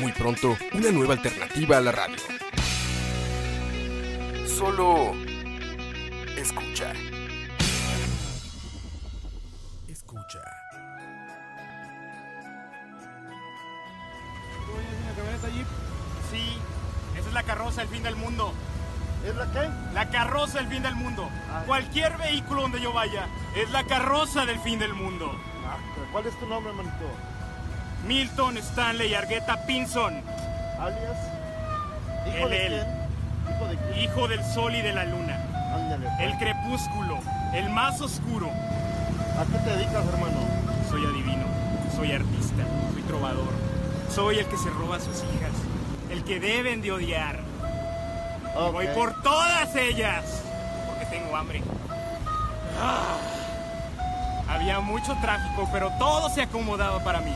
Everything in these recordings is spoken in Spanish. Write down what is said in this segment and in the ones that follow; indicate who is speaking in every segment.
Speaker 1: Muy pronto, una nueva alternativa a la radio. Solo escucha. Escucha.
Speaker 2: ¿Tú vienes en la camioneta Jeep? Sí, esa es la carroza del fin del mundo. ¿Es la qué? Ah. La carroza del fin del mundo. Cualquier vehículo donde yo vaya es la carroza del fin del mundo.
Speaker 3: ¿Cuál es tu nombre, manito?
Speaker 2: Milton Stanley Argueta Pinson,
Speaker 3: ¿Alias?
Speaker 2: El él.
Speaker 3: ¿Hijo de quién?
Speaker 2: hijo del sol y de la luna,
Speaker 3: Ándale. pues.
Speaker 2: el crepúsculo, el más oscuro.
Speaker 3: ¿A qué te dedicas, hermano?
Speaker 2: Soy adivino, soy artista, soy trovador, soy el que se roba a sus hijas, el que deben de odiar.
Speaker 3: Ok.
Speaker 2: Voy por todas ellas. Porque tengo hambre. Ah. había mucho tráfico, pero todo se acomodaba para mí.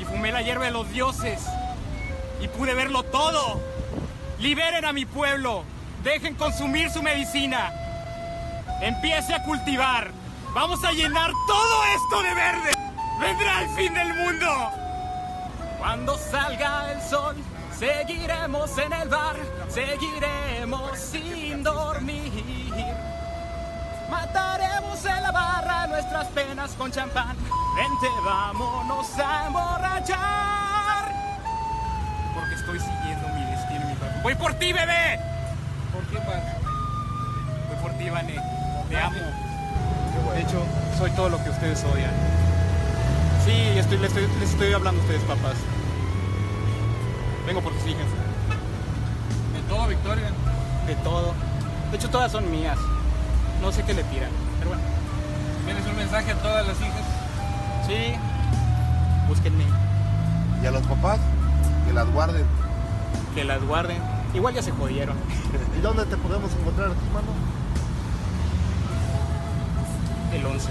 Speaker 2: Y fumé la hierba de los dioses. Y pude verlo todo. Liberen a mi pueblo. Dejen consumir su medicina. Empiece a cultivar. Vamos a llenar todo esto de verde. Vendrá el fin del mundo. Cuando salga el sol, seguiremos en el bar, seguiremos sin dormir. Mataremos en la barra nuestras penas con champán. Vente, vámonos a emborrachar. Porque estoy siguiendo mi destino, mi papá. Voy por ti, bebé. ¿Por qué, Voy por ti, Vane. Te amo. De hecho, soy todo lo que ustedes odian. Sí, estoy, les, estoy, les estoy hablando a ustedes, papás. Vengo por tus hijas. De todo, Victoria. De todo. De hecho, todas son mías. No sé qué le tiran, pero bueno. ¿Tienes un mensaje a todas las hijas? Sí. Búsquenme.
Speaker 4: Y a los papás, que las guarden.
Speaker 2: Que las guarden. Igual ya se jodieron.
Speaker 3: ¿Y dónde te podemos encontrar, hermano?
Speaker 2: El 11.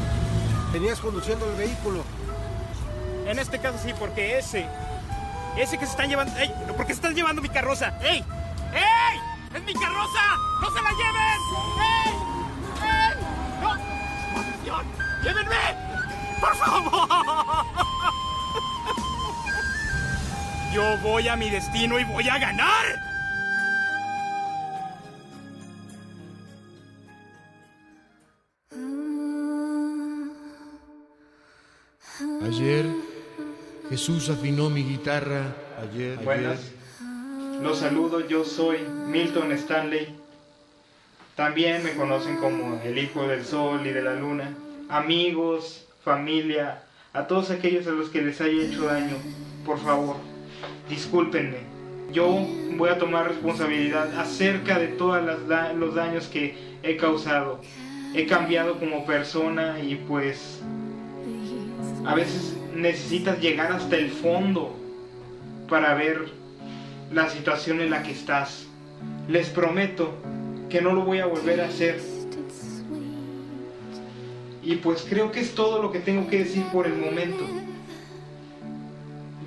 Speaker 4: Tenías conduciendo el vehículo.
Speaker 2: En este caso sí, porque ese. Ese que se están llevando. ¡Ey! ¿Por qué se están llevando mi carroza? ¡Ey! ¡Ey! ¡Es mi carroza! ¡No se la lleven! ¡Ey! ¡Ey! ¡No! ¡Maldición! ¡Llévenme! ¡Por favor! Yo voy a mi destino y voy a ganar.
Speaker 5: Ayer Jesús afinó mi guitarra. Ayer.
Speaker 6: Buenas. Los saludo, yo soy Milton Stanley. También me conocen como el hijo del sol y de la luna. Amigos, familia, a todos aquellos a los que les haya hecho daño, por favor, discúlpenme. Yo voy a tomar responsabilidad acerca de todos los daños que he causado. He cambiado como persona y pues a veces necesitas llegar hasta el fondo para ver la situación en la que estás. Les prometo que no lo voy a volver a hacer. Y pues creo que es todo lo que tengo que decir por el momento.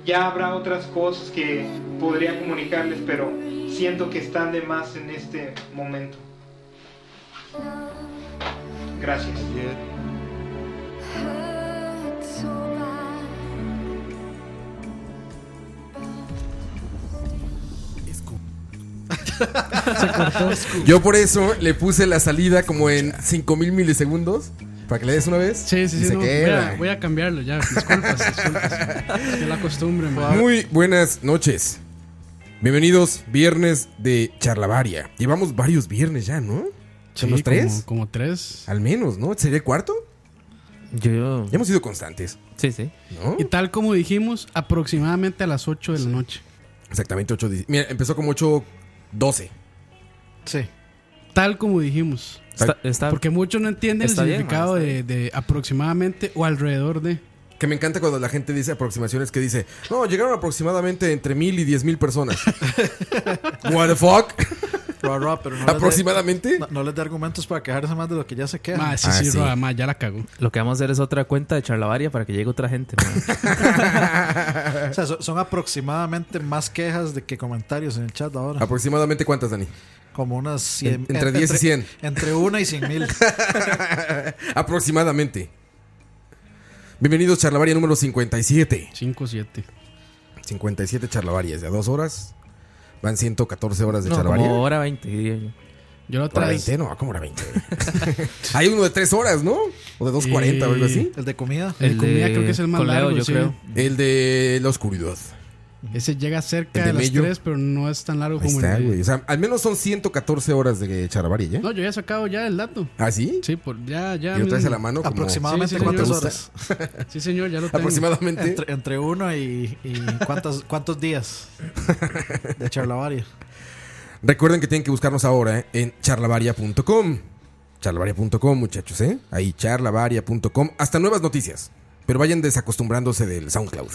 Speaker 6: Ya habrá otras cosas que podría comunicarles, pero siento que están de más en este momento. Gracias.
Speaker 5: Ayer.
Speaker 1: Yo por eso le puse la salida como en 5000 milisegundos. Para que le des una vez.
Speaker 7: Sí, sí,
Speaker 1: y
Speaker 7: sí.
Speaker 1: se
Speaker 7: no, voy,
Speaker 1: queda.
Speaker 7: a, voy a cambiarlo ya. Disculpas, disculpas. De la costumbre, man.
Speaker 1: Muy buenas noches. Bienvenidos, viernes de Charlavaria. Llevamos varios viernes ya, ¿no? ¿Son
Speaker 7: Sí,
Speaker 1: los tres?
Speaker 7: Como, como tres.
Speaker 1: Al menos, ¿no? ¿Sería el cuarto?
Speaker 8: Yo.
Speaker 1: Ya hemos sido constantes,
Speaker 8: Sí, sí.
Speaker 1: ¿no?
Speaker 7: Y tal como dijimos, aproximadamente a las 8 de la noche.
Speaker 1: Exactamente 8. Mira, empezó como 8.12.
Speaker 7: Sí. Tal como dijimos.
Speaker 8: Está, está-
Speaker 7: Porque muchos no entienden el
Speaker 8: Está bien,
Speaker 7: significado
Speaker 8: man,
Speaker 7: de, de aproximadamente o alrededor de.
Speaker 1: Que me encanta cuando la gente dice aproximaciones que dice, no, llegaron aproximadamente entre mil y diez mil personas. What the fuck?
Speaker 5: Roa, roa, pero no
Speaker 1: ¿Aproximadamente?
Speaker 5: Les dé- no, no les dé argumentos para quejarse más de lo que ya se queda.
Speaker 7: Ma, sí,
Speaker 1: Ah,
Speaker 7: sí,
Speaker 1: sí.
Speaker 7: Roa, ma, ya la cagó.
Speaker 8: Lo que vamos a hacer es otra cuenta de charlavaria para que llegue otra gente. ma.
Speaker 5: O sea, so- son, aproximadamente más quejas de que comentarios en el chat ahora.
Speaker 1: ¿Aproximadamente cuántas, Dani?
Speaker 5: Como unas 100.
Speaker 1: En- entre 10 y 100.
Speaker 5: Entre 1 y 100 mil.
Speaker 1: Aproximadamente. Bienvenidos a Charlavaria número 57.
Speaker 7: 5-7.
Speaker 1: 57 charlavarias de a dos horas. Van 114 horas de
Speaker 8: No,
Speaker 1: charlavaria.
Speaker 8: como hora 20, diría yo.
Speaker 7: Yo
Speaker 1: ¿Hora
Speaker 7: la otra vez.
Speaker 1: 20? No, ¿cómo hora 20? Hay uno de 3 horas, ¿no? O de 2.40 o algo así.
Speaker 5: El de comida.
Speaker 7: El de comida creo que es el más
Speaker 8: con Leo,
Speaker 7: largo,
Speaker 8: yo
Speaker 7: sí.
Speaker 8: creo.
Speaker 1: El de la oscuridad.
Speaker 7: Ese llega cerca
Speaker 1: El de
Speaker 7: de, las
Speaker 1: Mello.
Speaker 7: 3, pero no es tan largo
Speaker 1: Ahí
Speaker 7: como
Speaker 1: está,
Speaker 7: el de-
Speaker 1: güey. O sea, al menos son 114 horas de charlavaria, ¿eh?
Speaker 7: No, yo ya he sacado ya el dato.
Speaker 1: ¿Ah, sí?
Speaker 7: Sí, por, ya, ya.
Speaker 1: Y lo traes a
Speaker 7: mismo.
Speaker 1: la mano como
Speaker 5: aproximadamente
Speaker 7: Sí, sí,
Speaker 5: cuántas
Speaker 7: señor.
Speaker 5: horas.
Speaker 7: Sí, señor, ya lo tengo.
Speaker 1: aproximadamente.
Speaker 5: Entre, entre 1 y, y cuántas, cuántos días de charlavaria.
Speaker 1: Recuerden que tienen que buscarnos ahora ¿eh? en charlavaria.com. Charlavaria.com, muchachos, ¿eh? Ahí, charlavaria.com. Hasta nuevas noticias. Pero vayan desacostumbrándose del SoundCloud.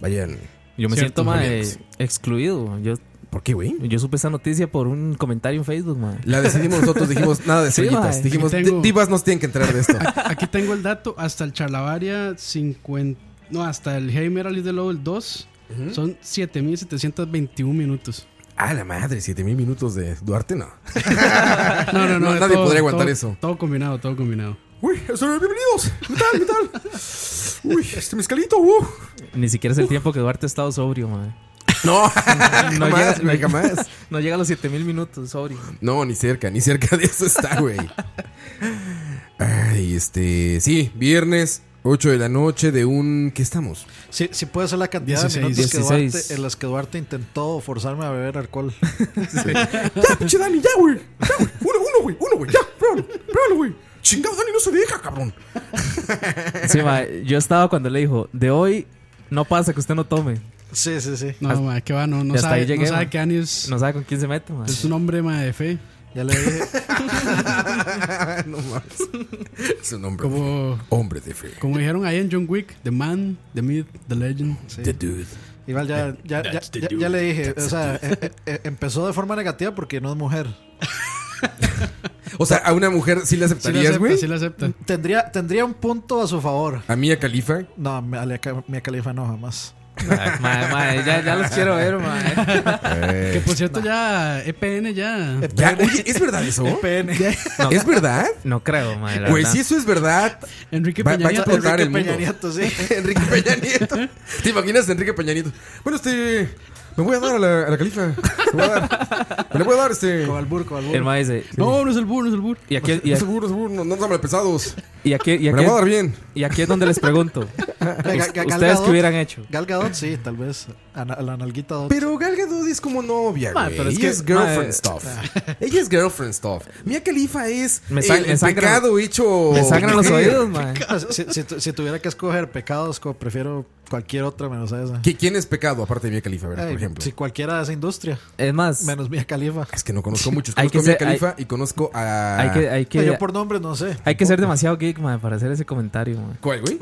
Speaker 1: Vayan.
Speaker 8: Yo me
Speaker 7: Cierto,
Speaker 8: siento ma, eh,
Speaker 1: Julián.
Speaker 8: excluido. Yo,
Speaker 1: ¿Por qué, güey?
Speaker 8: yo supe esa noticia por un comentario en Facebook, ma.
Speaker 1: La decidimos nosotros, dijimos nada de
Speaker 8: Sí,
Speaker 1: estrellitas.
Speaker 8: mae.
Speaker 1: dijimos,
Speaker 7: Aquí tengo-
Speaker 1: "Di- divas nos tienen que entrar de esto.
Speaker 7: Aquí tengo el dato hasta el Charlavaria 50. No, hasta el Heavy Metal is the Law, el 2. Son 7721 minutos.
Speaker 1: ah, la madre, 7000 minutos de Duarte, no.
Speaker 7: No, no, no.
Speaker 1: No,
Speaker 7: de
Speaker 1: nadie podría aguantar
Speaker 7: todo-
Speaker 1: eso.
Speaker 7: Todo combinado, todo combinado.
Speaker 1: Uy, son bienvenidos. ¿Qué tal? ¿Qué tal? Uy, este mezcalito, uh.
Speaker 8: Ni siquiera es el tiempo que Duarte ha estado sobrio, ma.
Speaker 1: No,
Speaker 8: No
Speaker 1: jamás,
Speaker 8: llega-
Speaker 1: güey, jamás.
Speaker 8: No llega a los 7000 minutos sobrio.
Speaker 1: No, ni cerca, ni cerca de eso está, güey. Ay, este. Sí, viernes, 8 de la noche de un. ¿Qué estamos?
Speaker 5: Sí, sí puede ser la cantidad
Speaker 7: 16,
Speaker 5: de minutos que
Speaker 8: 16.
Speaker 5: Duarte- en las que Duarte intentó forzarme a beber alcohol.
Speaker 1: ¡Ya, pinche Dani, ya, güey! ¡Ya, güey! ¡Uno, uno, güey! ¡Uno, güey! ¡Ya! ¡Pruébalo! ¡Pruébalo, güey! ¡Chingado, Dani no se deja, cabrón!
Speaker 8: Sí, ma, yo estaba cuando le dijo, de hoy no pasa que usted no tome.
Speaker 5: Sí, sí, sí.
Speaker 7: No, ma, que va, no, no
Speaker 8: hasta
Speaker 7: sabe,
Speaker 8: ahí llegué,
Speaker 7: no sabe
Speaker 8: ma.
Speaker 7: que Ani es,
Speaker 8: No sabe con quién se mete, ma.
Speaker 7: es un hombre ma, de fe.
Speaker 5: Ya le dije.
Speaker 1: no mames. Es un hombre. de fe.
Speaker 7: Como,
Speaker 1: Hombre de fe.
Speaker 7: como dijeron ahí en John Wick, The Man, The Myth, The Legend.
Speaker 1: The dude.
Speaker 5: Igual ya, ya, ya,
Speaker 9: That's the
Speaker 5: ya-
Speaker 9: dude.
Speaker 5: ya le dije,
Speaker 1: That's
Speaker 5: o sea, eh, eh, empezó de forma negativa porque no es mujer.
Speaker 1: O sea, a una mujer sí le
Speaker 7: Sí la
Speaker 1: aceptarías,
Speaker 7: acepta,
Speaker 1: güey.
Speaker 7: sí la acepta.
Speaker 5: Tendría, tendría un punto a su favor.
Speaker 1: A Mía Califa.
Speaker 5: No, a Mia Ca- Mia Khalifa no, jamás.
Speaker 8: Ay, ma, ma, ya, ya los quiero ver, ma.
Speaker 7: Que por cierto, ya EPN ya.
Speaker 1: Ya, oye, ¿es verdad eso?
Speaker 8: No,
Speaker 1: ¿Es verdad?
Speaker 8: no creo, ma. la
Speaker 1: Güey,
Speaker 8: verdad.
Speaker 1: si eso es verdad,
Speaker 7: Enrique
Speaker 1: Va-
Speaker 7: Peña
Speaker 1: va a
Speaker 7: Nieto.
Speaker 1: explotar el mundo.
Speaker 5: Peña Nieto, sí.
Speaker 1: Enrique Peña Nieto. ¿Te imaginas a Enrique Peña Nieto? Bueno, este. Me voy a dar a la, a la califa. Me voy a dar. Me le voy a dar este.
Speaker 5: Con Albur, con Albur.
Speaker 8: El ma dice,
Speaker 7: No, no es el burro, no es el burro.
Speaker 8: y aquí, y
Speaker 1: No
Speaker 8: aquí,
Speaker 1: seguro, seguro, no, no estamos pesados.
Speaker 8: y aquí, y
Speaker 1: Me
Speaker 8: aquí,
Speaker 1: la voy a dar bien.
Speaker 8: y aquí es donde les pregunto.
Speaker 5: Ga- Ga- Ga- Gal
Speaker 8: ¿Ustedes
Speaker 5: Gadot-
Speaker 8: qué hubieran hecho?
Speaker 5: Gal Gadot, sí, tal vez. A, na- a la nalguita Dot.
Speaker 1: Pero Gal Gadot es como novia,
Speaker 8: Ma,
Speaker 1: güey.
Speaker 8: pero es
Speaker 1: Ella
Speaker 8: que-
Speaker 1: es girlfriend
Speaker 8: ma, ah.
Speaker 1: stuff. Ella es girlfriend stuff. Mia Califa es
Speaker 8: Me sang-
Speaker 1: el,
Speaker 8: me
Speaker 1: el
Speaker 8: sangran-
Speaker 1: pecado hecho.
Speaker 8: Me sangran los oídos, ma.
Speaker 5: Ah, si, si tu- si tuviera que escoger pecados, co- prefiero cualquier otra menos a esa.
Speaker 1: ¿Qui- ¿Quién es pecado aparte de Mia Califa, a ver,
Speaker 5: Ay,
Speaker 1: por ejemplo?
Speaker 5: Si cualquiera de esa industria,
Speaker 8: Es más,
Speaker 5: menos Mia Khalifa.
Speaker 1: Es que no conozco muchos.
Speaker 8: Hay
Speaker 1: Conozco a
Speaker 8: que
Speaker 1: Mia
Speaker 8: ser-
Speaker 1: Califa y conozco a.
Speaker 8: hay que, hay
Speaker 5: No,
Speaker 8: que,
Speaker 5: Yo por nombre no sé.
Speaker 8: hay que ser demasiado geek, ma, para hacer ese comentario, ma.
Speaker 1: ¿Cuál, güey?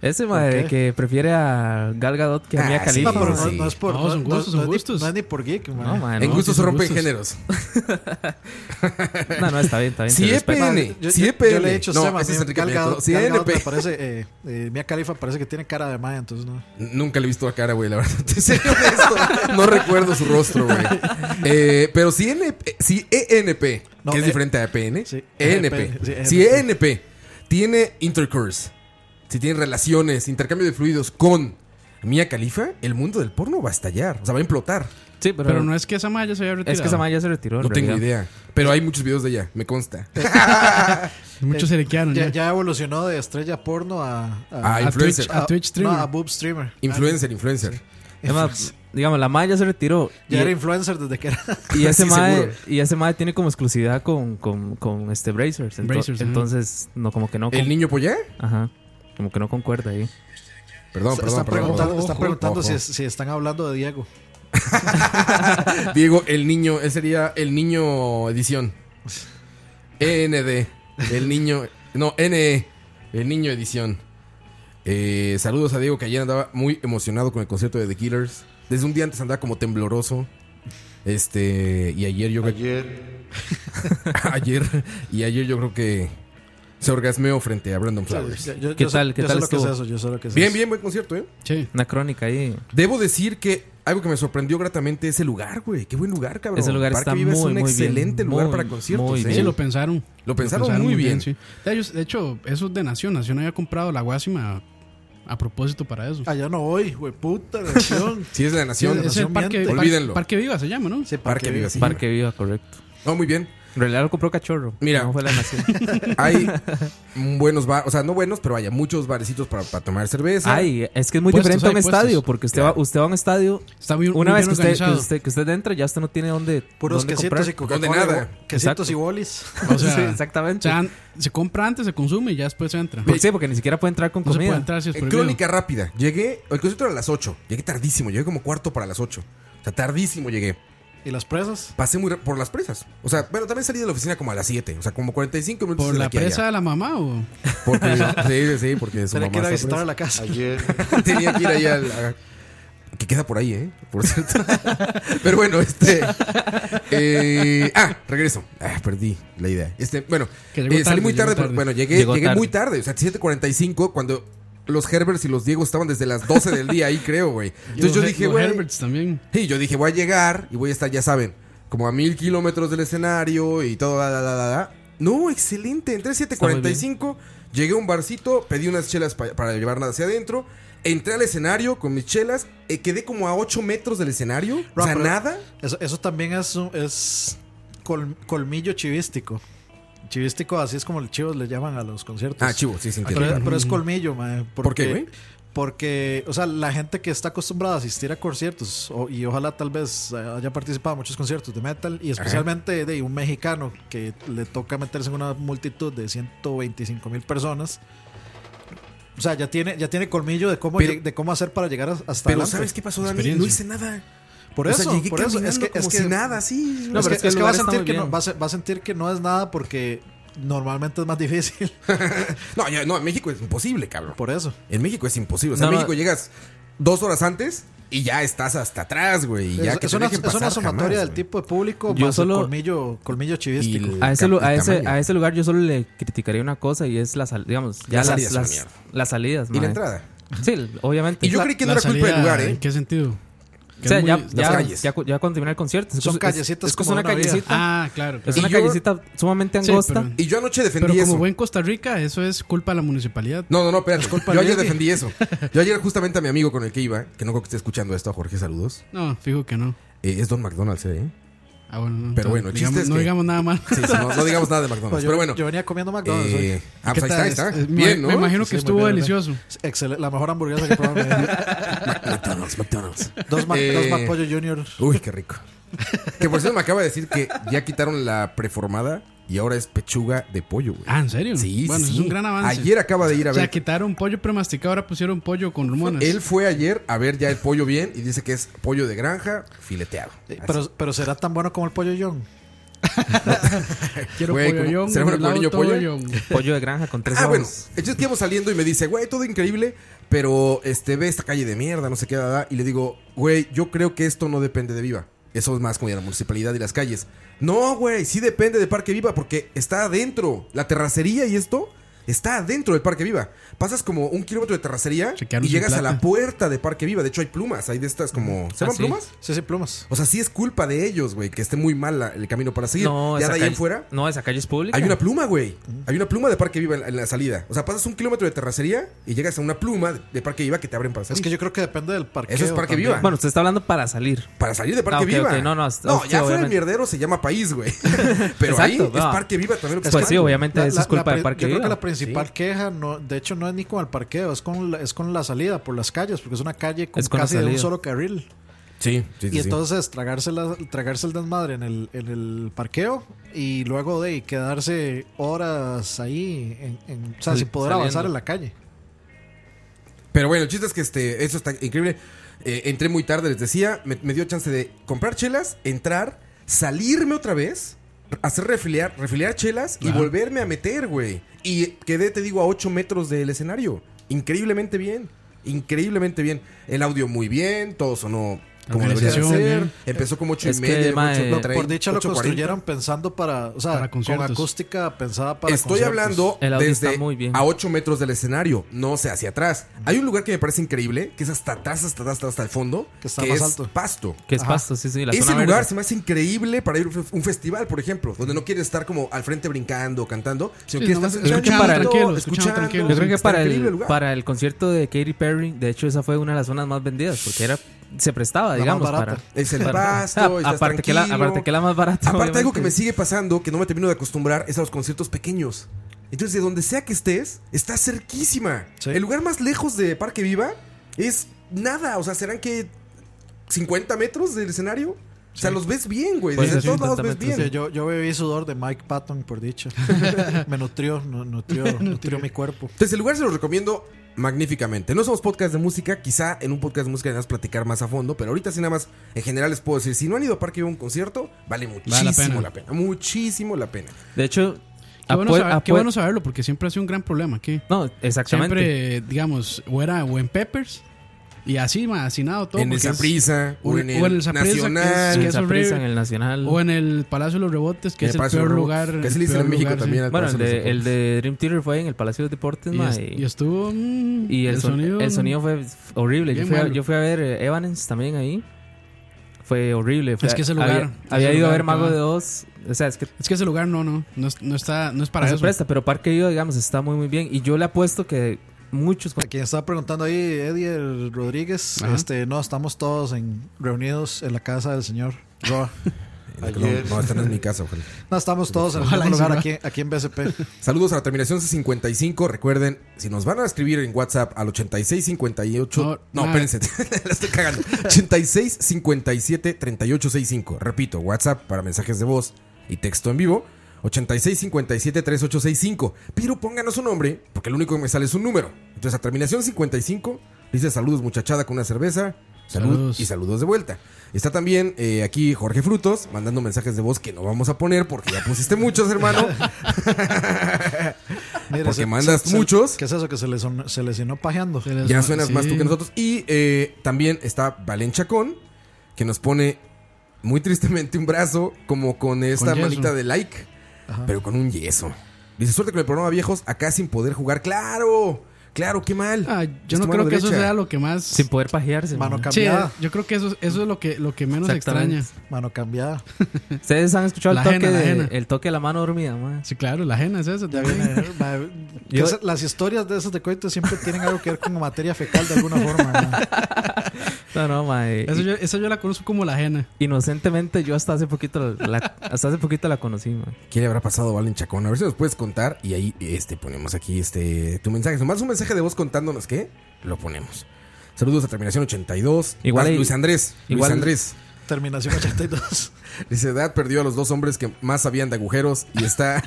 Speaker 8: Ese, ma, de que prefiere a Gal Gadot que a
Speaker 1: Ah,
Speaker 8: Mia
Speaker 1: sí,
Speaker 8: Khalifa.
Speaker 5: No, pero no,
Speaker 1: sí.
Speaker 5: no es por.
Speaker 7: No, son gustos, son
Speaker 5: es ni-
Speaker 7: gustos.
Speaker 5: no es ni por geek, man.
Speaker 8: No, ma,
Speaker 1: en
Speaker 8: no,
Speaker 1: gustos se
Speaker 7: sí, son
Speaker 1: rompen
Speaker 7: gustos.
Speaker 1: géneros.
Speaker 8: no, no, está bien, está bien.
Speaker 1: Sí, eh,
Speaker 8: te respeto.
Speaker 1: EPN.
Speaker 5: Yo- yo-
Speaker 1: Sí,
Speaker 5: yo-
Speaker 1: EPN.
Speaker 5: Yo le he dicho
Speaker 1: No,
Speaker 5: Sema,
Speaker 1: ese es
Speaker 5: mira,
Speaker 1: Enrique
Speaker 5: Gal
Speaker 1: Peña
Speaker 5: Gadot-
Speaker 1: Nieto. Sí,
Speaker 5: Gal Gadot
Speaker 1: NP.
Speaker 5: me parece, eh, eh, Mia Khalifa parece que tiene cara de maya, entonces no.
Speaker 1: Nunca le he visto la cara, güey, la verdad. Te soy honesto. No recuerdo su rostro, güey. Eh, pero si, NP, si E ENP,
Speaker 5: No,
Speaker 1: que es
Speaker 5: eh,
Speaker 1: diferente a EPN,
Speaker 5: sí,
Speaker 1: ENP,
Speaker 5: sí, ENP.
Speaker 1: si ENP tiene intercourse, si tiene relaciones, intercambio de fluidos con Mia Khalifa, el mundo del porno va a estallar. O sea, va a implotar.
Speaker 8: Sí, pero,
Speaker 7: Pero no es que esa malla se haya retirado.
Speaker 8: es que esa ma ya se retiró. en
Speaker 1: No tengo
Speaker 8: realidad.
Speaker 1: idea. Pero hay muchos videos de ella, me consta.
Speaker 7: Muchos se le quedaron
Speaker 5: Ya,
Speaker 7: ya.
Speaker 5: ya evolucionó de estrella porno a. a-
Speaker 1: Ah,
Speaker 7: A
Speaker 1: influencer.
Speaker 7: Twitch, a Twitch streamer.
Speaker 5: No, a boob streamer.
Speaker 1: Influencer, influencer.
Speaker 8: Es más, digamos, la ma ya se retiró. Y, e,
Speaker 5: Ya era influencer desde que era.
Speaker 8: y ese
Speaker 1: Sí,
Speaker 8: ma
Speaker 1: seguro.
Speaker 8: y ese ma tiene como exclusividad con, con, con este Brazers. Ento-
Speaker 7: Brazers, ajá.
Speaker 8: entonces, no, como que no.
Speaker 1: ¿El niño polla?
Speaker 8: Ajá. Como que no concuerda ahí.
Speaker 1: Perdón, perdón,
Speaker 5: están
Speaker 1: perdón.
Speaker 5: preguntando,
Speaker 1: Ojo,
Speaker 5: están preguntando
Speaker 1: ojo.
Speaker 5: si, es- si están hablando de Diego.
Speaker 1: Diego, el niño, él sería el niño edición. END, el niño, no, NE, el niño edición. Eh, saludos a Diego que ayer andaba muy emocionado con el concierto de The Killers. Desde un día antes andaba como tembloroso. Este, y ayer yo Ayer. ayer. Y ayer yo creo que se orgasmeó frente a Brandon Flowers.
Speaker 5: Yo- yo- ¿Qué yo tal- sé- qué yo sé tal lo que es estuvo? eso, yo sé lo que es
Speaker 1: bien,
Speaker 5: eso.
Speaker 1: bien, buen concierto, ¿eh?
Speaker 7: Sí.
Speaker 8: Una crónica ahí.
Speaker 1: Debo decir que algo que me sorprendió gratamente es el lugar, güey. Qué buen lugar, cabrón.
Speaker 8: Ese lugar
Speaker 1: Parque
Speaker 8: está
Speaker 1: Viva es
Speaker 8: muy,
Speaker 1: un
Speaker 8: muy bien.
Speaker 1: excelente lugar
Speaker 8: Muy,
Speaker 1: para conciertos.
Speaker 8: muy
Speaker 1: ¿eh?
Speaker 8: bien.
Speaker 7: Sí, lo pensaron.
Speaker 1: Lo pensaron muy bien.
Speaker 7: sí. De ellos- de hecho, eso es de Nación. Nación había comprado la Guasima a, a propósito para eso.
Speaker 5: Allá no voy, güey, puta Ah, nación.
Speaker 1: Sí, es de la Nación.
Speaker 7: Es, el parque,
Speaker 1: miente.
Speaker 7: Par-
Speaker 1: Olvídenlo.
Speaker 7: Parque Viva se llama, ¿no?
Speaker 5: Sí,
Speaker 1: Parque Parque Viva, Viva. sí.
Speaker 8: Parque Viva, correcto.
Speaker 1: No, muy bien.
Speaker 8: En realidad lo compró Cachorro.
Speaker 1: Mira.
Speaker 8: No fue la nación.
Speaker 1: Hay buenos bares, o sea, no buenos, pero vaya, muchos barecitos para, para tomar cerveza.
Speaker 8: Ay, es que es muy
Speaker 1: Puestos,
Speaker 8: diferente a un
Speaker 1: hay puestos.
Speaker 8: estadio, porque usted, va, usted va a un estadio.
Speaker 7: Está muy-
Speaker 8: una
Speaker 7: muy bien
Speaker 8: vez que usted, que,
Speaker 7: organizado.
Speaker 8: usted, que usted entra, ya usted no tiene dónde.
Speaker 5: Puros
Speaker 8: dónde
Speaker 5: quesitos
Speaker 8: comprar.
Speaker 5: y Coca-Cola.
Speaker 1: Donde nada.
Speaker 5: güey, Quesitos
Speaker 8: Exacto.
Speaker 5: y bolis.
Speaker 7: O sea,
Speaker 8: Sí, exactamente.
Speaker 7: o sea, se compra antes, se consume y ya después se entra.
Speaker 8: Por- sí, porque ni siquiera puede entrar con
Speaker 7: No se puede
Speaker 8: comida.
Speaker 7: entrar si es
Speaker 1: Eh,
Speaker 7: prohibido.
Speaker 1: Crónica rápida. Llegué, el concierto era a las 8. Llegué tardísimo, llegué como cuarto para las 8. O sea, tardísimo llegué.
Speaker 5: ¿Y las presas?
Speaker 1: Pasé muy ra- por las presas. O sea, bueno, también salí de la oficina como a las 7. O sea, como 45 minutos
Speaker 7: ¿Por
Speaker 1: de
Speaker 7: la
Speaker 1: aquí a
Speaker 7: presa
Speaker 1: allá.
Speaker 7: de la mamá o...?
Speaker 1: Porque, sí, sí, porque su
Speaker 5: Tenía
Speaker 1: mamá
Speaker 5: que ir
Speaker 1: está
Speaker 5: a visitar
Speaker 1: presa.
Speaker 5: a la casa.
Speaker 10: Ayer.
Speaker 1: Tenía que ir ahí al. a- que queda por ahí, ¿eh? Por cierto. Pero bueno, este. eh, ah, regreso. Ah, perdí la idea. Este, bueno,
Speaker 7: Que llegó
Speaker 1: eh, salí
Speaker 7: tarde,
Speaker 1: muy
Speaker 7: llegó
Speaker 1: tarde.
Speaker 7: tarde.
Speaker 1: pero bueno, llegué,
Speaker 8: Llegó
Speaker 1: llegué
Speaker 8: tarde.
Speaker 1: muy tarde. O sea, 7.45 cuando. Los Herberts y los Diego estaban desde las 12 del día ahí, creo, güey. Entonces yo
Speaker 7: Los-
Speaker 1: dije,
Speaker 7: los
Speaker 1: güey.
Speaker 7: Herberts también.
Speaker 1: Sí, yo dije, voy a llegar y voy a estar, ya saben, como a mil kilómetros del escenario y todo, da, da, da, da, da. No, excelente. Entré 7.45, llegué a un barcito, pedí unas chelas pa- para llevarlas hacia adentro. Entré al escenario con mis chelas, eh, quedé como a 8 metros del escenario. o sea,
Speaker 5: Ah, Pero
Speaker 1: nada.
Speaker 5: Eso, eso también es, un- es col- colmillo chivístico. Chivístico, así es como el chivos le llaman a los conciertos.
Speaker 1: Ah, chivo, sí, sin
Speaker 5: Pero,
Speaker 1: querer.
Speaker 5: pero es colmillo, mae,
Speaker 1: ¿Por qué, güey?
Speaker 5: Porque, o sea, la gente que está acostumbrada a asistir a conciertos, o- y ojalá tal vez eh, haya participado en muchos conciertos de metal, y especialmente de un mexicano que le toca meterse en una multitud de 125 mil personas, o sea, ya tiene, ya tiene colmillo de cómo,
Speaker 1: Pero-
Speaker 5: lleg- de cómo hacer para llegar a- hasta
Speaker 1: Pero
Speaker 5: adelante.
Speaker 1: ¿sabes qué pasó, Dani?
Speaker 7: Experiencia.
Speaker 1: No hice nada.
Speaker 5: Por
Speaker 1: O
Speaker 5: eso,
Speaker 1: sea, llegué
Speaker 5: por eso. Es
Speaker 1: caminando
Speaker 5: que, es
Speaker 1: como
Speaker 5: que-
Speaker 1: si nada, así.
Speaker 5: no,
Speaker 8: No,
Speaker 5: es
Speaker 8: pero
Speaker 5: que,
Speaker 8: es que el
Speaker 5: es que va, a
Speaker 8: lugar está
Speaker 5: sentir
Speaker 8: muy
Speaker 5: que no,
Speaker 8: bien.
Speaker 5: va, a, se- va a sentir que no es nada porque normalmente es más difícil.
Speaker 1: No, ya, no, en México es imposible, cabrón.
Speaker 5: Por eso.
Speaker 1: En México es imposible. O sea,
Speaker 8: No,
Speaker 1: en
Speaker 8: no.
Speaker 1: México llegas dos horas antes y ya estás hasta atrás, güey. Y ya
Speaker 5: es,
Speaker 1: que
Speaker 5: es
Speaker 1: te
Speaker 5: una,
Speaker 1: dejen
Speaker 5: es una
Speaker 1: pasar,
Speaker 5: sumatoria
Speaker 1: jamás,
Speaker 5: del
Speaker 1: güey.
Speaker 5: tipo de público
Speaker 8: Yo
Speaker 5: más
Speaker 8: solo-
Speaker 5: el colmillo, colmillo chivístico.
Speaker 1: Y-
Speaker 8: A ese,
Speaker 1: Cam-
Speaker 8: lu-
Speaker 1: y
Speaker 8: a, ese,
Speaker 1: tamaño.
Speaker 8: a ese lugar yo solo le criticaría una cosa y es las, sal- digamos, ya
Speaker 1: Las
Speaker 8: las,
Speaker 1: salidas
Speaker 8: las,
Speaker 1: son una mierda.
Speaker 8: las salidas.
Speaker 1: Y la
Speaker 8: mae.
Speaker 1: entrada.
Speaker 8: Sí, obviamente.
Speaker 1: Y yo
Speaker 8: La-
Speaker 1: creí que no
Speaker 7: La
Speaker 1: era culpa del
Speaker 7: salida,
Speaker 1: lugar, ¿eh?
Speaker 7: ¿En qué sentido?
Speaker 8: o sea,
Speaker 7: Que
Speaker 8: ya,
Speaker 7: muy-
Speaker 8: ya,
Speaker 1: las calles.
Speaker 8: ya cu- ya cuando termina el concierto. es-
Speaker 5: Son
Speaker 8: es-
Speaker 5: callecitas
Speaker 8: Es, que es
Speaker 5: como
Speaker 8: una
Speaker 5: de una vida.
Speaker 8: callecita.
Speaker 7: Ah, claro.
Speaker 8: es
Speaker 1: Y
Speaker 8: una
Speaker 1: yo-
Speaker 8: callecita sumamente
Speaker 7: Sí,
Speaker 8: angosta.
Speaker 7: pero-
Speaker 1: Y yo anoche
Speaker 7: Pero
Speaker 1: defendí
Speaker 7: como
Speaker 1: eso.
Speaker 7: buen Costa Rica, eso es culpa de la municipalidad.
Speaker 1: No, no, no, espérate.
Speaker 7: culpa
Speaker 1: Yo
Speaker 7: de
Speaker 1: ayer
Speaker 7: Ricky.
Speaker 1: defendí eso. Yo ayer justamente a mi amigo con el que iba, que no creo que esté escuchando esto, a Jorge, saludos.
Speaker 7: No, fijo que no.
Speaker 1: Eh, es Don McDonald's, ¿eh?
Speaker 7: Ah, bueno. no,
Speaker 1: Pero bueno, el chiste
Speaker 7: digamos-
Speaker 1: es
Speaker 7: No
Speaker 1: que-
Speaker 7: digamos nada más.
Speaker 1: Sí, sí, no, no digamos nada de
Speaker 5: Pues
Speaker 1: McDonald's.
Speaker 5: yo,
Speaker 1: pero bueno.
Speaker 5: yo venía comiendo McDonald's. hoy.
Speaker 1: eh, ah,
Speaker 5: ¿Qué
Speaker 1: pues ahí
Speaker 5: tal?
Speaker 1: está, ahí está.
Speaker 7: Eh, me-
Speaker 1: Bien, ¿no?
Speaker 7: Me imagino que
Speaker 5: Sí, muy
Speaker 7: estuvo
Speaker 5: bien, ¿verdad?
Speaker 7: delicioso.
Speaker 5: Es excel- la mejor hamburguesa que probaba.
Speaker 1: McDonald's, McDonald's.
Speaker 5: dos, Mac,
Speaker 1: Eh,
Speaker 5: dos McPollo Junior.
Speaker 1: Uy, qué rico. Que por cierto me acaba de decir que ya quitaron la preformada y ahora es pechuga de pollo, güey.
Speaker 7: Ah, ¿en serio?
Speaker 1: Sí,
Speaker 7: Bueno,
Speaker 1: sí.
Speaker 7: es un gran avance.
Speaker 1: Ayer acaba de ir a
Speaker 7: o sea,
Speaker 1: ver.
Speaker 7: quitaron pollo premasticado, ahora pusieron pollo con rumones.
Speaker 1: Él fue ayer a ver ya el pollo bien y dice que es pollo de granja fileteado.
Speaker 5: Eh, Pero, pero será tan bueno como el pollo John.
Speaker 7: Quiero
Speaker 1: Güey,
Speaker 7: pollo
Speaker 1: ¿cómo-
Speaker 7: yong,
Speaker 1: será bueno con
Speaker 7: helado
Speaker 1: niño pollo?
Speaker 7: yong.
Speaker 8: Pollo de granja con tres
Speaker 1: Ah, bueno,
Speaker 8: sabores.
Speaker 1: entonces que íbamos saliendo y me dice, güey, todo increíble, pero este ve esta calle de mierda, no sé qué, da, da. y le digo, güey, yo creo que esto no depende de Viva. Eso es más como de la municipalidad y las calles. No, güey, sí depende de Parque Viva porque está adentro. La terracería y esto está adentro del Parque Viva. Pasas como un kilómetro de terracería
Speaker 7: Se quedaron
Speaker 1: y
Speaker 7: sin
Speaker 1: llegas a
Speaker 7: plata.
Speaker 1: la puerta de Parque Viva. De hecho, hay plumas, hay de estas como... ¿Se
Speaker 8: Ah,
Speaker 1: llaman
Speaker 8: sí.
Speaker 1: plumas?
Speaker 5: Sí, sí, plumas.
Speaker 1: O sea, sí es culpa de ellos, güey, que esté muy mal la- el camino para seguir.
Speaker 8: No,
Speaker 1: ya de
Speaker 8: esa
Speaker 1: ahí
Speaker 8: calle-
Speaker 1: en fuera.
Speaker 8: No, esa calle es pública.
Speaker 1: Hay una pluma, güey. Hay una pluma de Parque Viva en la, en la salida. O sea, pasas un kilómetro de terracería y llegas a una pluma de- de Parque Viva que te abren para
Speaker 5: Es
Speaker 1: salir.
Speaker 5: que yo creo que depende del parque.
Speaker 1: Eso es Parque Viva.
Speaker 8: Bueno, usted está hablando para salir.
Speaker 1: Para salir de Parque
Speaker 8: Ah, ok,
Speaker 1: Viva.
Speaker 8: ok. No, no, es- ok,
Speaker 1: ya fuera el
Speaker 8: obviamente.
Speaker 1: mierdero se llama país, güey. Pero ahí
Speaker 8: Exacto,
Speaker 1: es
Speaker 8: no.
Speaker 1: Parque Viva también lo que
Speaker 8: Pues
Speaker 1: está
Speaker 8: sí,
Speaker 1: mal, güey.
Speaker 8: obviamente, eso es culpa del
Speaker 5: pri-
Speaker 8: parque.
Speaker 5: Yo creo
Speaker 8: Viva.
Speaker 5: que la principal queja, no, de hecho, no es ni con el parqueo, es con, la, es con la salida por las calles, porque es una calle con
Speaker 8: Es con la
Speaker 5: casi de un
Speaker 8: salida.
Speaker 5: solo carril.
Speaker 1: Sí, sí, sí.
Speaker 5: Y
Speaker 1: sí.
Speaker 5: entonces tragarse, la- tragarse el desmadre en el, en el parqueo y luego de ahí quedarse horas ahí, en, en- o sea,
Speaker 8: Sal-
Speaker 5: sin poder
Speaker 8: saliendo.
Speaker 5: avanzar en la calle.
Speaker 1: Pero bueno, el chiste es que este, eso está increíble. Eh, entré muy tarde, les decía. Me, me dio chance de comprar chelas, entrar, salirme otra vez, hacer refiliar, refiliar chelas y volverme a meter, güey. Y quedé, te digo, a 8 metros del escenario. increíblemente bien. Increíblemente bien. El audio muy bien, todo sonó como debería de
Speaker 5: Organización,
Speaker 8: eh.
Speaker 1: ser.
Speaker 5: bien.
Speaker 1: Empezó como 8
Speaker 5: Es
Speaker 1: y
Speaker 5: que,
Speaker 1: media.
Speaker 5: mae,
Speaker 1: ocho- no, trae
Speaker 5: por dicha lo
Speaker 1: 8:40.
Speaker 5: construyeron pensando para, o sea, con
Speaker 1: conciertos.
Speaker 5: acústica pensada para
Speaker 1: Estoy hablando desde a 8 metros del escenario, no o sea, hacia atrás. Hay un lugar que me parece increíble, que es hasta atrás, hasta atrás, hasta el fondo, que,
Speaker 5: está más
Speaker 1: es
Speaker 5: alto.
Speaker 1: pasto.
Speaker 8: Que es pasto, sí, sí, la
Speaker 1: Ese
Speaker 8: zona
Speaker 1: lugar
Speaker 8: verde.
Speaker 1: se me hace increíble para ir a un fe- un festival, por ejemplo, donde no quieres estar como al frente brincando, cantando, sino
Speaker 8: Sí,
Speaker 1: que
Speaker 8: nomás
Speaker 1: estás
Speaker 8: escuchando, tranquilo,
Speaker 1: escuchando.
Speaker 8: Yo creo que
Speaker 1: Está
Speaker 8: para el,
Speaker 1: increíble lugar.
Speaker 8: para el concierto de Katy Perry, de hecho, esa fue una de las zonas más vendidas porque era se prestaba,
Speaker 1: La
Speaker 8: digamos,
Speaker 1: más barata.
Speaker 8: para.
Speaker 1: Es el
Speaker 8: para-
Speaker 1: pasto,
Speaker 8: Ah,
Speaker 1: estás
Speaker 8: aparte, que la,
Speaker 1: tranquilo.
Speaker 8: aparte que la más barata.
Speaker 1: Aparte, algo que
Speaker 8: obviamente.
Speaker 1: me sigue pasando, que no me termino de acostumbrar, es a los conciertos pequeños. Entonces, de donde sea que estés, está cerquísima. El lugar más lejos de Parque Viva es nada. O sea, serán que 50 metros del escenario. O sea, los ves bien, güey.
Speaker 8: Pues
Speaker 1: Desde todos lados ves bien.
Speaker 5: Sí, yo, yo bebí sudor de Mike Patton, por dicha. Me nutrió, nu- nutrió, nutrió mi cuerpo.
Speaker 1: Entonces, el lugar se los recomiendo magníficamente. No somos podcast de música, quizá en un podcast de música debemos platicar más a fondo, pero ahorita sí nada más, en general les puedo decir, si no han ido a Parque Viva a un concierto, vale muchísimo
Speaker 7: pena.
Speaker 1: la pena. Muchísimo la pena.
Speaker 8: De hecho,
Speaker 7: Qué bueno,
Speaker 8: apue-
Speaker 7: saber- qué
Speaker 8: apue-
Speaker 7: bueno saberlo, porque siempre ha sido un gran problema aquí.
Speaker 8: No, exactamente.
Speaker 7: Siempre, digamos, o era o en Peppers, y así, ma, hacinado todo.
Speaker 8: En el
Speaker 7: porque es-
Speaker 8: Saprissa, o en el
Speaker 7: Saprissa, que es-
Speaker 8: Nacional.
Speaker 7: que
Speaker 8: En
Speaker 7: es
Speaker 8: Saprissa,
Speaker 7: horrible.
Speaker 8: en el Nacional.
Speaker 7: O en el Palacio de los Rebotes, que
Speaker 8: En
Speaker 7: es el
Speaker 8: el Palacio de
Speaker 7: peor
Speaker 8: los
Speaker 7: lugar.
Speaker 8: Rebotes.
Speaker 7: el peor lugar, sí.
Speaker 8: Bueno, el de, el de Dream Theater fue en el Palacio de Deportes,
Speaker 7: Y
Speaker 8: ma,
Speaker 7: es- y estuvo, mm,
Speaker 8: y el,
Speaker 7: el
Speaker 8: son-
Speaker 7: sonido-
Speaker 8: el sonido fue f- horrible. Yo
Speaker 7: Bien
Speaker 8: fui, a,
Speaker 7: malo.
Speaker 8: yo fui a ver eh, Evanescence también ahí. Fue horrible. fue-
Speaker 7: Es que ese
Speaker 8: había-
Speaker 7: lugar.
Speaker 8: Había, ido a ver Mago de Oz. O sea, es que.
Speaker 7: Es que ese lugar no, no. No, es- no está, no es para
Speaker 8: no se
Speaker 7: eso.
Speaker 8: presta, pero Parque Viva, digamos, está muy, muy bien. Y yo le apuesto que muchos.
Speaker 5: A quien estaba preguntando ahí, Eddie Rodríguez,
Speaker 8: Ajá.
Speaker 5: este, no, estamos todos en, reunidos en la casa del señor Roa.
Speaker 1: No, no, esta no es mi casa, ojalá.
Speaker 5: No, estamos todos en el
Speaker 1: Ojalá
Speaker 5: mismo
Speaker 1: y se
Speaker 5: lugar
Speaker 1: va.
Speaker 5: aquí, aquí en BSP.
Speaker 1: Saludos a la terminación 55. Recuerden, si nos van a escribir en WhatsApp al 8658. No,
Speaker 5: No, nada.
Speaker 1: espérense, la estoy cagando. 8657 3865. Repito, WhatsApp para mensajes de voz y texto en vivo. 8657 3865. Pero pónganos un nombre, porque lo único que me sale es un número. Entonces, a terminación 55, dice saludos, muchachada, con una cerveza. Salud
Speaker 7: Saludos.
Speaker 1: y saludos de vuelta. Está también eh, aquí Jorge Frutos mandando mensajes de voz que no vamos a poner porque ya pusiste muchos, hermano.
Speaker 5: Mira,
Speaker 1: Porque
Speaker 5: se-
Speaker 1: mandas
Speaker 5: se- se-
Speaker 1: muchos.
Speaker 5: ¿Qué es eso? Que se les se lesionó pajeando.
Speaker 7: Pues,
Speaker 1: Ya suenas más tú que nosotros. Y eh, también está Valen Chacón, que nos pone muy tristemente un brazo como con esta
Speaker 5: yeso.
Speaker 1: manita de like,
Speaker 5: Ajá.
Speaker 1: pero con un yeso. Dice, suerte con el programa viejos, acá sin poder jugar. ¡Claro! ¡Claro, qué mal!
Speaker 7: Ah, Yo no creo que eso sea lo que más.
Speaker 8: Sin poder pajearse.
Speaker 5: Mano
Speaker 8: ma.
Speaker 7: Sí, yo creo que eso, eso es lo que, lo que menos
Speaker 8: Exactamente.
Speaker 7: extraña.
Speaker 5: Mano cambiada.
Speaker 8: Ustedes han escuchado
Speaker 7: La
Speaker 8: el, toque
Speaker 7: ajena, la
Speaker 8: de-
Speaker 7: ajena.
Speaker 8: el toque de la mano dormida, ma?
Speaker 7: Sí, claro, la ajena es eso.
Speaker 5: Que
Speaker 8: Yo-
Speaker 5: esas- las historias de esas de coito siempre tienen algo que ver con materia fecal de alguna forma. ¿no?
Speaker 8: No, no, ma, eh,
Speaker 7: Eso yo, esa yo la conozco como la ajena.
Speaker 8: Inocentemente, yo hasta hace poquito la, hasta hace poquito la conocí, ma.
Speaker 1: ¿Qué le habrá pasado a Valen Chacón? A ver si nos puedes contar. Y ahí este, ponemos aquí este, tu mensaje. Nomás un mensaje de voz contándonos qué. Lo ponemos. Saludos a Terminación 82.
Speaker 8: Igual
Speaker 1: Igual
Speaker 8: ahí-
Speaker 1: Luis Andrés.
Speaker 8: igual-
Speaker 1: Luis Andrés.
Speaker 5: Terminación 82.
Speaker 1: Dice, Dad perdió a los dos hombres que más sabían de agujeros y está...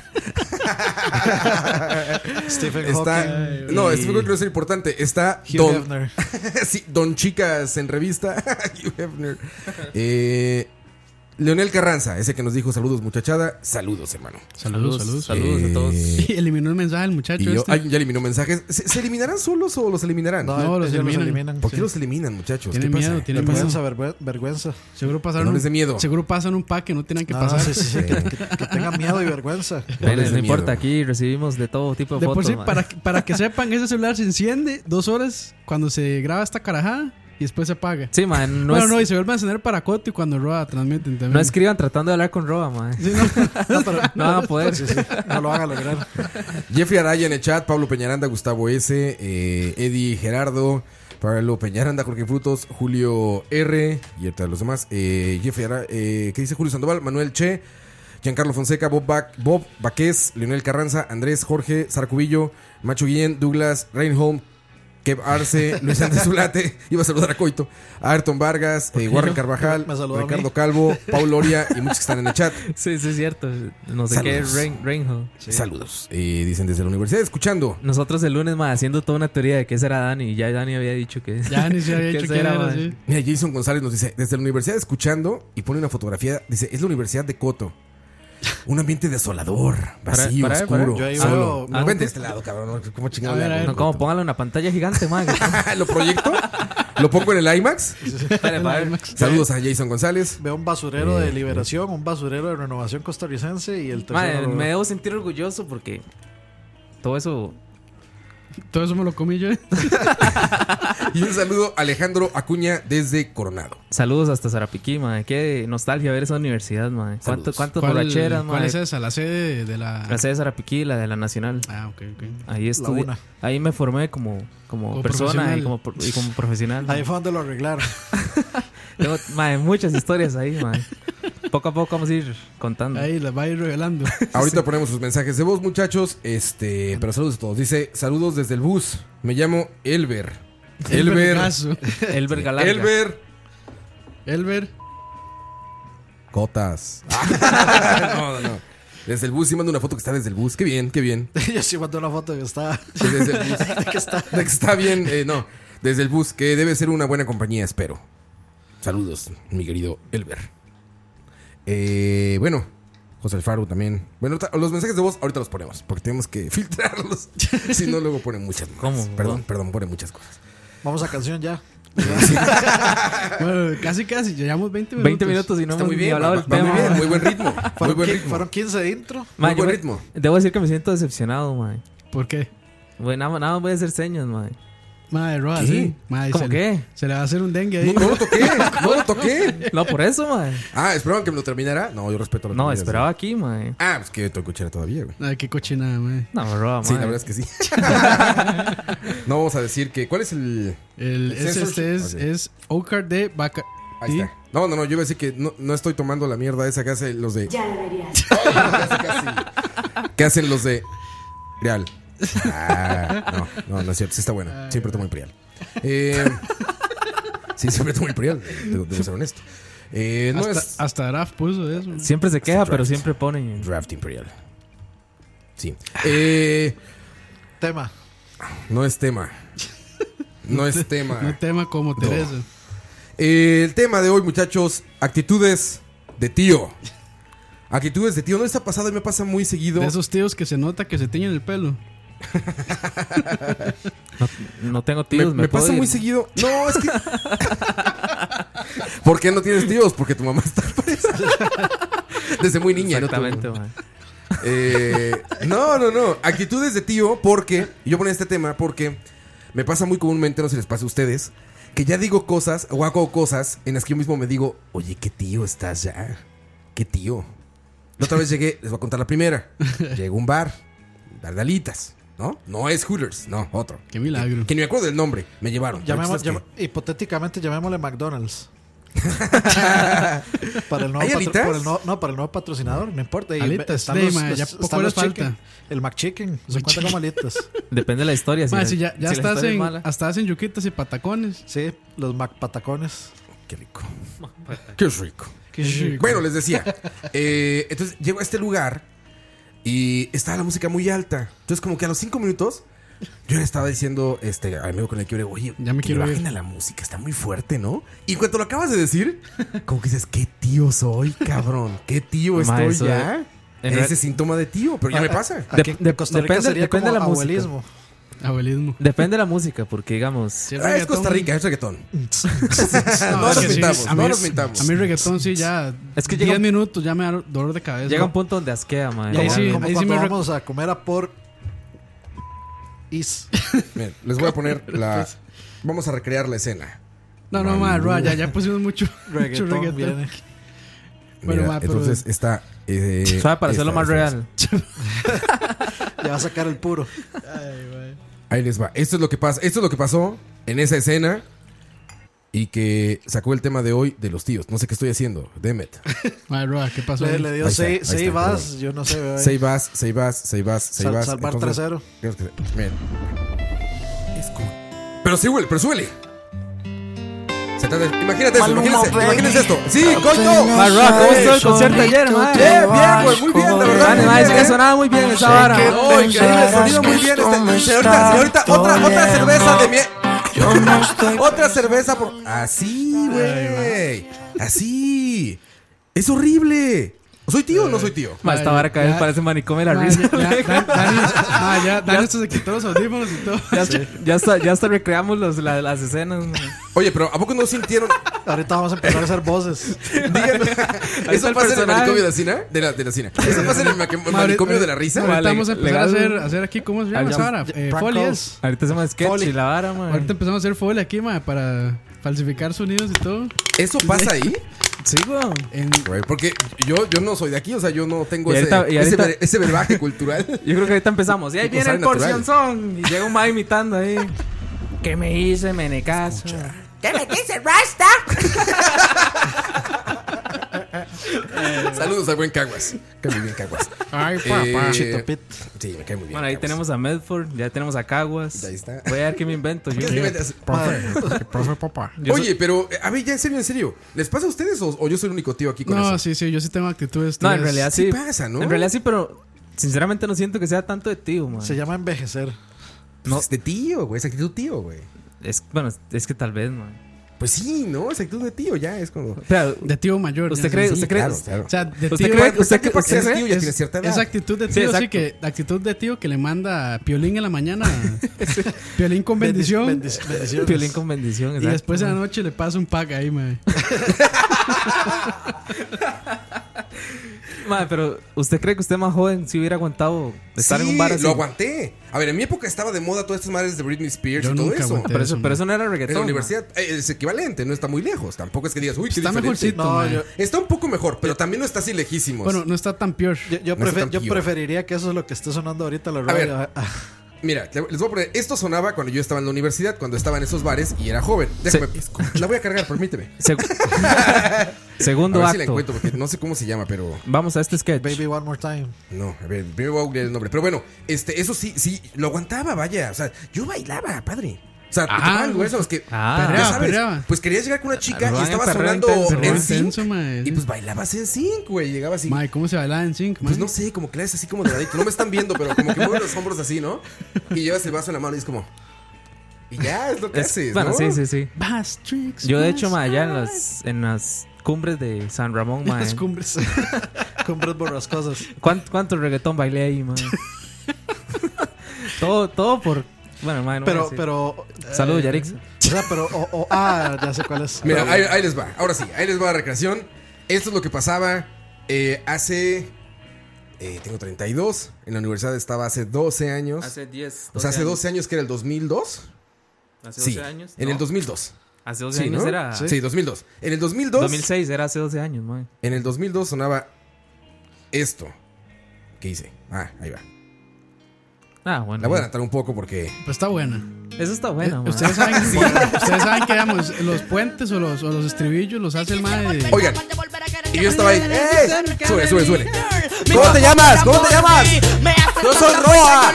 Speaker 5: Stephen
Speaker 1: está
Speaker 5: Hawking.
Speaker 1: no,
Speaker 5: Y-
Speaker 1: Stephen Hawking no es el importante. Está
Speaker 5: Hugh Hefner.
Speaker 1: sí, Don Chicas en revista. Hugh Hefner. Eh, Leonel Carranza, ese que nos dijo saludos muchachada. Saludos, hermano.
Speaker 7: Saludos, saludos.
Speaker 1: Eh,
Speaker 7: Y eliminó el mensaje el muchacho.
Speaker 1: Y yo-
Speaker 7: este.
Speaker 1: ay, ya eliminó mensajes. ¿Se, se eliminarán solos o los eliminarán?
Speaker 5: No, ellos los eliminan. eliminan,
Speaker 1: ¿Por qué
Speaker 5: sí.
Speaker 1: los eliminan, muchachos?
Speaker 7: Tienen
Speaker 1: ¿Qué pasa?
Speaker 7: miedo, tienen miedo.
Speaker 5: Vergüenza, vergüe- vergüenza.
Speaker 7: Seguro
Speaker 1: Que
Speaker 7: pasaron.
Speaker 1: no les dé
Speaker 7: un-
Speaker 1: miedo.
Speaker 7: Seguro pasaron un pack que no tenían que
Speaker 5: No,
Speaker 7: pasar.
Speaker 5: sí, sí, sí, que, que- que tengan miedo y vergüenza.
Speaker 8: Bueno,
Speaker 7: les
Speaker 8: no
Speaker 7: dé
Speaker 8: importa,
Speaker 7: miedo.
Speaker 8: aquí recibimos de todo tipo de,
Speaker 7: De por
Speaker 8: fotos.
Speaker 7: sí,
Speaker 8: ma.
Speaker 7: para, que- para que sepan, ese celular se enciende dos horas cuando se graba esta carajada y después se apaga.
Speaker 8: Sí, ma, no
Speaker 7: bueno,
Speaker 8: es-
Speaker 7: no, y se vuelve a encender para Coto y cuando Roa transmiten también.
Speaker 8: No escriban tratando de hablar con Roa, ma.
Speaker 7: no,
Speaker 8: no van a poder.
Speaker 5: Sí, sí, no lo van a lograr.
Speaker 1: Jeffrey Araya en el chat, Pablo Peñaranda, Gustavo S, eh, Eddie Gerardo, Pablo Peñaranda, Jorge Frutos, Julio R y ahorita los demás. Eh, Jeffrey Araya, eh, ¿qué dice Julio Sandoval? Manuel Che, Giancarlo Fonseca, Bob, Ba- Bob Baquez, Leonel Carranza, Andrés Jorge, Sarcubillo, Macho Guillén, Douglas, Reinholm, Kev Arce, Luis Andrés Zulate, iba a saludar a Coito, Ayrton Vargas, eh, Warren
Speaker 8: yo?
Speaker 1: Carvajal,
Speaker 8: Me saludó a mí.
Speaker 1: Ricardo Calvo, Paul Loria y muchos que están en el chat.
Speaker 8: Sí, sí, es cierto. No sé
Speaker 1: Saludos.
Speaker 8: qué, Rein, Reinhold.
Speaker 1: Saludos. Eh, dicen desde la universidad, escuchando.
Speaker 8: Nosotros el lunes, ma, haciendo toda una teoría de qué será Dani. y Ya Dani había dicho que. que ese ma.
Speaker 1: Mira, Jason González nos dice, desde la universidad escuchando y pone una fotografía, dice, es la Universidad de Coto. Un ambiente desolador, vacío,
Speaker 8: Para- para-
Speaker 1: oscuro.
Speaker 8: para- yo ahí
Speaker 1: solo.
Speaker 8: veo-
Speaker 1: No, vente de este lado, cabrón. ¿Cómo chingado? le hago?
Speaker 8: No, como póngale una pantalla gigante, man.
Speaker 1: ¿Lo proyecto? ¿Lo pongo en el IMAX?
Speaker 8: Espere, pa' ver.
Speaker 1: Saludos a Jason González.
Speaker 5: Veo un basurero
Speaker 1: Eh.
Speaker 5: de liberación, un basurero de renovación costarricense y el
Speaker 8: Madre,
Speaker 5: tercero.
Speaker 8: me debo sentir orgulloso porque todo eso.
Speaker 7: Todo eso me lo comí yo.
Speaker 1: Y un saludo a Alejandro Acuña desde Coronado.
Speaker 8: Saludos hasta Zarapiquí, madre. Qué nostalgia ver esa universidad, madre. ¿Cuánto,
Speaker 7: Saludos.
Speaker 8: ¿Cuántas
Speaker 7: ¿Cuál-
Speaker 8: borracheras,
Speaker 7: cuál
Speaker 8: madre?
Speaker 7: es esa? ¿La sede de, de la...?
Speaker 8: La sede de Zarapiquí, la de la Nacional.
Speaker 7: Ah, ok, ok.
Speaker 8: Ahí estuve.
Speaker 7: una.
Speaker 8: Ahí me formé como, como,
Speaker 7: Como
Speaker 8: persona
Speaker 7: profesional.
Speaker 8: y como, pro- y como profesional.
Speaker 5: Ahí fue donde lo arreglaron.
Speaker 8: Tengo madre, muchas historias ahí, madre. Poco a poco vamos a ir contando.
Speaker 7: Ahí las va a ir revelando.
Speaker 1: Ahorita ponemos sus mensajes de voz, muchachos. Este, pero saludos a todos. Dice, saludos desde el bus. Me llamo Elber.
Speaker 7: Elber
Speaker 1: Elber.
Speaker 7: Gazo. Elber Galarga.
Speaker 1: Elber.
Speaker 7: Elber.
Speaker 1: Cotas. Ah, no, no, no. Desde el bus, sí mando una foto que está desde el bus. Qué bien, qué bien.
Speaker 5: Yo sí mandé una foto que está.
Speaker 1: Desde el bus.
Speaker 5: que está.
Speaker 1: De que está bien, eh, no. Desde el bus, que debe ser una buena compañía, espero. Saludos, mi querido Elber. Eh, bueno, José Alfaro también. Bueno, ta- los mensajes de voz ahorita los ponemos, porque tenemos que filtrarlos. si no, luego ponen muchas cosas.
Speaker 5: ¿Cómo?
Speaker 1: Perdón, perdón, ponen muchas cosas.
Speaker 5: Vamos a canción ya.
Speaker 7: Bueno, casi, casi. Ya llevamos 20 minutos.
Speaker 8: 20 minutos y no hemos ni hablado del tema. madre.
Speaker 5: Fueron, qui- fueron 15 de intro.
Speaker 8: Ma, yo me- Debo decir que me siento decepcionado, mae.
Speaker 7: ¿Por qué?
Speaker 8: Bueno, nada, nada más voy a hacer señas, mae.
Speaker 7: Madre, Roa,
Speaker 8: ¿Qué?
Speaker 7: sí. Madre,
Speaker 8: ¿Cómo
Speaker 7: se
Speaker 8: qué?
Speaker 7: Le, se le va a hacer un dengue ahí.
Speaker 1: No, no lo toqué, no lo toqué.
Speaker 8: No, por eso, mae.
Speaker 1: Ah, esperaban que me lo terminara. No, yo respeto
Speaker 8: No, esperaba aquí, mae.
Speaker 1: Ah, pues que te escuchara todavía, güey.
Speaker 7: Ay, qué cochinada, madre.
Speaker 8: No, me roba,
Speaker 1: Sí, la
Speaker 8: mae.
Speaker 1: verdad es que sí. no vamos a decir que. ¿Cuál es el.?
Speaker 7: El, es,
Speaker 1: censorship?
Speaker 7: este es,
Speaker 1: Ok.
Speaker 7: es Ocar de Baca.
Speaker 1: Ahí está. No, no, no, yo iba a decir que no, no estoy tomando la mierda esa que hace los de.
Speaker 11: Ya deberías.
Speaker 1: que hacen los de Real. Ah, no, no, no es cierto. Sí está bueno. Siempre tomo Imperial. Eh, sí, siempre tomo Imperial. Debo, debo ser honesto. Eh, no
Speaker 7: hasta,
Speaker 1: es
Speaker 7: hasta Draft puso
Speaker 1: Ah.
Speaker 7: eso.
Speaker 8: Siempre se queja,
Speaker 1: Draft.
Speaker 8: pero siempre ponen.
Speaker 1: Draft Imperial. Sí. Eh,
Speaker 5: Tema.
Speaker 1: no es tema. No es tema.
Speaker 7: No tema como Teresa.
Speaker 1: Eh, el tema de hoy, muchachos, actitudes de tío. Actitudes de tío. No está pasado y me pasa muy seguido.
Speaker 7: De esos tíos que se nota que se tiñen el pelo.
Speaker 8: No tengo tíos,
Speaker 1: me,
Speaker 8: me,
Speaker 1: me
Speaker 8: puedo
Speaker 1: pasa
Speaker 8: ir.
Speaker 1: muy seguido. No, es que. ¿Por qué no tienes tíos? Porque tu mamá está presa. Desde muy niña, ¿no?
Speaker 8: Exactamente,
Speaker 1: Tú-
Speaker 8: mae.
Speaker 1: Eh, no, no, no. Actitudes de tío, porque. y Yo ponía este tema porque me pasa muy comúnmente, no se les pasa a ustedes, que ya digo cosas o hago cosas en las que yo mismo me digo, oye, qué tío estás ya. Qué tío. La otra vez llegué, les voy a contar la primera. Llegó a un bar, Dardalitas, ¿no? No es Hooters, no, otro.
Speaker 7: Qué milagro.
Speaker 1: Que, que ni me acuerdo del nombre, me llevaron. Pero,
Speaker 5: Llamemos-
Speaker 1: ¿sabes
Speaker 5: llama- hipotéticamente llamémosle McDonald's. para el nuevo
Speaker 1: ¿Hay
Speaker 5: patro-
Speaker 1: alitas?
Speaker 5: para el nuevo- no, para el nuevo patrocinador, no importa. ahí
Speaker 7: Alitas,
Speaker 5: están
Speaker 7: sí,
Speaker 5: los-
Speaker 7: ma,
Speaker 5: los-
Speaker 7: ya
Speaker 5: están
Speaker 7: poco
Speaker 5: los
Speaker 7: les falta.
Speaker 5: chicken. El McChicken, se cuenta como alitas.
Speaker 8: Depende de la historia.
Speaker 7: Madre,
Speaker 8: la-
Speaker 7: si ya, ya
Speaker 8: si la
Speaker 7: estás
Speaker 8: historia es
Speaker 7: en,
Speaker 8: mala.
Speaker 7: hasta hacen yuquitas y patacones.
Speaker 5: Sí, los McPatacones.
Speaker 1: Qué rico. Qué rico.
Speaker 7: Qué rico.
Speaker 1: Bueno, les decía. eh, entonces llego a este lugar y estaba la música muy alta. Entonces, como que a los cinco minutos, yo le estaba diciendo este, al amigo con el que yo oye,
Speaker 7: Ya me
Speaker 1: que
Speaker 7: quiero
Speaker 1: le
Speaker 7: ir.
Speaker 1: bajen a la música, está muy fuerte, ¿no? Y cuando lo acabas de decir, como que dices, qué tío soy, cabrón, qué tío
Speaker 8: Ma,
Speaker 1: estoy
Speaker 8: eso eh.
Speaker 1: ya.
Speaker 8: en
Speaker 1: Ese
Speaker 8: real-
Speaker 1: síntoma de tío, pero ya me pasa.
Speaker 8: De- de-
Speaker 5: Costa Rica
Speaker 8: depende-
Speaker 5: sería
Speaker 8: depende
Speaker 5: como
Speaker 8: de la música.
Speaker 5: abuelismo.
Speaker 7: Abuelismo.
Speaker 8: Depende de la música, porque digamos.
Speaker 7: Sí, el
Speaker 1: Ah, es Costa
Speaker 7: reggaetón.
Speaker 1: Rica, es reggaetón.
Speaker 7: No,
Speaker 1: No
Speaker 7: es
Speaker 1: nos
Speaker 7: que sí,
Speaker 1: mintamos,
Speaker 7: a mí-
Speaker 1: no nos mintamos.
Speaker 7: A mí reggaetón sí ya.
Speaker 8: Es que
Speaker 7: 10
Speaker 8: llega-
Speaker 7: minutos ya me da dolor de cabeza.
Speaker 8: Llega un punto donde asquea,
Speaker 7: Y ahí
Speaker 8: madre.
Speaker 5: Como,
Speaker 7: sí,
Speaker 5: como
Speaker 7: ahí sí
Speaker 5: cuando
Speaker 7: me rec-
Speaker 5: vamos a comer a por is.
Speaker 1: Miren, les voy a poner la.
Speaker 7: Pues.
Speaker 1: Vamos a recrear la escena.
Speaker 7: No, no, madre, Roa, ya, ya pusimos mucho mucho
Speaker 5: Reggaetón,
Speaker 7: reggaetón.
Speaker 5: viene.
Speaker 7: Bueno,
Speaker 1: Mira,
Speaker 7: ma, pero-
Speaker 1: entonces está. eh,
Speaker 8: ¿Sabe? Para
Speaker 1: esta,
Speaker 8: hacerlo más
Speaker 1: esta, esta.
Speaker 8: real.
Speaker 5: Ya va a sacar el puro.
Speaker 1: Ahí les va. Esto es lo que pasa. Esto es lo que pasó en esa escena. Y que sacó el tema de hoy de los tíos. No sé qué estoy haciendo. Demet.
Speaker 7: Madre, Roa, ¿qué pasó?
Speaker 5: Le, le dio
Speaker 1: Ahí está, ahí
Speaker 5: seis,
Speaker 1: está,
Speaker 5: seis vas,
Speaker 1: perdón.
Speaker 5: yo no sé. bebé.
Speaker 1: Seibas, Seibas, Seibas,
Speaker 5: Sal-
Speaker 1: Seibas.
Speaker 5: salvar
Speaker 1: Entonces,
Speaker 5: trasero.
Speaker 1: creo que- miren. Pero súbele, pero súbele. Se trata de- Imagínate eso, imagínense, imagínense esto. Sí, coño.
Speaker 8: Ma, Roa, ¿cómo estuvo el concierto ayer, eh. madre?
Speaker 1: Bien, bien, güey, muy bien, la verdad.
Speaker 8: Madre,
Speaker 1: muy
Speaker 8: madre, es que
Speaker 1: bien. ¿eh?
Speaker 8: sonaba muy bien esa vara.
Speaker 1: No, increíble, el sonido muy bien. Este, señorita, señorita, otra, otra cerveza de miel. otra cerveza por. Así, güey. Así. Es horrible. ¿Soy tío o no soy tío?
Speaker 8: Ma, esta vara cada vez parece manicomio de la risa.
Speaker 7: Ah, ya,
Speaker 8: Ya-
Speaker 7: Dan esto se quitó los audífonos y todo.
Speaker 8: Ya, ya hasta, ya hasta recreamos los- la- las escenas.
Speaker 1: Oye, pero ¿a poco no sintieron?
Speaker 5: Ahorita vamos a empezar a hacer voces.
Speaker 1: ¿Eso pasa en el manicomio de la cina? De la, de la cina. ¿Eso pasa en el maque- manicomio de la risa?
Speaker 7: Ahorita vamos a empezar a hacer, a hacer aquí, ¿cómo se llama esa vara? Eh, folies.
Speaker 8: Ahorita hacemos sketch y la vara, man.
Speaker 7: Ahorita empezamos a hacer folia aquí, ma, para falsificar sonidos y todo.
Speaker 1: ¿Eso pasa ahí?
Speaker 8: Sí, weón.
Speaker 1: Güey, porque yo, yo no soy de aquí, o sea, yo no tengo
Speaker 8: Y ahorita-
Speaker 1: ese,
Speaker 8: y
Speaker 1: ese,
Speaker 8: ahorita-
Speaker 1: ver- ese verbaje cultural.
Speaker 8: Yo creo que ahorita empezamos. Y ahí
Speaker 1: Tipo,
Speaker 8: viene el
Speaker 1: sale natural.
Speaker 8: porción son. Y llega un ma imitando ahí. ¿Qué me hice, menecazo?
Speaker 11: ¿Qué me dice Rasta?
Speaker 1: Saludos al buen Caguas. Cae muy bien Caguas. Eh,
Speaker 8: Ay,
Speaker 7: Eh,
Speaker 8: papá. Chito Pit.
Speaker 1: Sí, me cae muy bien.
Speaker 8: Bueno, ahí tenemos a Medford, ya tenemos a Caguas. Ahí está. Voy a ver qué me invento. Yo.
Speaker 1: ¿Qué te inventas? Eh,
Speaker 8: Profe, profe, papá. Yo
Speaker 1: Oye, pero, eh, a ver, ya en serio, en serio. ¿Les pasa a ustedes o, o yo soy el único tío aquí con
Speaker 7: No,
Speaker 1: eso?
Speaker 7: sí, sí, yo sí tengo actitudes.
Speaker 8: No, en
Speaker 7: tías.
Speaker 8: realidad sí.
Speaker 1: pasa, ¿no?
Speaker 8: En realidad sí, pero sinceramente no siento que sea tanto de tío, man.
Speaker 5: Se llama envejecer.
Speaker 1: No. Es Pues, de tío, güey. Es actitud tío, güey.
Speaker 8: Es, bueno, es que tal vez, man.
Speaker 1: Pues sí, ¿no? Es actitud de tío, ya es como.
Speaker 8: O sea,
Speaker 7: De tío mayor.
Speaker 8: ¿Usted
Speaker 7: ya,
Speaker 8: cree-
Speaker 7: sí,
Speaker 8: usted
Speaker 7: sí.
Speaker 8: cree-
Speaker 1: Claro, claro.
Speaker 7: O sea, de
Speaker 8: ¿Usted
Speaker 7: tío.
Speaker 8: cree- usted cree-
Speaker 1: Porque eres
Speaker 8: ¿Usted
Speaker 1: tío
Speaker 8: cree?
Speaker 1: ya
Speaker 8: Es-
Speaker 1: tiene cierta edad.
Speaker 7: Esa actitud de
Speaker 8: Sí,
Speaker 7: tío, sí,
Speaker 8: exacto.
Speaker 7: que actitud de tío que le manda piolín en la mañana, piolín con bendición,
Speaker 5: Bendic- bendiciones.
Speaker 8: Piolín con bendición.
Speaker 7: y
Speaker 8: exacto,
Speaker 7: después en
Speaker 8: man.
Speaker 7: la noche le pasa un pack ahí, mae.
Speaker 8: Madre, pero ¿usted cree que usted más joven si hubiera aguantado estar en
Speaker 1: Sí,
Speaker 8: un bar así?
Speaker 1: lo aguanté. A ver, en mi época estaba de moda todas estas madres de Britney Spears
Speaker 7: Yo
Speaker 1: y todo
Speaker 7: nunca
Speaker 1: eso.
Speaker 7: aguanté
Speaker 8: Pero eso, pero eso no era
Speaker 1: En
Speaker 8: reggaetón. Pues
Speaker 1: la
Speaker 8: ma.
Speaker 1: universidad eh, es equivalente, no está muy lejos. Tampoco es que digas, uy, qué
Speaker 7: Está
Speaker 1: diferente.
Speaker 7: mejorcito,
Speaker 5: No,
Speaker 7: mae.
Speaker 5: yo-
Speaker 1: Está un poco mejor, pero también no está así lejísimos.
Speaker 7: Bueno, no está tan peor.
Speaker 5: Yo, yo
Speaker 1: No está
Speaker 5: prefe-
Speaker 1: tan
Speaker 5: yo
Speaker 1: pío.
Speaker 5: preferiría que eso es lo que esté sonando ahorita en la
Speaker 1: ver.
Speaker 5: radio. Ah,
Speaker 1: Mira, te- les voy a poner. Esto sonaba cuando yo estaba en la universidad, cuando estaba en esos bares y era joven. Déjame. La voy a cargar, permíteme.
Speaker 8: Seg-
Speaker 1: A
Speaker 8: Segundo
Speaker 1: ver si la
Speaker 8: acto.
Speaker 1: encuentro, porque no sé cómo se llama, pero.
Speaker 8: Vamos a este sketch.
Speaker 5: Baby One More Time.
Speaker 1: No, a ver, primero voy a googlear el nombre. Pero bueno, este, eso sí, sí, lo aguantaba, vaya. O sea, yo bailaba, padre. O sea, te
Speaker 7: Ah,
Speaker 1: tocaban lugares a los que.
Speaker 8: Ah.
Speaker 1: ya
Speaker 7: Perreaba,
Speaker 1: sabes,
Speaker 7: perreaba.
Speaker 1: Pues querías llegar con una chica
Speaker 8: Perreaba,
Speaker 1: y estaba
Speaker 8: perreaba
Speaker 1: sonando
Speaker 8: intenso,
Speaker 1: en
Speaker 7: perreaba intenso, mae.
Speaker 1: Y pues bailabas en sync, güey. Llegabas y.
Speaker 7: Mae, ¿cómo se bailaba en sync, mae?
Speaker 1: Pues no sé, como que le haces así como de ladito. No me están viendo, pero como que mueve los hombros así, ¿no? Y llevas el vaso en la mano y es como. Y ya, es lo que
Speaker 8: Es-
Speaker 1: haces.
Speaker 8: bueno,
Speaker 1: ¿no?
Speaker 8: sí, sí, sí.
Speaker 7: Bass tricks,
Speaker 8: Yo de
Speaker 7: bass
Speaker 8: hecho, ma, allá en las, en las cumbres de San Ramón, ma,
Speaker 5: Las cumbres. cumbres borrascosas.
Speaker 8: ¿cuánto, cuánto reggaetón bailé ahí, ma? todo, todo por... Bueno, ma, no voy a
Speaker 5: Pero,
Speaker 8: decir.
Speaker 5: pero.
Speaker 8: Saludos,
Speaker 5: eh,
Speaker 8: Yarix.
Speaker 5: O sea, pero. o- o- ah, ya sé cuál es.
Speaker 1: Mira, ahí, ahí les va. Ahora sí, ahí les va la recreación. Esto es lo que pasaba eh, hace. eh, tengo 32. En la universidad estaba hace 12 años.
Speaker 8: 10,
Speaker 1: o sea, hace 12 años que era el 2002.
Speaker 8: Hace
Speaker 1: Sí. En el 2002.
Speaker 8: Hace 12
Speaker 1: Sí,
Speaker 8: años
Speaker 1: ¿no?
Speaker 8: era...
Speaker 1: Sí, 2002. En el 2002.
Speaker 8: 2006 era hace 12 años, ma.
Speaker 1: En el 2002 sonaba esto. ¿Qué hice? Ah, ahí va.
Speaker 8: Ah, bueno.
Speaker 1: La Eh, voy a adelantar un poco porque.
Speaker 7: Pero Pues está buena.
Speaker 8: Eso está bueno, ma.
Speaker 7: Ustedes saben, ustedes saben que, digamos, los puentes o los, o los estribillos los hace el mae. de-
Speaker 1: Oigan. Y yo estaba ahí. ¡Eh! Sube, sube, sube. ¿Cómo te llamas? ¿Cómo te llamas? Yo soy Roa.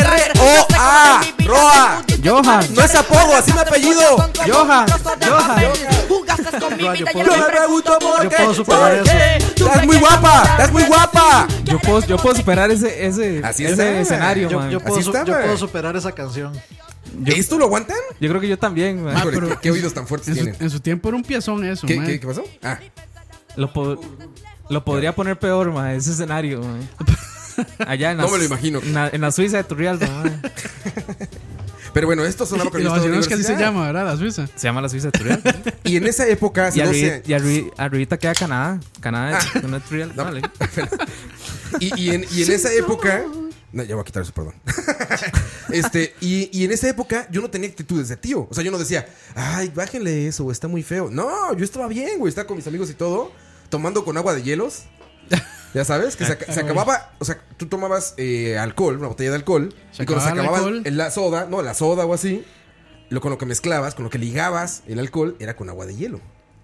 Speaker 1: R-O-A. Roa.
Speaker 8: Johan.
Speaker 1: No es apodo, así mi apellido.
Speaker 8: Johan. Johan.
Speaker 11: Jugaste con mi
Speaker 5: Yo
Speaker 11: vida y
Speaker 5: puedo-
Speaker 11: el
Speaker 1: me pregunto por
Speaker 5: Yo puedo superar eso.
Speaker 1: Estás muy guapa, estás muy guapa.
Speaker 8: Yo puedo, yo puedo superar ese, ese,
Speaker 1: Así
Speaker 8: ese
Speaker 1: estaba.
Speaker 8: escenario,
Speaker 5: Yo,
Speaker 8: man.
Speaker 5: yo
Speaker 8: Yo,
Speaker 5: puedo,
Speaker 1: Así
Speaker 5: su-
Speaker 1: está,
Speaker 5: yo
Speaker 1: güey.
Speaker 5: puedo superar esa canción.
Speaker 1: ¿Esto lo aguantan?
Speaker 8: creo que yo también, man.
Speaker 1: Híjole,
Speaker 7: Ah, pero-
Speaker 1: ¿qué- ¿Qué oídos tan fuertes
Speaker 7: En su,
Speaker 1: tienen?
Speaker 7: en su tiempo era un piezón eso,
Speaker 1: ¿Qué,
Speaker 7: mae.
Speaker 1: qué, qué pasó? Ah,
Speaker 8: Lo, po- lo podría poner peor, man, ese escenario, man. Allá en la,
Speaker 1: No me lo imagino.
Speaker 8: En la, en la Suiza de Turrialba, man.
Speaker 1: pero bueno, esto sonaba con
Speaker 7: Y lo
Speaker 1: yo estaba en
Speaker 7: vacilón es que así se
Speaker 1: universidad.
Speaker 7: llama, ¿verdad? La Suiza.
Speaker 8: Se llama la Suiza de Turrialba.
Speaker 1: Y en esa época, hace
Speaker 8: Y
Speaker 1: 12
Speaker 8: arriba,
Speaker 1: años-
Speaker 8: y arri- arribita queda Canadá. Canadá
Speaker 1: Ah.
Speaker 8: es no es Turrialba. Vale.
Speaker 1: Y, y en, y en esa época. No, ya voy a quitar eso, perdón. este, y, y en esa época yo no tenía actitudes de tío. O sea, yo no decía, ay, bájenle eso, güey, está muy feo. No, yo estaba bien, güey, estaba con mis amigos y todo, tomando con agua de hielos. Ya sabes, que se, aca- se acababa, o sea, tú tomabas eh, alcohol, una botella de alcohol,
Speaker 7: Se
Speaker 1: y cuando se acababa
Speaker 7: acababa el alcohol.
Speaker 1: el- la soda, no, la soda o así, lo, con lo que mezclabas, con lo que ligabas el alcohol, era con agua de hielo.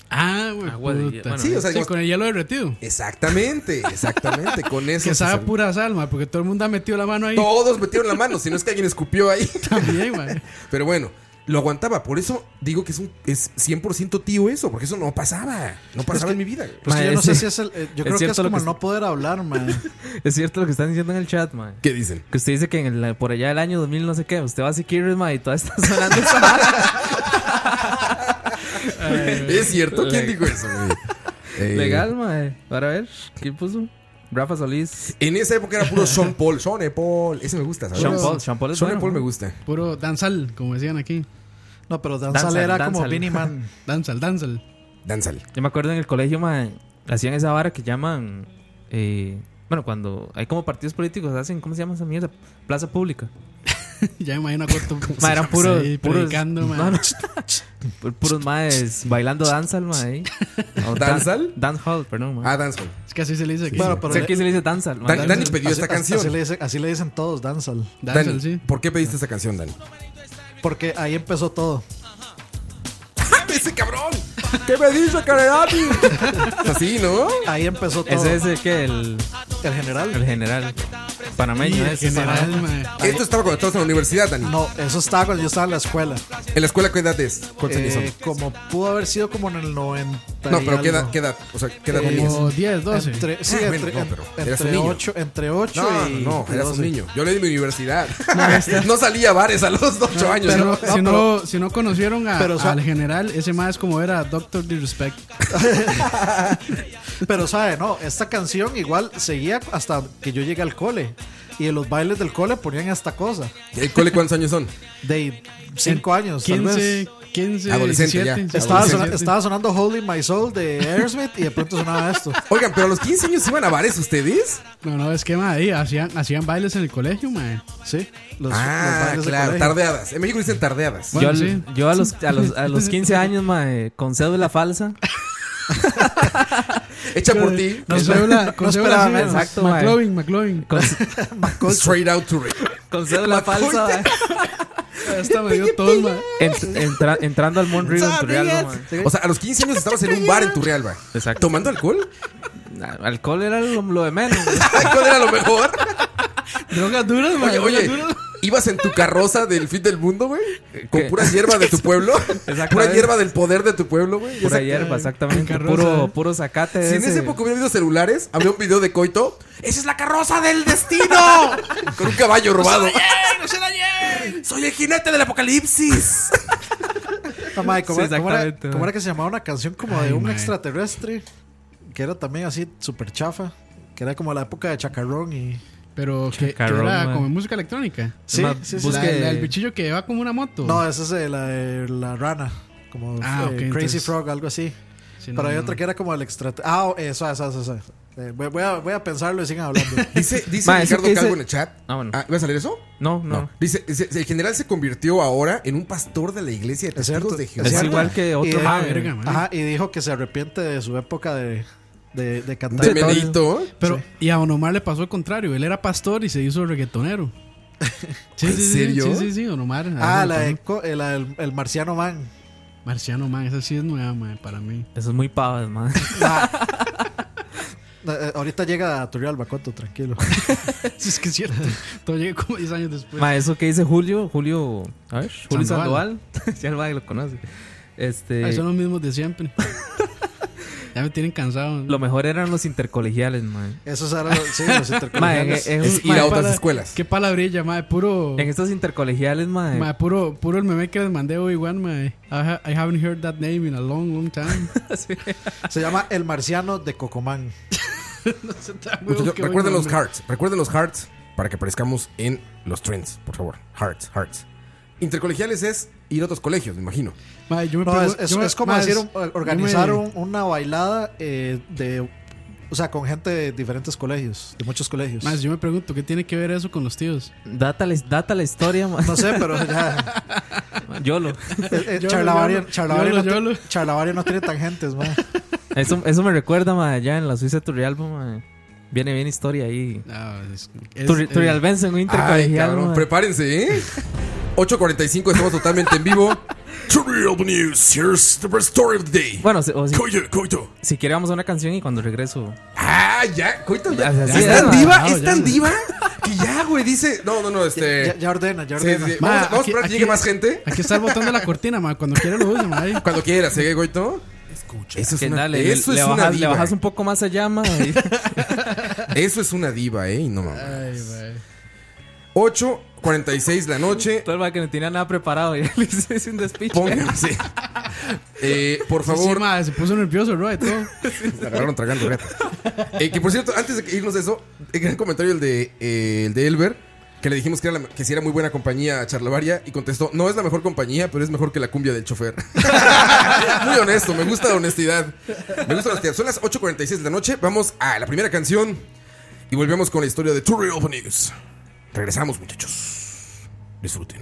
Speaker 7: Ah, güey.
Speaker 8: Agua de
Speaker 7: puta.
Speaker 8: hielo. Bueno,
Speaker 7: sí,
Speaker 1: o sea, digamos-
Speaker 7: con el hielo derretido.
Speaker 1: Exactamente, exactamente, con eso.
Speaker 7: Que
Speaker 1: se
Speaker 7: sabe a
Speaker 1: servía.
Speaker 7: pura sal, mae, porque todo el mundo ha metido la mano ahí.
Speaker 1: Todos metieron la mano, si no es que alguien escupió ahí.
Speaker 7: También, mae.
Speaker 1: Pero bueno, lo aguantaba. Por eso digo que es un es 100% tío eso, porque eso no pasaba. No pasaba en mi vida. güey.
Speaker 5: Pues que
Speaker 8: Ma,
Speaker 5: yo no
Speaker 8: ese-
Speaker 5: sé si es el. eh, yo creo
Speaker 8: es
Speaker 5: que es
Speaker 8: cierto lo
Speaker 5: como
Speaker 8: que
Speaker 5: el no poder hablar, man.
Speaker 8: Es cierto lo que están diciendo en el chat, man.
Speaker 1: ¿Qué dicen?
Speaker 8: Que usted dice que en el- por allá del año 2000 no sé qué, usted va a Sikiris, man, y toda está sonando esa vara.
Speaker 1: ¿Es cierto? ¿Quién dijo eso, güey? Eh,
Speaker 8: Legal, mae. Para ver, ¿quién puso? Rafa Solís.
Speaker 1: En esa época era puro Sean Paul. Sean E. Paul. Ese me gusta, ¿sabes? E.
Speaker 8: Sean Paul, Sean Paul es bueno,
Speaker 1: Paul
Speaker 8: ¿no?
Speaker 1: me gusta.
Speaker 7: Puro danzal, como decían aquí.
Speaker 5: No, pero
Speaker 8: danzal Danzal, era como danzal. Vinnie Man.
Speaker 7: danzal, danzal.
Speaker 1: Danzal.
Speaker 8: Yo me acuerdo en el colegio, mae, hacían esa vara que llaman. eh, bueno, cuando hay como partidos políticos, hacen, ¿cómo se llama esa mierda? Plaza pública.
Speaker 7: ya me imagino a Corto.
Speaker 8: Ma, eran puros,
Speaker 7: Sí,
Speaker 8: puros,
Speaker 7: predicando, ma.
Speaker 8: no, no, pu- puros maes bailando danzal, ma, ahí. O dan-
Speaker 1: ¿Danzal?
Speaker 8: Dancehall, perdón, ma.
Speaker 1: Ah, Danzal.
Speaker 7: Es que así se le dice aquí.
Speaker 5: Bueno, pero
Speaker 8: Sé
Speaker 5: le-
Speaker 8: que se le dice danzal, ma.
Speaker 1: Dan- Dani
Speaker 8: Danzal.
Speaker 1: pidió
Speaker 5: así-
Speaker 1: esta
Speaker 5: así- Así
Speaker 1: canción.
Speaker 5: le, dicen, así le dicen todos, Danzal.
Speaker 7: Danzal,
Speaker 1: Dani,
Speaker 7: sí.
Speaker 1: ¿Por qué pediste esta canción, Dani?
Speaker 5: Porque ahí empezó todo.
Speaker 1: ¡Ese cabrón! ¿Qué me dice, Caredani? Así, ¿no?
Speaker 5: Ahí empezó todo.
Speaker 8: Ese es el que el,
Speaker 5: El general.
Speaker 8: el general panameño.
Speaker 7: En
Speaker 8: ese,
Speaker 7: general,
Speaker 8: ma.
Speaker 7: ma.
Speaker 1: Esto estaba cuando estabas en la universidad, Dani.
Speaker 5: No, eso estaba cuando yo estaba en la escuela.
Speaker 1: ¿En la escuela qué edad es? ¿Cuántos años
Speaker 5: Eh,
Speaker 1: son?
Speaker 5: como pudo haber sido como en el 90.
Speaker 1: No,
Speaker 5: y
Speaker 1: pero ¿qué edad,
Speaker 5: algo.
Speaker 1: qué edad? O sea, ¿qué edad
Speaker 5: Eh,
Speaker 1: tenías?
Speaker 7: Como 10, 12.
Speaker 5: Entre,
Speaker 1: Ah,
Speaker 5: sí,
Speaker 1: bueno,
Speaker 5: entre,
Speaker 1: no,
Speaker 5: en-
Speaker 1: pero eras un
Speaker 5: entre,
Speaker 1: niño.
Speaker 5: 8, entre 8
Speaker 1: No,
Speaker 5: y.
Speaker 1: no, eras un
Speaker 5: 12.
Speaker 1: niño. Yo leí en mi universidad. No salía a bares a los 8 años.
Speaker 7: Pero,
Speaker 1: ¿no?
Speaker 7: si, no, si no conocieron a-
Speaker 5: pero, o sea-
Speaker 7: al general, ese más es como era Doctor Disrespect.
Speaker 5: Pero, ¿sabe? No, esta canción igual seguía hasta que yo llegué al cole. Y en los bailes del cole ponían esta cosa.
Speaker 1: ¿El cole cuántos años son?
Speaker 5: De 5 años, tal vez.
Speaker 7: 15, 15,
Speaker 1: Adolescente ya.
Speaker 7: 17.
Speaker 5: Estaba, sona-
Speaker 7: adolescente.
Speaker 5: estaba sonando Holy My Soul de Aerosmith y de pronto sonaba esto.
Speaker 1: Oigan, pero a los 15 años iban a bares ustedes.
Speaker 7: No, no, es que, ma, ahí hacían, hacían bailes en el colegio, ma.
Speaker 5: Sí, los, los
Speaker 1: Ah,
Speaker 5: bailes de
Speaker 1: claro,
Speaker 5: colegio.
Speaker 1: tardeadas. En México dicen tardeadas.
Speaker 7: Bueno,
Speaker 8: yo,
Speaker 7: sí.
Speaker 8: yo a, los, a, los, a los 15 años, ma, eh, con cédula falsa.
Speaker 1: Hecha por ti.
Speaker 7: Con cédula- con
Speaker 5: no
Speaker 7: cédula
Speaker 5: esperaba
Speaker 7: sí,
Speaker 5: menos.
Speaker 7: ma-
Speaker 8: Exacto, ma.
Speaker 7: McLovin, McLovin.
Speaker 8: Con,
Speaker 1: Straight out to Rick.
Speaker 8: con cédula falsa, ma.
Speaker 7: Esta me dio todo, ma.
Speaker 8: Ent- entra- entrando al Moon
Speaker 5: Ah,
Speaker 8: River en Turrialba, ma.
Speaker 5: ¿Eh?
Speaker 1: O sea, a los 15 años estabas en un bar en Turrialba.
Speaker 8: Exacto.
Speaker 1: ¿Tomando alcohol?
Speaker 8: Nah, Alcohol era lo, lo de menos. ma.
Speaker 1: ¿Cuál era lo mejor?
Speaker 7: Drogas duras, ma.
Speaker 1: Oye,
Speaker 7: drogas
Speaker 1: oye,
Speaker 7: duras.
Speaker 1: ¿ibas en tu carroza del fin del mundo, güey?
Speaker 8: ¿Qué?
Speaker 1: Con pura hierba de tu pueblo. Pura
Speaker 8: Exactamente.
Speaker 1: hierba del poder de tu pueblo, güey.
Speaker 8: Pura
Speaker 1: Esa-
Speaker 8: hierba, exactamente.
Speaker 7: carroza.
Speaker 8: Puro, puro zacate. de
Speaker 1: Si en esa
Speaker 8: ese.
Speaker 1: época hubiera habido celulares, habría un video de Coito. ¡Esa es la carroza del destino! Con un caballo robado. ¡Soy el jinete del apocalipsis!
Speaker 5: No, mae, ¿cómo,
Speaker 8: Sí,
Speaker 5: era, cómo era-
Speaker 8: exactamente,
Speaker 5: cómo era
Speaker 8: mae.
Speaker 5: que se llamaba una canción como de un
Speaker 7: mae.
Speaker 5: extraterrestre? Que era también así súper chafa. Que era como la época de Chacarrón y.
Speaker 7: Pero que, que
Speaker 8: Chacarrón,
Speaker 7: era
Speaker 8: ma.
Speaker 7: como música electrónica.
Speaker 5: Sí,
Speaker 8: más,
Speaker 5: sí, sí.
Speaker 7: La,
Speaker 8: Busque-
Speaker 7: la del bichillo que va como una
Speaker 5: Pues
Speaker 7: moto.
Speaker 5: No, esa es eh, la de la rana. Como
Speaker 7: Mm. Ah,
Speaker 5: eh,
Speaker 7: ok,
Speaker 5: Crazy
Speaker 7: entonces-
Speaker 5: Frog, algo así.
Speaker 7: Sí, no,
Speaker 5: Pero hay
Speaker 7: no,
Speaker 5: otra
Speaker 7: no.
Speaker 5: que era como el extraterrestre. Ah, esa, esa, esa. esa. Eh, voy, voy a, voy a pensarlo y sigan hablando.
Speaker 1: Dice, dice
Speaker 8: Ma, eso
Speaker 1: Ricardo
Speaker 8: que dice-
Speaker 1: Calvo en el chat.
Speaker 8: Ah, bueno.
Speaker 1: ¿Iba a salir eso?
Speaker 8: No, no.
Speaker 1: Dice, dice, el general se convirtió ahora en un pastor de la iglesia de
Speaker 5: Es
Speaker 1: testigos
Speaker 5: cierto.
Speaker 1: de
Speaker 8: Es
Speaker 1: Jehová.
Speaker 5: cierto.
Speaker 8: igual que otro.
Speaker 5: Y-
Speaker 8: ma,
Speaker 7: Ah, verga, ma.
Speaker 5: Ajá, y dijo que se arrepiente de su época de, de, de cantar.
Speaker 1: De Benedito.
Speaker 7: Pero, y a Don Omar le pasó el contrario. Él era pastor y se hizo reggaetonero. Sí,
Speaker 1: ¿En
Speaker 7: sí, sí,
Speaker 1: serio?
Speaker 7: Sí, sí, sí, Don Omar.
Speaker 5: Ah,
Speaker 7: Don
Speaker 5: la, de,
Speaker 7: Omar.
Speaker 5: co- eh, la del el marciano man.
Speaker 7: Marciano, man. Esa sí es nueva, man, para mí.
Speaker 8: Eso es muy pavas, man.
Speaker 5: Eh, Ahorita llega a Turrialba, Coto, tranquilo.
Speaker 7: Sí, es que es cierto. Todo llega como 10 años después.
Speaker 8: Ma, eso que dice Julio, Julio, a ver, Julio
Speaker 7: Sandoval.
Speaker 8: Sandoval, ya el mae lo conoce. Este,
Speaker 7: Ay, Ah, son los mismos de siempre. ya me tienen cansado.
Speaker 8: lo mejor eran los intercolegiales, man.
Speaker 5: Eso era lo- sí, los
Speaker 8: Ma, en,
Speaker 5: intercolegiales.
Speaker 7: eh,
Speaker 8: en-
Speaker 1: Es
Speaker 8: en-
Speaker 1: ir
Speaker 8: ma,
Speaker 1: a otras
Speaker 7: para-
Speaker 1: escuelas.
Speaker 7: Qué palabrilla, madre. Puro.
Speaker 8: en estos intercolegiales,
Speaker 1: Eh.
Speaker 8: man,
Speaker 7: ma, puro, puro el meme que les mandé hoy, Juan, madre. I, ha- I haven't heard that name in a long, long time.
Speaker 5: Se llama El Marciano de Cocomán.
Speaker 1: Muchachos,
Speaker 7: Qué
Speaker 1: recuerden
Speaker 7: buen
Speaker 1: los
Speaker 7: nombre.
Speaker 1: hearts. Recuerden los hearts para que aparezcamos en los trends, por favor. Hearts, hearts. Intercolegiales es ir a otros colegios, me imagino.
Speaker 7: Madre, yo me
Speaker 5: No,
Speaker 7: pregun-
Speaker 5: es, es-
Speaker 7: yo me-
Speaker 5: es como
Speaker 7: madre,
Speaker 5: decir,
Speaker 7: es-
Speaker 5: un-
Speaker 7: yo me-
Speaker 5: organizar un- una bailada eh, de. O sea, con gente de diferentes colegios, de muchos colegios.
Speaker 7: Más, yo me pregunto, ¿qué tiene que ver eso con los tíos?
Speaker 8: data, la, data la historia, man.
Speaker 5: No sé, pero ya.
Speaker 8: Yolo.
Speaker 5: eh, eh,
Speaker 7: Yolo,
Speaker 5: Charlavaria
Speaker 7: yolo,
Speaker 5: Charlavaria no,
Speaker 7: yolo,
Speaker 5: tiene-
Speaker 7: yolo.
Speaker 5: Charlavaria no tiene tangentes, man.
Speaker 8: Eso, eso me recuerda, man, allá en la Suiza Turrialba, man. Viene bien historia ahí.
Speaker 7: Ah, es- es-
Speaker 8: Turri-
Speaker 7: eh,
Speaker 8: Turrialbense, un
Speaker 1: Ay,
Speaker 8: intercolegial,
Speaker 1: cabrón,
Speaker 8: ma.
Speaker 1: prepárense, ¿eh? 8.45, estamos totalmente en vivo. Trivial News, here's the best story of the day.
Speaker 8: Bueno, si- o si,
Speaker 1: Coito, coito.
Speaker 8: si quiere vamos a una canción y cuando regreso.
Speaker 1: Ah, ya, coito, ya.
Speaker 8: Así
Speaker 1: es
Speaker 8: es,
Speaker 1: tan
Speaker 8: ma,
Speaker 1: diva,
Speaker 8: no,
Speaker 1: es
Speaker 8: ya.
Speaker 1: tan diva que ya, güey, dice. No, no, no, este.
Speaker 5: Ya, ya ordena, ya
Speaker 1: sí, sí,
Speaker 5: ordena.
Speaker 1: sí. Vamos,
Speaker 7: Ma,
Speaker 1: a- vamos a
Speaker 7: aquí-
Speaker 1: esperar que
Speaker 7: aquí-
Speaker 1: llegue más gente.
Speaker 7: Aquí está el botón de la cortina, ma. Cuando quiera lo usa, ma. ahí.
Speaker 1: Cuando quieras, ¿eh, coito? Eso es
Speaker 8: Que
Speaker 1: una,
Speaker 8: dale, le-
Speaker 1: eso
Speaker 8: le,
Speaker 1: es una
Speaker 8: bajas, le
Speaker 1: diva.
Speaker 8: bajas un poco más allá, man. y-
Speaker 1: ¿eh? Eso es una diva, ¿eh? Y no mames.
Speaker 7: Ay, ma.
Speaker 1: 8 46 la noche.
Speaker 8: Todo el va que no tenía nada preparado. Ya le hice hice un despiche.
Speaker 1: Pónganse. Eh, por favor.
Speaker 7: Sí, madre, se puso nervioso, ¿no? De todo.
Speaker 1: Me agarraron tragando gato. Eh, que por cierto, antes de irnos de eso, el gran comentario el de, eh, el de Elber, que le dijimos que, era la- que si era muy buena compañía a Charlavaria, y contestó: No es la mejor compañía, pero es mejor que la cumbia del chofer. muy honesto, me gusta la honestidad. Me gusta la honestidad. Son las 8.46 de la noche, vamos a la primera canción y volvemos con la historia de Two Real Openings. Regresamos, muchachos. Disfruten.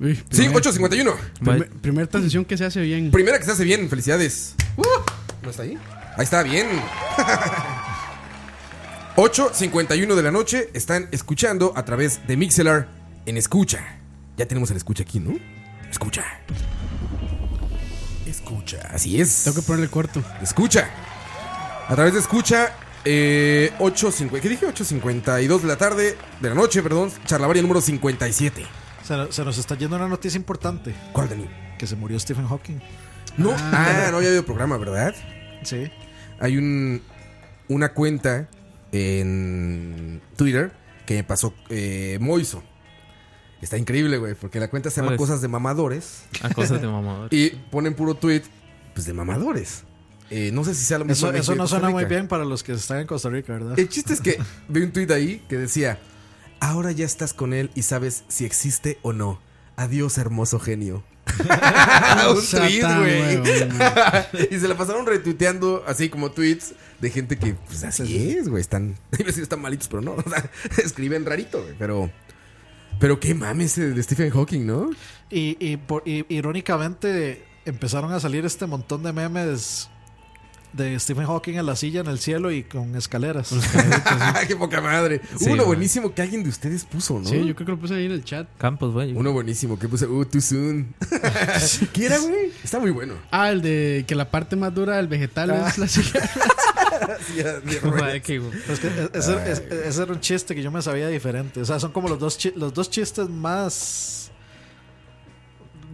Speaker 7: Uy,
Speaker 1: Sí,
Speaker 7: primer-
Speaker 1: 8.51.
Speaker 7: Primer, primer transición que se hace bien.
Speaker 1: Primera que se hace bien, felicidades. Uh, ¿No está ahí? Ahí está, bien. 8.51 de la noche están escuchando a través de Mixelar en Escucha. Ya tenemos el Escucha aquí, ¿no? Escucha. Escucha. Así es. Tengo que
Speaker 7: ponerle corto.
Speaker 1: Escucha. A través de Escucha, eh, 8.50 ¿qué dije? 8.52 de la tarde, de la noche, perdón, charlavaria número 57.
Speaker 5: Se, no- se nos está yendo una noticia importante.
Speaker 1: ¿Cuál, Dani?
Speaker 5: Que se murió Stephen Hawking.
Speaker 1: No, ah, no había habido programa, ¿verdad?
Speaker 5: Sí.
Speaker 1: Hay un, una cuenta en Twitter que me pasó eh, Moiso. Está increíble, güey, porque la cuenta se llama
Speaker 8: ¿Cuál es?
Speaker 1: Cosas de Mamadores.
Speaker 8: Ah, Cosas de Mamadores.
Speaker 1: y ponen puro tweet, pues de mamadores. Eh, no sé si sea lo mismo.
Speaker 5: Eso,
Speaker 1: en
Speaker 5: eso
Speaker 1: México y
Speaker 5: no
Speaker 1: Costa
Speaker 5: suena muy
Speaker 1: Rica.
Speaker 5: bien para los que están en Costa Rica, ¿verdad?
Speaker 1: El chiste es que vi un tweet ahí que decía: Ahora ya estás con él y sabes si existe o no. Adiós, hermoso genio. Ah, un
Speaker 7: sea
Speaker 1: tweet,
Speaker 7: tan
Speaker 1: güey.
Speaker 7: huevón,
Speaker 1: y se la pasaron retuiteando así como tweets de gente que, pues así es, güey. Están, iba a decir, están malitos, pero no. O sea, escriben rarito, güey. Pero, pero qué mames ese de Stephen Hawking, ¿no?
Speaker 5: Y, y por- y irónicamente empezaron a salir este montón de memes de Stephen Hawking en la silla en el cielo y con escaleras.
Speaker 1: qué poca madre. Hubo
Speaker 5: Sí,
Speaker 1: uno
Speaker 5: güey.
Speaker 1: buenísimo que alguien de ustedes puso, ¿no?
Speaker 7: Sí, yo creo que lo puse ahí en el chat.
Speaker 8: Campos, güey.
Speaker 1: Uno buenísimo que puse, uh, too soon. ¿Qué era, güey? Está muy bueno.
Speaker 7: Ah, el de que la parte más dura del vegetal
Speaker 1: Ah.
Speaker 7: es la silla.
Speaker 8: Madre, qué güey.
Speaker 5: Pero es que e- ese, es- ese era un chiste que yo me sabía diferente. O sea, son como los dos, chi- los dos chistes más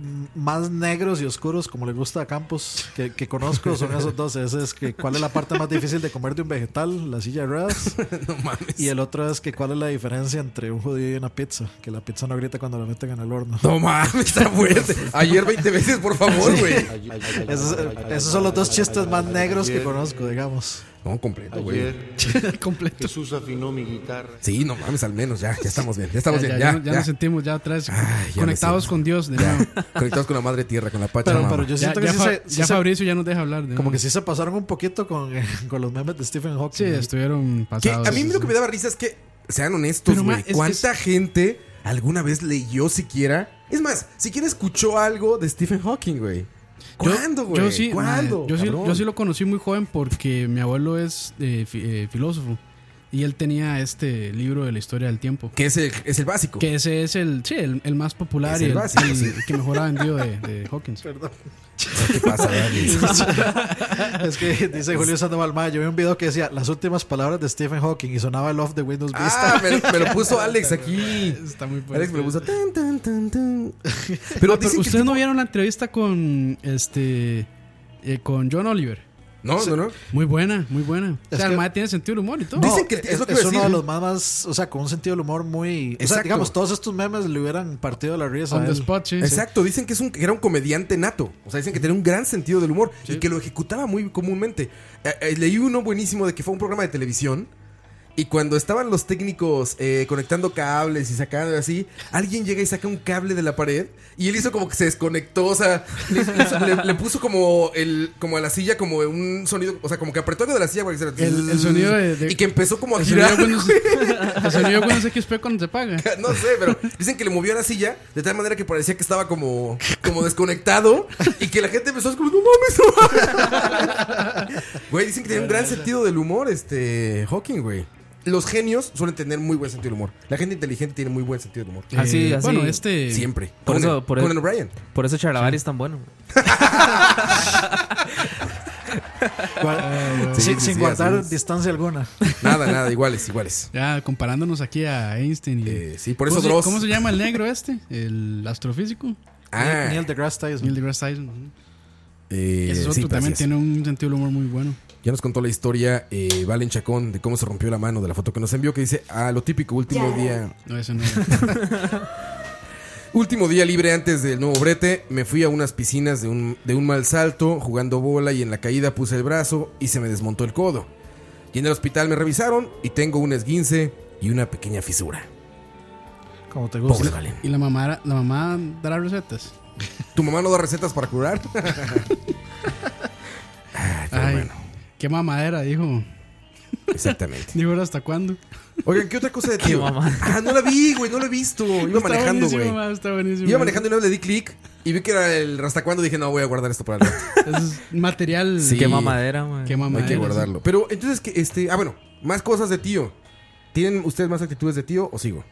Speaker 5: m- más negros y oscuros como le gusta a Campos que, que conozco son esos dos ese es que cuál es la parte más difícil de comer de un vegetal la silla de ruedas y el otro es que cuál es la diferencia entre un judío y una pizza que la pizza no grita cuando la meten en el horno
Speaker 1: No mames, está fuerte. Ayer 20 veces, por favor,
Speaker 5: Sí.
Speaker 1: güey.
Speaker 5: esos, esos son los dos chistes más negros que conozco digamos
Speaker 1: No, completo, güey.
Speaker 10: Ayer Jesús afinó mi guitarra.
Speaker 1: Sí, no mames, al menos, ya, ya estamos bien, ya estamos
Speaker 7: ya,
Speaker 1: bien,
Speaker 7: ya
Speaker 1: ya.
Speaker 7: no- ya
Speaker 1: ya.
Speaker 7: nos sentimos ya atrás
Speaker 1: ya
Speaker 7: conectados con Dios de nuevo.
Speaker 1: Conectados con la madre tierra, con la Pachamama.
Speaker 5: pero yo siento
Speaker 7: ya,
Speaker 5: que sí
Speaker 7: Fa-
Speaker 5: se- sí
Speaker 7: ya
Speaker 5: se-
Speaker 7: Fabricio ya nos deja hablar. de
Speaker 5: Como
Speaker 7: nuevo.
Speaker 5: que sí se pasaron un poquito con, con los memes de Stephen Hawking.
Speaker 7: Sí, estuvieron
Speaker 1: Que
Speaker 7: pasados.
Speaker 1: a mí lo que me daba risa es que, sean honestos,
Speaker 7: Pero, ma,
Speaker 1: güey,
Speaker 7: es que
Speaker 1: ¿cuánta gente alguna vez leyó siquiera? Es más, siquiera escuchó algo de Stephen Hawking, güey. ¿Cuándo, güey?
Speaker 7: Yo sí,
Speaker 1: ¿Cuándo?
Speaker 7: yo sí-
Speaker 1: cabrón?
Speaker 7: yo sí lo conocí muy joven porque mi abuelo es eh, fi- eh, filósofo y él tenía este libro de la historia del tiempo.
Speaker 1: Que es el, es el básico.
Speaker 7: Que ese es el, sí, el, el más popular
Speaker 1: Es
Speaker 7: y
Speaker 1: el
Speaker 7: el,
Speaker 1: básico,
Speaker 7: el
Speaker 1: sí.
Speaker 7: que mejor ha vendido de, de Hawkins.
Speaker 5: Perdón.
Speaker 1: ¿Qué pasa, Dani?
Speaker 5: es que dice Julio Sandoval Maya, yo vi un video que decía las últimas palabras de Stephen Hawking y sonaba el off de Windows Vista.
Speaker 1: Ah, me, lo- me lo puso Alex aquí.
Speaker 7: Está muy
Speaker 1: Alex me lo puso. tan, tan, tan, tan.
Speaker 7: Pero,
Speaker 1: Pero dicen que el
Speaker 7: ustedes no vieron la entrevista con este eh, con John Oliver.
Speaker 1: No, no, no.
Speaker 7: Muy buena, muy buena. O
Speaker 5: Es
Speaker 7: sea, el
Speaker 5: que-
Speaker 7: mae tiene sentido del humor y todo.
Speaker 5: No,
Speaker 1: Dicen que
Speaker 5: es,
Speaker 1: es lo que
Speaker 5: es
Speaker 1: iba a
Speaker 5: uno de
Speaker 1: decir.
Speaker 5: los más, más, o sea, con un sentido del humor muy... O sea,
Speaker 1: Exacto.
Speaker 5: digamos, todos estos memes le hubieran partido la risa.
Speaker 7: On
Speaker 5: a
Speaker 7: the
Speaker 5: él.
Speaker 7: spot, sí.
Speaker 1: Exacto, dicen que, es un, que era un comediante nato. O sea, dicen que tenía un gran sentido del humor y que lo ejecutaba muy comúnmente. Eh, eh, leí uno buenísimo de que fue un programa de televisión. Y cuando estaban los técnicos eh, conectando cables y sacando así, alguien llega y saca un cable de la pared y él hizo como que se desconectó, o sea, le, hizo- le hizo- le- le puso como el como a la silla como un sonido, o sea, como que apretó algo de la silla para que se-
Speaker 7: El- el sonido de- de-
Speaker 1: y que empezó como a
Speaker 7: El sonido
Speaker 1: girar.
Speaker 7: cuando se-
Speaker 1: güey.
Speaker 7: el sonido cuando se XP cuando se paga.
Speaker 1: No sé, pero dicen que le movió la silla de tal manera que parecía que estaba como, como desconectado y que la gente empezó a decir, no mames, no mames". Güey, dicen que tiene un gran sentido del humor, este Hawking, güey. Los genios suelen tener muy buen sentido del humor. La gente inteligente tiene muy buen sentido del humor.
Speaker 7: Eh,
Speaker 8: Así, así.
Speaker 7: Bueno, este.
Speaker 1: Siempre.
Speaker 8: Por
Speaker 1: Conan-
Speaker 8: eso, por
Speaker 1: Conan
Speaker 8: eso-
Speaker 1: O'Brien.
Speaker 8: Por eso Charlavari es tan bueno. güey.
Speaker 5: Guar-
Speaker 1: Sí,
Speaker 5: sin
Speaker 1: sí,
Speaker 5: sin
Speaker 1: sí,
Speaker 5: guardar
Speaker 1: así es.
Speaker 5: distancia alguna.
Speaker 1: Nada, nada, iguales, iguales.
Speaker 7: Ya comparándonos aquí a Einstein. y-
Speaker 1: Eh, sí, por eso
Speaker 7: ¿Cómo se-
Speaker 1: Dross.
Speaker 7: ¿Cómo se llama el negro este? El astrofísico.
Speaker 1: Ah,
Speaker 5: Neil deGrasse Tyson.
Speaker 7: Neil deGrasse Tyson. ujú.
Speaker 1: eh,
Speaker 7: Ese es otro
Speaker 1: sí,
Speaker 7: también
Speaker 1: gracias.
Speaker 7: tiene un sentido del humor muy bueno.
Speaker 1: Ya nos contó la historia eh, Valen Chacón de cómo se rompió la mano de la foto que nos envió, que dice, ah, lo típico, último
Speaker 11: Ya.
Speaker 1: día.
Speaker 7: No, ese no.
Speaker 1: Último día libre antes del nuevo brete, me fui a unas piscinas de un, de un mal salto, jugando bola y en la caída puse el brazo y se me desmontó el codo. Y en el hospital me revisaron y tengo un esguince y una pequeña fisura.
Speaker 5: Como te
Speaker 1: Pobre
Speaker 5: gusta.
Speaker 1: Valen.
Speaker 7: y la mamá, era- la mamá dará recetas.
Speaker 1: ¿Tu mamá no da recetas para curar? Ay, pero
Speaker 7: Ay,
Speaker 1: bueno.
Speaker 7: qué mamadera, dijo.
Speaker 1: Exactamente.
Speaker 7: Digo, ¿ahora ¿hasta cuándo?
Speaker 1: Oigan, ¿qué otra cosa de tío? Ah, no la vi, güey, no la he visto. Iba
Speaker 7: Está
Speaker 1: manejando,
Speaker 7: buenísimo,
Speaker 1: güey.
Speaker 7: ma, está buenísimo.
Speaker 1: Iba manejando y no le di clic y vi que era el Rastacuando. Dije, no, voy a guardar esto para el rato.
Speaker 7: Es material.
Speaker 1: Quema
Speaker 7: güey. Quema madera.
Speaker 1: Hay que
Speaker 7: sí.
Speaker 1: guardarlo. Pero entonces, que este. Ah, bueno, más cosas de tío. ¿Tienen ustedes más actitudes de tío o sigo?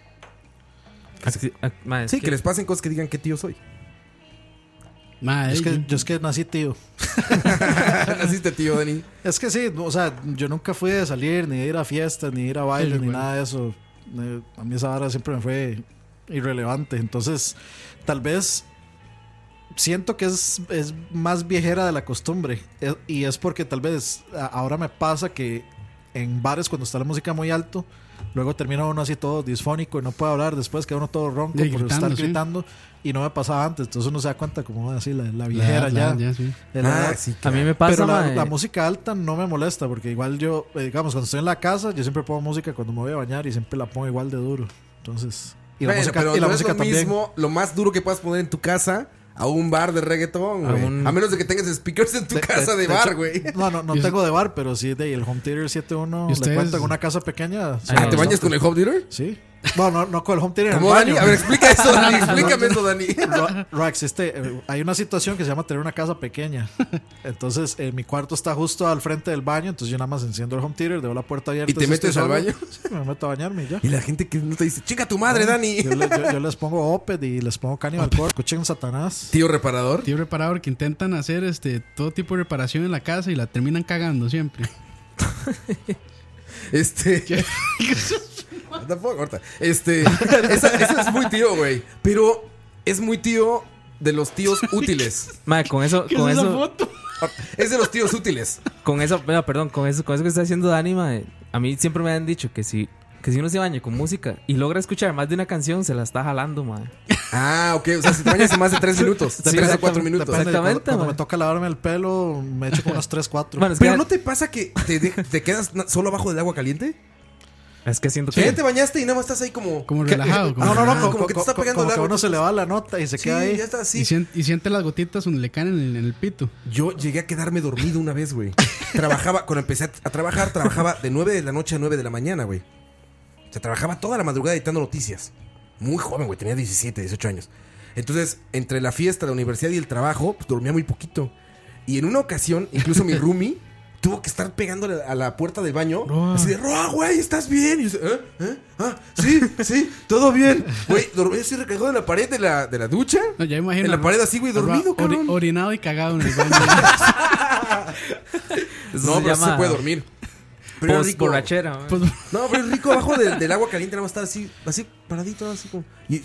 Speaker 1: sí, que les pasen cosas que digan qué tío soy.
Speaker 5: es que, yo es que nací tío.
Speaker 1: Naciste tío, Dani.
Speaker 5: Es que sí, o sea, yo nunca fui de salir, ni de ir a fiestas, ni de ir a bailes, ni nada de eso. Eh, A mí esa vara siempre me fue irrelevante. Entonces, tal vez siento que es, es más viejera de la costumbre. Es- y es porque tal vez a- ahora me pasa que en bares cuando está la música muy alto, luego termina uno así todo disfónico y no puede hablar después, queda uno todo ronco
Speaker 7: Y
Speaker 5: por
Speaker 7: gritando,
Speaker 5: estar
Speaker 7: sí.
Speaker 5: gritando. Y no me pasaba antes, entonces uno se da cuenta como así la, la viejera
Speaker 7: la-
Speaker 5: ya.
Speaker 7: ya, sí.
Speaker 5: de la
Speaker 7: Ah,
Speaker 5: edad.
Speaker 7: sí, claro. A mí me pasa,
Speaker 5: Pero la-
Speaker 7: mae.
Speaker 5: la música alta no me molesta porque igual yo, eh, digamos, cuando estoy en la casa, yo siempre pongo música cuando me voy a bañar y siempre la pongo igual de duro. Entonces, y la
Speaker 1: Bueno,
Speaker 5: música,
Speaker 1: pero
Speaker 5: y la
Speaker 1: no
Speaker 5: música
Speaker 1: es lo
Speaker 5: también.
Speaker 1: mismo, lo más duro que puedas poner en tu casa a un bar de reggaetón,
Speaker 5: A
Speaker 1: güey. A,
Speaker 5: un-
Speaker 1: menos de que tengas speakers en tu casa de,
Speaker 5: hecho,
Speaker 1: bar, güey.
Speaker 5: No, no, no tengo de bar, pero sí de el Home Theater 71.
Speaker 1: ¿Y
Speaker 5: Le
Speaker 1: ustedes?
Speaker 5: cuento en una casa pequeña.
Speaker 1: Ah, ¿te bañas con el Home Theater?
Speaker 5: Sí. No, no, no con el Home Theater. en el
Speaker 1: ¿Cómo, Dani?
Speaker 5: baño.
Speaker 1: A ver, explica eso, Dani, explícame eso, Dani.
Speaker 5: Ro- Rox, este, eh, hay una situación que se llama tener una casa pequeña. Entonces, eh, mi cuarto está justo al frente del baño, entonces yo nada más enciendo el Home Theater, dejo la puerta abierta.
Speaker 1: ¿Y te
Speaker 5: si estoy
Speaker 1: metes al
Speaker 5: solo.
Speaker 1: baño?
Speaker 5: Sí, me meto a bañarme y ya.
Speaker 1: Y la gente que no te dice, chica tu madre, Dani.
Speaker 5: Yo, le- yo- yo les pongo Oped y les pongo Cannibal Corpse. Escuchen Satanás.
Speaker 1: Tío reparador.
Speaker 7: Tío reparador que intentan hacer este todo tipo de reparación en la casa y la terminan cagando siempre.
Speaker 1: Este. Tampoco, corta. Este. Esa, esa es muy tío, güey. Pero es muy tío de los tíos útiles.
Speaker 8: Madre, con eso,
Speaker 1: ¿Qué es
Speaker 8: con
Speaker 1: esa
Speaker 8: eso.
Speaker 1: foto? Es de los tíos útiles.
Speaker 8: Con eso, no, perdón, con eso, con eso que está haciendo Dani, mae, a mí siempre me han dicho que si, que si uno se baña con música y logra escuchar más de una canción, se la está jalando, madre.
Speaker 1: Ah, ok. O sea, si te bañas en más de tres minutos, de tres a cuatro minutos.
Speaker 5: Depende,
Speaker 8: Exactamente,
Speaker 5: Cuando, cuando
Speaker 8: mae.
Speaker 5: me toca lavarme el pelo, me echo como unas 3, 4.
Speaker 1: Pero ¿no te pasa que te, de- te quedas na- solo abajo del agua caliente?
Speaker 8: Es que siento
Speaker 1: Que ya te bañaste y nada más estás ahí como...
Speaker 7: Como
Speaker 1: que-
Speaker 7: relajado, como
Speaker 1: Ah, no, no,
Speaker 7: relajado.
Speaker 1: como, que te está pegando el agua.
Speaker 5: se le va la nota y se
Speaker 1: Sí, queda ahí. ya está así.
Speaker 7: Y, sien- y siente las gotitas donde le caen en el, en el pito.
Speaker 1: Yo llegué a quedarme dormido una vez, güey. Trabajaba, cuando empecé a, a trabajar, trabajaba de 9 de la noche a 9 de la mañana, güey. O sea, trabajaba toda la madrugada editando noticias. Muy joven, güey, tenía 17, 18 años. Entonces, entre la fiesta, la universidad y el trabajo, pues dormía muy poquito. Y en una ocasión, incluso mi roomie tuvo que estar pegándole a la puerta del baño. Así de, Roa, güey, ¿estás bien? Y yo, ¿eh? ¿eh? Ah, sí, sí, todo bien. Güey, dormí así recargado en la pared de la, de la ducha.
Speaker 7: No, ya imagino.
Speaker 1: En la pared así, güey, dormido,
Speaker 7: Ori-
Speaker 1: cabrón.
Speaker 7: Orinado y cagado en el baño.
Speaker 8: Eso
Speaker 1: No, pero
Speaker 8: se
Speaker 1: sí se
Speaker 8: llama
Speaker 1: puede dormir.
Speaker 8: post borrachera, güey.
Speaker 7: Post-
Speaker 1: No, pero es rico abajo del- del agua caliente, nada más está así, así paradito, así como. Y, Ah,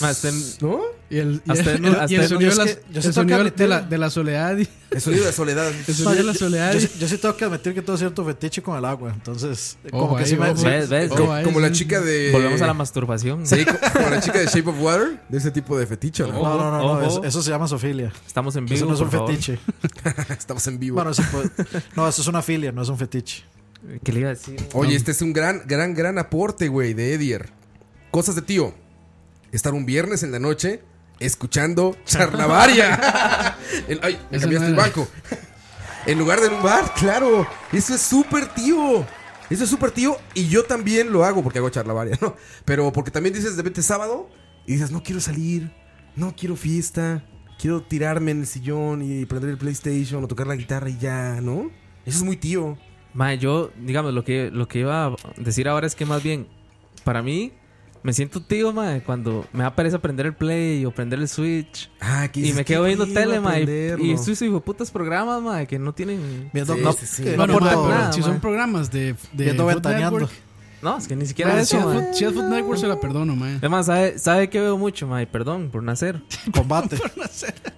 Speaker 8: Mae, usted-
Speaker 1: ¿No?
Speaker 7: Y el, y
Speaker 8: Hasta
Speaker 7: el-
Speaker 8: no-
Speaker 7: y el
Speaker 8: hasta no,
Speaker 7: sonido, de
Speaker 8: yo
Speaker 7: la-
Speaker 8: es que- yo
Speaker 7: el
Speaker 8: sí tengo
Speaker 7: sonido
Speaker 8: que
Speaker 7: de, la,
Speaker 8: admitir-
Speaker 7: de la soledad. y-
Speaker 1: El sonido de la soledad.
Speaker 7: El sonido de la soledad.
Speaker 5: yo,
Speaker 7: y-
Speaker 5: sí- yo sí tengo que admitir que tengo cierto fetiche con el agua. Entonces, eh,
Speaker 7: Ojo
Speaker 5: como que
Speaker 7: ahí,
Speaker 5: sí me.
Speaker 7: ojo.
Speaker 5: sí-
Speaker 8: ¿Ves? ¿Ves?
Speaker 1: Como,
Speaker 8: ahí,
Speaker 1: como la
Speaker 8: sí.
Speaker 1: chica de.
Speaker 8: Volvemos a la masturbación.
Speaker 1: Sí, co- como la chica de Shape of Water, de ese tipo de fetiche, ¿no?
Speaker 5: No, no, no, no,
Speaker 8: Ojo.
Speaker 5: eso, eso se llama sofilia.
Speaker 8: Estamos en
Speaker 5: Eso
Speaker 8: vivo,
Speaker 5: no es un
Speaker 8: por favor.
Speaker 5: fetiche.
Speaker 1: Estamos en vivo.
Speaker 5: Bueno, sí, pues, no, eso es una filia, no es un fetiche.
Speaker 8: ¿Qué le iba a decir?
Speaker 1: Oye, este es un gran, gran, gran aporte, güey, de Edier. Cosas de tío. Estar un viernes en la noche escuchando charlavaria. El- ay, me
Speaker 7: Ese
Speaker 1: cambiaste
Speaker 7: no
Speaker 1: el
Speaker 7: era.
Speaker 1: banco. En lugar de en un bar, claro. Eso es súper tío. Eso es súper tío. Y yo también lo hago porque hago charlavaria, ¿no? Pero porque también dices de repente sábado y dices, no quiero salir, no quiero fiesta, quiero tirarme en el sillón y prender el PlayStation o tocar la guitarra y ya, ¿no? Eso es muy tío.
Speaker 8: Mae, yo, digamos, lo que, lo que iba a decir ahora es que más bien, para mí, me siento tío, mae, cuando me da pereza prender el Play o prender el Switch.
Speaker 1: Ah, que
Speaker 8: Y
Speaker 1: dices,
Speaker 8: me
Speaker 1: "Qué
Speaker 8: quedo viendo
Speaker 1: hueva
Speaker 8: tele, mae.
Speaker 1: prenderlo".
Speaker 8: Y estos putas programas, mae, que no tienen.
Speaker 5: Viendo-
Speaker 8: Sí,
Speaker 5: no-
Speaker 8: sí, sí.
Speaker 5: eh,
Speaker 8: no
Speaker 7: Bueno,
Speaker 8: aportan
Speaker 7: ma, pero
Speaker 8: nada,
Speaker 7: si
Speaker 8: mae.
Speaker 7: son programas de, de
Speaker 5: Viendo
Speaker 7: Food
Speaker 5: ventaneando.
Speaker 7: Network,
Speaker 8: No, es que ni siquiera
Speaker 7: ma, si
Speaker 8: eso,
Speaker 7: es
Speaker 8: mae.
Speaker 7: Food- si es Food Network se la perdono, man.
Speaker 8: Además, ¿sabe, ¿sabe qué veo mucho, mae? Perdón por nacer.
Speaker 5: Combate.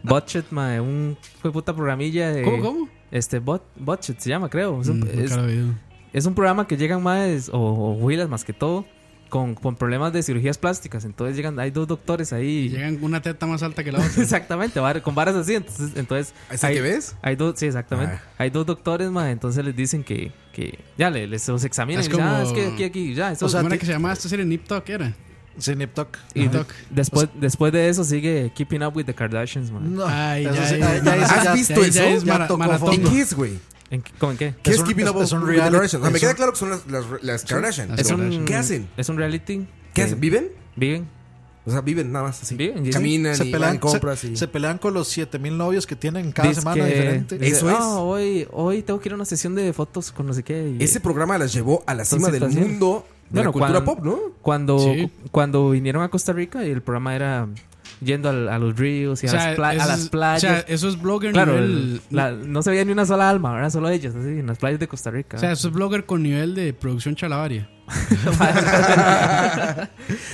Speaker 8: Botchet, mae, un fue puta programilla de.
Speaker 7: ¿Cómo, cómo?
Speaker 8: Este, bot, Botchet se llama, creo. Es un,
Speaker 7: Mm, nunca
Speaker 8: es,
Speaker 7: lo he oído.
Speaker 8: es un programa que llegan más, o, o huilas más que todo, con, con problemas de cirugías plásticas. Entonces llegan, hay dos doctores ahí.
Speaker 7: Llegan con una teta más alta que la otra.
Speaker 8: Exactamente, var- con varas así. Entonces, entonces
Speaker 1: ¿Esa
Speaker 8: hay-
Speaker 1: que ves?
Speaker 8: Hay dos, sí, exactamente.
Speaker 1: Ah.
Speaker 8: Hay dos doctores, ma, entonces les dicen que, que ya le- les los examinan.
Speaker 7: Es
Speaker 8: y dicen,
Speaker 7: como-
Speaker 8: "Ah, es que aquí, aquí, ya. Eso
Speaker 7: O sea,
Speaker 8: es-
Speaker 7: ¿cómo era que se llamaba esta serie Nip Tuck era?
Speaker 5: Sí, Nip Tuck.
Speaker 8: y
Speaker 7: Ajá.
Speaker 8: de- después, después de eso sigue Keeping Up with the Kardashians, ma.
Speaker 5: No,
Speaker 7: Ay,
Speaker 5: eso
Speaker 7: ya,
Speaker 5: sí,
Speaker 7: ya,
Speaker 5: ya, ya,
Speaker 7: ya,
Speaker 5: eso
Speaker 1: ¿Has
Speaker 5: ya-
Speaker 1: visto
Speaker 7: ya
Speaker 1: eso?
Speaker 7: es mara-
Speaker 5: tocó
Speaker 7: maratón.
Speaker 1: ¿Y
Speaker 5: fondo.
Speaker 1: qué es, güey?
Speaker 8: ¿En qué- ¿Cómo en qué?
Speaker 1: ¿Qué es, Keeping Up with the Kardashians? Ah, me queda claro que son las, las, las Kardashian.
Speaker 8: Es un-
Speaker 1: ¿Qué hacen?
Speaker 8: Es un reality.
Speaker 1: ¿Qué hacen? ¿Viven?
Speaker 8: Viven.
Speaker 1: O sea, viven nada más así.
Speaker 8: Viven.
Speaker 1: Caminan
Speaker 5: se
Speaker 1: y
Speaker 5: pelean,
Speaker 1: van, compras
Speaker 5: se,
Speaker 1: y...
Speaker 5: se pelean con los 7000 novios que tienen cada
Speaker 8: Dice
Speaker 5: semana
Speaker 8: que-
Speaker 5: diferente.
Speaker 8: dice, "Ah, hoy, hoy tengo que ir a una sesión de fotos con no sé qué.
Speaker 1: Ese programa las llevó a la cima del mundo de la cultura pop, ¿no?
Speaker 8: Cuando,
Speaker 1: Sí.
Speaker 8: cu- cuando vinieron a Costa Rica y el programa era yendo al- a, los ríos y
Speaker 7: O
Speaker 8: a,
Speaker 7: sea,
Speaker 8: las, pla- a
Speaker 7: eso
Speaker 8: las
Speaker 7: es-
Speaker 8: playas.
Speaker 7: o sea, eso es blogger
Speaker 8: Claro,
Speaker 7: nivel-
Speaker 8: el- la- no se veía ni una sola alma, ¿verdad? Solo ellos, así, en las playas de Costa Rica.
Speaker 7: O sea, eso es blogger con nivel de producción chalabaria.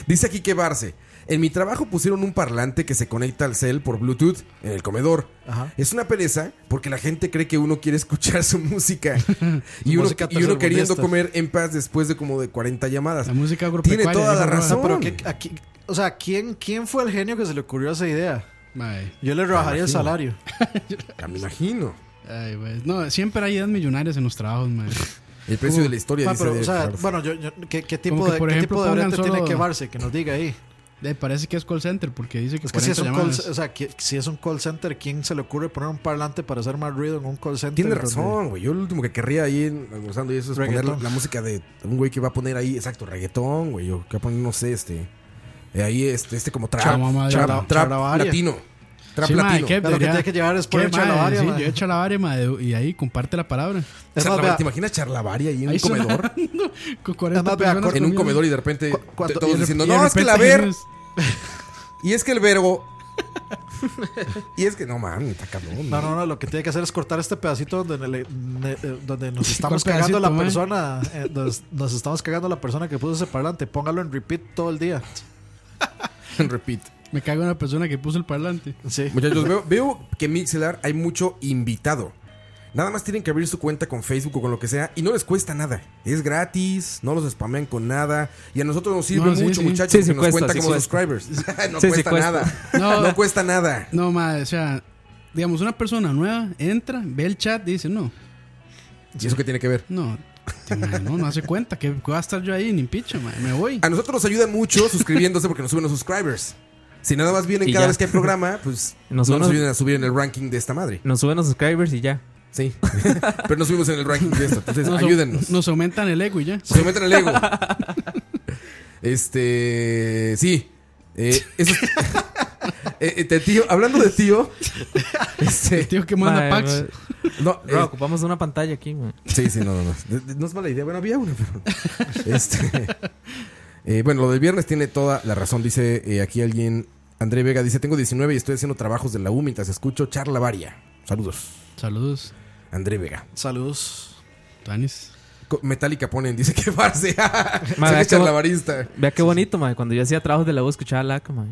Speaker 1: Dice aquí que Barce. En mi trabajo pusieron un parlante que se conecta al cel por Bluetooth en el comedor.
Speaker 5: Ajá.
Speaker 1: Es una pereza porque la gente cree que uno quiere escuchar su música. y, uno,
Speaker 5: música
Speaker 1: y uno
Speaker 5: tercermundista.
Speaker 1: queriendo comer en paz después de como de 40 llamadas. La
Speaker 7: música
Speaker 1: Tiene toda la razón.
Speaker 5: pero que- aquí- o sea, ¿quién, ¿quién fue el genio que se le ocurrió esa idea?
Speaker 7: Mae.
Speaker 5: Yo le rebajaría el
Speaker 7: imagino.
Speaker 5: salario.
Speaker 1: Ya me imagino.
Speaker 7: Ay, güey. No, siempre hay ideas millonarias en los trabajos, mae.
Speaker 1: El
Speaker 5: Uh, ma, pero, o sea, bueno, yo- yo- ¿qué, qué tipo
Speaker 7: Como que,
Speaker 5: de,
Speaker 7: por
Speaker 5: qué
Speaker 7: ejemplo,
Speaker 5: tipo de
Speaker 7: pongan
Speaker 5: brete tiene
Speaker 7: solo-
Speaker 5: que llevarse? Que nos diga ahí.
Speaker 7: Eh, parece que es call center porque dice que,
Speaker 5: Es que si es,
Speaker 7: 40
Speaker 5: un call,
Speaker 7: llamadas.
Speaker 5: o sea, que- si es un call center, ¿quién se le ocurre poner un parlante para hacer más ruido en un call center?
Speaker 1: Tiene
Speaker 5: donde-
Speaker 1: razón, güey. Yo lo último que querría ahí en- almorzando y eso es poner
Speaker 5: Reggaetón.
Speaker 1: la, la música de un güey que va a poner ahí, exacto, reggaetón, güey. Yo que va a poner, no sé, este. eh, ahí este, este como trap.
Speaker 7: Chalamadre.
Speaker 1: trap,
Speaker 7: Chala-
Speaker 1: trap
Speaker 7: chalabaria.
Speaker 1: latino. Trap
Speaker 7: Sí, mae,
Speaker 1: latino.
Speaker 7: ¿qué debería- ¿qué, mae?
Speaker 1: chalabaria,
Speaker 7: Sí,
Speaker 1: mae.
Speaker 7: lleve chalabaria, mae, y ahí comparte la palabra.
Speaker 1: Charlavaria, ¿Te imaginas charlavaria ahí en un
Speaker 7: Ahí suena-
Speaker 1: comedor?
Speaker 7: Con 40
Speaker 1: Además, vea,
Speaker 7: personas
Speaker 1: en un
Speaker 7: comiendo.
Speaker 1: comedor y de repente
Speaker 7: Cu- cuánto-
Speaker 1: todos
Speaker 7: y de-
Speaker 1: diciendo,
Speaker 7: y de
Speaker 1: no, es que la
Speaker 7: repente
Speaker 1: ver.
Speaker 7: dices-
Speaker 1: y es que el verbo. y es que no, man, está cabrón.
Speaker 5: No,
Speaker 1: man.
Speaker 5: no, no, lo que tiene que hacer es cortar este pedacito donde, le- ne- eh, donde nos
Speaker 7: ¿Cuál
Speaker 5: estamos
Speaker 7: pedacito,
Speaker 5: cagando a la
Speaker 7: mae?
Speaker 5: persona, eh, nos, nos estamos cagando a la persona que puso ese parlante, póngalo en repeat todo el día.
Speaker 1: Repeat.
Speaker 7: Me cago en una persona que puso el parlante.
Speaker 5: Sí.
Speaker 1: Muchachos, veo, veo que en Mixelar hay mucho invitado. Nada más tienen que abrir su cuenta con Facebook o con lo que sea y no les cuesta nada. Es gratis, no los spamean con nada. Y a nosotros nos sirve
Speaker 7: No, sí,
Speaker 1: mucho,
Speaker 7: sí.
Speaker 1: muchachos,
Speaker 7: Sí,
Speaker 1: que
Speaker 7: sí
Speaker 1: nos
Speaker 7: cuesta,
Speaker 1: cuenta
Speaker 7: sí
Speaker 1: como
Speaker 7: cuesta.
Speaker 1: subscribers. no
Speaker 7: Sí, sí
Speaker 1: cuesta
Speaker 7: cuesta.
Speaker 1: nada. No.
Speaker 7: No.
Speaker 1: cuesta nada.
Speaker 7: No, madre, o sea, digamos, una persona nueva entra, ve el chat y dice, no,
Speaker 1: ¿Y eso qué tiene que ver?
Speaker 7: no, te- madre, no, no hace cuenta que va a estar yo ahí, ni picha, madre, me voy.
Speaker 1: A nosotros nos ayudan mucho suscribiéndose porque nos suben los subscribers. Si nada más vienen
Speaker 8: Y
Speaker 1: cada
Speaker 8: ya.
Speaker 1: vez que hay programa, pues
Speaker 8: Nos
Speaker 1: no nos
Speaker 8: suben-
Speaker 1: ayudan a subir en el ranking de esta madre.
Speaker 8: Nos suben los subscribers y ya.
Speaker 1: Sí. Pero nos subimos en el ranking de esto. Entonces,
Speaker 7: Nos-
Speaker 1: ayúdennos.
Speaker 7: Nos aumentan el ego y ya.
Speaker 1: Se meten el ego. Este. Sí. Eh, eso- Eh, eh, te- tío, hablando de tío. Este,
Speaker 7: El tío que manda
Speaker 8: Mae,
Speaker 7: packs.
Speaker 8: mae.
Speaker 1: No,
Speaker 8: Bro,
Speaker 1: eh,
Speaker 8: ocupamos una pantalla aquí, mae.
Speaker 1: Sí, sí, no, no, no. De- de- No es mala idea. Bueno, había una, pero. Este. eh, bueno, lo del viernes tiene toda la razón. Dice eh, aquí alguien. André Vega dice: Tengo 19 y estoy haciendo trabajos de la U mientras escucho charla varia. Saludos.
Speaker 7: Saludos.
Speaker 1: André Vega.
Speaker 5: Saludos.
Speaker 7: Tuanis.
Speaker 1: Co- Metallica ponen, dice que Barce.
Speaker 8: Mae,
Speaker 1: Soy
Speaker 8: vea qué bo-
Speaker 1: charlavarista.
Speaker 8: Vea qué bonito, mae. Cuando yo hacía trabajos de la U, escuchaba laca, mae.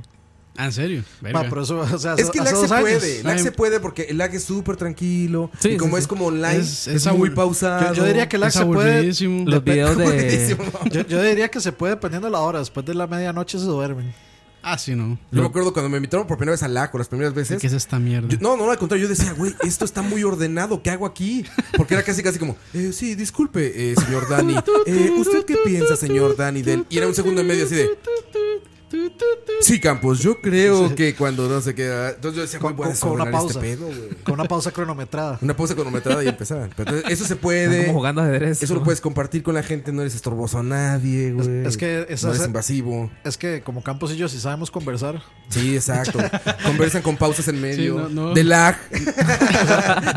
Speaker 7: Ah, ¿en serio?
Speaker 5: Verga. Ma, pero eso, o sea,
Speaker 1: Es que el lag se
Speaker 5: dos años.
Speaker 1: puede, el lag se puede porque el lag es súper tranquilo.
Speaker 8: Sí,
Speaker 1: y como
Speaker 8: sí,
Speaker 1: es
Speaker 8: sí.
Speaker 1: como online, es,
Speaker 8: Es- es
Speaker 1: muy
Speaker 8: aburri-
Speaker 1: pausado.
Speaker 5: Yo, yo diría que el lag
Speaker 7: Es
Speaker 5: se puede.
Speaker 7: aburridísimo.
Speaker 8: Los videos de.
Speaker 5: Yo, yo diría que se puede dependiendo de la hora. Después de la medianoche se duermen.
Speaker 7: Ah, sí, no.
Speaker 1: Yo me acuerdo cuando me invitaron por primera vez al lag o las primeras veces.
Speaker 7: ¿Qué es esta mierda?
Speaker 1: yo- no, no, al contrario, yo decía, güey, esto está muy ordenado, ¿qué hago aquí? Porque era casi, casi como, eh, sí, disculpe, eh, señor Dani. Eh, ¿Usted qué piensa, señor Dani? Del? Y era un segundo y medio así de.
Speaker 8: Ah,
Speaker 1: Sí, Campos, yo creo que cuando no se queda. Entonces yo decía, güey, voy a
Speaker 5: Con, con una
Speaker 1: desordenar este
Speaker 5: pausa.
Speaker 1: pedo, güey.
Speaker 5: con una pausa cronometrada.
Speaker 1: Una pausa cronometrada y empezar. Pero entonces, eso se puede.
Speaker 8: Están como jugando ajedrez,
Speaker 1: eh, Eso lo
Speaker 8: ¿no?
Speaker 1: puedes compartir con la gente, no eres estorboso a nadie, güey.
Speaker 5: Es que esa-
Speaker 1: no eres invasivo.
Speaker 5: Es que como Campos y yo sí sabemos conversar.
Speaker 1: Sí, exacto. Conversan con pausas en medio.
Speaker 5: no, no.
Speaker 1: De lag.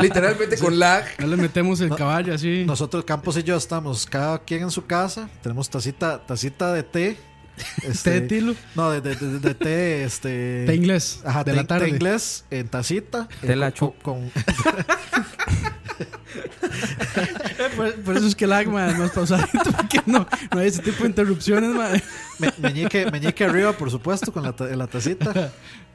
Speaker 1: Literalmente con lag.
Speaker 7: No le metemos el caballo así.
Speaker 5: Nosotros, Campos y yo, estamos cada quien en su casa. Tenemos tacita, tacita de té. este,
Speaker 7: ¿Té de tilo?
Speaker 5: No, de, de- de- de té, este...
Speaker 7: Té inglés,
Speaker 5: Ajá,
Speaker 7: de
Speaker 5: té,
Speaker 7: la tarde.
Speaker 5: té inglés en tacita.
Speaker 8: Té
Speaker 5: eh,
Speaker 8: lachu.
Speaker 5: con- con-
Speaker 7: Eh, Por, por eso es que el lag, madre, es más pausadito. Porque no, no hay ese tipo de interrupciones, madre.
Speaker 5: me- meñique, meñique arriba, por supuesto, con la, ta- la tacita.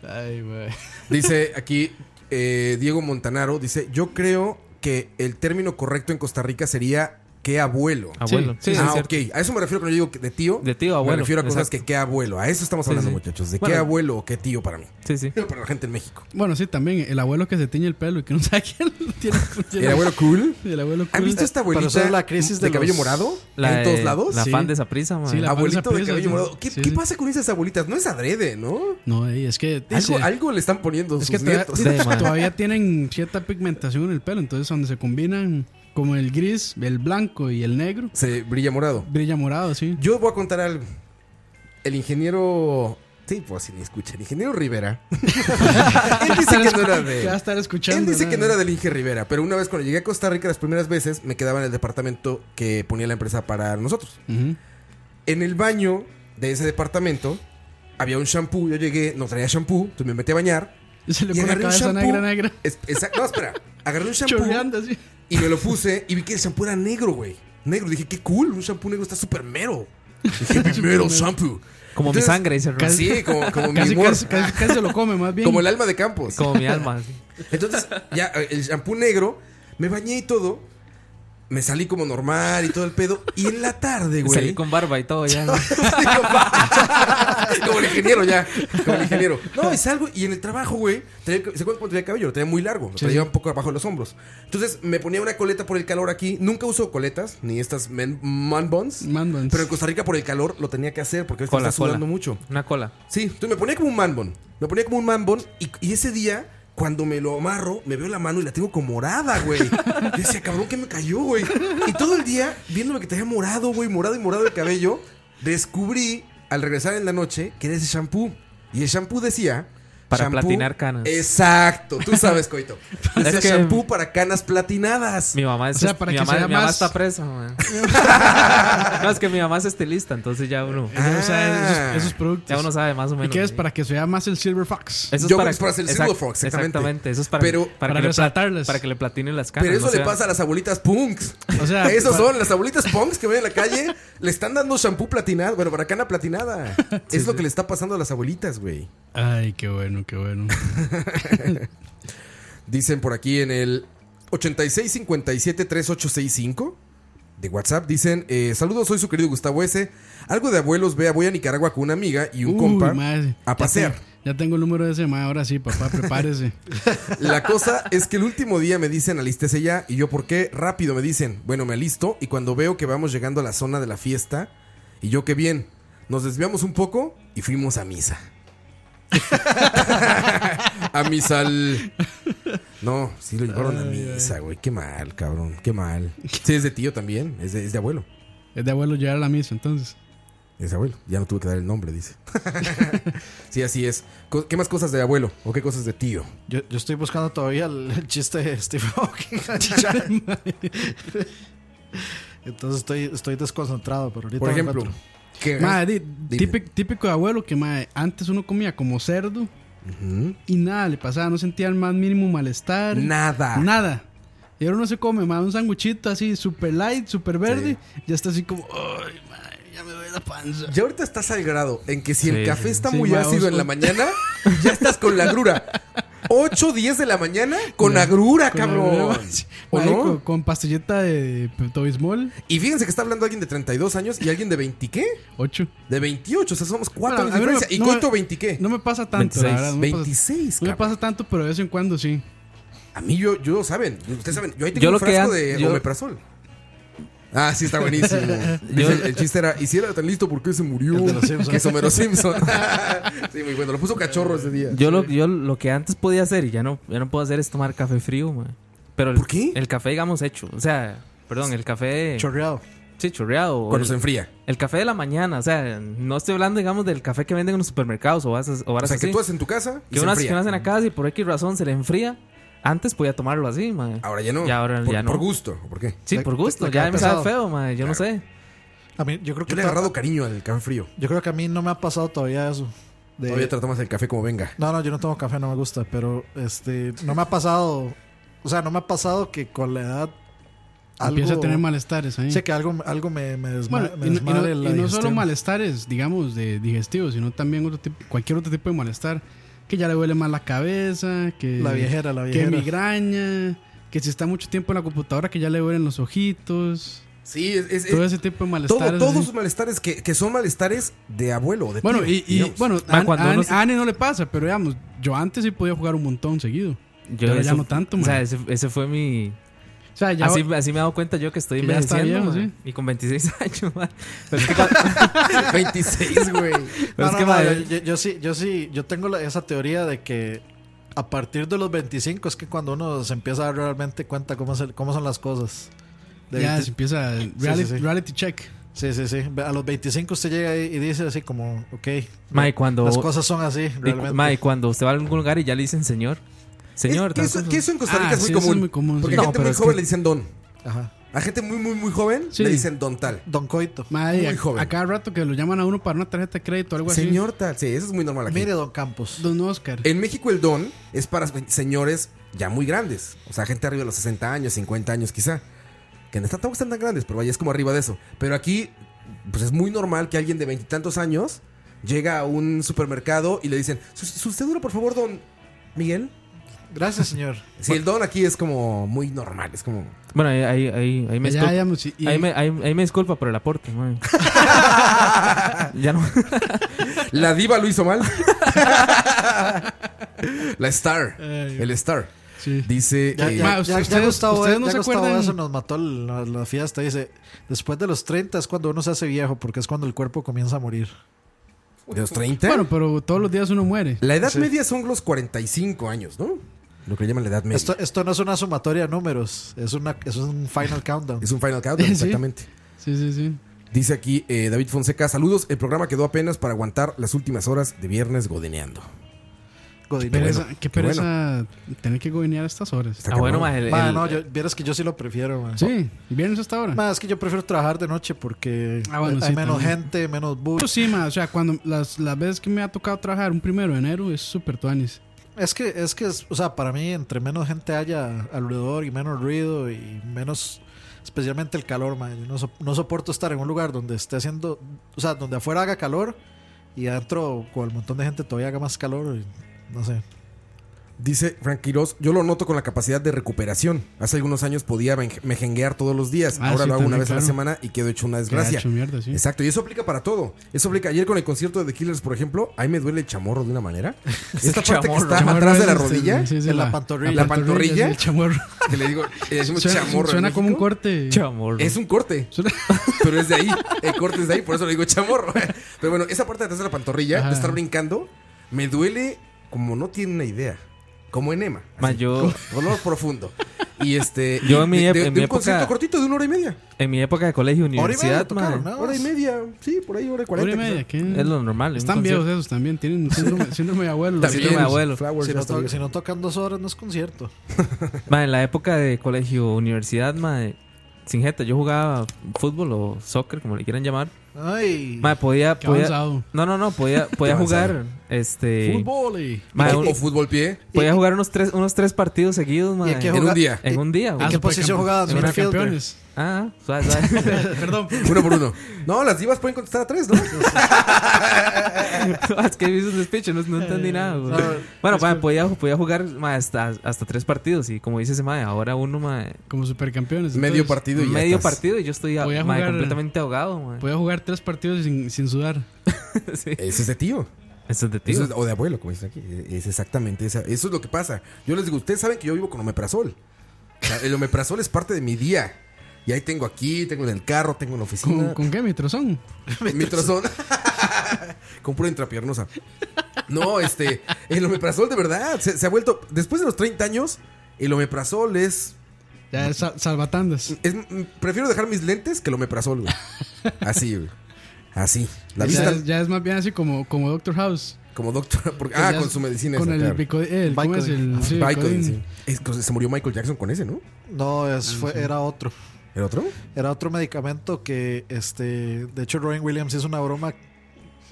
Speaker 7: Ay, güey.
Speaker 1: Dice aquí eh, Diego Montanaro, dice, yo creo que el término correcto en Costa Rica sería qué abuelo.
Speaker 8: Abuelo. Sí, sí,
Speaker 1: ah,
Speaker 8: es
Speaker 1: ok. A eso me refiero cuando yo digo que de tío.
Speaker 8: De tío,
Speaker 1: Me
Speaker 8: abuelo,
Speaker 1: refiero a cosas
Speaker 8: exacto.
Speaker 1: que qué abuelo. A eso estamos
Speaker 8: Sí,
Speaker 1: hablando,
Speaker 8: sí.
Speaker 1: muchachos. De qué
Speaker 8: Bueno.
Speaker 1: abuelo o qué tío para mí.
Speaker 8: Sí, sí.
Speaker 1: Pero para la gente en México.
Speaker 7: Bueno, sí, también. El abuelo que se tiñe el pelo y que no sabe quién lo tiene.
Speaker 1: ¿El abuelo cool?
Speaker 7: El abuelo
Speaker 1: ¿Han
Speaker 7: cool.
Speaker 1: visto este? esta abuelita
Speaker 5: eso es la crisis
Speaker 1: de,
Speaker 5: de
Speaker 1: cabello
Speaker 5: los-
Speaker 1: morado?
Speaker 8: La
Speaker 1: en todos
Speaker 8: de-
Speaker 1: lados.
Speaker 8: la fan de Saprissa, man. Sí, la fan de
Speaker 1: Abuelito de,
Speaker 8: Saprissa,
Speaker 1: cabello
Speaker 8: sí.
Speaker 1: morado. ¿Qué,
Speaker 8: Sí,
Speaker 1: qué
Speaker 8: sí.
Speaker 1: pasa con esas abuelitas? No es adrede, ¿no?
Speaker 7: No, ey, es que.
Speaker 1: Algo,
Speaker 7: dice-
Speaker 1: algo le están poniendo
Speaker 7: Es que
Speaker 1: sus
Speaker 7: todavía,
Speaker 1: nietos.
Speaker 7: todavía tienen cierta pigmentación en el pelo, entonces donde se combinan como el gris, el blanco y el negro.
Speaker 1: Se brilla morado.
Speaker 7: Brilla morado, sí.
Speaker 1: Yo voy a contar algo. El ingeniero. Sí, pues si ni escucha. El ingeniero Rivera. él dice que no era de.
Speaker 7: Ya estar escuchando,
Speaker 1: Él dice
Speaker 7: ¿no?
Speaker 1: que no era del Inge Rivera, pero una vez cuando llegué a Costa Rica las primeras veces, me quedaba en el departamento que ponía la empresa para nosotros. En el baño de ese departamento había un shampoo. Yo llegué, no traía shampoo, entonces me metí a bañar.
Speaker 7: Se le pone cabeza negra, negra.
Speaker 1: no, espera. Agarré un shampoo
Speaker 7: Chorreando así.
Speaker 1: y me lo puse y vi que el shampoo era negro, güey. Negro. Dije, qué cool, un shampoo negro está súper mero. Dije, primero shampoo.
Speaker 8: Como mi sangre, dice Ross.
Speaker 1: Sí, como, como mi
Speaker 7: Casi-
Speaker 1: humor. Ah,
Speaker 7: casi- casi- casi se lo come, más bien.
Speaker 1: Como el alma de Campos.
Speaker 8: Como mi alma, sí.
Speaker 1: Entonces, ya, eh, el shampoo negro, me bañé y todo. Me salí como normal y todo el pedo. Y en la tarde, güey.
Speaker 8: Salí con barba y todo ya. ¿no?
Speaker 1: Como el ingeniero ya. Como el ingeniero. No, es algo. Y en el trabajo, güey. traía- ¿Se acuerdan cuando tenía cabello? Lo tenía muy largo. Lo
Speaker 7: Sí,
Speaker 1: traía
Speaker 7: sí.
Speaker 1: un poco abajo de los hombros. Entonces me ponía una coleta por el calor aquí. Nunca uso coletas, ni estas men- man buns. Pero en Costa Rica por el calor lo tenía que hacer porque ves que
Speaker 8: Cola,
Speaker 1: está sudando
Speaker 8: cola.
Speaker 1: mucho.
Speaker 8: Una cola.
Speaker 1: Sí, entonces me ponía como un manbon. Me ponía como un manbon y, y ese día, cuando me lo amarro, me veo la mano y la tengo como morada, güey. Yo decía, cabrón, que me cayó, güey? Y todo el día, viéndome que tenía morado, güey, morado y morado el cabello, descubrí al regresar en la noche que era ese shampoo. Y el shampoo decía...
Speaker 8: Para
Speaker 1: shampoo-
Speaker 8: platinar canas.
Speaker 1: Exacto, tú sabes, coito.
Speaker 8: Es
Speaker 1: Decía
Speaker 8: que-
Speaker 1: shampoo para canas platinadas.
Speaker 8: Mi mamá es.
Speaker 1: O sea, para
Speaker 8: mi,
Speaker 1: que
Speaker 8: mamá,
Speaker 1: sea
Speaker 8: mi mamá
Speaker 1: más-
Speaker 8: está presa, man. no, es que mi mamá es estilista, entonces ya
Speaker 1: Ah,
Speaker 8: uno.
Speaker 7: Ya sabe esos, esos productos.
Speaker 8: Ya uno sabe más o menos.
Speaker 7: ¿Y qué es para que sea más el Silver Fox?
Speaker 8: Eso es para, exact- Exactamente, eso es para,
Speaker 1: Pero-
Speaker 8: para,
Speaker 7: para
Speaker 8: que le pla-
Speaker 7: resaltarlas.
Speaker 8: para que le platinen las canas.
Speaker 1: Pero eso
Speaker 8: no
Speaker 1: le
Speaker 8: sea-
Speaker 1: pasa a las abuelitas punks.
Speaker 7: O sea,
Speaker 1: Esos
Speaker 7: para-
Speaker 1: son las abuelitas punks que ven en la calle. le están dando shampoo platinado. Bueno, para cana platinada. es lo que le está pasando a las abuelitas, güey.
Speaker 7: Ay, qué bueno, qué bueno.
Speaker 1: Dicen por aquí en el 86573865 de WhatsApp. Dicen: eh, Saludos, soy su querido Gustavo S. Algo de abuelos, vea, voy a Nicaragua con una amiga y un
Speaker 7: Uy,
Speaker 1: compa
Speaker 7: madre.
Speaker 1: a
Speaker 7: Ya
Speaker 1: pasear.
Speaker 7: tengo- Ya, tengo el número de ese, ma. Ahora sí, papá, prepárese.
Speaker 1: La cosa es que el último día me dicen alístese ya y yo por qué rápido me dicen, bueno, me alisto y cuando veo que vamos llegando a la zona de la fiesta y yo qué bien, nos desviamos un poco y fuimos a misa. a misa al... No, sí lo llevaron a misa, güey, qué mal, cabrón, qué mal. Sí, es de tío también, es de, es de abuelo,
Speaker 7: es de abuelo llegar a la misa, entonces.
Speaker 1: es de abuelo, ya no tuve que dar el nombre, dice. sí, así es. Co- ¿Qué más cosas de abuelo o qué cosas de tío?
Speaker 5: Yo, yo estoy buscando todavía el, el chiste de Steve Hawking. Entonces estoy, estoy desconcentrado, pero ahorita
Speaker 1: Por
Speaker 5: lo
Speaker 1: ejemplo,
Speaker 5: encuentro.
Speaker 1: ¿qué-
Speaker 7: Ma, di-
Speaker 1: Eh, Dime.
Speaker 7: típico, típico de abuelo que ma, antes uno comía como cerdo y nada le pasaba, no sentía el más mínimo malestar.
Speaker 1: Nada.
Speaker 7: Nada. Y ahora uno se come, ma, un sanguchito así, super light, super verde. Ya está así como, "Ay, ma, ya me duele la panza.
Speaker 1: Ya ahorita estás al grado en que si el
Speaker 7: Sí,
Speaker 1: café
Speaker 7: sí,
Speaker 1: está
Speaker 7: sí,
Speaker 1: muy
Speaker 7: ma,
Speaker 1: ácido
Speaker 7: os-
Speaker 1: en la
Speaker 7: os-
Speaker 1: mañana, ya estás con la agrura. 8, 10 de la mañana con
Speaker 7: Con la-
Speaker 1: agrura,
Speaker 7: con
Speaker 1: cabrón.
Speaker 7: agrura, ma.
Speaker 1: ¿O
Speaker 7: Ahí
Speaker 1: no?
Speaker 7: con, con pastilleta de Pepto-Bismol.
Speaker 1: Y fíjense que está hablando alguien de 32 años y alguien de 20 qué?
Speaker 7: 8.
Speaker 1: De 28, o sea, somos 4 años
Speaker 7: Bueno,
Speaker 1: de
Speaker 7: a mí no me-
Speaker 1: diferencia. ¿Y
Speaker 7: no me-
Speaker 1: cuánto 20 qué?
Speaker 7: No me pasa tanto, la
Speaker 1: 26.
Speaker 7: verdad. No me pasa-
Speaker 1: 26,
Speaker 7: No me pasa tanto, pero de vez en cuando sí.
Speaker 1: A mí yo, yo saben, ustedes saben, yo ahí tengo
Speaker 8: Yo
Speaker 1: un
Speaker 8: lo que
Speaker 1: frasco
Speaker 8: an-
Speaker 1: de
Speaker 8: yo-
Speaker 1: omeprazol. Ah, sí, está buenísimo.
Speaker 8: Yo-
Speaker 1: Dice, el chiste era, ¿y si era tan listo, ¿por qué se murió?
Speaker 5: El de los Simpson.
Speaker 1: Que es Homero Simpson. sí, muy bueno. Lo puso cachorro ese día.
Speaker 8: Yo, lo, yo lo que antes podía hacer y ya no, ya no puedo hacer es tomar café frío, man. Pero el, El café, digamos, hecho. O sea, perdón, el café.
Speaker 5: Chorreado.
Speaker 8: Sí, chorreado. o
Speaker 1: Cuando
Speaker 8: el-
Speaker 1: se enfría.
Speaker 8: El café de la mañana. O sea, no estoy hablando, digamos, del café que venden en los supermercados o varas, o
Speaker 1: O
Speaker 8: varas
Speaker 1: sea, que
Speaker 8: así.
Speaker 1: tú haces en tu casa y
Speaker 8: que
Speaker 1: se
Speaker 8: uno hace-
Speaker 1: enfría.
Speaker 8: que uno hace en la casa y por X razón se le enfría. Antes podía tomarlo así, man.
Speaker 1: Ahora ya no.
Speaker 8: Ya ahora
Speaker 1: por,
Speaker 8: ya no.
Speaker 1: por gusto. ¿o ¿Por qué?
Speaker 8: Sí, por gusto. Ya me sabe feo, man. Yo no sé.
Speaker 5: A mí, yo creo que
Speaker 1: Yo le he
Speaker 5: to-
Speaker 1: agarrado cariño al café frío.
Speaker 5: yo creo que a mí no me ha pasado todavía eso. De-
Speaker 1: Todavía te lo tomas el café como venga.
Speaker 5: No, no, yo no tomo café, no me gusta, pero este no me ha pasado, o sea, no me ha pasado que con la edad
Speaker 7: Empieza a tener malestares ahí.
Speaker 5: Sí, que algo, algo me, me desma-
Speaker 7: Bueno,
Speaker 5: me
Speaker 7: y no- y no,
Speaker 5: desmadre la
Speaker 7: y no solo
Speaker 5: digestión.
Speaker 7: malestares, digamos, de digestivos, sino también otro tipo- cualquier otro tipo de malestar. Que ya le duele más la cabeza, que...
Speaker 5: La viejera, la
Speaker 7: eh, Que
Speaker 5: viejera.
Speaker 7: migraña, que si está mucho tiempo en la computadora, que ya le duelen los ojitos.
Speaker 1: Sí, es,
Speaker 5: Eh,
Speaker 1: es-
Speaker 7: Todo
Speaker 1: es-
Speaker 7: ese tipo de
Speaker 1: todo-
Speaker 7: malestares.
Speaker 1: todos
Speaker 7: así.
Speaker 1: los malestares que, que son malestares de abuelo o de
Speaker 7: Bueno,
Speaker 1: tío,
Speaker 7: y, y,
Speaker 1: digamos.
Speaker 7: bueno, a, a- a Ane no le pasa, pero digamos, yo antes sí podía jugar un montón seguido.
Speaker 8: Yo
Speaker 7: pero ya
Speaker 8: eso-
Speaker 7: no tanto,
Speaker 8: O sea,
Speaker 7: man.
Speaker 8: ese, ese fue mi.
Speaker 7: O sea, ya-
Speaker 8: así, así me he dado cuenta yo que estoy
Speaker 7: Que ya está
Speaker 8: envejeciendo.
Speaker 7: viejo,
Speaker 8: man. Y con 26 años, man. Pero es que-
Speaker 1: 26, güey.
Speaker 8: Pero
Speaker 5: No,
Speaker 8: es
Speaker 5: no,
Speaker 8: que,
Speaker 5: no,
Speaker 8: madre,
Speaker 5: yo, yo- yo sí, yo sí, yo tengo la- esa teoría de que a partir de los 25 es que cuando uno se empieza a dar realmente cuenta cómo, es el- cómo son las cosas. De
Speaker 7: ya
Speaker 5: 20
Speaker 7: se empieza el
Speaker 5: Sí,
Speaker 7: reality,
Speaker 5: sí, sí.
Speaker 7: reality check.
Speaker 5: Sí, sí, sí. A los 25 usted llega y y dice así como, ok.
Speaker 8: Mae, cuando.
Speaker 5: Las cosas son así,
Speaker 8: Y cu-
Speaker 5: realmente.
Speaker 8: Mae, cuando usted va a algún lugar y ya le dicen señor. Señor,
Speaker 1: que
Speaker 8: tal
Speaker 1: eso,
Speaker 8: cosa.
Speaker 1: que eso en Costa Rica
Speaker 8: Ah,
Speaker 1: es, muy
Speaker 8: sí, eso
Speaker 1: común, Porque
Speaker 8: sí.
Speaker 1: a gente
Speaker 8: No, pero
Speaker 1: muy
Speaker 8: es
Speaker 1: joven
Speaker 8: que-
Speaker 1: le dicen don.
Speaker 5: Ajá.
Speaker 1: A gente muy, muy, muy joven
Speaker 7: Sí.
Speaker 1: le dicen don tal.
Speaker 5: Don Coito.
Speaker 7: Madre,
Speaker 1: Muy
Speaker 7: a-
Speaker 1: joven.
Speaker 7: a cada rato que lo llaman a uno para una tarjeta de crédito o algo así.
Speaker 1: Señor tal. Sí, eso es muy normal aquí.
Speaker 5: Mire, don Campos.
Speaker 7: Don Oscar.
Speaker 1: En México el don es para señores ya muy grandes. O sea, gente arriba de los 60 años, 50 años quizá. Que no están, tampoco están tan grandes, pero vaya, es como arriba de eso. Pero aquí, pues es muy normal que alguien de veintitantos años llega a un supermercado y le dicen, su, su cédula, por favor, don Miguel.
Speaker 5: Gracias, señor.
Speaker 1: Sí, el don aquí es como muy normal, es como...
Speaker 8: Bueno, ahí, ahí, ahí, ahí me
Speaker 7: Ya,
Speaker 8: disculpa.
Speaker 7: ya, muchi- y-
Speaker 8: ahí, me, ahí- ahí me disculpa por el aporte, mae. ya no.
Speaker 1: La diva lo hizo mal. La star.
Speaker 7: Ay.
Speaker 1: el star.
Speaker 7: Sí.
Speaker 1: Dice...
Speaker 5: Ya,
Speaker 1: eh,
Speaker 5: ya,
Speaker 7: Ma,
Speaker 5: ya- ya
Speaker 7: ustedes-
Speaker 5: Gustavo,
Speaker 7: ustedes no
Speaker 5: no
Speaker 7: se acuerdan-
Speaker 5: Eso nos mató la, la fiesta. Dice: Después de los 30 es cuando uno se hace viejo, porque es cuando el cuerpo comienza a morir.
Speaker 1: ¿De los 30?
Speaker 7: Bueno, pero todos los días uno muere.
Speaker 1: La edad
Speaker 5: Sí.
Speaker 1: media son los 45 años, ¿no? Lo que le llaman la edad media.
Speaker 5: Esto, esto no es una sumatoria de números, es, una, es un final countdown.
Speaker 1: Es un Final Countdown,
Speaker 7: Sí.
Speaker 1: exactamente.
Speaker 7: Sí, sí, sí.
Speaker 1: Dice aquí eh, David Fonseca, saludos, el programa quedó apenas para aguantar las últimas horas de viernes godeneando.
Speaker 5: Godín.
Speaker 1: Pero-
Speaker 7: Pereza,
Speaker 1: bueno,
Speaker 7: qué
Speaker 1: qué
Speaker 7: pereza tener que gobernar a estas horas.
Speaker 1: Está
Speaker 8: Ah, bueno,
Speaker 1: cabrón.
Speaker 8: mae. el-
Speaker 5: Ma,
Speaker 8: el-
Speaker 5: no, yo, vieras que yo sí lo prefiero, man.
Speaker 7: Sí,
Speaker 1: Oh.
Speaker 7: viernes hasta ahora.
Speaker 5: Ma, es que yo prefiero trabajar de noche porque
Speaker 7: Ah, bueno,
Speaker 5: hay
Speaker 7: sí,
Speaker 5: menos
Speaker 7: también.
Speaker 5: gente, menos bus.
Speaker 7: Eso sí, ma, o sea, cuando las, las veces que me ha tocado trabajar un primero de enero es súper tuanis.
Speaker 5: Es que, es que, es- o sea, para mí, entre menos gente haya alrededor y menos ruido y menos, especialmente el calor, man. Yo no, so- no soporto estar en un lugar donde esté haciendo, o sea, donde afuera haga calor y adentro con el montón de gente todavía haga más calor. y no sé.
Speaker 1: Dice Frank Quiroz, yo lo noto con la capacidad de recuperación. Hace algunos años podía men- mejenguear todos los días,
Speaker 7: Ah,
Speaker 1: ahora
Speaker 7: sí,
Speaker 1: lo hago una
Speaker 7: también,
Speaker 1: vez a la
Speaker 7: claro.
Speaker 1: semana y quedo hecho una desgracia.
Speaker 7: hecho mierda, sí.
Speaker 1: Exacto, y eso aplica para todo. Eso aplica ayer con el concierto de The Killers, por ejemplo, ahí me duele el chamorro de una manera. Esta parte que
Speaker 8: este chamorro.
Speaker 1: está
Speaker 7: Chamorro
Speaker 1: atrás de
Speaker 7: es
Speaker 1: la
Speaker 7: este,
Speaker 1: rodilla,
Speaker 7: sí, sí,
Speaker 5: en la pantorrilla.
Speaker 1: La pantorrilla.
Speaker 7: sí, el chamorro.
Speaker 1: que le digo, eh, decimos
Speaker 7: Suena,
Speaker 1: chamorro. en
Speaker 7: suena como un
Speaker 1: México.
Speaker 7: corte.
Speaker 8: Chamorro.
Speaker 1: Es un corte.
Speaker 7: Suena-
Speaker 1: Pero es de ahí. El corte es de ahí, por eso le digo chamorro. Pero bueno, esa parte de atrás de la pantorrilla,
Speaker 7: Ajá.
Speaker 1: de estar brincando, me duele como no tiene una idea. Como enema.
Speaker 8: Ma,
Speaker 1: así,
Speaker 8: yo-
Speaker 1: Dolor profundo. Y este.
Speaker 8: Yo
Speaker 1: y
Speaker 8: en mi
Speaker 1: de,
Speaker 8: ep-
Speaker 1: de-
Speaker 8: en
Speaker 1: de
Speaker 8: mi
Speaker 1: un
Speaker 8: época-
Speaker 1: concierto cortito de una hora y media.
Speaker 8: En mi época de colegio
Speaker 5: Hora
Speaker 8: y
Speaker 5: y media
Speaker 8: universidad,
Speaker 5: tocaron,
Speaker 8: mae,
Speaker 5: nada
Speaker 1: Hora y
Speaker 5: más.
Speaker 1: media. Sí, por ahí, hora y
Speaker 7: Hora
Speaker 1: cuarenta.
Speaker 7: y media, ¿qué?
Speaker 8: es lo normal. en un
Speaker 7: Están
Speaker 8: concierto.
Speaker 7: viejos esos también, tienen síndrome, síndrome de abuelo.
Speaker 1: También.
Speaker 8: síndrome de abuelo.
Speaker 1: Flowers,
Speaker 5: Si no,
Speaker 1: hasta
Speaker 5: to-
Speaker 1: bien.
Speaker 5: si no tocan dos horas no es concierto.
Speaker 8: Mae, en la época de colegio, universidad, mae, sin jeta, yo jugaba fútbol o soccer, como le quieran llamar.
Speaker 5: Ay,
Speaker 8: Mae, podía,
Speaker 7: Qué
Speaker 8: podía
Speaker 7: avanzado.
Speaker 8: No, no, no, podía podía
Speaker 1: Qué avanzado.
Speaker 8: jugar este
Speaker 7: Fútbol y...
Speaker 8: mae,
Speaker 1: O-
Speaker 8: un-
Speaker 1: o fútbol pie.
Speaker 8: podía jugar unos tres unos tres partidos seguidos, mae.
Speaker 5: ¿Y en qué
Speaker 1: En un
Speaker 5: Juga-
Speaker 1: día.
Speaker 8: En un día.
Speaker 5: ¿En
Speaker 8: güey.
Speaker 5: qué posición jugabas?
Speaker 7: En
Speaker 5: Midfielder.
Speaker 7: campeones.
Speaker 8: Ah, suave, suave.
Speaker 7: Perdón.
Speaker 1: Uno por uno. No, las divas pueden contestar a tres, ¿no?
Speaker 8: es que hizo un speech, no, no entendí nada. güey.
Speaker 5: no,
Speaker 8: bueno, mae, podía, podía jugar mae, hasta, hasta tres partidos y como dice ese mae, ahora uno mae,
Speaker 7: Como supercampeones.
Speaker 1: Medio
Speaker 7: entonces,
Speaker 1: partido y ya
Speaker 8: medio
Speaker 1: estás.
Speaker 8: partido y yo estoy
Speaker 7: Podía
Speaker 8: mae,
Speaker 7: jugar-
Speaker 8: completamente ahogado. mae.
Speaker 7: Podía jugar tres partidos sin, sin sudar.
Speaker 8: Sí.
Speaker 1: Ese es de tío.
Speaker 8: Eso es de
Speaker 1: Eso
Speaker 8: tío.
Speaker 1: es- o de abuelo, como dicen aquí. Es exactamente esa- Eso es lo que pasa. Yo les digo, ustedes saben que yo vivo con omeprazol. O sea, el omeprazol es parte de mi día. Y ahí tengo aquí, tengo en el carro, tengo en la
Speaker 7: ¿Con,
Speaker 1: oficina.
Speaker 7: ¿con qué mitrozón?
Speaker 1: Mitrazón. con pura intrapiernosa. No, este. El omeprazol de verdad se, se ha vuelto. Después de los 30 años, el omeprazol es.
Speaker 7: Ya, es sal- salvatandas.
Speaker 1: es- mm, prefiero dejar mis lentes que el omeprazol, güey. Así, güey. Así. La
Speaker 7: ya,
Speaker 1: vista
Speaker 7: es- ya es más bien así como, como Doctor House.
Speaker 1: como doctora. porque-
Speaker 7: que
Speaker 1: ah,
Speaker 7: ya
Speaker 1: con
Speaker 7: es-
Speaker 1: su medicina.
Speaker 7: Con
Speaker 1: esa,
Speaker 7: el
Speaker 1: claro.
Speaker 7: bico... El, ¿Cómo es el...? sí,
Speaker 1: Bicodin,
Speaker 7: Bicodin.
Speaker 1: sí. Es que se murió Michael Jackson con ese, ¿no?
Speaker 5: No, es, fue, era otro.
Speaker 1: ¿El otro?
Speaker 5: Era otro medicamento que, este, de hecho, Robin Williams hizo una broma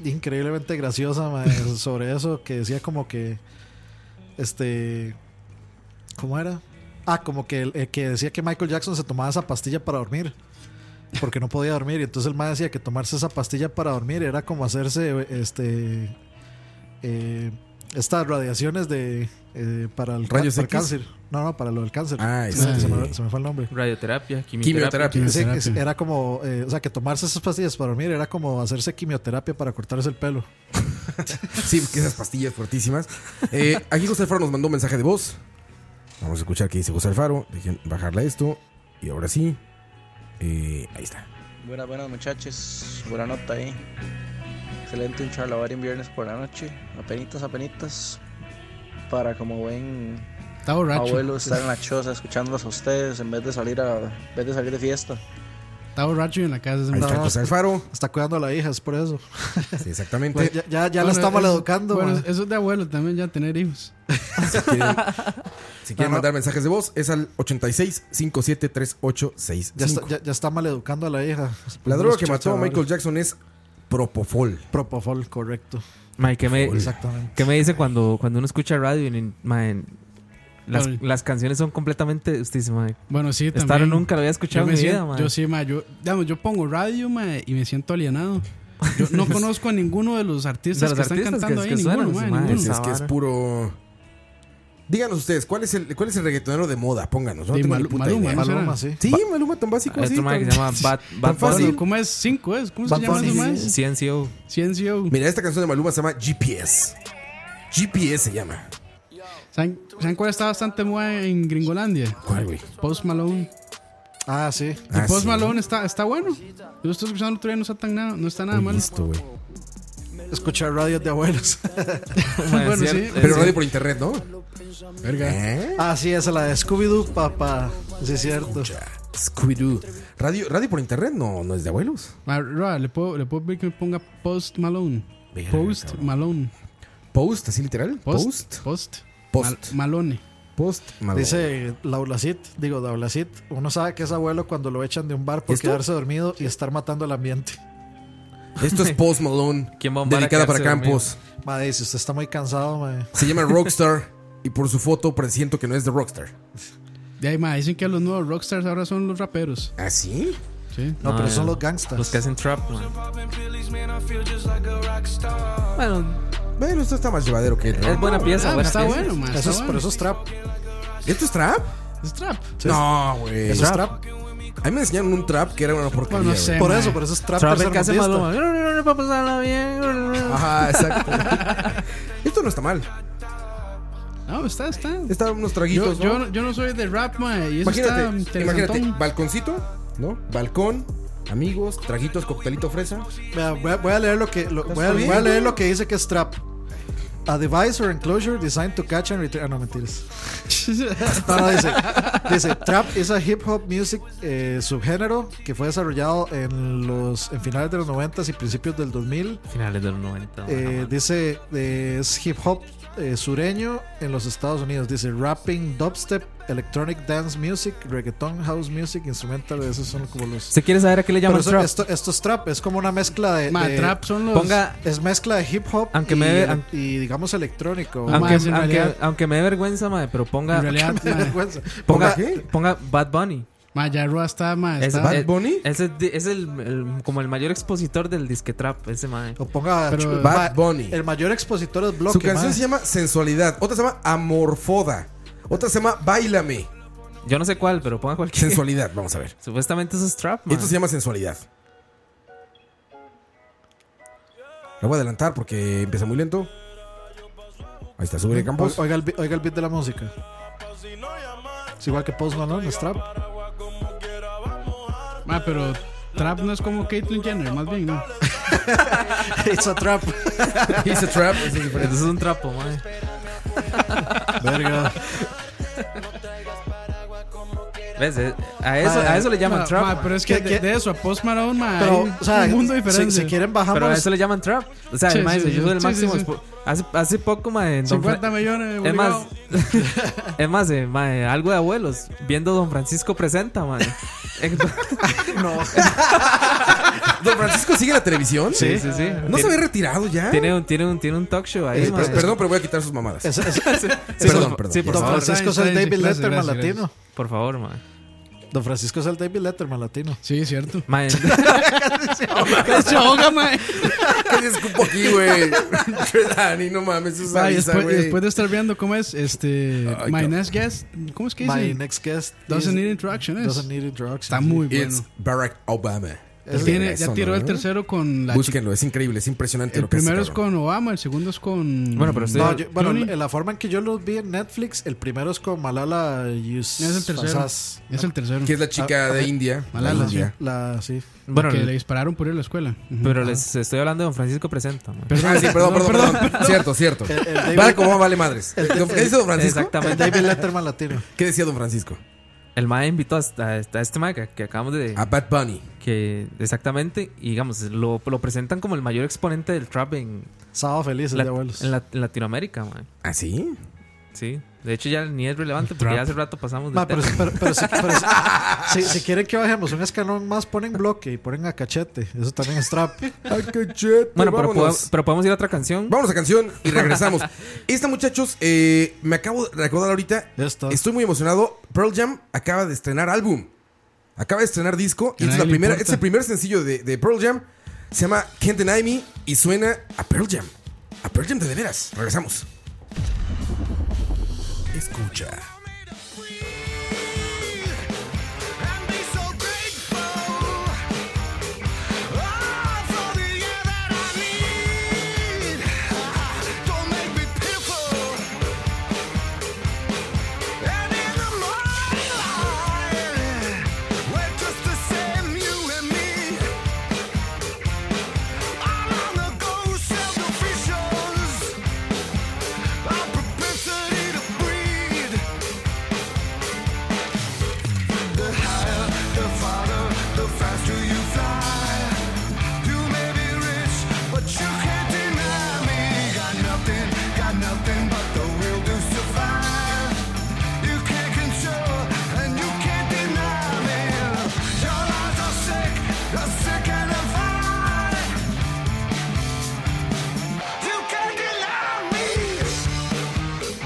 Speaker 5: increíblemente graciosa mae, sobre eso, que decía como que, este, ¿cómo era? Ah, como que, el- el que decía que Michael Jackson se tomaba esa pastilla para dormir, porque no podía dormir, y entonces el más decía que tomarse esa pastilla para dormir era como hacerse, este, eh, estas radiaciones de, eh, para el, ca-
Speaker 1: ¿Rayos
Speaker 5: para el
Speaker 1: X?
Speaker 5: cáncer. No, no, para lo del cáncer.
Speaker 1: Ah,
Speaker 5: Se me-
Speaker 1: este-
Speaker 5: se me- se me fue el nombre.
Speaker 8: Radioterapia, quimioterapia.
Speaker 1: Quimioterapia.
Speaker 5: Sí,
Speaker 7: Quimioterapia.
Speaker 5: es- era como, eh, o sea, que tomarse esas pastillas para dormir era como hacerse quimioterapia para cortarse el pelo.
Speaker 1: Sí, que esas pastillas fuertísimas. Eh, aquí José Alfaro nos mandó un mensaje de voz. Vamos a escuchar qué dice José Alfaro. Dejen bajarla esto. Y ahora sí. Eh, ahí está.
Speaker 12: Buenas, buenas muchachos, buena nota ahí. Excelente un charlabar en viernes por la noche, apenitas, apenitas, para como buen
Speaker 7: Está borracho.
Speaker 12: abuelo estar en la choza escuchándolos a ustedes en vez de salir a en vez de salir de fiesta.
Speaker 7: Está borracho y en la casa.
Speaker 1: Ahí está José Alfaro.
Speaker 5: Está cuidando a la hija, es por eso.
Speaker 1: Sí, exactamente.
Speaker 5: Pues ya- ya- ya la está maleducando,
Speaker 7: Bueno,
Speaker 5: man.
Speaker 7: eso es de abuelo también, ya tener hijos.
Speaker 1: Si quieren mandar mensajes de voz, es al 86 57 38 65.
Speaker 5: Ya está, ya, ya está maleducando a la hija.
Speaker 1: La droga que mató a
Speaker 5: Chaval.
Speaker 1: Michael Jackson es propofol.
Speaker 5: Propofol, correcto.
Speaker 8: Mae, ¿qué
Speaker 1: Eh,
Speaker 8: me,
Speaker 5: Exactamente.
Speaker 8: ¿qué me dice cuando, cuando uno escucha radio y ni- mae, las,
Speaker 7: Ay.
Speaker 8: las canciones son completamente. Usted dice, mae,
Speaker 7: Bueno, sí,
Speaker 8: esta
Speaker 7: también.
Speaker 8: hora nunca la había escuchado
Speaker 7: yo me
Speaker 8: en mi vida,
Speaker 7: siento-
Speaker 8: mae.
Speaker 7: Yo sí, ma. Yo, digamos, yo pongo radio, ma, y me siento alienado. Yo no conozco a ninguno de los artistas
Speaker 8: De los
Speaker 7: que están
Speaker 8: artistas
Speaker 7: cantando
Speaker 8: que-
Speaker 7: ahí.
Speaker 8: que
Speaker 7: ninguno,
Speaker 8: suenan,
Speaker 7: ma,
Speaker 8: sí, ma,
Speaker 7: ninguno.
Speaker 1: Pues es que es puro. Díganos ustedes, ¿cuál es el, cuál es el reggaetonero de moda? Pónganos. No
Speaker 7: De
Speaker 1: tengo ni
Speaker 7: Malu-
Speaker 1: puta
Speaker 7: Maluma,
Speaker 1: idea. Ah, este
Speaker 7: ¿no Maluma, será?
Speaker 1: Sí, Maluma tan básico
Speaker 8: Hay
Speaker 1: así.
Speaker 8: otro mae que
Speaker 1: tan-
Speaker 8: se llama Bad, Bad
Speaker 1: tan fácil.
Speaker 8: Bunny.
Speaker 7: ¿Cómo es? ¿Cinco es? ¿Cómo
Speaker 1: Bad
Speaker 7: se llama
Speaker 1: Bunny,
Speaker 7: eso,
Speaker 1: sí,
Speaker 7: ma?
Speaker 1: sí,
Speaker 8: Ciencio.
Speaker 7: Ciencio.
Speaker 1: Mira, esta canción de Maluma se llama GPS. GPS se llama.
Speaker 7: ¿Saben, saben cuál está bastante moda en Gringolandia?
Speaker 1: ¿Cuál, güey?
Speaker 7: Post Malone.
Speaker 5: Ah, sí.
Speaker 7: Y Post Malone está, está bueno. Yo lo estoy escuchando el otro día, no está, tan nada, no está nada mal.
Speaker 1: Listo, güey.
Speaker 5: Escuchar radio de abuelos.
Speaker 7: Bueno, sí.
Speaker 1: Pero radio por internet, ¿no?
Speaker 7: Verga.
Speaker 1: ¿Eh?
Speaker 5: Ah, sí, esa la de Scooby-Doo, papá. Sí, es cierto.
Speaker 1: Scooby-Doo. Radio, radio por internet no, no es de abuelos.
Speaker 7: Ma, Roa, ¿le puedo, le puedo pedir que me ponga Post Malone.
Speaker 1: Verga,
Speaker 7: post
Speaker 1: cabrón.
Speaker 7: Malone.
Speaker 1: Post, así literal. Post.
Speaker 7: Post. Post.
Speaker 1: Post.
Speaker 7: Mal- Malone.
Speaker 1: Post Malone.
Speaker 5: Dice Laulacit, digo Daulacit, uno sabe que es abuelo cuando lo echan de un bar por
Speaker 1: ¿Esto?
Speaker 5: quedarse dormido y estar matando el ambiente.
Speaker 1: Esto es Post Malone.
Speaker 8: ¿Quién va a un bar a
Speaker 1: dedicada para
Speaker 8: quedarse dormido?
Speaker 1: Campos.
Speaker 5: Madre, si usted está muy cansado, madre.
Speaker 1: Se llama Rockstar y por su foto presiento que no es de Rockstar.
Speaker 7: De ahí, ma, dicen que los nuevos rockstars ahora son los raperos.
Speaker 1: ¿Ah, sí?
Speaker 7: Sí.
Speaker 5: No, pero son
Speaker 8: eh,
Speaker 5: los gangsters.
Speaker 8: Los que hacen trap, mae. Bueno,
Speaker 1: Bueno, esto está más llevadero que el rock.
Speaker 8: es buena pieza,
Speaker 7: Ah,
Speaker 8: buena
Speaker 7: está
Speaker 8: pieza.
Speaker 7: bueno, ma.
Speaker 5: Eso
Speaker 7: Está
Speaker 5: es,
Speaker 7: bueno.
Speaker 5: Pero eso es trap.
Speaker 1: ¿Esto es trap?
Speaker 7: Es trap.
Speaker 1: No, güey.
Speaker 5: Eso es trap.
Speaker 1: A mí me enseñaron un trap que era una porquería.
Speaker 7: Bueno, no
Speaker 1: güey.
Speaker 7: sé.
Speaker 5: Por
Speaker 7: ma.
Speaker 5: eso, por eso es trap.
Speaker 8: Trap el que hace
Speaker 5: tercermundista.
Speaker 8: Maluma. Para pasarla bien.
Speaker 1: Ajá, exacto. Esto no está mal.
Speaker 7: No, está, está.
Speaker 1: Están unos
Speaker 7: Yo,
Speaker 1: traguitos.
Speaker 7: yo,
Speaker 1: ¿no?
Speaker 7: no- yo no soy de rap, ma, y eso está
Speaker 1: imagínate,
Speaker 7: interesantón.
Speaker 1: imagínate, balconcito, ¿no? Balcón, amigos, traguitos, coctelito fresa.
Speaker 5: Vea, voy, a, voy a leer lo que lo- voy, a,
Speaker 1: bien,
Speaker 5: voy a leer
Speaker 1: ¿no?
Speaker 5: lo que dice que es trap. A device or enclosure designed to catch and return. Ah, no, mentiras. No, no, dice, dice, trap es a hip hop music eh, subgénero que fue desarrollado en los en finales de los 90 y principios del 2000.
Speaker 8: Ah, Finales de los 90.
Speaker 5: Eh,
Speaker 8: mae.
Speaker 5: dice, eh, es hip hop eh, sureño en los Estados Unidos. Dice, rapping, dubstep, electronic dance music, reggaeton, house music, instrumental. Esos son como los...
Speaker 8: ¿Usted quiere saber a qué le
Speaker 5: Pero
Speaker 8: llaman
Speaker 5: eso-
Speaker 8: trap?
Speaker 5: esto, esto es trap, es como una mezcla de...
Speaker 7: Ma,
Speaker 5: de-
Speaker 7: trap son los.
Speaker 8: Ponga,
Speaker 5: es mezcla de hip hop
Speaker 8: Aunque
Speaker 5: y,
Speaker 8: me-
Speaker 5: ele- y, digamos electrónico.
Speaker 7: Ah,
Speaker 8: aunque,
Speaker 7: más, en
Speaker 8: aunque-
Speaker 7: realidad.
Speaker 8: aunque me dé vergüenza, mae, pero ponga,
Speaker 7: En realidad,
Speaker 5: Qué
Speaker 7: ma,
Speaker 5: vergüenza.
Speaker 8: ponga,
Speaker 1: ¿Ponga qué?
Speaker 8: ponga Bad Bunny.
Speaker 7: ma, ya Roa está, ma.
Speaker 8: Ese-
Speaker 7: Está,
Speaker 1: Bad
Speaker 8: eh,
Speaker 1: Bunny?
Speaker 8: Ese es di- es el, el- como el mayor expositor del disque trap, ese mae.
Speaker 5: O ponga
Speaker 7: Pero-
Speaker 5: ma-
Speaker 1: Bad Bunny.
Speaker 5: El mayor expositor es Bloque.
Speaker 1: Su canción
Speaker 5: ma.
Speaker 1: se llama Sensualidad, otra se llama Amorfoda, otra se llama Bailame.
Speaker 8: Yo no sé cuál, pero ponga cualquier.
Speaker 1: Sensualidad, vamos a ver.
Speaker 8: Supuestamente eso es trap, mae.
Speaker 1: Esto se llama sensualidad. Lo voy a adelantar porque empieza muy lento. Ahí está, sube Campos.
Speaker 5: O- Oiga el, bi- oiga el beat de la música. Es igual que Post Malone, es trap.
Speaker 7: ma, pero trap no es como Caitlyn Jenner, más bien, ¿no?
Speaker 5: It's a trap.
Speaker 1: He's a trap. Ese es
Speaker 8: Pero
Speaker 1: diferente.
Speaker 8: eso es un trapo, mae.
Speaker 5: Verga.
Speaker 8: ¿Ves? Eh, A eso,
Speaker 5: Mae,
Speaker 8: a eso le llaman
Speaker 7: Ma,
Speaker 8: trap.
Speaker 7: ma,
Speaker 8: mae.
Speaker 7: pero es que
Speaker 5: ¿Qué-
Speaker 7: de,
Speaker 5: qué?
Speaker 7: de eso a Post Malone, ma,
Speaker 5: Pero,
Speaker 7: hay
Speaker 5: o sea,
Speaker 7: un mundo
Speaker 5: si-
Speaker 7: diferente.
Speaker 5: Si, quieren bajamos.
Speaker 8: Pero a eso le llaman trap. O sea,
Speaker 7: Sí,
Speaker 8: el mae
Speaker 7: sí,
Speaker 8: se
Speaker 7: sí,
Speaker 8: hizo del
Speaker 7: sí,
Speaker 8: máximo.
Speaker 7: sí, sí.
Speaker 8: expo- Hace, hace poco, mae. en Don Fra-
Speaker 7: 50 millones de
Speaker 8: Es más, es más, eh, mae, algo de abuelos. Viendo Don Francisco presenta, mae. En-
Speaker 5: No.
Speaker 1: Don Francisco sigue la televisión.
Speaker 8: sí, sí, sí.
Speaker 1: ¿No se
Speaker 8: Tiene-
Speaker 1: había retirado ya?
Speaker 8: Tiene un, tiene un, tiene un talk show ahí,
Speaker 1: Eh,
Speaker 8: mae.
Speaker 1: per- perdón, pero voy a quitar sus mamadas.
Speaker 5: Es- es-
Speaker 8: Sí,
Speaker 1: perdón,
Speaker 8: por-
Speaker 1: perdón.
Speaker 8: Sí, por
Speaker 5: Don
Speaker 8: favor,
Speaker 5: Francisco es
Speaker 7: está
Speaker 5: el
Speaker 7: bien, sí,
Speaker 5: David
Speaker 7: gracias,
Speaker 5: Letterman
Speaker 7: gracias,
Speaker 5: latino.
Speaker 8: por favor, mae.
Speaker 5: Don Francisco es el David Letterman latino.
Speaker 7: Sí, cierto.
Speaker 8: Mae,
Speaker 7: Se ahoga, ma.
Speaker 1: ¿Qué te escupo aquí, güey? Dani, no mames, eso es
Speaker 7: Ma, y
Speaker 1: avisa,
Speaker 7: después, y
Speaker 1: güey.
Speaker 7: después de estar viendo cómo es, este.
Speaker 1: Ay,
Speaker 7: my
Speaker 1: cabrón.
Speaker 7: next guest. ¿Cómo es que
Speaker 5: My
Speaker 7: dice?
Speaker 5: next guest
Speaker 7: Doesn't
Speaker 5: is-
Speaker 7: need introduction, es.
Speaker 5: Doesn't need introduction.
Speaker 7: Está muy bueno. Ah,
Speaker 1: It's Barack Obama.
Speaker 7: Ya tiene- ya tiró el tercero con la
Speaker 1: Búsquenlo, es increíble, es impresionante
Speaker 7: El
Speaker 1: lo que
Speaker 7: primero es
Speaker 1: es.
Speaker 7: con Obama, el segundo es con.
Speaker 5: No, yo- bueno, este-
Speaker 7: Clooney.
Speaker 5: en la forma en que yo los vi en Netflix, el primero es con Malala Yousafzai.
Speaker 7: Es el tercero. Es el tercero.
Speaker 1: Que es la chica
Speaker 7: Ah,
Speaker 1: de India.
Speaker 5: Malala,
Speaker 7: La
Speaker 5: sí.
Speaker 7: India.
Speaker 5: La, sí.
Speaker 7: Bueno,
Speaker 8: Bueno,
Speaker 7: que
Speaker 8: el-
Speaker 7: le dispararon por ir a la escuela. Ujú.
Speaker 8: Pero les estoy hablando de don Francisco Presenta. man.
Speaker 7: Perdón. Eh,
Speaker 1: Ah, sí, perdón, perdón, perdón. Cierto, cierto.
Speaker 5: El- el David-
Speaker 1: Barack Obama vale madres.
Speaker 5: El-
Speaker 1: ¿Qué dice don Francisco?
Speaker 8: Exactamente.
Speaker 5: El David Letterman latino.
Speaker 1: ¿Qué decía don Francisco?
Speaker 8: El MAE invitó hasta- a, a este MAE que, que acabamos de.
Speaker 1: A Bad Bunny.
Speaker 8: Que, exactamente. Y digamos, lo, lo presentan como el mayor exponente del trap en.
Speaker 5: Sábado feliz, el
Speaker 8: la-
Speaker 5: de abuelos.
Speaker 8: En, la- en Latinoamérica, mae.
Speaker 1: ¿Ah, sí?
Speaker 8: Sí. De hecho, ya ni es relevante porque
Speaker 5: trap.
Speaker 8: ya hace rato pasamos de.
Speaker 5: Ma, pero,
Speaker 8: tema.
Speaker 5: pero- pero si, pero si- si- si quieren que bajemos un escalón más, ponen bloque y ponen a cachete. Eso también es trap.
Speaker 1: A cachete.
Speaker 8: Bueno, pero, podemos- pero podemos ir a otra canción.
Speaker 1: Vamos a canción y regresamos. Esta, muchachos, eh, me acabo de recordar ahorita. Estoy muy emocionado. Pearl Jam acaba de estrenar álbum. Acaba de estrenar disco. Y esta
Speaker 7: A
Speaker 1: es, la
Speaker 7: nadie le
Speaker 1: primera,
Speaker 7: importa.
Speaker 1: este es el primer sencillo de, de Pearl Jam. Se llama Can't Deny Me y suena a Pearl Jam. A Pearl Jam de, de veras. Regresamos. Escucha.
Speaker 13: Sick and I'm fine. You can't deny me.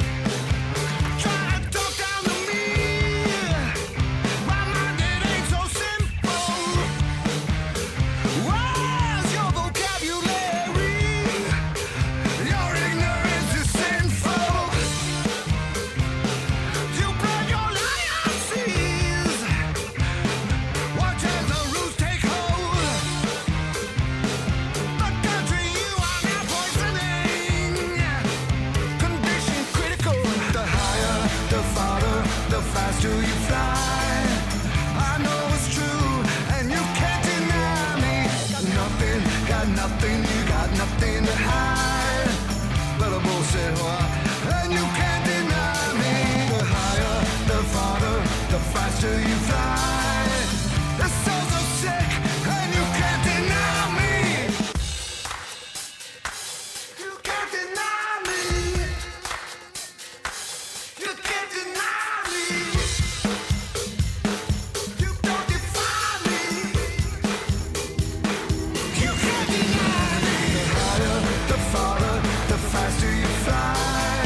Speaker 13: Condition critical. The higher, the farther, the faster you fly. I know it's true, and you can't deny me. Got nothing, got nothing, you got nothing to hide. But a bullshit whore, and you can't deny me. The higher, the farther, the faster you fly. This soul's so sick, and you can't deny me. You can't deny me. You can't deny me. You don't define me. You can't deny me. The higher, the farther, the faster you fly.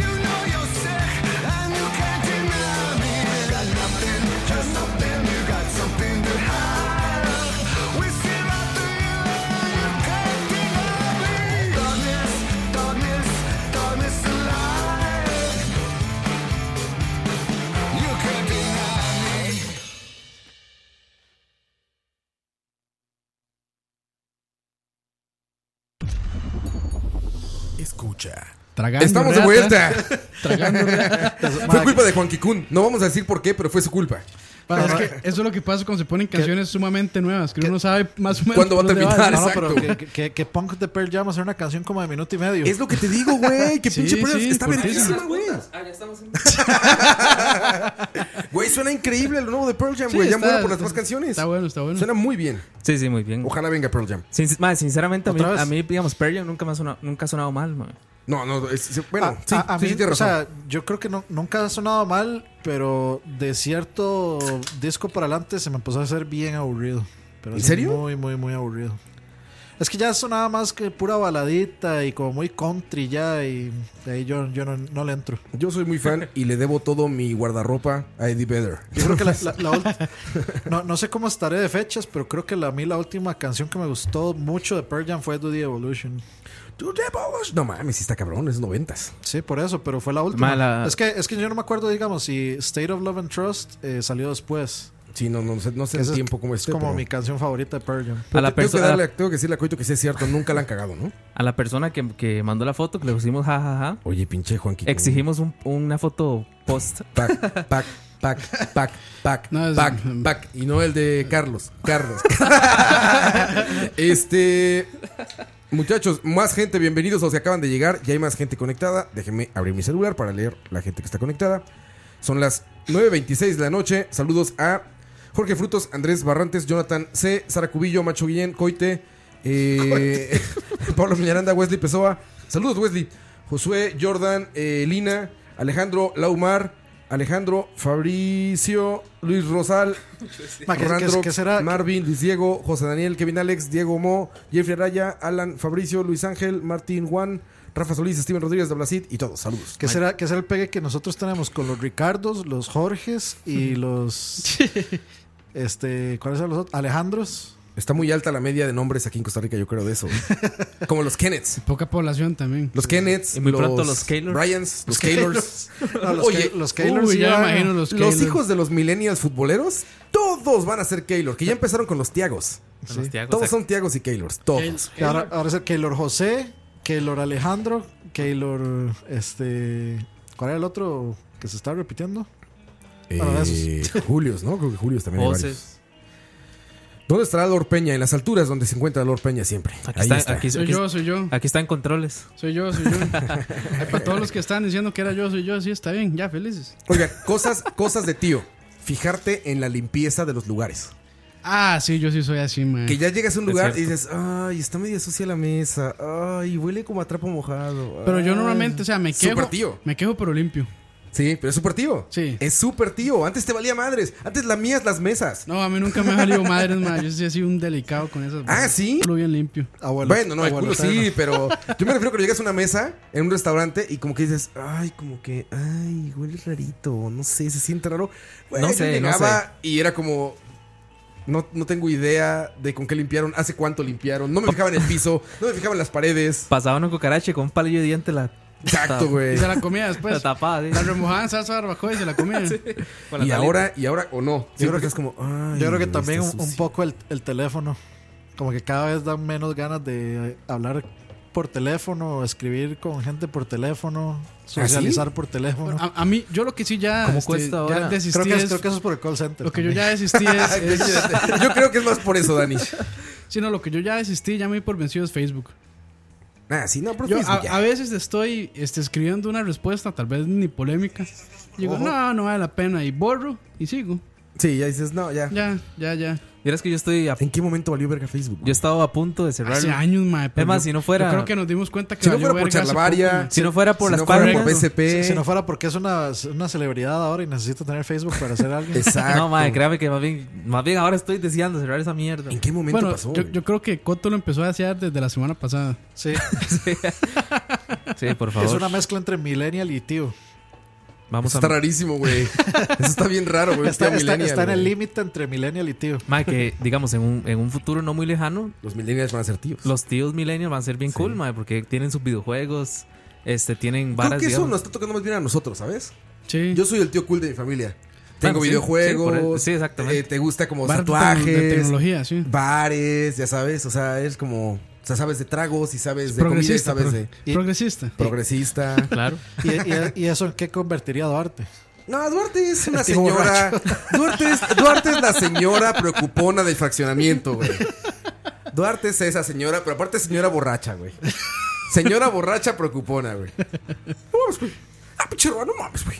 Speaker 13: You know you're sick and you can't deny me. Got nothing, just something. You got something to hide. We see right through you and you can't deny me. Darkness, darkness, darkness alive. You can't deny me.
Speaker 1: Escucha.
Speaker 7: Tragando
Speaker 1: Estamos
Speaker 7: reata.
Speaker 1: de vuelta.
Speaker 7: Tragando reata.
Speaker 1: fue culpa de Juan Kikun. No vamos a decir por qué, pero fue su culpa.
Speaker 7: Para, es que eso es lo que pasa cuando se ponen canciones sumamente nuevas, que uno no sabe más o menos
Speaker 1: ¿Cuándo va a
Speaker 7: por dónde
Speaker 1: terminar?
Speaker 5: No, no,
Speaker 1: Exacto.
Speaker 5: pero que, que, que punk de Pearl Jam hacer una canción como de minuto y medio.
Speaker 1: Es lo que te digo, güey. Que
Speaker 5: Sí,
Speaker 1: pinche pruebas.
Speaker 5: sí,
Speaker 1: Está
Speaker 5: cortísimo.
Speaker 1: verguísima, güey.
Speaker 8: Ah, ya estamos en-
Speaker 1: Güey, suena increíble lo nuevo de Pearl Jam,
Speaker 7: Sí,
Speaker 1: güey. Pues ya
Speaker 7: está-
Speaker 1: muero por las
Speaker 7: está-
Speaker 1: demás canciones.
Speaker 7: Está bueno, está bueno.
Speaker 1: Suena muy bien.
Speaker 8: Sí, sí, muy bien.
Speaker 1: Ojalá venga Pearl Jam.
Speaker 8: Sin- mae, sinceramente, a mí,
Speaker 1: ¿Otra vez?
Speaker 8: a mí, digamos, Pearl Jam nunca, me ha sonado, nunca ha sonado mal, mae.
Speaker 1: No, no, es- es- bueno,
Speaker 5: Ah, A-
Speaker 1: sí,
Speaker 5: a, a
Speaker 1: sí,
Speaker 5: mí,
Speaker 1: sí, tienes
Speaker 5: o
Speaker 1: razón.
Speaker 5: sea, yo creo que no- nunca ha sonado mal, pero de cierto disco para adelante se me empezó a hacer bien aburrido. Pero
Speaker 1: ¿En
Speaker 5: así
Speaker 1: serio?
Speaker 5: Muy, muy, muy aburrido. Es que ya sonaba más que pura baladita y como muy country ya y de ahí yo, yo no, no le entro.
Speaker 1: Yo soy muy fan y le debo todo mi guardarropa a Eddie Vedder.
Speaker 5: Yo creo que la, la- la ult- no, no sé cómo estaré de fechas, pero creo que la, a mí la última canción que me gustó mucho de Pearl Jam fue Do The Evolution.
Speaker 1: No mames, sí está cabrón, es noventas.
Speaker 5: Sí, por eso, pero fue la última.
Speaker 8: Mala-
Speaker 5: Es, que, es que yo no me acuerdo, digamos, si State of Love and Trust eh, salió después.
Speaker 1: Sí, no, no, sé- no sé
Speaker 5: Esa
Speaker 1: el
Speaker 5: es-
Speaker 1: tiempo como
Speaker 5: es
Speaker 1: esté.
Speaker 5: como
Speaker 1: pero-
Speaker 5: mi canción favorita de Pearl Jam.
Speaker 1: Pero
Speaker 8: la
Speaker 1: te- tengo, que
Speaker 8: perso- a la-
Speaker 1: darle- tengo que decirle a Coito que sí es cierto, nunca la han cagado, ¿no?
Speaker 8: A la persona que, que mandó la foto, que le pusimos jajaja.
Speaker 1: Oye, pinche Juanquito.
Speaker 8: Exigimos un- una foto post.
Speaker 1: Pac, pac, pac, pac, pac, pac,
Speaker 7: mm,
Speaker 1: pac. Y no el de Carlos. Carlos. este. Muchachos, más gente, bienvenidos o se acaban de llegar. Ya hay más gente conectada. Déjenme abrir mi celular para leer la gente que está conectada. Son las 9.26 de la noche. Saludos a Jorge Frutos, Andrés Barrantes, Jonathan C., Sara Cubillo, Macho Guillén, Coite, eh, Pablo Miñaranda, Wesley Pessoa. Saludos, Wesley. Josué, Jordan, eh, Lina, Alejandro Laumar, Alejandro Fabricio, Luis Rosal, Ah,
Speaker 5: Ma, ¿qué- qué-
Speaker 1: Randrox,
Speaker 5: qué será?
Speaker 1: Marvin, Luis Diego, José Daniel, Kevin Alex, Diego Mo, Jeffrey Araya, Alan Fabricio, Luis Ángel, Martín Juan, Rafa Solís, Steven Rodríguez de Blasit y todos. Saludos.
Speaker 5: ¿Qué será, ¿Qué será el pegue que nosotros tenemos con los Ricardos, los Jorges y los. este, ¿Cuáles son los otros? Alejandros.
Speaker 1: Está muy alta la media de nombres aquí en Costa Rica, yo creo de eso. ¿eh? Como los Kennets.
Speaker 7: Poca población también.
Speaker 1: Los Kennets.
Speaker 7: Y muy pronto los Keylors.
Speaker 1: Bryans, los
Speaker 7: Los
Speaker 1: Keylors.
Speaker 7: Keylors. No, los Ke- los Keylors Uy, ya ya- me imagino los Keylors.
Speaker 1: hijos de los millennials futboleros, todos van a ser Keylor, que ya empezaron con los Tiagos.
Speaker 5: Con los Tiagos,
Speaker 1: todos
Speaker 5: exacto.
Speaker 1: son Tiagos y Keylors, todos.
Speaker 5: Y Ahora, ahora es el Keylor José, Keylor Alejandro, Keylor. Este, ¿Cuál era el otro que se está repitiendo? Bueno,
Speaker 1: Eh,
Speaker 5: esos.
Speaker 1: Julios, ¿no? Creo que Julios también hay
Speaker 8: Voces.
Speaker 1: varios. ¿Dónde estará Lord Peña? En las alturas donde se encuentra Lord Peña siempre.
Speaker 8: Aquí
Speaker 1: Ahí
Speaker 8: está,
Speaker 1: está.
Speaker 8: aquí-
Speaker 7: Soy
Speaker 8: aquí-
Speaker 7: yo, soy yo.
Speaker 8: Aquí está en controles.
Speaker 7: Soy yo, soy yo. Ay, para todos los que están diciendo que era yo, soy yo, sí, está bien, ya, felices.
Speaker 1: Oigan, cosas, cosas de tío. Fijarte en la limpieza de los lugares.
Speaker 7: Ah, sí, yo sí soy así, man.
Speaker 1: Que ya llegas a un lugar y dices, ay, está medio sucia la mesa. Ay, huele como a trapo mojado.
Speaker 7: Pero yo
Speaker 1: Ay".
Speaker 7: normalmente, o sea, me quejo.
Speaker 1: Súper tío.
Speaker 7: Me quejo, pero limpio.
Speaker 1: Sí, pero es súper tío.
Speaker 7: Sí.
Speaker 1: Es súper tío. Antes te valía madres. Antes lamías las mesas.
Speaker 7: No, a mí nunca me ha salido madres, man. Yo sí he sido un delicado con esas.
Speaker 1: Ah, ¿sí?
Speaker 7: Lo bien limpio.
Speaker 1: bueno, no, el culo sí, pero yo me refiero que llegas a una mesa en un restaurante y como que dices, ay, como que, ah. ay, huele rarito, no sé, se siente raro. Güey,
Speaker 8: No
Speaker 1: yo
Speaker 8: sé, no
Speaker 1: llegaba y era como, no, no tengo idea de con qué limpiaron, hace cuánto limpiaron, no me fijaba en el piso, no me fijaba en las paredes.
Speaker 8: Pasaban un cucarache con un palillo de diente la.
Speaker 1: Exacto, güey.
Speaker 7: Y se la comía después.
Speaker 8: La tapaba, sí.
Speaker 7: La remojaba en salsa barbacoa y se la comía.
Speaker 5: Con la
Speaker 1: Y
Speaker 5: talita.
Speaker 1: ahora, y ahora, o no.
Speaker 5: Yo
Speaker 1: Siempre
Speaker 5: creo que,
Speaker 1: estás como, ay,
Speaker 5: yo creo que
Speaker 1: está
Speaker 5: también un,
Speaker 1: sucio.
Speaker 5: un poco el, el teléfono. Como que cada vez dan menos ganas de eh, hablar por teléfono, escribir con gente por teléfono,
Speaker 1: ¿Ah,
Speaker 5: socializar por teléfono.
Speaker 7: A, a mí, yo lo que sí ya.
Speaker 5: ¿Cómo
Speaker 7: este,
Speaker 5: cuesta ahora?
Speaker 7: Ah, ya desistí
Speaker 5: Creo que es-
Speaker 7: es-
Speaker 5: creo que eso es por el call center
Speaker 7: Lo que yo
Speaker 5: también.
Speaker 7: ya desistí es. es-
Speaker 1: Ah, Yo creo que es más por eso, Dani.
Speaker 7: Sí, no, lo que yo ya desistí, ya me di por vencido es Facebook.
Speaker 1: Ah, sí, no, pero
Speaker 7: Yo
Speaker 1: Facebook ya.
Speaker 7: a, a veces estoy este, escribiendo una respuesta, tal vez ni polémica. Y digo,
Speaker 1: Ojo.
Speaker 7: no, no vale la pena. Y borro y sigo.
Speaker 1: Sí, ya dices, no, ya.
Speaker 7: Ya, ya, ya.
Speaker 8: Vieras que yo estoy.
Speaker 1: ¿En qué momento valió verga Facebook?
Speaker 8: Yo estaba a punto de cerrar.
Speaker 7: Hace años, mae. pero
Speaker 8: Es más,
Speaker 7: yo-
Speaker 8: si no fuera.
Speaker 7: yo creo que nos dimos cuenta que
Speaker 8: Si no
Speaker 7: valió
Speaker 8: fuera por
Speaker 7: verga hace
Speaker 8: Charlavaria,
Speaker 7: poco, mae.
Speaker 8: si no fuera por
Speaker 7: Si
Speaker 8: las
Speaker 7: no fuera
Speaker 8: páginas,
Speaker 7: por
Speaker 8: ¿no?
Speaker 5: Si, si no fuera porque es una, una celebridad ahora y necesita tener Facebook para ser alguien.
Speaker 8: No, madre, créame que más bien, más bien ahora estoy deseando cerrar esa mierda. ¿En
Speaker 1: qué
Speaker 7: Bueno, yo, yo creo que Coto lo empezó a hacer desde la semana pasada.
Speaker 5: Sí.
Speaker 8: Sí, por
Speaker 5: Es
Speaker 8: favor.
Speaker 5: una mezcla entre millennial y tío.
Speaker 8: Vamos
Speaker 1: Eso está rarísimo, güey. Eso está bien raro, güey.
Speaker 5: Está,
Speaker 1: Tío
Speaker 5: está-
Speaker 1: millennial,
Speaker 5: está en el
Speaker 1: güey.
Speaker 5: límite entre millennial y tío.
Speaker 8: Mae, que digamos, en un, en un futuro no muy lejano.
Speaker 1: Los millennials van a ser tíos.
Speaker 8: Los tíos millennials van a ser bien cool, mae, porque tienen sus videojuegos, este, tienen
Speaker 1: Creo
Speaker 8: varas
Speaker 1: que eso
Speaker 8: digamos.
Speaker 1: nos está tocando más bien a nosotros, ¿sabes?
Speaker 7: Sí.
Speaker 1: Yo soy el tío cool de mi familia. Tengo
Speaker 8: Bueno, sí, sí, por-
Speaker 1: videojuegos.
Speaker 8: sí, exactamente.
Speaker 1: eh, te gusta como
Speaker 8: Bar de
Speaker 1: tatuajes.
Speaker 8: tecno- de tecnología,
Speaker 1: Bares, ya sabes. O sea, es como. O sea, sabes de tragos y sabes de comida y sabes de.
Speaker 7: pro- progresista.
Speaker 1: Progresista.
Speaker 8: Claro.
Speaker 5: ¿Y, y- y eso en qué convertiría a Duarte?
Speaker 1: No, Duarte es una
Speaker 5: El tío
Speaker 1: señora.
Speaker 5: borracho.
Speaker 1: Duarte es, Duarte es la señora preocupona del fraccionamiento, güey. Duarte es esa señora, pero aparte es señora borracha, güey. Señora borracha preocupona, güey. No mames, güey. Ah, pinche Roa, no mames, güey.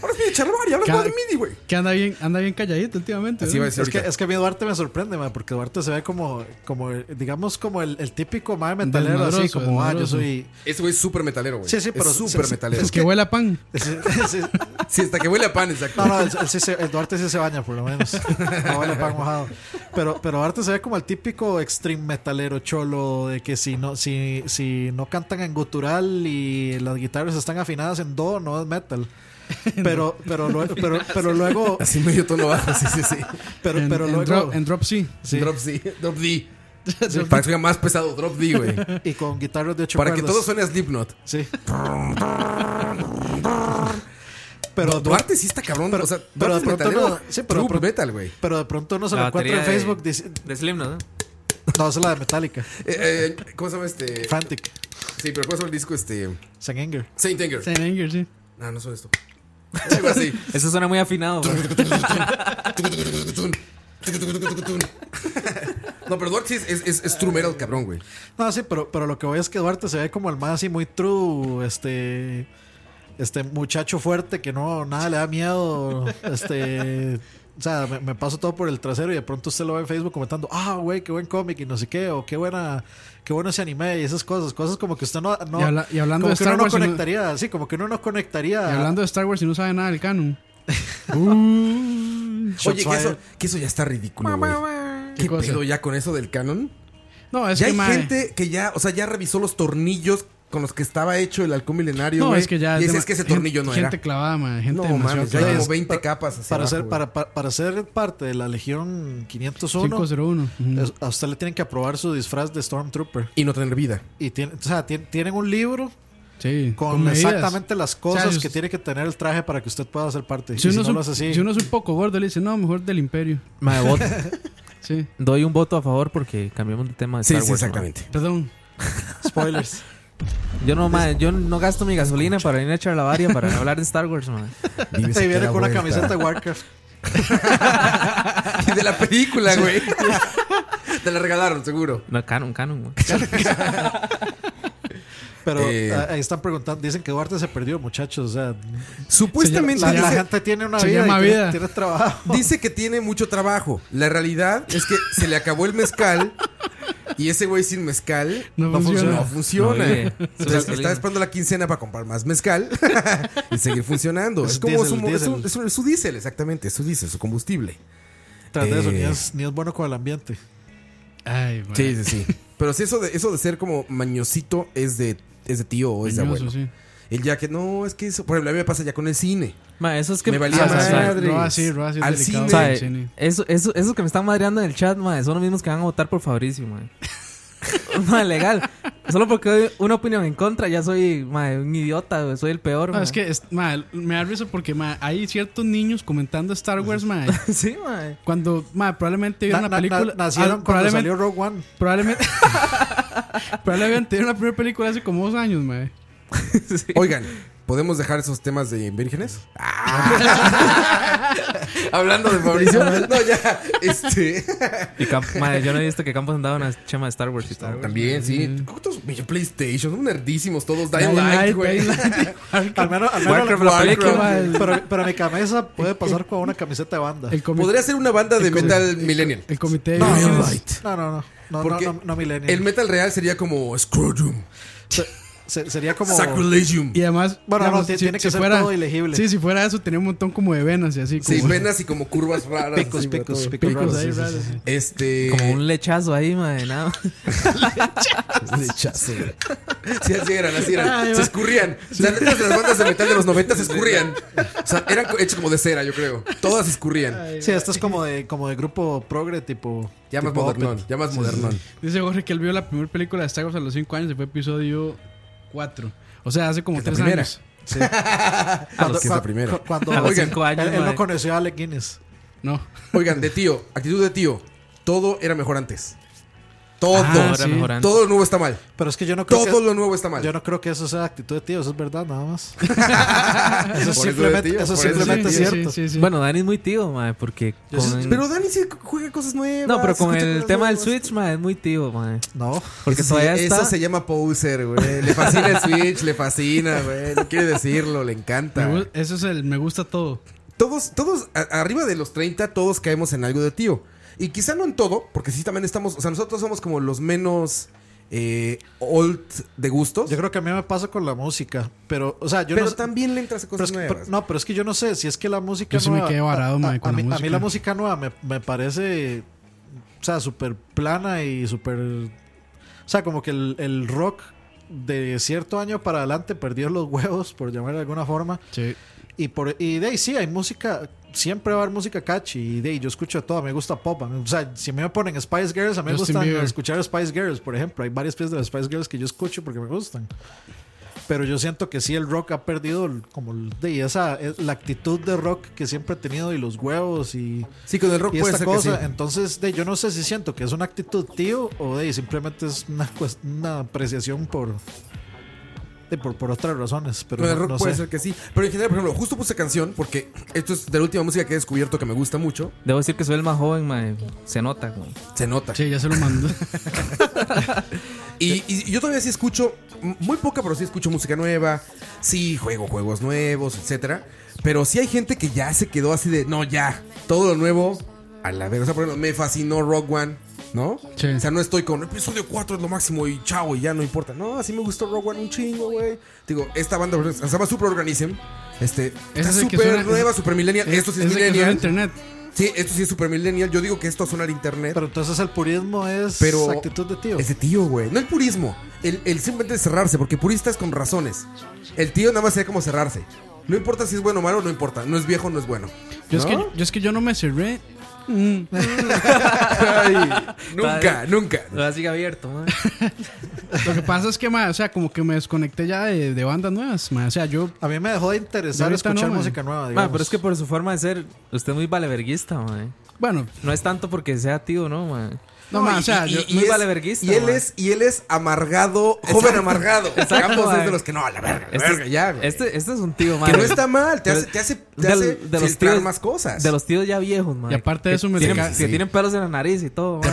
Speaker 1: Ahora es mi charlavaria, ahora es
Speaker 7: Cada-
Speaker 1: Madrid Midi, güey.
Speaker 7: Que anda bien, anda bien calladito últimamente. ¿no?
Speaker 5: es, que, es que a mí Duarte me sorprende, man, porque Duarte se ve como, como digamos, como el, el típico mae metalero, así
Speaker 7: Desmadroso,
Speaker 5: como, ah, yo
Speaker 7: desmadroso.
Speaker 5: soy.
Speaker 1: Ese güey es súper metalero, güey.
Speaker 5: Sí, sí, pero.
Speaker 1: Es súper
Speaker 5: sí,
Speaker 1: metalero.
Speaker 7: Es que huele a pan.
Speaker 5: sí, sí.
Speaker 1: Sí, hasta que huele a pan, exacto.
Speaker 5: No, no, el, el sí se- el Duarte sí se baña, por lo menos. No huele a pan mojado. Pero, pero Duarte se ve como el típico extreme metalero cholo de que si no, si, si no cantan en gutural y las guitarras están afinadas en do, no es metal. Pero, pero, lue- pero, pero luego.
Speaker 1: Así medio tono bajo, sí, sí, sí.
Speaker 5: Pero,
Speaker 7: en,
Speaker 5: pero
Speaker 7: en
Speaker 5: luego.
Speaker 7: drop, en drop sí.
Speaker 1: Drop D. Drop D. Para que suene más pesado, Drop D, güey.
Speaker 5: Y con guitarras de ocho
Speaker 1: Para que
Speaker 5: cuerdas.
Speaker 1: todo suene a Slipknot.
Speaker 5: Sí. pero
Speaker 1: Duarte sí está cabrón.
Speaker 5: Pero,
Speaker 1: o sea,
Speaker 5: pero de
Speaker 1: Duarte es
Speaker 5: pronto no,
Speaker 1: metalero.
Speaker 5: sí, pero de
Speaker 1: True
Speaker 5: pronto-
Speaker 1: metal, güey.
Speaker 5: Pero de pronto no se
Speaker 1: La
Speaker 5: lo encuentra en
Speaker 1: batería de-
Speaker 5: Facebook. dice-
Speaker 8: De Slim, ¿no?
Speaker 5: No, es la de Metallica.
Speaker 1: Eh, eh, ¿Cómo se llama este?
Speaker 5: Fantic.
Speaker 1: Sí, pero ¿cómo se llama el disco este?
Speaker 5: Saint Anger.
Speaker 1: Saint Anger. Ah,
Speaker 7: Saint Anger, sí.
Speaker 1: No, no suena esto. Algo así.
Speaker 8: Eso suena muy afinado. güey.
Speaker 1: No, pero Duarte sí es, es, es, es true metal, cabrón, güey.
Speaker 5: No, sí, pero, pero lo que voy es que Duarte se ve como el más así muy true, este. Este muchacho fuerte que no, nada le da miedo. Este. O sea, me, me paso todo por el trasero y de pronto usted lo ve en Facebook comentando, ah, güey, qué buen cómic y no sé qué, o qué buena, qué bueno ese anime y esas cosas, cosas como que usted no, no-
Speaker 7: Y habla- y hablando
Speaker 5: como
Speaker 7: de
Speaker 5: que
Speaker 7: Star
Speaker 5: uno no
Speaker 7: Wars y no-
Speaker 5: conectaría, sí, como que uno no conectaría.
Speaker 1: Ah.
Speaker 7: Y hablando de Star Wars y no sabe nada del canon. Uh,
Speaker 1: Oye, que eso, que eso ya está ridículo, güey. ¿Qué,
Speaker 7: cosa?
Speaker 1: pedo ya con eso del canon?
Speaker 7: No, es
Speaker 1: ya
Speaker 7: que,
Speaker 1: hay
Speaker 7: mae.
Speaker 1: gente que ya, o sea, ya revisó los tornillos con los que estaba hecho el halcón milenario,
Speaker 7: No,
Speaker 1: güey.
Speaker 7: es que ya
Speaker 1: Y
Speaker 7: es
Speaker 1: dice,
Speaker 7: dema-
Speaker 1: es que ese tornillo
Speaker 7: gente-
Speaker 1: no
Speaker 7: gente
Speaker 1: era.
Speaker 7: clavada, mae, gente
Speaker 1: no,
Speaker 7: demasiado
Speaker 1: mames, ya hay
Speaker 7: clavada.
Speaker 1: como 20 capas hacia
Speaker 5: para
Speaker 1: abajo,
Speaker 5: ser
Speaker 1: güey.
Speaker 5: para, para- para ser parte de la Legión 501,
Speaker 7: 501,
Speaker 5: es- a usted le tienen que aprobar su disfraz de Stormtrooper.
Speaker 1: Y no tener vida.
Speaker 5: Y tiene, o sea, tien- tienen un libro
Speaker 7: Sí,
Speaker 5: con,
Speaker 7: medidas.
Speaker 5: exactamente las cosas
Speaker 7: O sea,
Speaker 5: que tiene que tener el traje para que usted pueda ser parte.
Speaker 7: Si
Speaker 5: Y si
Speaker 7: uno,
Speaker 5: no
Speaker 7: es
Speaker 5: lo
Speaker 7: un,
Speaker 5: hace así,
Speaker 7: si uno es un poco gordo, le dice, no, mejor del Imperio.
Speaker 8: Mae, bot-
Speaker 7: Sí.
Speaker 8: Doy un voto a favor porque cambiamos de tema de
Speaker 7: Sí,
Speaker 8: Star
Speaker 7: sí,
Speaker 8: Wars,
Speaker 7: exactamente.
Speaker 8: mae.
Speaker 7: Perdón.
Speaker 5: Spoilers.
Speaker 8: Yo no, mae, yo no gasto mi gasolina para ir a echar la varia para hablar de Star Wars, mae.
Speaker 5: Vives Y a viene cada con una vuelta. camiseta de Warcraft.
Speaker 1: Y de la película, güey. Te la regalaron, seguro.
Speaker 8: No, canon, canon, güey.
Speaker 5: pero
Speaker 1: Eh.
Speaker 5: ah, ahí están preguntando, dicen que Duarte se perdió, muchachos. O sea,
Speaker 1: Supuestamente
Speaker 5: la, la
Speaker 1: dice-
Speaker 5: gente tiene una vida, y tiene- tiene trabajo.
Speaker 1: Dice que tiene mucho trabajo. La realidad es que se le acabó el mezcal y ese güey sin mezcal
Speaker 7: No
Speaker 1: no,
Speaker 7: funciona.
Speaker 1: funciona. No funciona.
Speaker 7: No vive. Su
Speaker 1: Entonces,
Speaker 7: gasolina.
Speaker 1: está esperando la quincena para comprar más mezcal y seguir funcionando.
Speaker 5: Es
Speaker 1: Es, como su,
Speaker 5: diésel,
Speaker 1: es su-
Speaker 5: diésel.
Speaker 1: es su- es su diésel, exactamente. Es su diésel, su combustible.
Speaker 5: Tras de eso, ni
Speaker 1: Eh,
Speaker 5: es, ni es bueno con el ambiente.
Speaker 7: Ay, mae.
Speaker 1: Sí, sí, sí. Pero si eso de, eso de ser como mañosito es de, es de tío o es de
Speaker 7: Mañoso,
Speaker 1: abuelo. El ya que no, es que eso. Por ejemplo, a mí me pasa ya con el cine.
Speaker 8: Ma, eso es que
Speaker 1: me
Speaker 7: Ah,
Speaker 1: valía
Speaker 8: o sea, o sea,
Speaker 1: madre.
Speaker 7: no, así, no, así es
Speaker 1: Al cine.
Speaker 7: delicado.
Speaker 8: O sea,
Speaker 7: el cine.
Speaker 8: eso, eso, eso que me están madreando en el chat, ma, son los mismos que van a votar por Fabricio, ma. Ma, legal. Solo porque doy una opinión en contra, ya soy ma, un idiota, güey, soy el peor.
Speaker 7: No,
Speaker 8: ma.
Speaker 7: es que es- mae, me da risa porque mae, hay ciertos niños comentando Star Wars, mae.
Speaker 8: sí, mae.
Speaker 7: Cuando mae, probablemente vieron
Speaker 5: Na-
Speaker 7: una
Speaker 5: na- na-
Speaker 7: película.
Speaker 5: nacieron
Speaker 7: ah,
Speaker 5: cuando
Speaker 7: probablemente-
Speaker 5: salió Rogue One.
Speaker 7: Probablemente. probablemente vieron la primera película hace como dos años, mae.
Speaker 1: Oigan, ¿podemos dejar esos temas de vírgenes? Ah. Hablando de Fabricio. no, ya. Este.
Speaker 8: Y Camp- ma, yo no he visto que Campos andaba una chema de Star Wars y todo.
Speaker 1: También, sí. ¿Cuántos millones PlayStation? Son nerdísimos todos. Dying
Speaker 8: Dying
Speaker 1: Light,
Speaker 8: Light,
Speaker 1: güey.
Speaker 8: Dying
Speaker 5: Al menos, al menos
Speaker 1: Warcraft,
Speaker 5: la-
Speaker 1: la película.
Speaker 5: Warcraft. pero, pero mi cabeza puede pasar con una camiseta de banda.
Speaker 7: El comi-
Speaker 1: Podría ser una banda de
Speaker 7: el comi-
Speaker 1: metal millennial.
Speaker 7: El comité de
Speaker 1: Dying
Speaker 7: vírgenes.
Speaker 1: Light.
Speaker 5: No, no, no. No,
Speaker 1: Porque
Speaker 5: no, no, no millennial.
Speaker 1: El metal real sería como Scrotum.
Speaker 5: Se- se- sería como.
Speaker 1: Sacrilegium.
Speaker 7: Y además,
Speaker 5: Bueno, no,
Speaker 7: digamos,
Speaker 5: ti- tiene que ser todo ilegible.
Speaker 7: Sí, si fuera eso, tenía un montón como de venas y así. Como,
Speaker 1: Sí, venas y como curvas raras.
Speaker 5: Picos,
Speaker 1: así, güey,
Speaker 5: picos,
Speaker 1: todo.
Speaker 5: picos raros,
Speaker 1: ahí
Speaker 5: sí, sí,
Speaker 1: raros.
Speaker 5: sí, sí.
Speaker 1: Este.
Speaker 8: Como un lechazo ahí, ma, de nada.
Speaker 1: lechazo. güey. Sí, así eran, así eran.
Speaker 8: Ay,
Speaker 1: se
Speaker 8: va.
Speaker 1: escurrían. O sea, letras de las bandas de metal de los 90 se escurrían. O sea, eran co- hechas como de cera, yo creo. Todas escurrían.
Speaker 5: Sí, esto es como de, como de grupo progre, tipo.
Speaker 1: Ya más
Speaker 5: tipo
Speaker 1: modernón,
Speaker 5: Opeth.
Speaker 1: ya más
Speaker 5: Sí,
Speaker 1: modernón.
Speaker 7: Dice Jorge que él vio la primera película de Star Wars a los 5 años y fue episodio 4. O sea, hace como
Speaker 1: Es la
Speaker 7: 3
Speaker 1: primera.
Speaker 7: años.
Speaker 5: Sí.
Speaker 8: Ah,
Speaker 1: los que es la primera.
Speaker 5: cu- Cuando,
Speaker 1: A los Oigan, cinco
Speaker 8: años,
Speaker 5: él, él no
Speaker 8: madre.
Speaker 5: conoció a Alec Guinness.
Speaker 7: No.
Speaker 1: Oigan, de tío, actitud de tío. Todo era mejor antes. Todo.
Speaker 5: Ah, Todo era sí. mejor antes.
Speaker 1: Todo lo nuevo está mal.
Speaker 5: Pero es que yo no creo.
Speaker 1: Todo
Speaker 5: que,
Speaker 1: lo nuevo está mal.
Speaker 5: Yo no creo que eso sea actitud de tío, eso es verdad, nada más.
Speaker 1: Por
Speaker 5: eso es
Speaker 1: de
Speaker 5: simplemente,
Speaker 1: tío,
Speaker 5: eso
Speaker 1: por
Speaker 5: simplemente
Speaker 1: de
Speaker 5: es
Speaker 1: tío.
Speaker 5: cierto.
Speaker 8: Bueno, Dani es muy tío, ma, porque. con-
Speaker 1: Pero Dani sí juega cosas nuevas.
Speaker 8: No, pero con
Speaker 1: escucha
Speaker 8: el
Speaker 1: cosas
Speaker 8: tema del
Speaker 1: nuevas.
Speaker 8: Switch, ma, es muy tío, ma.
Speaker 5: No.
Speaker 8: Porque
Speaker 1: Eso
Speaker 8: todavía
Speaker 1: se-
Speaker 8: está.
Speaker 1: Eso se llama poser, güey. Le fascina el Switch, le fascina, güey. No quiere decirlo, le encanta.
Speaker 7: Me gu- eso es el me gusta todo.
Speaker 1: Todos, todos, a- arriba de los 30, todos caemos en algo de tío. Y quizá no en todo, porque sí también estamos, o sea, nosotros somos como los menos eh, old de gustos.
Speaker 5: Yo creo que a mí me pasa con la música, pero, o sea, yo
Speaker 1: pero
Speaker 5: no sé-
Speaker 1: también le entras a
Speaker 5: pero
Speaker 1: cosas
Speaker 5: es que-
Speaker 1: nuevas.
Speaker 5: pero- no, pero es que yo no sé si es que la música
Speaker 7: Yo sí me
Speaker 5: nueva-
Speaker 7: quedé varado,
Speaker 5: a-
Speaker 7: mae,
Speaker 5: a-
Speaker 7: con
Speaker 5: a
Speaker 7: la
Speaker 5: mí, a mí
Speaker 7: música.
Speaker 5: la música nueva me, me parece, o sea, súper plana y súper. O sea, como que el, el rock de cierto año para adelante perdió los huevos, por llamar de alguna forma.
Speaker 7: Sí.
Speaker 5: Y, por, y de ahí sí, hay música, siempre va a haber música catchy. Y de ahí yo escucho de todo, me gusta pop. a mí- o sea, si me ponen Spice Girls, a mí me
Speaker 7: Justin
Speaker 5: gustan
Speaker 7: Bieber.
Speaker 5: escuchar Spice Girls, por ejemplo. Hay varias piezas de las Spice Girls que yo escucho porque me gustan. Pero yo siento que sí el rock ha perdido el- como el- de esa eh, la actitud de rock que siempre ha tenido y los huevos y
Speaker 1: Sí, con el rock
Speaker 5: y
Speaker 1: puede
Speaker 5: esta
Speaker 1: ser que
Speaker 5: cosa.
Speaker 1: sí.
Speaker 5: Entonces, de, yo no sé si siento que es una actitud tío o de simplemente es una, cues- una apreciación por, de, por por otras razones. Pero
Speaker 1: Lo de
Speaker 5: no-
Speaker 1: rock
Speaker 5: no
Speaker 1: puede
Speaker 5: sé.
Speaker 1: ser que sí. Pero en general, por ejemplo, justo puse canción porque esto es de la última música que he descubierto que me gusta mucho.
Speaker 8: Debo decir que soy el más joven, mae. Se nota, güey.
Speaker 1: Se nota.
Speaker 7: Sí, ya se lo mandó.
Speaker 1: Y, y yo todavía sí escucho, m- muy poca, pero sí escucho música nueva. Sí, juego juegos nuevos, etcétera. Pero sí hay gente que ya se quedó así de, no, ya, todo lo nuevo a la verga. O sea, por ejemplo, me fascinó Rock One, ¿no? O sea, no estoy con episodio 4 es lo máximo y chao, y ya no importa. No, así me gustó Rock One un chingo, güey. Digo, esta banda por ejemplo, se llama Super Organism. Este,
Speaker 7: Ese
Speaker 1: está
Speaker 7: es el que
Speaker 1: súper
Speaker 7: suena-
Speaker 1: nueva,
Speaker 7: ese-
Speaker 1: super millennial.
Speaker 7: ese-
Speaker 1: Esto sí es
Speaker 7: ese que suena
Speaker 1: millennial.
Speaker 7: en internet.
Speaker 1: Sí, esto sí es super millennial. Yo digo que esto va a sonar internet.
Speaker 5: Pero entonces el purismo es
Speaker 1: Pero
Speaker 5: actitud de tío.
Speaker 1: Es de tío, güey. No el purismo. El, el simplemente cerrarse, porque puristas con razones. El tío nada más sería como cerrarse. No importa si es bueno o malo, no importa. No es viejo, no es bueno.
Speaker 7: Yo, es
Speaker 1: ¿No?
Speaker 7: que, yo es que yo no me cerré. Mm.
Speaker 1: Ay, nunca,
Speaker 8: Está-
Speaker 1: nunca.
Speaker 8: Lo sigue abierto, mae.
Speaker 7: Lo que pasa es que, ma, o sea, como que me desconecté ya de, de bandas nuevas, ma. O sea, yo.
Speaker 5: A mí me dejó de interesar escuchar música
Speaker 7: Ah,
Speaker 5: nueva, digamos.
Speaker 8: Mae, pero es que por su forma de ser, usted es muy valeverguista, mae.
Speaker 7: Bueno.
Speaker 8: No es tanto porque sea tío, ¿no, mae?
Speaker 7: No, mae, o sea,
Speaker 8: y,
Speaker 7: yo-
Speaker 8: muy
Speaker 1: es-
Speaker 8: valeverguista,
Speaker 1: y él
Speaker 8: mae.
Speaker 1: es y él es amargado, joven amargado.
Speaker 8: Exacto,
Speaker 1: Ambos es
Speaker 8: mae.
Speaker 1: de los que no, a la verga, a la
Speaker 8: Este es-
Speaker 1: verga, ya. güey.
Speaker 8: Este, este es un tío, mae.
Speaker 1: que no está mal, te
Speaker 8: Pero-
Speaker 1: hace, te hace, te
Speaker 8: del-
Speaker 1: hace
Speaker 8: de los
Speaker 1: filtrar
Speaker 8: tíos-
Speaker 1: más cosas.
Speaker 8: De los tíos ya viejos, mae.
Speaker 7: Y aparte de
Speaker 8: Que
Speaker 7: eso me
Speaker 8: tienen,
Speaker 7: ca-
Speaker 8: Que
Speaker 7: sí.
Speaker 8: tienen pelos en la nariz y todo, mae.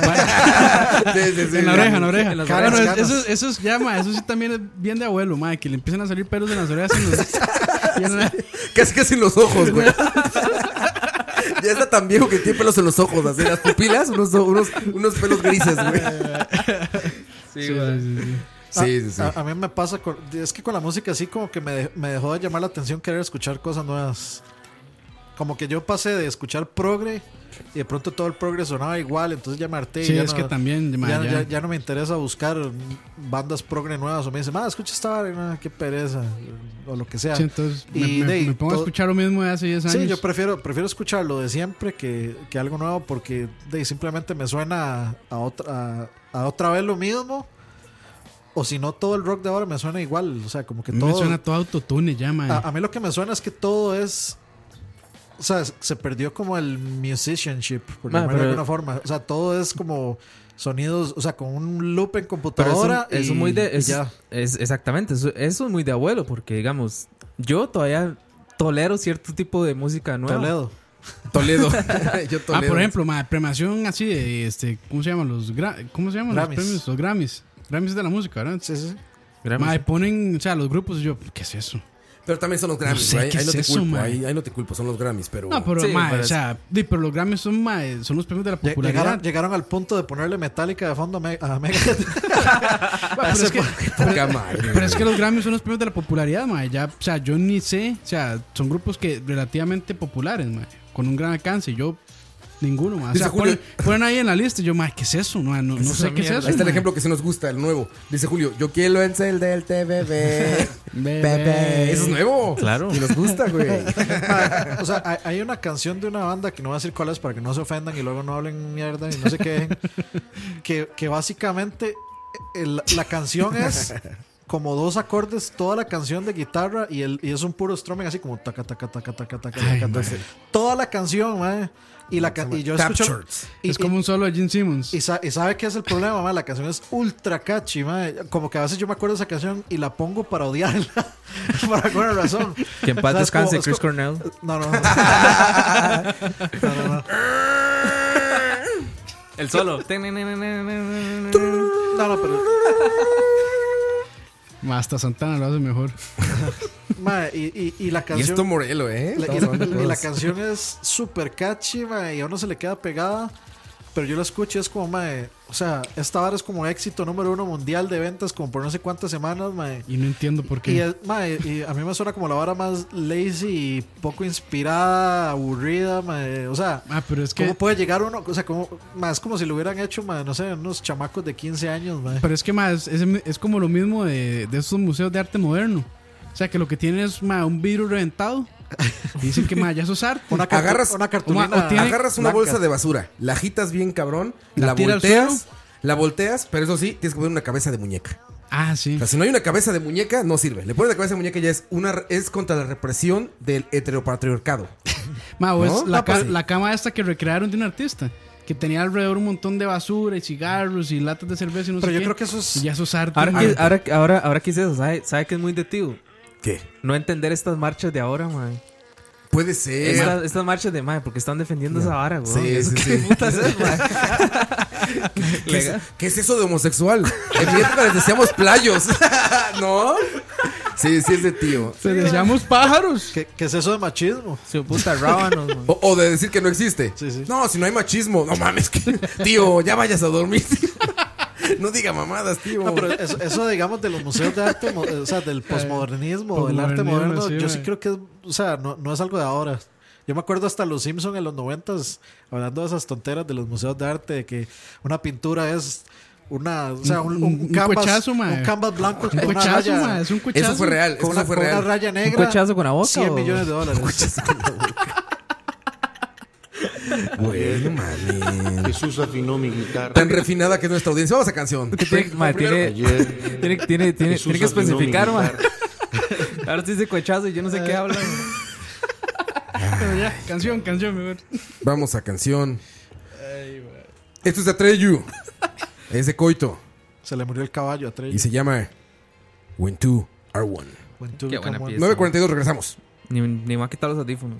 Speaker 1: Sí, sí, sí,
Speaker 7: en la
Speaker 1: ya.
Speaker 7: oreja, en la oreja.
Speaker 8: En las
Speaker 7: Bueno,
Speaker 8: orejas.
Speaker 7: eso, es- eso es ya, ma, eso sí también es bien de abuelo, ma, que le empiezan a salir pelos en las orejas. y en los- y en la-
Speaker 1: Casi casi en los ojos, güey. ya está tan viejo que tiene pelos en los ojos, así las pupilas, unos, unos, unos pelos grises, güey.
Speaker 8: Sí, güey.
Speaker 5: A-
Speaker 1: Sí, sí, sí.
Speaker 5: A, a mí me pasa, con- es que con la música así como que me, de- me dejó de llamar la atención querer escuchar cosas nuevas. Como que yo pasé de escuchar progre y de pronto todo el progre sonaba igual, entonces ya me harté. y
Speaker 7: Sí,
Speaker 5: ya
Speaker 7: es
Speaker 5: no-
Speaker 7: que también, ma,
Speaker 5: ya,
Speaker 7: ya.
Speaker 5: ya- ya no me interesa buscar bandas progre nuevas o me dicen, ah, escucha esta vara", y, "Ah, qué pereza, o lo que sea.
Speaker 7: Sí, entonces me- me,
Speaker 5: de ahí,
Speaker 7: me pongo a
Speaker 5: todo-
Speaker 7: escuchar lo mismo de hace 10 años.
Speaker 5: Sí, yo prefiero, prefiero escuchar lo de siempre que, que algo nuevo porque de, ahí, simplemente me suena a, a otra, a, a otra vez lo mismo. O si no, todo el rock de ahora me suena igual. O sea, como que
Speaker 7: A mí me
Speaker 5: todo.
Speaker 7: suena todo autotune ya, ma.
Speaker 5: a, a mí lo que me suena es que todo es. O sea, se perdió como el musicianship, por
Speaker 8: Ma,
Speaker 5: llamarlo de
Speaker 8: pero-
Speaker 5: alguna forma. O sea, todo es como sonidos, o sea, con un loop en computadora.
Speaker 8: Pero eso, eso
Speaker 5: y-
Speaker 8: muy
Speaker 5: y
Speaker 8: de. es-
Speaker 5: ya.
Speaker 8: es- exactamente, eso, eso es muy de abuelo, porque digamos, yo todavía tolero cierto tipo de música nueva.
Speaker 5: Toledo.
Speaker 1: Toledo. yo
Speaker 7: Ah,
Speaker 1: Toledo.
Speaker 7: por ejemplo, ma, premiación así de, este, ¿cómo se llaman los, gra- ¿cómo se llaman
Speaker 5: Grammys.
Speaker 7: los premios? Los Grammys. Grammys de la música, ¿verdad?
Speaker 5: Sí, sí.
Speaker 8: Grammys.
Speaker 7: Ma, y ponen, o sea, los grupos y yo, ¿qué es eso?
Speaker 1: Pero también son los Grammys,
Speaker 7: No sé
Speaker 1: güey.
Speaker 7: qué
Speaker 1: ahí no
Speaker 7: es
Speaker 1: te
Speaker 7: eso,
Speaker 1: culpo,
Speaker 7: man.
Speaker 1: ahí, ahí no te culpo, son los Grammys, pero.
Speaker 7: No, pero,
Speaker 1: Sí,
Speaker 7: ma,
Speaker 1: pero
Speaker 7: o
Speaker 1: es-
Speaker 7: sea, di, pero los Grammys son, ma, son los premios de la
Speaker 5: Lle-
Speaker 7: popularidad.
Speaker 5: Llegaron, llegaron al punto de ponerle metálica de fondo a, Me- a Megadeth.
Speaker 7: Ma, pero, es que,
Speaker 1: poca madre,
Speaker 7: pero es que los Grammys son los premios de la popularidad, ma. Ya, o sea, yo ni sé. O sea, son grupos que relativamente populares, ma. Con un gran alcance. Yo, ninguno, ma. O
Speaker 1: Dice
Speaker 7: sea,
Speaker 1: Julio-
Speaker 7: ponen, ponen ahí en la lista y yo, ma, ¿qué es eso? No, no, no
Speaker 1: Esa
Speaker 7: sé qué es
Speaker 1: mierda.
Speaker 7: eso.
Speaker 1: Ahí está el
Speaker 7: ma.
Speaker 1: ejemplo que se nos gusta, el nuevo. Dice Julio, yo quiero el cel del TBB.
Speaker 7: Bebé.
Speaker 1: Bebé. Eh, Eso es nuevo.
Speaker 8: Claro.
Speaker 1: Y nos gusta, güey.
Speaker 5: Ma, o sea, hay, hay una canción de una banda que no voy a decir cuál es para que no se ofendan y luego no hablen mierda y no se quejen. que, que básicamente el- la canción es como dos acordes, toda la canción de guitarra y, el, y es un puro strumming así como taca, taca, taca, taca, taca, taca, taca. Toda la canción, mae. Y, la, ca- y yo escucho.
Speaker 7: Captured. Es como un solo de Gene Simmons.
Speaker 5: Y, sa- y sabe qué es el problema, mae? La canción es ultra catchy, mae. Como que a veces yo me acuerdo de esa canción y la pongo para odiarla. por alguna razón.
Speaker 8: Que en
Speaker 5: O
Speaker 8: paz
Speaker 5: sea, es como-
Speaker 8: descanse
Speaker 5: es
Speaker 8: Chris
Speaker 5: como-
Speaker 8: Cornell.
Speaker 5: No, no, no. No, no, no.
Speaker 8: El solo.
Speaker 5: No, no, pero.
Speaker 7: Ma, hasta Santana lo hace mejor.
Speaker 5: mae, y, y, y la canción.
Speaker 1: esto Morelo, ¿eh?
Speaker 5: La- y,
Speaker 1: Estamos hablando de
Speaker 5: y la
Speaker 1: cosas.
Speaker 5: canción es súper catchy, mae, y a uno se le queda pegada. Pero yo la escucho y es como, mae. O sea, esta vara es como éxito número uno mundial de ventas, como por no sé cuántas semanas, mae.
Speaker 7: Y no entiendo por
Speaker 5: Y,
Speaker 7: qué.
Speaker 5: es- mae, y a mí me suena como la vara más lazy y poco inspirada, aburrida, mae. O sea,
Speaker 7: Ah, pero es que.
Speaker 5: ¿cómo puede llegar uno? O sea, como, mae, es como si lo hubieran hecho, mae, no sé, unos chamacos de 15 años, mae.
Speaker 7: Pero es que más es, es como lo mismo de, de esos museos de arte moderno. O sea, que lo que tienen es ma, un vidrio reventado. Y dicen que ma, ya eso es arte.
Speaker 5: Una cartu-
Speaker 1: Agarras
Speaker 5: una cartulina
Speaker 7: o tiene-
Speaker 1: agarras una
Speaker 5: blanca.
Speaker 1: bolsa de basura, la agitas bien cabrón, la,
Speaker 7: La tira al
Speaker 1: volteas,
Speaker 7: suelo.
Speaker 1: la volteas, pero eso sí, tienes que poner una cabeza de muñeca.
Speaker 7: Ah, sí.
Speaker 1: O sea, si no hay una cabeza de muñeca, no sirve. Le ponen la cabeza de muñeca y ya es una es contra la represión del heteropatriarcado.
Speaker 7: Ma, o es
Speaker 1: ¿No?
Speaker 7: la,
Speaker 1: Ah, pues
Speaker 7: ca-
Speaker 1: sí.
Speaker 7: la cama esta que recrearon de un artista. Que tenía alrededor un montón de basura y cigarros y latas de cerveza y no
Speaker 5: Pero
Speaker 7: sé
Speaker 5: yo
Speaker 7: qué.
Speaker 5: creo que eso es-
Speaker 7: Y ya eso es arte.
Speaker 8: Ahora
Speaker 7: ma.
Speaker 8: que, ahora, ahora, ahora que hice eso, ¿sabe, sabe que es muy de tío?
Speaker 1: ¿Qué?
Speaker 8: No entender estas marchas de ahora, man.
Speaker 1: Puede ser.
Speaker 8: Estas, estas marchas de mae, porque están defendiendo esa vara, güey.
Speaker 1: Sí,
Speaker 8: ¿Eso
Speaker 1: sí,
Speaker 8: qué
Speaker 1: sí.
Speaker 8: putas es, mae?
Speaker 1: ¿Qué es,
Speaker 8: Legal.
Speaker 1: qué es eso de homosexual? El miércoles deseamos playos. ¿No? Sí, sí es de tío.
Speaker 7: Te deseamos pájaros.
Speaker 5: ¿Qué, qué es eso de machismo?
Speaker 8: Su puta rábanos, man.
Speaker 1: O, o de decir que no existe. No, si no hay machismo. No mames, que- tío, ya vayas a dormir. tío. No diga mamadas, tío.
Speaker 5: No, pero eso, eso, digamos de los museos de arte, mo- o sea, del posmodernismo, del arte
Speaker 7: Posmodernismo,
Speaker 5: moderno,
Speaker 7: sí,
Speaker 5: yo sí
Speaker 7: mae.
Speaker 5: creo que es, o sea, no, no es algo de ahora. Yo me acuerdo hasta los Simpsons en los noventas, hablando de esas tonteras de los museos de arte, de que una pintura es una, o sea, un, un,
Speaker 7: Un- un
Speaker 5: canvas,
Speaker 7: cuechazo, mae.
Speaker 5: un canvas blanco
Speaker 7: Un
Speaker 5: con una
Speaker 7: cuechazo,
Speaker 5: raya-
Speaker 7: mae, es un cuechazo. Eso fue real,
Speaker 5: con
Speaker 7: eso
Speaker 5: una,
Speaker 7: fue
Speaker 5: con una
Speaker 7: real.
Speaker 5: raya
Speaker 7: ¿Un
Speaker 5: negra,
Speaker 8: cuechazo con la boca
Speaker 5: 100
Speaker 8: o-
Speaker 5: millones de dólares.
Speaker 1: Güey, no mames.
Speaker 10: Jesús afinó mi guitarra.
Speaker 1: Tan refinada que es nuestra audiencia. Vamos a canción.
Speaker 8: Que tiene, mae, tiene,
Speaker 10: Ayer.
Speaker 8: tiene, tiene, tiene,
Speaker 10: Jesús
Speaker 8: tiene que
Speaker 10: afinó mi
Speaker 8: especificar, man.
Speaker 10: guitarra.
Speaker 8: Ahora sí dice cochazo y yo no sé qué habla, man.
Speaker 7: Pero ya, canción, canción, mejor.
Speaker 1: Vamos a canción. Esto es de Atreyu. Es de Coito.
Speaker 5: Se le murió el caballo a Trey.
Speaker 1: Y se llama When Two Are One.
Speaker 5: When two
Speaker 8: Qué buena
Speaker 5: become one.
Speaker 8: pieza.
Speaker 1: 9.42, regresamos.
Speaker 8: Ni, ni me va a quitar los audífonos.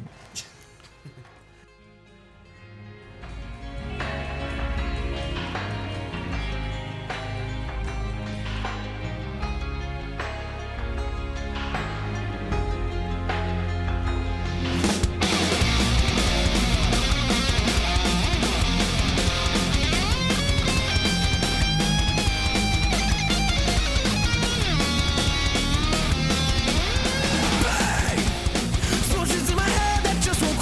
Speaker 13: Solutions in my head that just won't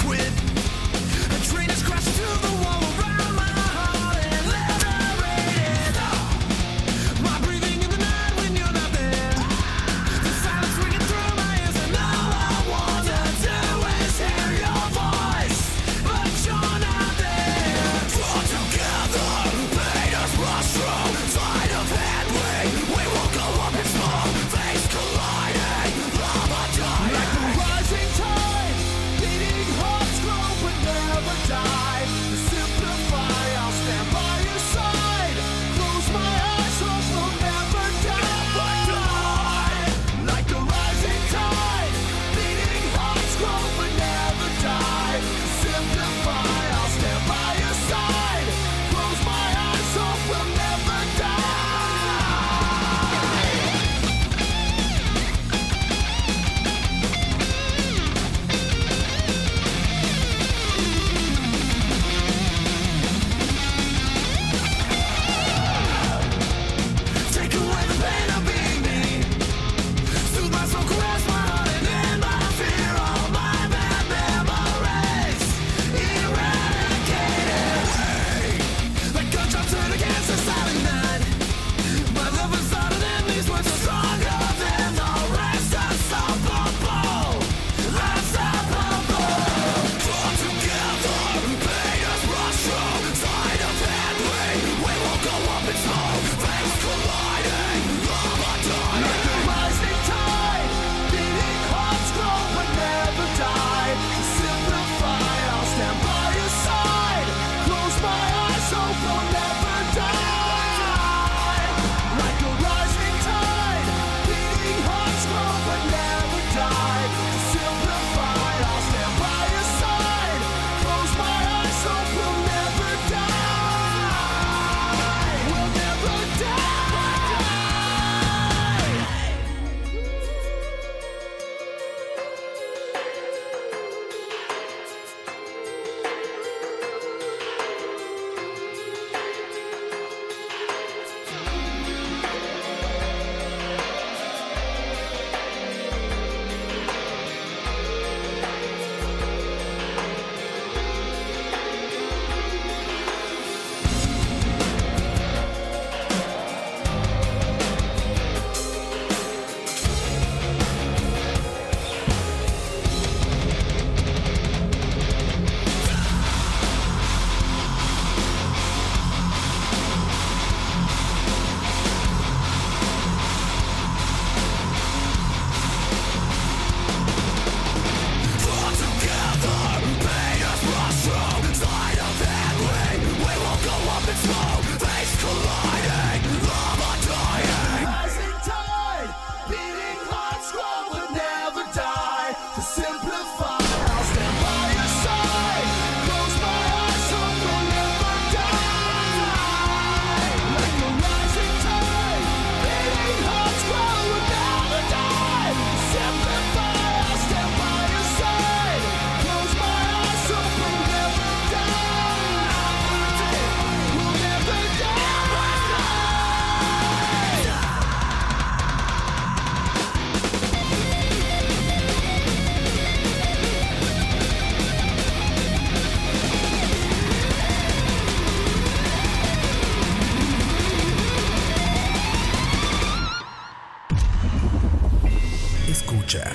Speaker 1: escucha.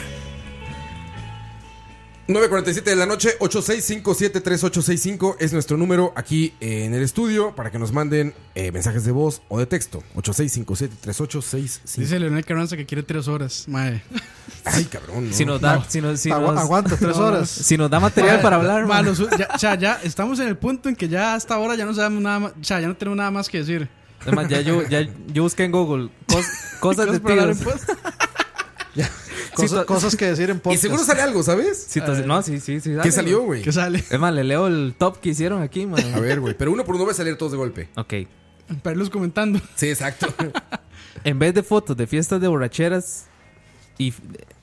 Speaker 1: 9.47 de la noche, 86573865 es nuestro número aquí eh, en el estudio para que nos manden eh, mensajes de voz o de texto. 86573865.
Speaker 7: Dice Leonel Carranza que quiere tres horas. Mae.
Speaker 1: Ay, cabrón.
Speaker 8: Si nos da- si nos- si Agua- nos- aguanta, tres horas. si nos da material
Speaker 7: Mae,
Speaker 8: para hablar,
Speaker 7: mae,
Speaker 8: mae.
Speaker 7: los- ya, o sea, ya estamos en el punto en que ya hasta ahora ya no sabemos nada más. O sea, ya no tenemos nada más que decir.
Speaker 8: Además, ya yo, ya yo busqué en Google cos- cosas de
Speaker 7: para hablar en
Speaker 8: tíos.
Speaker 7: post.
Speaker 8: Cosas- cosas que decir en podcast.
Speaker 1: Y seguro sale algo, ¿sabes?
Speaker 8: Citas-
Speaker 7: Ah,
Speaker 8: no, sí, sí, sí.
Speaker 1: ¿Qué salió, güey?
Speaker 8: ¿Qué sale? Es más, le leo el top que hicieron aquí, man.
Speaker 1: A ver, güey. Pero uno por uno va a salir todos de golpe.
Speaker 8: Ok.
Speaker 7: Perlos comentando.
Speaker 1: Sí, exacto.
Speaker 8: En vez de fotos de fiestas de borracheras y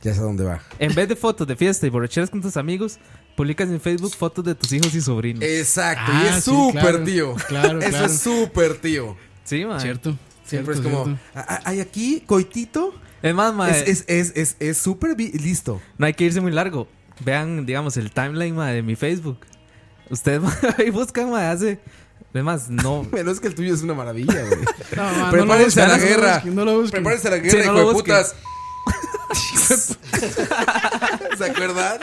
Speaker 1: ya sé dónde va.
Speaker 8: En vez de fotos de fiesta y borracheras con tus amigos, publicas en Facebook fotos de tus hijos y sobrinos.
Speaker 7: Eh,
Speaker 1: Exacto, y es súper tío. Eso es súper tío.
Speaker 8: Sí, man.
Speaker 7: Cierto.
Speaker 1: Ah, Siempre es como, "Ah, ah, hay aquí coitito.
Speaker 8: Es más, ma,
Speaker 1: Es- es- es- es súper vi- listo.
Speaker 8: No hay que irse muy largo. Vean, digamos, el timeline ma, de mi Facebook. Ustedes ma, ahí buscan, ma, hace. Además, no.
Speaker 1: Menos que el tuyo es una maravilla, güey.
Speaker 8: No,
Speaker 7: Ah,
Speaker 8: ma, no lo
Speaker 1: Prepárense a la
Speaker 8: busquen, no lo
Speaker 1: guerra.
Speaker 8: busquen, no lo busquen.
Speaker 1: Prepárense a la
Speaker 8: Sí,
Speaker 1: guerra,
Speaker 8: no
Speaker 1: hijo
Speaker 8: lo
Speaker 1: de
Speaker 8: busquen.
Speaker 1: putas. ¿Se acuerdan?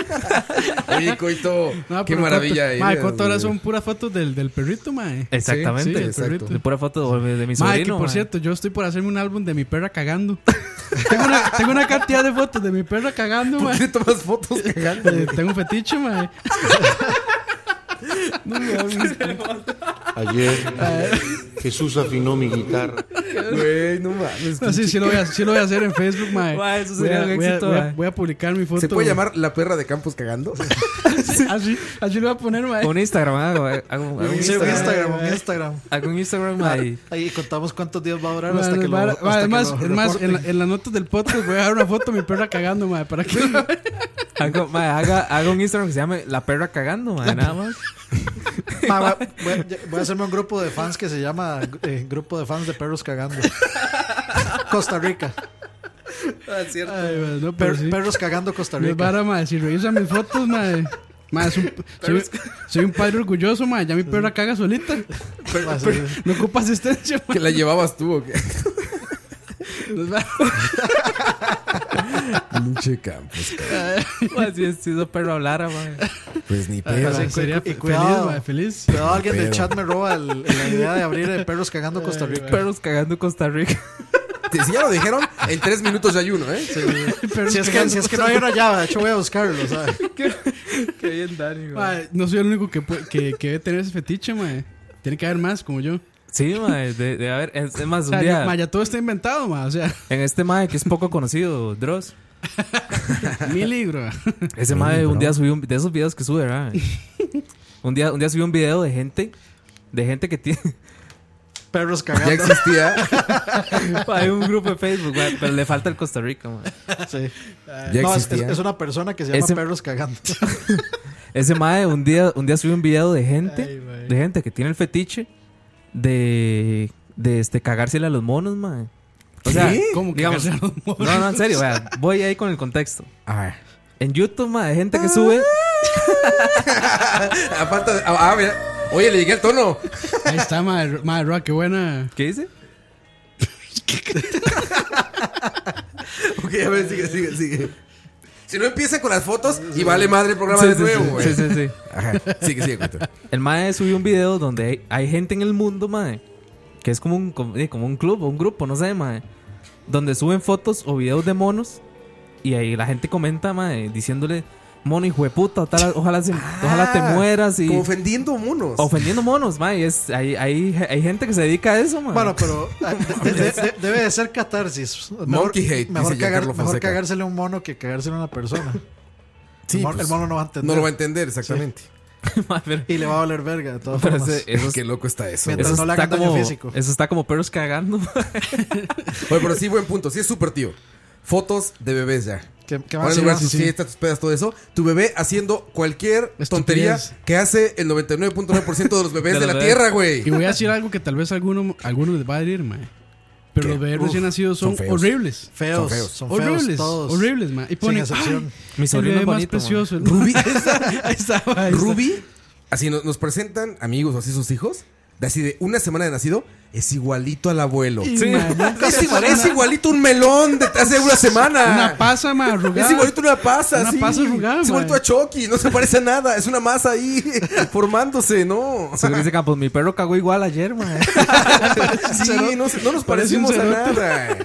Speaker 1: Oye, Coito,
Speaker 7: No,
Speaker 1: qué
Speaker 7: pero
Speaker 1: maravilla.
Speaker 7: Coto- mae,
Speaker 1: eres,
Speaker 7: Coto ahora
Speaker 1: güey.
Speaker 7: son puras fotos del, del perrito, mae.
Speaker 8: Exactamente.
Speaker 7: Sí, sí, el
Speaker 8: exacto.
Speaker 7: perrito.
Speaker 8: De pura foto de, de
Speaker 7: Mae,
Speaker 8: mi sobrino.
Speaker 7: que por
Speaker 8: ma.
Speaker 7: cierto, yo estoy por hacerme un álbum de mi perra cagando. tengo, una, tengo una cantidad de fotos de mi perra cagando, mae.
Speaker 1: ¿Por
Speaker 7: Eh,
Speaker 1: qué tomas fotos cagando?
Speaker 7: tengo un fetiche, mae. no me hables.
Speaker 10: Ayer Jesús afinó mi guitarra.
Speaker 1: Güey, no mames.
Speaker 7: No, sí, sí lo, voy a, sí lo voy a hacer en Facebook, mae.
Speaker 8: Mae, eso
Speaker 7: Voy
Speaker 8: sería
Speaker 7: a-
Speaker 8: un
Speaker 7: voy a-
Speaker 8: éxito,
Speaker 7: voy a-
Speaker 8: mae.
Speaker 7: voy a publicar mi foto.
Speaker 1: ¿Se puede
Speaker 7: mae.
Speaker 1: llamar la perra de Campos cagando?
Speaker 7: Así, así lo voy a poner, mae.
Speaker 8: Un Instagram, hago, hago- hago un
Speaker 5: Sí, un
Speaker 8: Instagram.
Speaker 5: Instagram, un Instagram.
Speaker 8: Hago un Instagram
Speaker 7: Ah.
Speaker 8: ahí.
Speaker 5: Ahí contamos cuántos días va a durar
Speaker 7: Mae,
Speaker 5: hasta que lo
Speaker 7: mae,
Speaker 5: hasta que
Speaker 7: mae,
Speaker 5: lo
Speaker 7: además, además, en, la-
Speaker 5: reporten.
Speaker 7: en las notas del podcast voy a dejar una foto de mi perra cagando, mae, para que
Speaker 8: Hago, ma, haga, hago un Instagram que se llame La Perra Cagando, ma, nada más.
Speaker 5: Ma, va- voy, a- voy a hacerme un grupo de fans que se llama eh, Grupo de Fans de Perros Cagando. Costa Rica.
Speaker 1: cierto.
Speaker 7: Ay, mae, no, pero
Speaker 5: Per-
Speaker 7: Pues sí.
Speaker 5: Perros Cagando Costa
Speaker 7: Me
Speaker 5: Rica.
Speaker 7: para, madre, si revisan mis fotos, madre. Madre, es un- soy, soy un padre orgulloso, madre. Ya mi perra caga solita.
Speaker 1: Pero-
Speaker 7: pero- no ocupa asistencia,
Speaker 1: ¿Que la llevabas tú o qué?
Speaker 7: Nos va-
Speaker 1: Pinche Campos.
Speaker 8: Ma, si, si ese perro hablara, ma.
Speaker 1: Pues ni
Speaker 5: Ay,
Speaker 1: pedo.
Speaker 5: sí,
Speaker 7: sería
Speaker 5: y
Speaker 7: fe-
Speaker 5: cuidado,
Speaker 7: feliz, mae, feliz.
Speaker 5: Cuidado, alguien del
Speaker 1: Pero-
Speaker 5: chat me roba el- la idea de abrir eh, Perros Cagando Costa Rica.
Speaker 8: Perros Cagando Costa Rica.
Speaker 1: Sí, Si ya lo dijeron, en tres minutos ya hay uno, ¿eh?
Speaker 5: si, es que, si es que no hay una llave, de hecho voy a buscarlo, ¿sabes?
Speaker 8: Qué bien, Dani, ma.
Speaker 7: Madre, no soy el único que, pu- que, que debe tener ese fetiche, madre. Tiene que haber más, como yo.
Speaker 8: Sí, ma, de, de- a ver, es, es más,
Speaker 7: O
Speaker 8: un
Speaker 7: sea,
Speaker 8: día
Speaker 7: yo- mae, ya todo está inventado, madre. O sea,
Speaker 8: en este mae que es poco conocido, Dross.
Speaker 7: mi libro.
Speaker 8: Ese mae un día subió un, de esos videos que sube, ¿verdad? Un día, un día subió un video de gente, de gente que tiene.
Speaker 5: Perros cagando.
Speaker 1: Ya existía.
Speaker 8: Hay un grupo de Facebook, mae, pero le falta el Costa Rica, mae.
Speaker 5: Sí.
Speaker 1: Ya
Speaker 5: no, es-
Speaker 1: existía.
Speaker 5: Es, es una persona que se llama
Speaker 8: Ese-
Speaker 5: Perros Cagando.
Speaker 8: Ese mae un día, un día subió un video de gente,
Speaker 5: Ay, mae.
Speaker 8: de gente que tiene el fetiche de, de este, cagársele a los monos, mae. O sea,
Speaker 7: ¿Qué? ¿Cómo
Speaker 8: digamos-
Speaker 7: cagarse a los monos?
Speaker 8: No, no, en serio, vea, voy ahí con el contexto.
Speaker 1: A ver.
Speaker 8: En YouTube, mae, hay gente que sube.
Speaker 1: A falta de- ah, ah, mira. Oye, le llegué al tono.
Speaker 7: Ahí está, madre. Madre, Roa, qué buena.
Speaker 8: ¿Qué dice?
Speaker 1: Ok, a ver, sigue, sigue, sigue. Si no empieza con las fotos y vale madre el programa de nuevo, güey.
Speaker 8: Sí, sí, sí.
Speaker 1: Ajá, sigue, sigue, cuento.
Speaker 8: El mae subió un video donde hay, hay gente en el mundo, mae, que es como un, como, eh, como un club o un grupo, no sé, mae, donde suben fotos o videos de monos y ahí la gente comenta, mae, diciéndole, mono hijo de puta, tal- ojalá, se- ojalá te
Speaker 1: Ah,
Speaker 8: mueras y...
Speaker 1: Como ofendiendo monos.
Speaker 8: Ofendiendo monos, mae, es, hay, hay, hay gente que se dedica a eso, mae.
Speaker 5: Bueno, pero ah, de- de- de- debe de ser catarsis. Mejor-
Speaker 1: Monkey hate,
Speaker 5: Mejor,
Speaker 1: dice Giancarlo
Speaker 5: mejor
Speaker 1: Fonseca.
Speaker 5: cagársele a un mono que cagársele a una persona.
Speaker 1: Sí,
Speaker 5: el, mono,
Speaker 1: pues,
Speaker 5: el mono no va a entender.
Speaker 1: No lo va a entender, exactamente.
Speaker 8: Mae, pero-
Speaker 5: Y le va a valer verga, de todas
Speaker 8: pero
Speaker 5: formas.
Speaker 8: ese- eso,
Speaker 1: Qué loco está eso.
Speaker 5: Mientras
Speaker 1: güey.
Speaker 5: no le
Speaker 8: está
Speaker 5: hagan daño
Speaker 8: como,
Speaker 5: físico.
Speaker 8: eso está como perros cagando. mae.
Speaker 1: Oye, pero sí, buen punto. Sí, es súper tío. Fotos de bebés ya.
Speaker 5: ¿Qué, qué
Speaker 1: Ahora
Speaker 5: más?
Speaker 1: en lugar de
Speaker 5: Sí,
Speaker 1: sus
Speaker 5: sí.
Speaker 1: fiestas, tus pedas, todo eso. Tu bebé haciendo cualquier
Speaker 7: Estupidez.
Speaker 1: tontería que hace el 99.9% de los bebés de,
Speaker 8: De los
Speaker 1: la
Speaker 8: bebés.
Speaker 1: tierra, güey.
Speaker 7: Y voy a decir algo que tal vez alguno, alguno les va a herir, madre. Pero
Speaker 1: ¿Qué?
Speaker 7: los bebés
Speaker 1: Uf,
Speaker 7: recién nacidos son,
Speaker 1: son feos.
Speaker 7: horribles.
Speaker 5: Feos,
Speaker 1: Son feos.
Speaker 5: son feos
Speaker 7: Horribles,
Speaker 5: todos.
Speaker 7: horribles, man. Y pone,
Speaker 5: Sin excepción.
Speaker 8: Mi
Speaker 7: el
Speaker 8: sobrino
Speaker 7: bebé
Speaker 8: es
Speaker 7: más
Speaker 8: bonito. mae.
Speaker 7: precioso. el-
Speaker 1: Ruby.
Speaker 7: Ahí está, ahí está, mae, ahí está.
Speaker 1: Ruby, así nos, nos presentan amigos o así sus hijos, de así de una semana de nacido, Es igualito al abuelo.
Speaker 7: Sí, man.
Speaker 1: es, igual- es igualito un melón de hace una semana.
Speaker 7: Una pasa, ma, arrugada.
Speaker 1: Es igualito una pasa.
Speaker 7: Una
Speaker 1: sí.
Speaker 7: pasa arrugada,
Speaker 1: Es igualito
Speaker 7: ma.
Speaker 1: a Chucky. No se parece a nada. Es una masa ahí formándose, ¿no?
Speaker 8: Seguro dice Campos, mi perro cagó igual ayer, man.
Speaker 1: Sí, no, no nos
Speaker 8: Parece un
Speaker 1: parecimos a
Speaker 8: cerote.
Speaker 1: nada.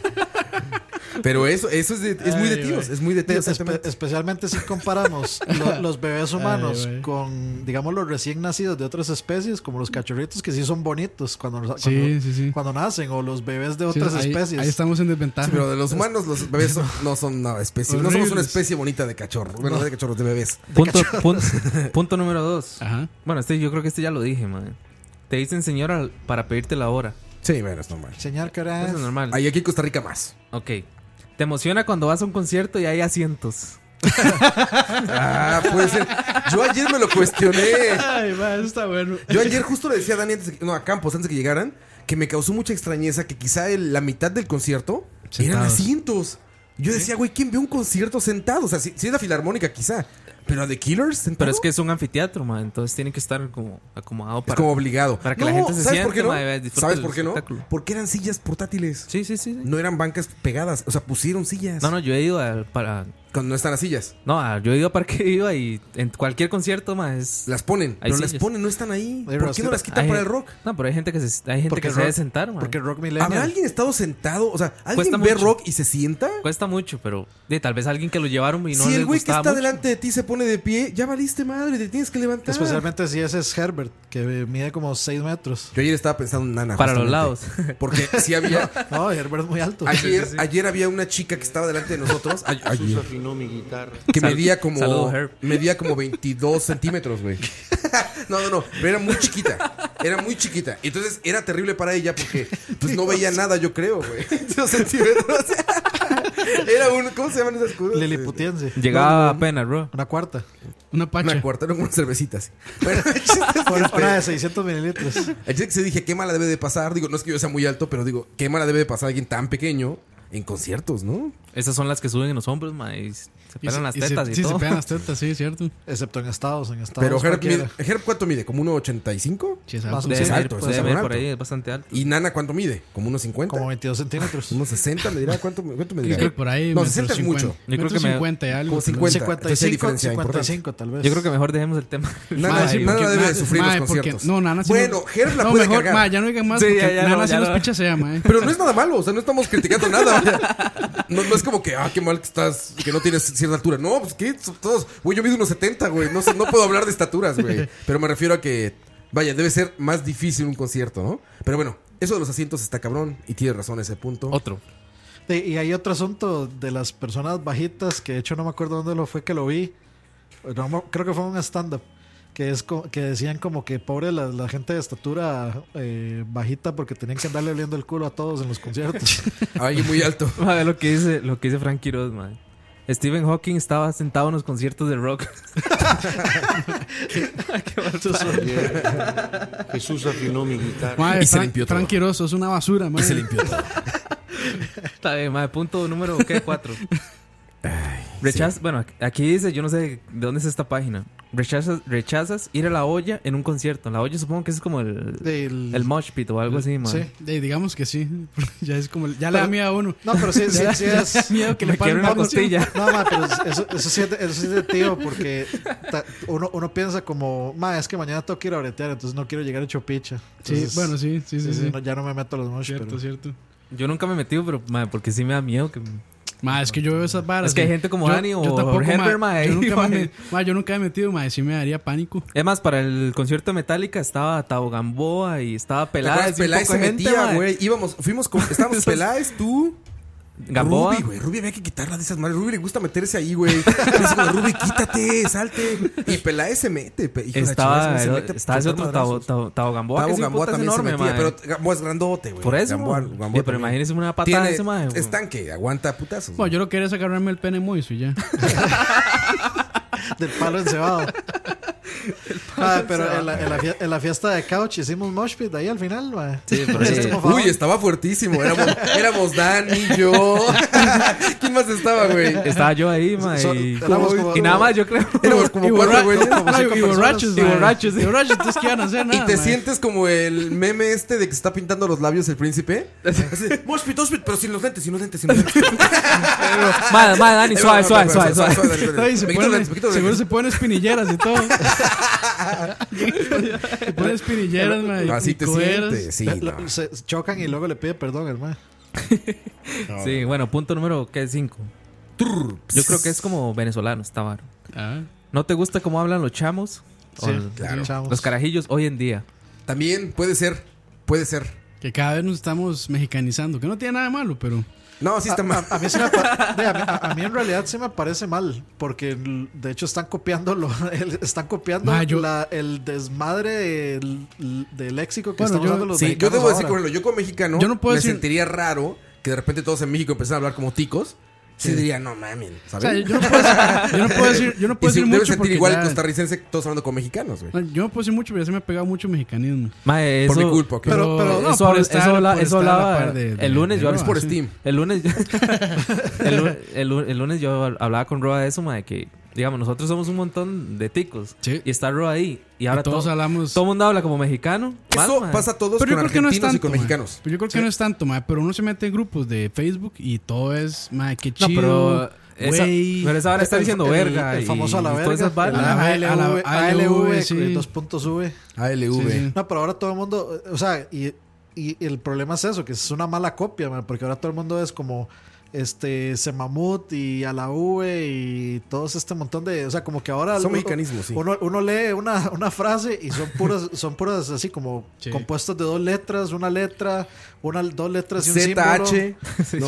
Speaker 1: Pero eso, eso es, de- es muy de
Speaker 5: Ay,
Speaker 1: tíos,
Speaker 5: güey.
Speaker 1: es muy de tíos.
Speaker 5: Espe- especialmente si comparamos lo- los bebés humanos
Speaker 7: Ay, güey.
Speaker 5: con, digamos, los recién nacidos de otras especies, como los cachorritos que sí son bonitos cuando, cuando,
Speaker 7: Sí, sí, sí.
Speaker 5: cuando nacen, o los bebés de
Speaker 7: Sí,
Speaker 5: otras
Speaker 7: ahí-
Speaker 5: especies.
Speaker 7: Ahí estamos en desventaja.
Speaker 1: Sí, pero de los humanos, los bebés son- no son una especie. No somos una
Speaker 7: Horribles.
Speaker 1: especie bonita de cachorros. Bueno, no de cachorros, de bebés.
Speaker 8: Punto, pun- punto número dos. Bueno, este yo creo que este ya lo dije, man. Te dicen señora para pedirte la hora.
Speaker 1: Sí, bueno, Ah, es normal.
Speaker 5: Señor, ¿qué hora
Speaker 8: Eso
Speaker 5: es?
Speaker 8: es normal.
Speaker 1: Ahí aquí en Costa Rica más.
Speaker 8: Ok. Te emociona cuando vas a un concierto y hay asientos.
Speaker 1: Ah, puede ser. Yo ayer me lo cuestioné.
Speaker 7: Ay, ma, eso está bueno.
Speaker 1: Yo ayer justo le decía a Dani, antes de que- no, a Campos, antes de que llegaran, que me causó mucha extrañeza que quizá el- la mitad del concierto eran
Speaker 7: Sentados.
Speaker 1: asientos. Yo decía, güey, ¿quién ve un concierto sentado? O sea, si, si es la filarmónica quizá, pero de Killers sentado.
Speaker 8: Pero es que es un anfiteatro, man. Entonces tiene que estar como acomodado para.
Speaker 1: como obligado.
Speaker 8: Para que la
Speaker 1: No,
Speaker 8: gente se
Speaker 1: ¿sabes
Speaker 8: siente,
Speaker 1: por qué no?
Speaker 8: ma, y disfrute
Speaker 1: ¿Sabes
Speaker 8: el
Speaker 1: por qué no?
Speaker 8: espectáculo.
Speaker 1: Porque eran sillas portátiles.
Speaker 8: Sí, sí, sí.
Speaker 1: No eran bancas pegadas, o sea, pusieron sillas.
Speaker 8: No, no, yo he ido a- para.
Speaker 1: Cuando no están las sillas.
Speaker 8: No, a- yo he ido a Parque Viva y en cualquier concierto, man. es-
Speaker 1: Las ponen,
Speaker 8: hay
Speaker 1: pero las
Speaker 8: sillas.
Speaker 1: ponen, no están ahí.
Speaker 5: Oye,
Speaker 1: ¿Por qué
Speaker 5: Rosita,
Speaker 1: no las quitan
Speaker 8: Hay
Speaker 1: para el
Speaker 8: gen-
Speaker 1: rock?
Speaker 8: No, pero hay gente que se, hay gente
Speaker 5: Porque
Speaker 8: que se debe
Speaker 5: rock-
Speaker 8: sentar, man.
Speaker 5: Porque rock
Speaker 1: ¿Habrá
Speaker 5: millennial.
Speaker 1: alguien estado sentado? O sea, ¿alguien
Speaker 8: Cuesta
Speaker 1: ve
Speaker 8: mucho.
Speaker 1: rock y se sienta?
Speaker 8: Cuesta mucho, pero de, tal vez alguien que lo llevaron y no
Speaker 1: si
Speaker 8: le
Speaker 1: el güey que
Speaker 8: gustaba
Speaker 1: está
Speaker 8: mucho.
Speaker 1: delante de ti se pone de pie, ya valiste madre, te tienes que levantar.
Speaker 5: Especialmente si ese es Herbert, que mide como 6 metros.
Speaker 1: Yo ayer estaba pensando en Nana.
Speaker 8: Para los
Speaker 1: lados. Porque si había.
Speaker 5: No, Herbert es muy alto.
Speaker 1: Ayer, ayer había una chica que estaba delante de nosotros. ay-
Speaker 10: Jesús
Speaker 1: ayer,
Speaker 10: afinó mi guitarra.
Speaker 1: que
Speaker 8: Sal-
Speaker 1: medía como.
Speaker 8: saludo, Herb.
Speaker 1: medía como 22 centímetros, güey. No, no, no. Pero era muy chiquita. Era muy chiquita. Entonces era terrible para ella porque pues no veía nada, yo creo, güey. Dos centímetros. Era un. ¿Cómo se llaman esas cosas? Eh,
Speaker 5: Liliputiense.
Speaker 8: Llegaba apenas, bro.
Speaker 5: Una cuarta.
Speaker 7: Una pacha.
Speaker 1: Una cuarta, eran como unas cervecitas. Bueno, el chiste es que,
Speaker 5: Una,
Speaker 1: este,
Speaker 5: una de 600 mililitros.
Speaker 1: El chiste que se dije, qué mala debe de pasar. Digo, no es que yo sea muy alto, pero digo, qué mala debe de pasar alguien tan pequeño en conciertos, ¿no?
Speaker 8: Esas son las que suben en los hombros, ma, y se
Speaker 7: Y se-
Speaker 8: pegan las
Speaker 7: y se-
Speaker 8: tetas y,
Speaker 7: sí,
Speaker 8: todo.
Speaker 7: se pegan las tetas, sí, es cierto.
Speaker 5: Excepto en Estados. En Estados
Speaker 1: Pero Herb,
Speaker 5: cualquiera.
Speaker 1: mide- Herb, ¿cuánto mide? ¿Como 1,85?
Speaker 7: Sí, es
Speaker 5: Más
Speaker 7: alto.
Speaker 5: o menos.
Speaker 8: Debe
Speaker 1: es
Speaker 8: medir-
Speaker 1: alto, eso
Speaker 8: debe
Speaker 1: es
Speaker 8: medir
Speaker 1: alto.
Speaker 8: por ahí, es bastante alto.
Speaker 1: ¿Y Nana cuánto mide? ¿Como 1,50?
Speaker 5: Como 22 centímetros.
Speaker 1: ¿1,60 me dirá? ¿Cuánto, cuánto me dirá?
Speaker 7: Yo creo que por ahí,
Speaker 1: No,
Speaker 7: metro
Speaker 1: 60 es
Speaker 7: cincuenta.
Speaker 1: mucho.
Speaker 8: Yo creo que
Speaker 7: Metro
Speaker 8: me-
Speaker 7: cincuenta y
Speaker 1: Como
Speaker 7: algo. tal vez.
Speaker 1: 50. Entonces hay
Speaker 5: 55,
Speaker 1: diferencia importante.
Speaker 5: 55 tal vez.
Speaker 8: Yo creo que mejor dejemos el tema.
Speaker 1: Nada,
Speaker 7: Ma, sí,
Speaker 1: nada
Speaker 7: porque-
Speaker 1: debe de
Speaker 7: ma,
Speaker 1: sufrir
Speaker 7: ma,
Speaker 1: los
Speaker 7: porque-
Speaker 1: conciertos.
Speaker 7: no, Nana sí
Speaker 1: Bueno,
Speaker 7: nos-
Speaker 1: Herb la
Speaker 7: no,
Speaker 1: puede
Speaker 7: mejor,
Speaker 1: cargar.
Speaker 7: ma, ya no digan más
Speaker 8: Sí,
Speaker 7: porque
Speaker 8: ya, ya,
Speaker 7: Nana
Speaker 8: no,
Speaker 7: sí
Speaker 8: ya
Speaker 7: nos
Speaker 8: no.
Speaker 7: picha se llama, eh.
Speaker 1: Pero no es nada malo, o sea, no estamos criticando nada. vaya. No, no es como que, ah, qué mal que estás, que no tienes cierta altura. No, pues que todos, güey, yo mido unos 70, güey. No, sé, no puedo hablar de estaturas, güey. Pero me refiero a que, vaya, debe ser más difícil un concierto, ¿no? Pero bueno, eso de los asientos está cabrón y tienes razón ese punto.
Speaker 8: Otro.
Speaker 5: Sí, Este, y hay otro asunto de las personas bajitas, que de hecho no me acuerdo dónde lo fue que lo vi. No me- creo que fue un stand-up. Que, es co- que decían como que pobre la, la gente de estatura eh, bajita porque tenían que andarle oliendo el culo a todos en los conciertos.
Speaker 1: Alguien muy alto.
Speaker 8: Ma, ve lo que dice, lo que dice Frank Quiroz, ma. Stephen Hawking estaba sentado en los conciertos de rock.
Speaker 10: Ayer, Jesús afinó mi guitarra.
Speaker 7: Ma,
Speaker 1: Y se
Speaker 7: Fran-
Speaker 1: limpió todo.
Speaker 7: Fran Quiroz, es una basura, ma.
Speaker 1: Y se limpió todo.
Speaker 8: Está bien, ma, punto número ¿qué? cuatro. Rechazas, bueno, ac- aquí dice, yo no sé de dónde es esta página. Rechazas, rechazas ir a la olla en un concierto. La olla supongo que es como el,
Speaker 5: Del-
Speaker 8: el mosh pit o algo así, ma.
Speaker 5: Sí.
Speaker 7: Eh, digamos que sí. Ya es como. Ya le da
Speaker 5: Pero-
Speaker 7: miedo a uno.
Speaker 5: No, pero sí, sí,
Speaker 7: Ya-
Speaker 5: sí
Speaker 7: ya
Speaker 5: es-
Speaker 7: da miedo que le
Speaker 8: Me
Speaker 7: paren
Speaker 8: quiebra una
Speaker 7: la
Speaker 8: costilla.
Speaker 5: No, ma, pero eso, eso, sí, es de- eso sí es de tío, porque ta- uno, uno piensa como, ma, es que mañana tengo que ir a bretear, entonces no quiero llegar hecho picha.
Speaker 7: Sí,
Speaker 5: Entonces,
Speaker 7: bueno, sí, sí, sí. sí.
Speaker 5: no, ya no me meto a los mosh,
Speaker 7: Cierto,
Speaker 5: pero
Speaker 7: cierto.
Speaker 8: Yo nunca me he metido, pero ma, porque sí me da miedo que
Speaker 7: Ma, es que yo veo esas varas.
Speaker 8: Es que hay
Speaker 7: y-
Speaker 8: gente como Dani o
Speaker 7: ma,
Speaker 8: Herbert, ma,
Speaker 7: yo,
Speaker 8: ahí,
Speaker 7: nunca
Speaker 8: ma.
Speaker 7: me, ma, yo nunca me he metido, ma. Sí me daría pánico.
Speaker 8: Es más, para el concierto de Metallica estaba Tavo Gamboa y estaba
Speaker 1: ¿Te
Speaker 8: Peláez.
Speaker 1: acuerdas?
Speaker 8: y un
Speaker 1: Peláez
Speaker 8: poco
Speaker 1: se
Speaker 8: de gente,
Speaker 1: metía,
Speaker 8: mae.
Speaker 1: güey. Íbamos, fuimos con, estábamos Peláez, tú.
Speaker 8: Gamboa.
Speaker 1: Ruby, güey. Ruby había que quitarla de esas manos. Ruby le gusta meterse ahí, güey. Es como, Ruby, quítate, salte. Y Peláez se mete. pe- hijo de la
Speaker 8: estaba
Speaker 1: chingada, se
Speaker 8: el-
Speaker 1: mete a
Speaker 8: estaba ese
Speaker 1: chocar
Speaker 8: otro
Speaker 1: madrazos.
Speaker 8: Tavo, Tavo- Tavo Gamboa.
Speaker 1: Tavo
Speaker 8: que
Speaker 1: Gamboa también
Speaker 8: enorme,
Speaker 1: se metía,
Speaker 8: mae.
Speaker 1: pero Gamboa es grandote, güey.
Speaker 8: Por eso,
Speaker 1: Gamboa,
Speaker 8: güey.
Speaker 1: Gamboa
Speaker 8: Oye, pero
Speaker 1: también.
Speaker 8: imagínese una patada
Speaker 1: Tiene
Speaker 8: de ese mae, güey.
Speaker 1: estanque, aguanta putazos.
Speaker 7: Bueno, yo lo que quería es agarrarme el pene moiso y ya.
Speaker 5: del palo encebado. Ah, pero en la, en la fie- en la fiesta de Couch hicimos mosh pit ahí al final, mae.
Speaker 1: Uy, estaba fuertísimo. Éramos, éramos Dani, yo. ¿Quién más estaba, güey?
Speaker 8: Estaba yo ahí, ma.
Speaker 1: So-
Speaker 8: y,
Speaker 1: éramos como-
Speaker 8: y nada más, yo creo.
Speaker 1: Éramos como
Speaker 8: Y
Speaker 1: cuatro,
Speaker 8: borra-
Speaker 1: güey.
Speaker 8: como cinco
Speaker 1: Y
Speaker 8: personas.
Speaker 1: borrachos,
Speaker 8: Y
Speaker 1: güey.
Speaker 8: borrachos. Y borrachos,
Speaker 7: entonces, ¿qué van a hacer? Nada,
Speaker 1: y te
Speaker 7: man.
Speaker 1: sientes como el meme este de que se está pintando los labios el príncipe. Así, Moshpit, Moshpit, pero sin los lentes, sin los lentes, sin los lentes.
Speaker 8: Madre, madre, Dani, suave, suave, suave, suave.
Speaker 7: Ay, se
Speaker 1: Me quito
Speaker 7: ponen-
Speaker 1: los lentes, me quito los
Speaker 7: Seguro
Speaker 1: lentes.
Speaker 7: se ponen espinilleras y todo. se ponen espinilleras, mae. y cueros.
Speaker 5: Lo- Se chocan y luego le pide perdón, hermano.
Speaker 8: Sí, bueno, punto número, ¿qué? Cinco. Yo creo que es como venezolano, está varo.
Speaker 7: Ah,
Speaker 8: ¿No te gusta cómo hablan los chamos?
Speaker 7: Sí,
Speaker 8: O-
Speaker 7: claro. Chamos.
Speaker 8: Los carajillos hoy en día.
Speaker 1: También puede ser, puede ser.
Speaker 7: Que cada vez nos estamos mexicanizando, que no tiene nada de malo, pero.
Speaker 1: No, sí está
Speaker 5: A, a- a mí se me pa- de, a mí- a- a mí en realidad se me parece mal, porque l- de hecho están copiando, lo- el- están copiando
Speaker 7: Ma, yo-
Speaker 5: la- el desmadre del del léxico que
Speaker 7: Bueno,
Speaker 5: están
Speaker 7: yo-
Speaker 5: usando los
Speaker 1: Sí, yo
Speaker 5: mexicanos
Speaker 1: debo decir,
Speaker 5: ahora.
Speaker 1: por ejemplo, yo como mexicano
Speaker 7: Yo no puedo
Speaker 1: me
Speaker 7: decir-
Speaker 1: sentiría raro que de repente todos en México empezaran a hablar como ticos. Sí,
Speaker 7: Sí.
Speaker 1: diría, no mames,
Speaker 7: O
Speaker 1: ¿sabes?
Speaker 7: sea, yo no puedo decir- yo no puedo decir- yo no puedo
Speaker 1: Y si
Speaker 7: decir
Speaker 1: debes
Speaker 7: mucho
Speaker 1: sentir
Speaker 7: porque
Speaker 1: igual
Speaker 7: ya-
Speaker 1: el costarricense todos hablando con mexicanos, güey.
Speaker 7: No, Yo no puedo decir mucho, pero ya se me ha pegado mucho mexicanismo.
Speaker 8: Mae, eh, eso-
Speaker 1: Por mi culpa, ok.
Speaker 8: Pero, pero,
Speaker 7: no,
Speaker 8: eso,
Speaker 7: por
Speaker 8: habla-
Speaker 7: estar-
Speaker 8: eso habla-
Speaker 7: por estar
Speaker 8: eso
Speaker 7: a la
Speaker 8: hablaba-
Speaker 7: par de- de-
Speaker 8: el lunes
Speaker 7: de
Speaker 8: yo
Speaker 7: Roa, Es
Speaker 8: hablaba-
Speaker 7: por sí. Steam.
Speaker 8: El lunes, el, lu- el lu- el lunes yo hablaba con Roa de eso, ma, de que, digamos, nosotros somos un montón de ticos. Y está Roa ahí. Y ahora
Speaker 7: todos
Speaker 8: todo,
Speaker 7: hablamos.
Speaker 8: Todo el mundo habla como mexicano.
Speaker 7: Mal,
Speaker 8: ma.
Speaker 7: mae. Pero yo creo que no es tanto, mae. Pero yo creo que no es tanto, mae, pero uno se mete en grupos de Facebook y todo es, mae, qué
Speaker 8: No,
Speaker 7: chido.
Speaker 8: pero esa- pero esa ahora está
Speaker 7: El-
Speaker 8: diciendo
Speaker 7: el-
Speaker 8: verga
Speaker 7: el
Speaker 8: y
Speaker 7: famoso
Speaker 5: a la verga.
Speaker 8: todas esas
Speaker 5: a
Speaker 8: barras.
Speaker 5: la
Speaker 7: ALV,
Speaker 5: ALV, ALV,
Speaker 7: sí.
Speaker 5: güey, dos puntos V.
Speaker 1: ALV.
Speaker 5: Sí, sí. No, pero ahora todo el mundo, eh, o sea, y, y el problema es eso, que es una mala copia, man, porque ahora todo el mundo es como este Semamut y a la V y todos este montón de, o sea, como que ahora
Speaker 1: Son
Speaker 5: uno-
Speaker 1: mexicanismos, sí.
Speaker 5: uno, uno lee una, una frase y son puras son puras así como
Speaker 1: Sí.
Speaker 5: compuestas de dos letras, una letra, una dos letras y un
Speaker 1: ZH,
Speaker 5: símbolo.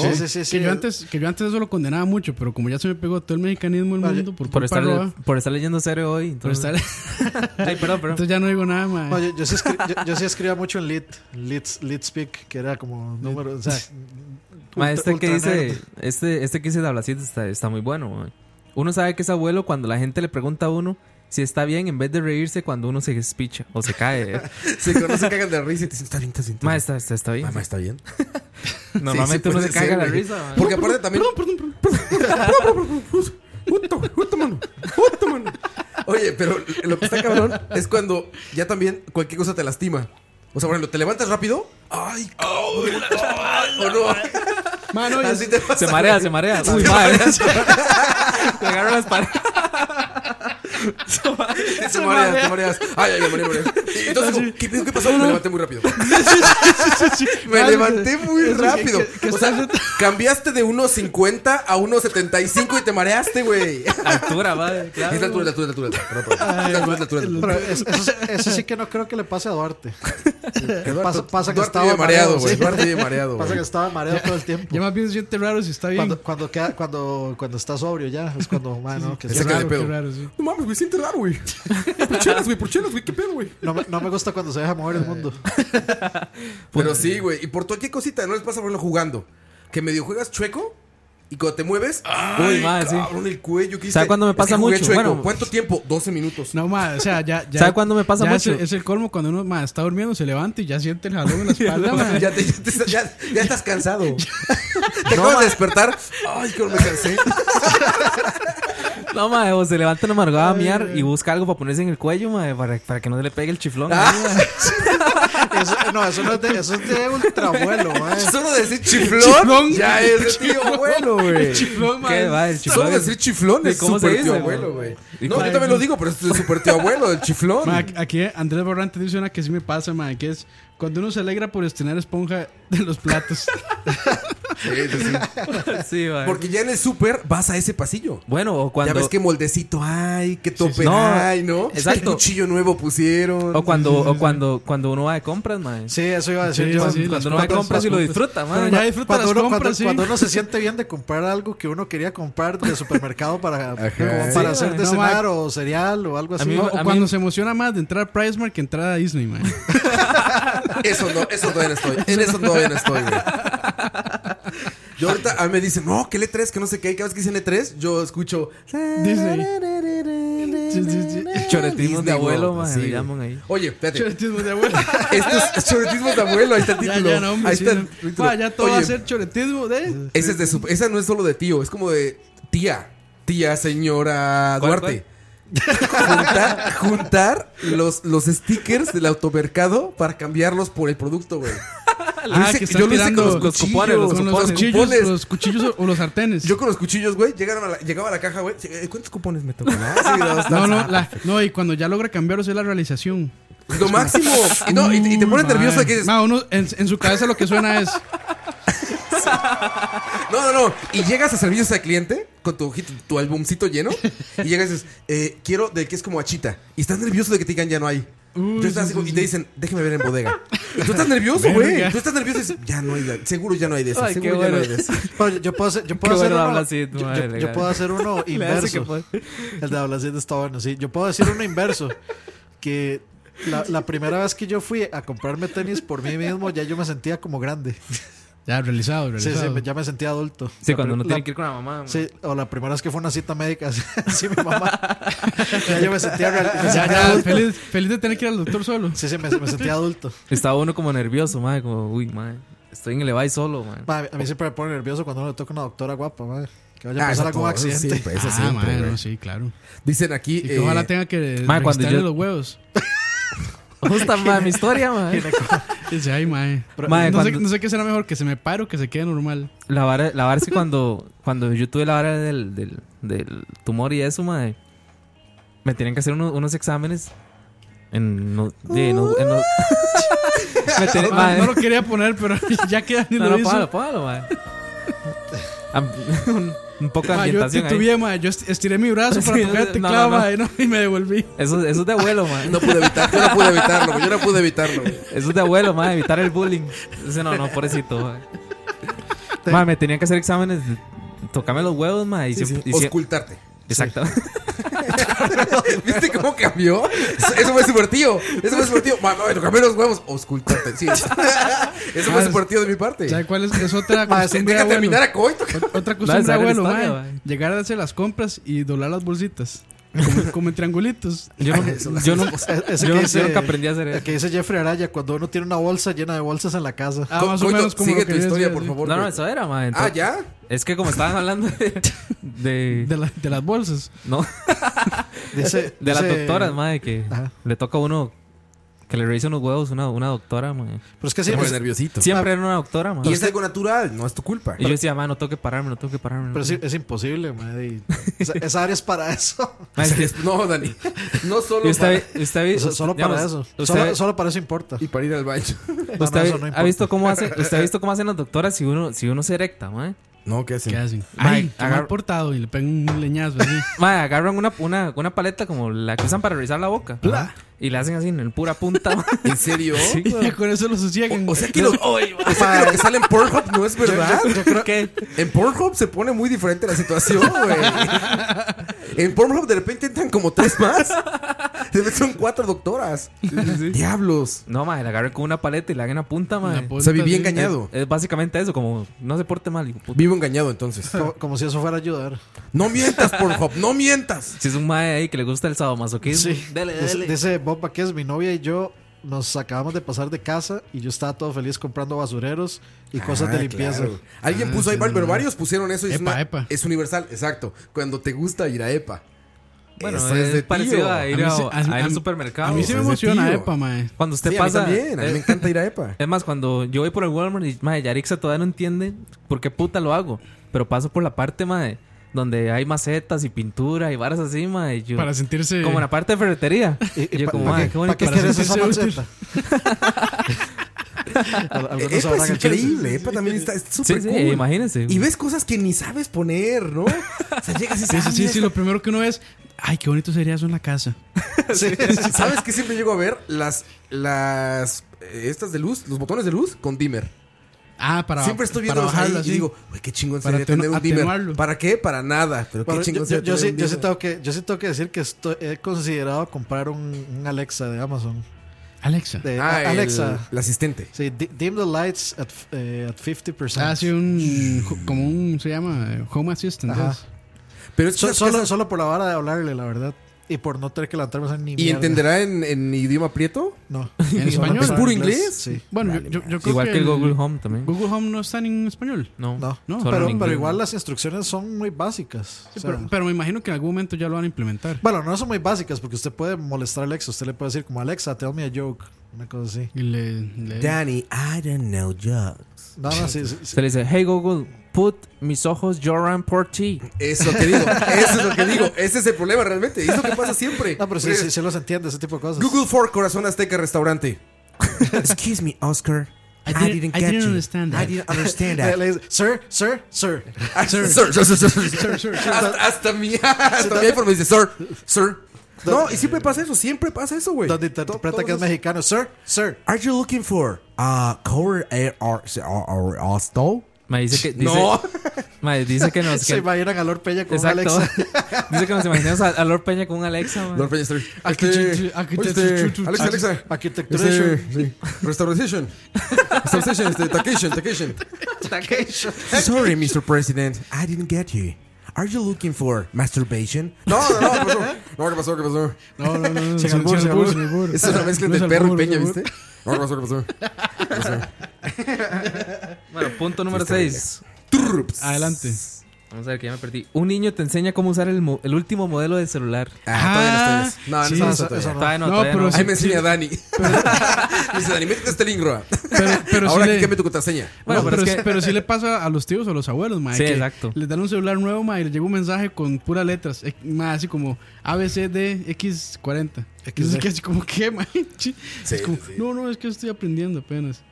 Speaker 7: ¿no?
Speaker 5: Sí, sí, sí, sí.
Speaker 7: Que yo antes, que yo antes eso lo condenaba mucho, pero como ya se me pegó todo el mexicanismo del mundo por,
Speaker 8: Por
Speaker 7: culpa
Speaker 8: estar,
Speaker 7: roja,
Speaker 8: por estar leyendo serio hoy.
Speaker 7: por
Speaker 8: entonces-
Speaker 7: estar
Speaker 8: Ay, perdón, perdón.
Speaker 7: Entonces ya no digo nada, mae.
Speaker 5: No, yo, yo sí escri- yo- yo sí escribía mucho en Lit, Lit, Lit Speak, que era como número, o sea,
Speaker 8: Ma,
Speaker 5: ultra-
Speaker 8: este que
Speaker 5: ultra
Speaker 8: dice,
Speaker 5: nerd.
Speaker 8: este, este que dice de Ablacid está, está muy bueno. ma. Uno sabe que es abuelo cuando la gente le pregunta a uno si está bien en vez de reírse cuando uno se despicha o se cae.
Speaker 1: Sí, cuando no se cagan de risa y te dicen, está bien, está bien.
Speaker 8: Ma, está, está, está bien.
Speaker 1: Mamá, está bien.
Speaker 8: Normalmente uno
Speaker 1: puede
Speaker 8: se caga
Speaker 1: ser,
Speaker 8: la
Speaker 1: güey.
Speaker 8: risa, man.
Speaker 1: Porque aparte también.
Speaker 7: Perdón, perdón,
Speaker 1: perdón. Justo, justo, mano. Justo, mano. Oye, pero lo que está cabrón es cuando ya también cualquier cosa te lastima. O sea, por ejemplo, te levantas rápido. ¡Ay, cabrón! ¿O no?
Speaker 7: Mano,
Speaker 1: Así te pasa,
Speaker 8: se marea,
Speaker 1: güey.
Speaker 8: se marea.
Speaker 1: Se
Speaker 8: Uy,
Speaker 1: marea,
Speaker 8: madre.
Speaker 1: se marea.
Speaker 8: Te agarro las paredes.
Speaker 1: Te mareas,
Speaker 5: ¿eh?
Speaker 1: te mareas. Ay, ay, me mareé, me mareé. Y entonces, como, ¿qué, pedo? ¿qué pasó? Me levanté muy rápido. Me
Speaker 7: Ay,
Speaker 1: levanté muy
Speaker 7: eso que-
Speaker 1: rápido.
Speaker 7: que- que
Speaker 1: O sea, cambiaste de 1.50 a 1.75 y te mareaste, güey.
Speaker 8: Altura, madre.
Speaker 5: Ah,
Speaker 8: Claro.
Speaker 1: Es la altura, la altura, la altura. Perdón, perdón. Es la altura, es la altura, es la
Speaker 5: Pero
Speaker 1: altura.
Speaker 5: es- eso, eso sí que no creo que le pase a Duarte. Pasa, pasa que
Speaker 1: Duarte
Speaker 5: estaba
Speaker 1: vive mareado, güey.
Speaker 5: sí.
Speaker 1: Duarte vive mareado,
Speaker 5: Pasa
Speaker 1: güey.
Speaker 5: que estaba mareado todo el tiempo.
Speaker 7: Ya más bien se siente raro si está bien.
Speaker 5: Cuando, cuando, queda- cuando, cuando está sobrio ya, es cuando, man, no, que
Speaker 1: Se
Speaker 5: sí.
Speaker 1: saca de
Speaker 7: raro,
Speaker 1: pedo.
Speaker 7: qué raro, sí.
Speaker 1: No mames, güey, siente raro, güey. Por chelas, güey, por chelas, güey, qué pedo, güey.
Speaker 5: No, me- no me gusta cuando se deja mover el mundo.
Speaker 1: Pero sí, güey. Y por tu qué cosita, no les pasa por ejemplo jugando. Que medio juegas chueco y cuando te mueves, ay,
Speaker 8: Uy, madre, sí.
Speaker 1: cabrón, el cuello. ¿qué
Speaker 8: ¿Sabe
Speaker 1: hice?
Speaker 8: cuándo me
Speaker 1: Es
Speaker 8: pasa
Speaker 1: que jugué
Speaker 8: mucho?
Speaker 1: chueco.
Speaker 8: Bueno.
Speaker 1: ¿Cuánto tiempo? 12 minutos.
Speaker 7: No, mae, o sea, ya, ya
Speaker 8: ¿Sabe cuándo me pasa
Speaker 7: ya es
Speaker 8: mucho?
Speaker 7: el- Es, el colmo cuando uno mae, está durmiendo, se levanta y ya siente el jalón en la espalda, mae.
Speaker 1: Ya, te- ya te- ya- ya estás cansado. te acabas de despertar. Ay, que me cansé.
Speaker 8: No, madre, o se levanta en la madrugada a miar y busca algo para ponerse en el cuello, madre, para, para que no se le pegue el chiflón. ahí,
Speaker 1: Ah.
Speaker 8: mae.
Speaker 5: Eso, no, eso no es de, eso es de ultravuelo, man.
Speaker 1: Solo decir chiflón,
Speaker 7: Chiflón.
Speaker 1: ya es de tío
Speaker 7: Chiflón.
Speaker 1: abuelo, güey.
Speaker 7: El chiflón, mae.
Speaker 8: ¿Qué va? El chiflón.
Speaker 1: Solo
Speaker 8: es-
Speaker 1: decir chiflón
Speaker 8: ¿Y
Speaker 1: es
Speaker 8: cómo se
Speaker 1: súper tío
Speaker 8: dice,
Speaker 1: abuelo,
Speaker 8: güey?
Speaker 1: güey. No, yo también lo digo, pero es de súper tío abuelo, el chiflón.
Speaker 7: Ma, aquí Andrés Barrante dice una que sí me pasa, ma, que es cuando uno se alegra por estrenar esponja de los platos.
Speaker 1: Sí, sí, sí.
Speaker 8: Sí, mae.
Speaker 1: Porque ya en el súper vas a ese pasillo.
Speaker 8: Bueno, o cuando.
Speaker 1: Ya ves qué moldecito hay, qué tope
Speaker 8: No,
Speaker 1: hay, ¿no?
Speaker 8: exacto.
Speaker 1: Qué cuchillo nuevo pusieron.
Speaker 8: O cuando, o cuando, cuando uno va de compras, madre.
Speaker 5: Sí, eso iba a decir
Speaker 7: Sí,
Speaker 5: yo.
Speaker 7: sí,
Speaker 8: Cuando uno va de compras y lo disfruta, madre.
Speaker 7: ya disfruta
Speaker 5: cuando
Speaker 7: las
Speaker 5: uno,
Speaker 7: compras,
Speaker 5: cuando,
Speaker 7: sí.
Speaker 5: cuando uno se siente bien de comprar algo que uno quería comprar de supermercado para, como para
Speaker 7: Sí,
Speaker 5: hacer
Speaker 7: man.
Speaker 5: de
Speaker 7: No,
Speaker 5: cenar
Speaker 7: man.
Speaker 5: o cereal o algo así.
Speaker 7: o o cuando se emociona más de entrar a Pricemark que entrar a Disney, ma.
Speaker 1: Eso no, eso todavía no estoy. En eso todavía no estoy, güey. Yo ahorita a mí me dicen, no, que el E3, que no sé qué. Cada vez que dicen E3, yo escucho.
Speaker 7: Disney. Sí, sí, sí.
Speaker 8: Choretismos de
Speaker 1: Disney
Speaker 8: abuelo,
Speaker 1: World,
Speaker 8: man,
Speaker 1: sí,
Speaker 8: le
Speaker 1: güey.
Speaker 8: llaman ahí.
Speaker 1: Oye, espérate.
Speaker 7: Choretismos de abuelo.
Speaker 1: Estos choretismos de abuelo, ahí está el
Speaker 7: Ya,
Speaker 1: título.
Speaker 7: ya, no, hombre,
Speaker 1: ahí
Speaker 7: sí,
Speaker 1: está el
Speaker 7: no.
Speaker 1: título.
Speaker 7: Ah, ya todo va a
Speaker 1: Oye,
Speaker 7: ser choretismo de.
Speaker 1: Esa, es de su- esa no es solo de tío, es como de tía. Tía, señora
Speaker 7: ¿Cuál,
Speaker 1: Ah, Duarte. juntar juntar los, los stickers del automercado para cambiarlos por el producto, güey. Yo hice- yo lo hice con los cuchillos,
Speaker 7: con los cuchillos,
Speaker 1: cupones.
Speaker 7: los cuchillos o- o los sartenes.
Speaker 1: Yo con los cuchillos, güey, llegaron a la- llegaba a la caja, güey. eh, ¿Cuántos cupones me tocan? Ah, sí, dos,
Speaker 7: No,
Speaker 1: dos.
Speaker 7: no, la- no, y cuando ya logra cambiaros es la realización.
Speaker 1: Lo máximo. Y no, y te- y te pone nervioso de que dices-
Speaker 7: Ma, uno, en, en su cabeza lo que suena es.
Speaker 1: No, no, no. Y llegas a servicios al cliente con tu hojita- tu albumcito lleno. Y llegas y dices, eh, quiero de que es como achita. Y estás nervioso de que te digan ya no hay. Tú estás así como- y te dicen, déjeme ver en bodega. Y tú estás nervioso, güey.
Speaker 5: Verga.
Speaker 1: Tú estás nervioso y dices, ya no hay, de- seguro ya no hay de esas.
Speaker 5: Ay, qué
Speaker 1: Seguro ya no hay
Speaker 5: bueno.
Speaker 1: de esas.
Speaker 5: Bueno, yo puedo hacer, yo puedo
Speaker 1: Qué
Speaker 5: hacer
Speaker 1: bueno
Speaker 5: uno.
Speaker 1: habla así, tu
Speaker 5: yo,
Speaker 1: madre,
Speaker 5: yo- yo
Speaker 1: legal.
Speaker 5: puedo hacer uno
Speaker 1: Le hace que
Speaker 5: inverso. El de habla así está bueno, sí. Yo puedo decir uno inverso. Que la, la primera vez que yo fui a comprarme tenis por mí mismo, ya yo me sentía como grande.
Speaker 7: Ya, realizado,
Speaker 5: Sí,
Speaker 7: realizado.
Speaker 5: sí, ya me sentía adulto.
Speaker 8: Sí,
Speaker 5: La
Speaker 8: cuando
Speaker 5: prim-
Speaker 8: uno tiene que ir con la mamá, man.
Speaker 5: Sí, o la primera vez que fue a una cita médica, sí, sí, mi mamá. ya yo me sentía real- me
Speaker 7: Ya,
Speaker 5: sentía
Speaker 7: ya,
Speaker 5: adulto.
Speaker 7: feliz, feliz de tener que ir al doctor solo.
Speaker 5: Sí, sí, me, me sentía adulto.
Speaker 8: Estaba uno como nervioso, madre, como, uy, madre, estoy en el Levi solo, man.
Speaker 5: Ma, a mí siempre me pone nervioso cuando uno le toca una doctora guapa, madre. Que vaya a
Speaker 8: Ah, eso
Speaker 5: pasar algún
Speaker 8: todo, eso
Speaker 5: accidente.
Speaker 1: siempre, eso
Speaker 7: Ah, madre, no, sí, claro.
Speaker 1: Dicen aquí. eh,
Speaker 7: Y que ojalá tenga que
Speaker 8: ma, cuando
Speaker 7: registrarle
Speaker 8: yo-
Speaker 7: los huevos.
Speaker 8: Justa, ma, mi historia, ma.
Speaker 7: Dice, ay, mae.
Speaker 8: Mae,
Speaker 7: no, sé,
Speaker 8: cuando-
Speaker 7: no sé qué será mejor, que se me pare o que se quede normal.
Speaker 8: La vara, la vara es que cuando, cuando yo tuve la vara del, del, del tumor y eso, madre, me tenían que hacer uno- unos exámenes en... No, de- no- en no- me tenían-
Speaker 7: Ah,
Speaker 8: madre.
Speaker 7: no lo quería poner, pero ya que Dani
Speaker 8: eh. No,
Speaker 7: lo
Speaker 8: no,
Speaker 7: hizo. ah,
Speaker 8: póngalo, póngalo, madre. Am- un, un poco de
Speaker 7: Ma, yo
Speaker 8: ambientación ahí.
Speaker 7: titubeé, mae. Yo est- estiré mi brazo para
Speaker 8: Sí,
Speaker 7: tocar el
Speaker 8: no,
Speaker 7: teclado,
Speaker 8: no, no.
Speaker 7: mae, no, y me devolví.
Speaker 8: Eso, eso es de abuelo, madre.
Speaker 1: No pude evitar- yo no pude evitarlo, güey, yo no pude evitarlo, güey.
Speaker 8: Eso es de abuelo, madre, evitar el bullying. Dice, no, no, pobrecito, madre. Madre, me tenían que hacer exámenes. Tocarme los huevos, madre. Y
Speaker 1: Sí,
Speaker 8: siempre-
Speaker 1: sí,
Speaker 8: y siempre-
Speaker 1: Auscultarte.
Speaker 8: Exacto.
Speaker 1: ¿Viste cómo cambió? Eso fue súper tío. Eso fue súper tío. Mamá, bueno, cambié los huevos. Auscultarte. Sí. Eso fue
Speaker 7: Ah,
Speaker 1: súper tío de mi parte.
Speaker 7: ¿Sabes cuál es, es otra
Speaker 1: Ma,
Speaker 7: costumbre?
Speaker 1: deja
Speaker 7: de abuelo?
Speaker 1: terminar a Coito.
Speaker 7: Ot- Otra
Speaker 1: Va a
Speaker 7: costumbre, de
Speaker 1: saber la
Speaker 7: abuelo,
Speaker 1: historia,
Speaker 7: mae. Llegar a hacer las compras y doblar las bolsitas. Como, como en triangulitos.
Speaker 8: Yo no, yo no, yo no sé, nunca aprendí a hacer
Speaker 5: el
Speaker 8: eso.
Speaker 5: que dice Jeffrey Araya, cuando uno tiene una bolsa llena de bolsas en la casa.
Speaker 7: Ah, Co- más o coito, menos como sigue lo que tu yo historia, decía, por sí.
Speaker 5: favor.
Speaker 8: No, no, eso era, madre.
Speaker 5: Ah, ¿ya?
Speaker 8: Es que como estaban hablando de... De,
Speaker 7: la- de las bolsas.
Speaker 8: No.
Speaker 5: Dice-
Speaker 8: de las
Speaker 5: dice-
Speaker 8: doctoras, madre, que le toca a uno... Que le revise unos huevos una, una doctora, madre.
Speaker 5: Pero es que
Speaker 1: Pues,
Speaker 5: siempre-
Speaker 8: Siempre era una doctora, madre.
Speaker 1: Y es algo natural, no es tu culpa.
Speaker 8: Y yo decía, madre, no tengo que pararme, no tengo que pararme. no
Speaker 5: Pero
Speaker 8: tengo
Speaker 5: es, es imposible, madre. y- Esa, esa área es para eso.
Speaker 8: Madre, es que-
Speaker 1: No, Dani. No solo
Speaker 8: Y usted-
Speaker 1: para,
Speaker 8: usted-
Speaker 5: So- solo para
Speaker 8: digamos,
Speaker 5: eso.
Speaker 8: usted-
Speaker 5: solo, solo para eso importa.
Speaker 1: Y para ir al baño.
Speaker 8: ¿Usted, ha- ha visto cómo hace, ¿Usted ha visto cómo hacen las doctoras si uno, si uno se erecta, mae?
Speaker 1: No, ¿qué hacen?
Speaker 7: ¿Qué hacen?
Speaker 8: Mae,
Speaker 7: Ay, qué
Speaker 8: agar-
Speaker 7: mal portado. Y le pegan un leñazo así.
Speaker 8: mae, agarran una, una, una paleta como la que usan para revisar la boca. Y la hacen así en el pura punta.
Speaker 1: ¿En serio?
Speaker 8: Sí,
Speaker 7: Y ya con eso lo sosiegan.
Speaker 1: O sea que lo, o sea que, lo que sale en Pornhub no es verdad. En Pornhub se pone muy diferente la situación, güey. En Pornhub de repente entran como tres más. De repente son cuatro doctoras. Diablos.
Speaker 8: No, mae, la agarran con una paleta y la hagan a punta, mae.
Speaker 1: punta, O sea, viví sí. engañado.
Speaker 8: Es, es básicamente eso, como no se porte mal. hijo puta.
Speaker 1: Vivo engañado entonces.
Speaker 5: Como, como si eso fuera a ayudar.
Speaker 1: No mientas, Pornhub, no mientas.
Speaker 8: Si es un mae ahí que le gusta el sadomasoquismo.
Speaker 5: Sí.
Speaker 8: Dele,
Speaker 5: Dice-
Speaker 8: dele.
Speaker 5: Dice Bob es mi novia y yo nos acabamos de pasar de casa y yo estaba todo feliz comprando basureros y cosas
Speaker 1: Ah,
Speaker 5: de limpieza.
Speaker 1: claro. Alguien puso ahí, pero varios pusieron eso. Y es,
Speaker 5: Epa,
Speaker 1: una- es universal, exacto. Cuando te gusta ir a EPA.
Speaker 8: Bueno,
Speaker 1: Eso
Speaker 8: es
Speaker 1: de
Speaker 8: parecido
Speaker 1: tío.
Speaker 8: a ir
Speaker 1: mí
Speaker 8: a-
Speaker 1: sí-
Speaker 8: a ir al
Speaker 1: mí-
Speaker 8: supermercado.
Speaker 1: a mí sí me
Speaker 8: Eso es de
Speaker 1: emociona
Speaker 8: tío.
Speaker 1: EPA, mae.
Speaker 8: Cuando usted
Speaker 1: Sí, a mí
Speaker 8: pasa.
Speaker 1: también, a mí me encanta ir a EPA.
Speaker 8: Es más, cuando yo voy por el Walmart y, mae, Yarixa todavía no entiende por qué puta lo hago. Pero paso por la parte, mae, donde hay macetas y pintura y varas así, mae. y yo-
Speaker 7: Para sentirse-
Speaker 8: Como en la parte de ferretería. Y, yo, como,
Speaker 5: ¿Para
Speaker 8: mae,
Speaker 5: qué-
Speaker 8: qué
Speaker 5: para
Speaker 8: bonito.
Speaker 5: qué
Speaker 8: Para
Speaker 5: quieres esa
Speaker 8: sentirse útil.
Speaker 5: maceta? Al- algunos
Speaker 1: EPA
Speaker 5: sabrán
Speaker 1: es
Speaker 5: que-
Speaker 1: Eh, pues, increíble, EPA también está es súper
Speaker 8: sí,
Speaker 1: cool.
Speaker 8: imagínense.
Speaker 1: Y ves cosas que ni sabes poner, ¿no? O sea, llegas y
Speaker 7: Sí,
Speaker 1: dices,
Speaker 7: sí,
Speaker 1: "Ah,
Speaker 7: sí,
Speaker 1: mira,
Speaker 7: sí, lo primero que uno es, ay, qué bonito sería eso en la casa.
Speaker 1: Sí. ¿Sabes qué siempre llego a ver? Las. Las. eh, Estas de luz, los botones de luz con dimmer.
Speaker 7: Ah, para
Speaker 1: Siempre estoy viendo
Speaker 7: para bajarlo
Speaker 1: y
Speaker 7: así.
Speaker 1: digo, güey, qué chingón
Speaker 7: Para
Speaker 1: sería tener un
Speaker 7: atenu-
Speaker 1: dimmer.
Speaker 7: atenuarlo.
Speaker 1: ¿Para qué? Para nada. Pero
Speaker 5: Bueno,
Speaker 1: qué chingón
Speaker 5: yo, yo-
Speaker 1: sería
Speaker 5: yo sí,
Speaker 1: tener
Speaker 5: yo
Speaker 1: un
Speaker 5: sí
Speaker 1: dimmer.
Speaker 5: tengo que, yo sí tengo que decir que estoy, he considerado comprar un, un Alexa de Amazon.
Speaker 7: Alexa.
Speaker 5: De-
Speaker 1: Ah,
Speaker 5: a-
Speaker 1: el-
Speaker 5: eh, Alexa.
Speaker 1: el asistente.
Speaker 5: Sí, di- dim the lights at, f- eh, at 50%.
Speaker 7: Ah, sí, un, jo- como un, se llama, eh, home assistant.
Speaker 5: Ajá.
Speaker 7: ¿sabes?
Speaker 1: Pero es
Speaker 5: So- solo, solo por la hora de hablarle, la verdad. Y por no tener que levantarme a ni
Speaker 1: ¿Y
Speaker 5: mierda.
Speaker 1: entenderá en, en idioma prieto?
Speaker 5: No.
Speaker 7: ¿En español?
Speaker 1: ¿Es puro inglés?
Speaker 7: Bueno,
Speaker 1: Vale,
Speaker 7: yo, yo- yo
Speaker 1: madre.
Speaker 7: creo
Speaker 8: Igual que el Google Home
Speaker 7: también. Google Home no está en español.
Speaker 8: No,
Speaker 5: No,
Speaker 7: no.
Speaker 5: pero, pero igual las instrucciones son muy básicas.
Speaker 7: Sí,
Speaker 5: O sea,
Speaker 7: pero, pero me imagino que en algún momento ya lo van a implementar.
Speaker 5: Bueno, no son muy básicas porque usted puede molestar a Alexa. Usted le puede decir como Alexa, tell me a joke. Una cosa así.
Speaker 1: Danny, I don't know jokes.
Speaker 5: No, no, sí, sí, sí.
Speaker 8: Se le dice, hey Google, put mis ojos Joran por ti.
Speaker 1: Eso te digo, eso es lo que digo. Ese es el problema realmente. Es lo que pasa siempre.
Speaker 5: No, pero sí, sí, sí los entiende, ese tipo de cosas.
Speaker 1: Google for Corazón Azteca Restaurante. Excuse me, Oscar. I didn't, get you. I didn't understand that. Ah,
Speaker 5: Le- le dice, sir, sir, sir.
Speaker 1: Sir, sir, sir, sir, sir, sir. Hasta, hasta mi, hasta mi iPhone me dice, sir, sir. No, y siempre pasa eso, siempre pasa eso, güey.
Speaker 5: Donde interpreta que es mexicano, sir, sir.
Speaker 1: Are you looking for a core air or, or, or stove?
Speaker 8: Me dice que. Dice,
Speaker 1: No.
Speaker 8: Mae, dice que nos.
Speaker 5: Se
Speaker 8: Que,
Speaker 5: imaginan a Lord Peña con
Speaker 8: exacto.
Speaker 5: Alexa.
Speaker 8: dice que nos imaginemos a, a Lord Peña con un Alexa, mae.
Speaker 1: Lord Peña está
Speaker 7: Aquí-
Speaker 1: Este,
Speaker 7: aquí-
Speaker 1: este,
Speaker 7: aquí-
Speaker 1: Alexa, Alexa.
Speaker 5: Arquitectura.
Speaker 1: Este, sí. Restauration. Restauration, este, taxation, taxation. Sorry, Mr. President. I didn't get you. Are you looking for masturbation? No, no, no, ¿qué pasó? No, ¿qué pasó? ¿Qué pasó?
Speaker 7: No, no, no, no,
Speaker 1: Sin
Speaker 7: sin
Speaker 1: albur, sin
Speaker 7: albur,
Speaker 1: albur.
Speaker 7: sin albur.
Speaker 1: Es una mezcla
Speaker 7: No
Speaker 1: entre
Speaker 7: es
Speaker 1: perro y
Speaker 7: albur,
Speaker 1: peña,
Speaker 7: no es
Speaker 1: ¿viste? No, ¿qué pasó? ¿Qué pasó? ¿Qué pasó?
Speaker 8: Bueno, punto número
Speaker 1: Sí, está
Speaker 8: 6.
Speaker 7: Adelante.
Speaker 8: Vamos a ver que ya me perdí. Un niño te enseña cómo usar el, mo- el último modelo de celular.
Speaker 1: Ah, todavía no estoy en eso. No, no estamos todavía.
Speaker 8: Todavía no,
Speaker 7: No,
Speaker 8: todavía
Speaker 7: pero
Speaker 8: no.
Speaker 7: sí-
Speaker 1: Ahí me enseña
Speaker 7: sí-
Speaker 1: Dani. Me dice Dani, métete este lingro.
Speaker 7: pero sí
Speaker 1: Ahora que
Speaker 7: le-
Speaker 1: cambia tu contraseña.
Speaker 7: Bueno,
Speaker 8: No,
Speaker 7: pero,
Speaker 8: pero es
Speaker 7: sí-
Speaker 8: que-
Speaker 7: pero sí le pasa a los tíos o a los abuelos, mae.
Speaker 8: Sí,
Speaker 7: que
Speaker 8: exacto.
Speaker 7: Les dan un celular nuevo, mae, y les llega un mensaje con puras letras. eh, mae, así como ABCDX40. Entonces, que así como, ¿qué, mae? Sí, es como,
Speaker 1: sí.
Speaker 7: No, no, es que estoy aprendiendo apenas.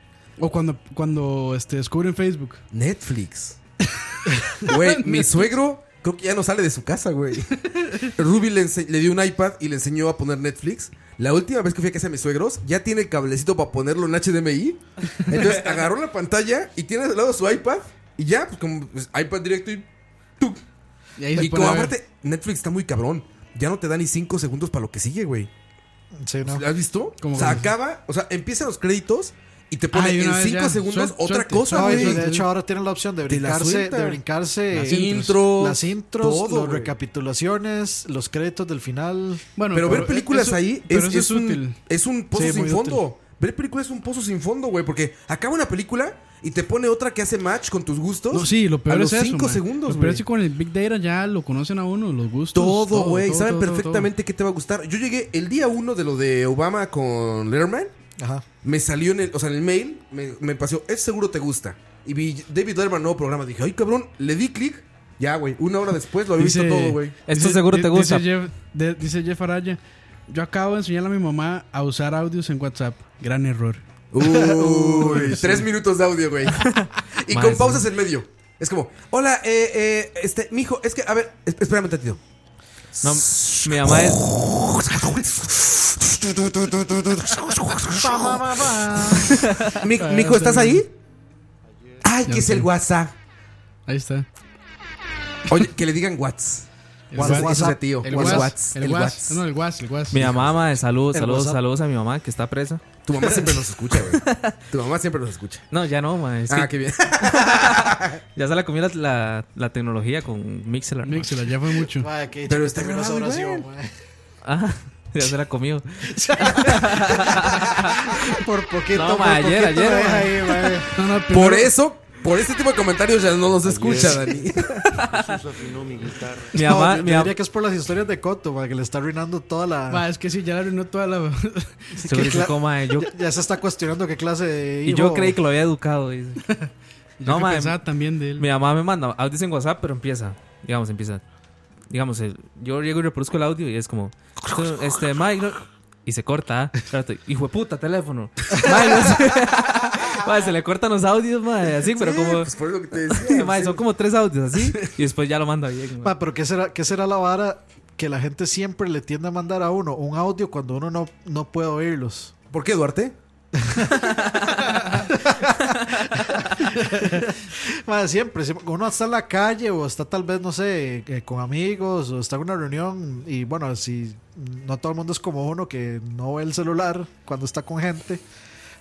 Speaker 7: O cuando, cuando este, descubren Facebook.
Speaker 1: Netflix. Güey, mi suegro creo que ya no sale de su casa, güey. Ruby le, ense- le dio un iPad y le enseñó a poner Netflix. La última vez que fui a casa de mis suegros, ya tiene el cablecito para ponerlo en HDMI. Entonces agarró la pantalla y tiene al lado su iPad. Y ya, pues como pues, iPad directo y ¡tuc!
Speaker 7: Y ahí se
Speaker 1: Y
Speaker 7: pone
Speaker 1: como
Speaker 7: a ver.
Speaker 1: aparte, Netflix está muy cabrón. Ya no te da ni 5 segundos para lo que sigue, güey.
Speaker 5: Sí, no.
Speaker 1: ¿Has visto?
Speaker 7: ¿Cómo
Speaker 1: o sea,
Speaker 7: que-
Speaker 1: acaba, o sea, empiezan los créditos y te
Speaker 7: Ah,
Speaker 1: pone
Speaker 7: y
Speaker 1: en
Speaker 7: una vez
Speaker 1: 5
Speaker 7: ya.
Speaker 1: segundos
Speaker 7: Suel-
Speaker 1: otra
Speaker 7: suelte,
Speaker 1: cosa,
Speaker 5: No, y
Speaker 1: güey.
Speaker 5: de hecho ahora tienen la opción de
Speaker 1: Te la
Speaker 5: brincarse,
Speaker 1: suelta.
Speaker 5: de brincarse
Speaker 1: Las intros,
Speaker 5: las intros,
Speaker 1: todo,
Speaker 5: las
Speaker 1: güey.
Speaker 5: recapitulaciones, los créditos del final.
Speaker 7: Bueno,
Speaker 1: pero, ver películas
Speaker 7: eso-
Speaker 1: ahí
Speaker 7: pero
Speaker 1: es,
Speaker 7: eso
Speaker 1: es un,
Speaker 7: útil.
Speaker 1: es un pozo
Speaker 5: Sí,
Speaker 1: sin
Speaker 5: muy
Speaker 1: fondo. Ver películas es un pozo sin fondo, güey, porque acaba una película y te pone otra que hace match con tus gustos.
Speaker 7: No, sí, lo
Speaker 1: a
Speaker 7: peor
Speaker 1: los
Speaker 7: es eso.
Speaker 1: cinco
Speaker 7: mae.
Speaker 1: segundos,
Speaker 7: Lo peor
Speaker 1: güey.
Speaker 7: es que con el Big Data ya lo conocen a uno, los gustos.
Speaker 1: Todo, güey.
Speaker 7: todo,
Speaker 1: Saben
Speaker 7: todo, todo.
Speaker 1: perfectamente qué te va a gustar. Yo llegué el día uno de lo de Obama con Letterman.
Speaker 5: Ajá.
Speaker 1: Me salió en el, o sea, en el mail, me, me pasó, es seguro te gusta. Y vi David Letterman, nuevo programa. Dije, ay, cabrón, le di clic. Ya, güey. Una hora después lo había
Speaker 7: Dice-
Speaker 1: visto todo, güey.
Speaker 8: Esto seguro
Speaker 7: di-
Speaker 8: te gusta.
Speaker 7: Dice Jeff, de- dice Jeff Araya. Yo acabo de enseñarle a mi mamá a usar audios en WhatsApp. Gran error.
Speaker 1: Uy, tres minutos de audio, güey. y
Speaker 8: Madre,
Speaker 1: con
Speaker 8: sí.
Speaker 1: pausas en medio. Es como, hola, eh, eh, este, mijo, es que, a ver, es- espérame un tantito.
Speaker 8: No, mi mamá es.
Speaker 1: Mi- mijo, ¿estás ahí? Ay, que es el WhatsApp.
Speaker 7: Ahí está.
Speaker 1: Oye, que le digan Whats.
Speaker 7: El
Speaker 1: Whats,
Speaker 7: Whats.
Speaker 1: eso es de tío.
Speaker 7: El
Speaker 1: Whats,
Speaker 7: Whats.
Speaker 1: Whats,
Speaker 7: El
Speaker 1: el
Speaker 7: Whats.
Speaker 1: Whats.
Speaker 7: No, el Whats. El Whats.
Speaker 8: Mi mamá, mae, saludos,
Speaker 5: El
Speaker 8: saludos,
Speaker 5: WhatsApp.
Speaker 8: saludos a mi mamá que está presa.
Speaker 1: Tu mamá siempre nos escucha, güey. Tu mamá siempre nos escucha.
Speaker 8: No, ya no, mae. es que
Speaker 1: Ah, qué bien.
Speaker 8: Ya se la comió la, la, la tecnología con Mixelar. mae.
Speaker 7: Mixela, ya fue mucho.
Speaker 5: Vaya, qué
Speaker 1: Pero
Speaker 5: chido
Speaker 1: está
Speaker 5: terminó esa
Speaker 1: grabado
Speaker 5: oración,
Speaker 1: igual.
Speaker 5: güey.
Speaker 8: Ah, ya se la comió.
Speaker 5: Por poquito,
Speaker 8: No,
Speaker 5: por
Speaker 8: ma, ayer,
Speaker 5: poquito me
Speaker 8: ayer, ma.
Speaker 5: deja ahí, güey.
Speaker 7: No, no, primero-
Speaker 1: Por eso, por este tipo de comentarios ya no nos escucha, Dani.
Speaker 10: Jesús afinó mi guitarra.
Speaker 8: Mi
Speaker 5: No,
Speaker 8: mamá,
Speaker 5: yo- yo
Speaker 8: mi mamá.
Speaker 5: diría que es por las historias de Coto, ma, que le está arruinando toda la.
Speaker 7: Ma, es que sí, ya la arruinó toda la.
Speaker 8: Seguro
Speaker 5: que
Speaker 8: que
Speaker 5: cla-
Speaker 8: como, mae, yo-
Speaker 5: ya, ya se está cuestionando qué clase de.
Speaker 8: y
Speaker 5: hijo-
Speaker 8: yo creí que lo había educado. dice.
Speaker 7: no,
Speaker 8: No, ma, em,
Speaker 7: pensaba también de él.
Speaker 8: Mi mamá me manda audios en WhatsApp, pero empieza. Digamos, empieza. Digamos, el- yo llego y reproduzco el audio y es como. Este, Mike. no- Y se corta, ¿ah? Espérate, Hijo de puta, teléfono. Mae, no sé. Mae, se le cortan los audios, mae, así, pero
Speaker 1: Sí,
Speaker 8: como.
Speaker 1: pues por lo que te decía.
Speaker 8: mae,
Speaker 1: sí.
Speaker 8: son como tres audios así. Y después ya lo manda bien. mae.
Speaker 5: Ma, pero ¿qué será, ¿qué será la vara que la gente siempre le tiende a mandar a uno? Un audio cuando uno no, no puede oírlos.
Speaker 1: ¿Por qué, Duarte?
Speaker 5: Ma, siempre, siempre. Uno está en la calle o está tal vez, no sé, eh, con amigos o está en una reunión. Y bueno, si no todo el mundo es como uno que no ve el celular cuando está con gente.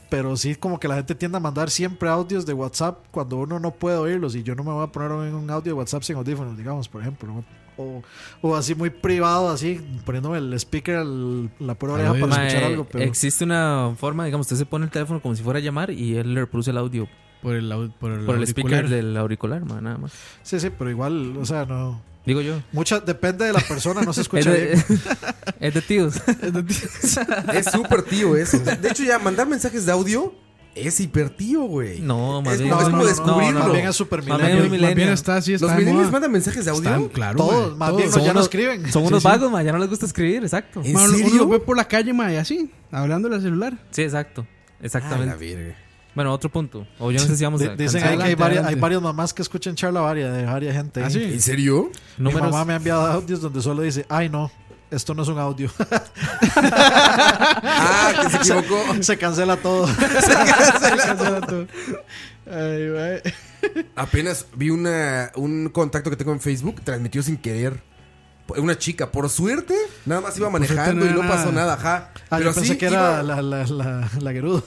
Speaker 5: Pero sí, como que la gente tiende a mandar siempre audios de WhatsApp cuando uno no puede oírlos. Y yo no me voy a poner en un audio de WhatsApp sin audífonos, digamos, por ejemplo. No, o, o así muy privado, así poniéndome el speaker al- la pura oreja para
Speaker 8: Mae,
Speaker 5: escuchar algo. Pero
Speaker 8: Existe una forma, digamos, usted se pone el teléfono como si fuera a llamar y él le reproduce el audio.
Speaker 7: Por el, por
Speaker 8: por el speaker
Speaker 5: auricular.
Speaker 8: del auricular, mae, nada más.
Speaker 5: Sí, sí, pero igual, o sea, no.
Speaker 8: Digo yo.
Speaker 5: Muchas, depende de la persona, no se escucha
Speaker 8: Es de-
Speaker 5: bien.
Speaker 8: es de tíos.
Speaker 1: Es súper tío eso. De hecho, ya mandar mensajes de audio es hiper tío, güey.
Speaker 8: No, más
Speaker 1: es
Speaker 8: bien-
Speaker 1: como, es
Speaker 8: no,
Speaker 1: como
Speaker 8: no, no,
Speaker 1: descubrirlo.
Speaker 8: no, no. Más bien es super Más bien millennial. es millennial.
Speaker 1: Más bien así,
Speaker 8: Los
Speaker 1: ¿Los
Speaker 8: millennials
Speaker 1: millennials mandan mensajes de audio?
Speaker 7: Todos, más bien, ya no
Speaker 8: unos-
Speaker 7: escriben.
Speaker 8: Son
Speaker 7: Sí,
Speaker 8: unos
Speaker 7: sí.
Speaker 8: vagos, ma, ya no les gusta escribir, exacto.
Speaker 7: Mae, uno- Uno lo
Speaker 1: Ah,
Speaker 7: ve por la calle, mae, así, hablándole al celular.
Speaker 8: Sí, exacto.
Speaker 7: Ah, la
Speaker 8: Exactamente. Bueno, otro punto. O yo no sé si vamos
Speaker 5: Di-
Speaker 8: a.
Speaker 5: Dicen ahí que hay varias, hay varias mamás que escuchan charla varia de varias gente.
Speaker 8: ¿Ah,
Speaker 5: ahí.
Speaker 8: sí? ¿En serio?
Speaker 5: Mi
Speaker 8: Números-
Speaker 5: mamá me ha enviado audios donde solo dice, ay no, esto no es un audio.
Speaker 1: ah, que se equivocó.
Speaker 5: Se, cancela todo.
Speaker 1: Apenas vi una, un contacto que tengo en Facebook, transmitió sin querer. Una chica, por suerte, nada más iba
Speaker 5: Por suerte
Speaker 1: manejando
Speaker 5: no
Speaker 1: y no
Speaker 5: era
Speaker 1: pasó
Speaker 5: nada.
Speaker 1: nada, ajá.
Speaker 5: Ah, yo pensé
Speaker 1: sí
Speaker 5: que
Speaker 1: iba-
Speaker 5: era la, la, la, la Gerudo.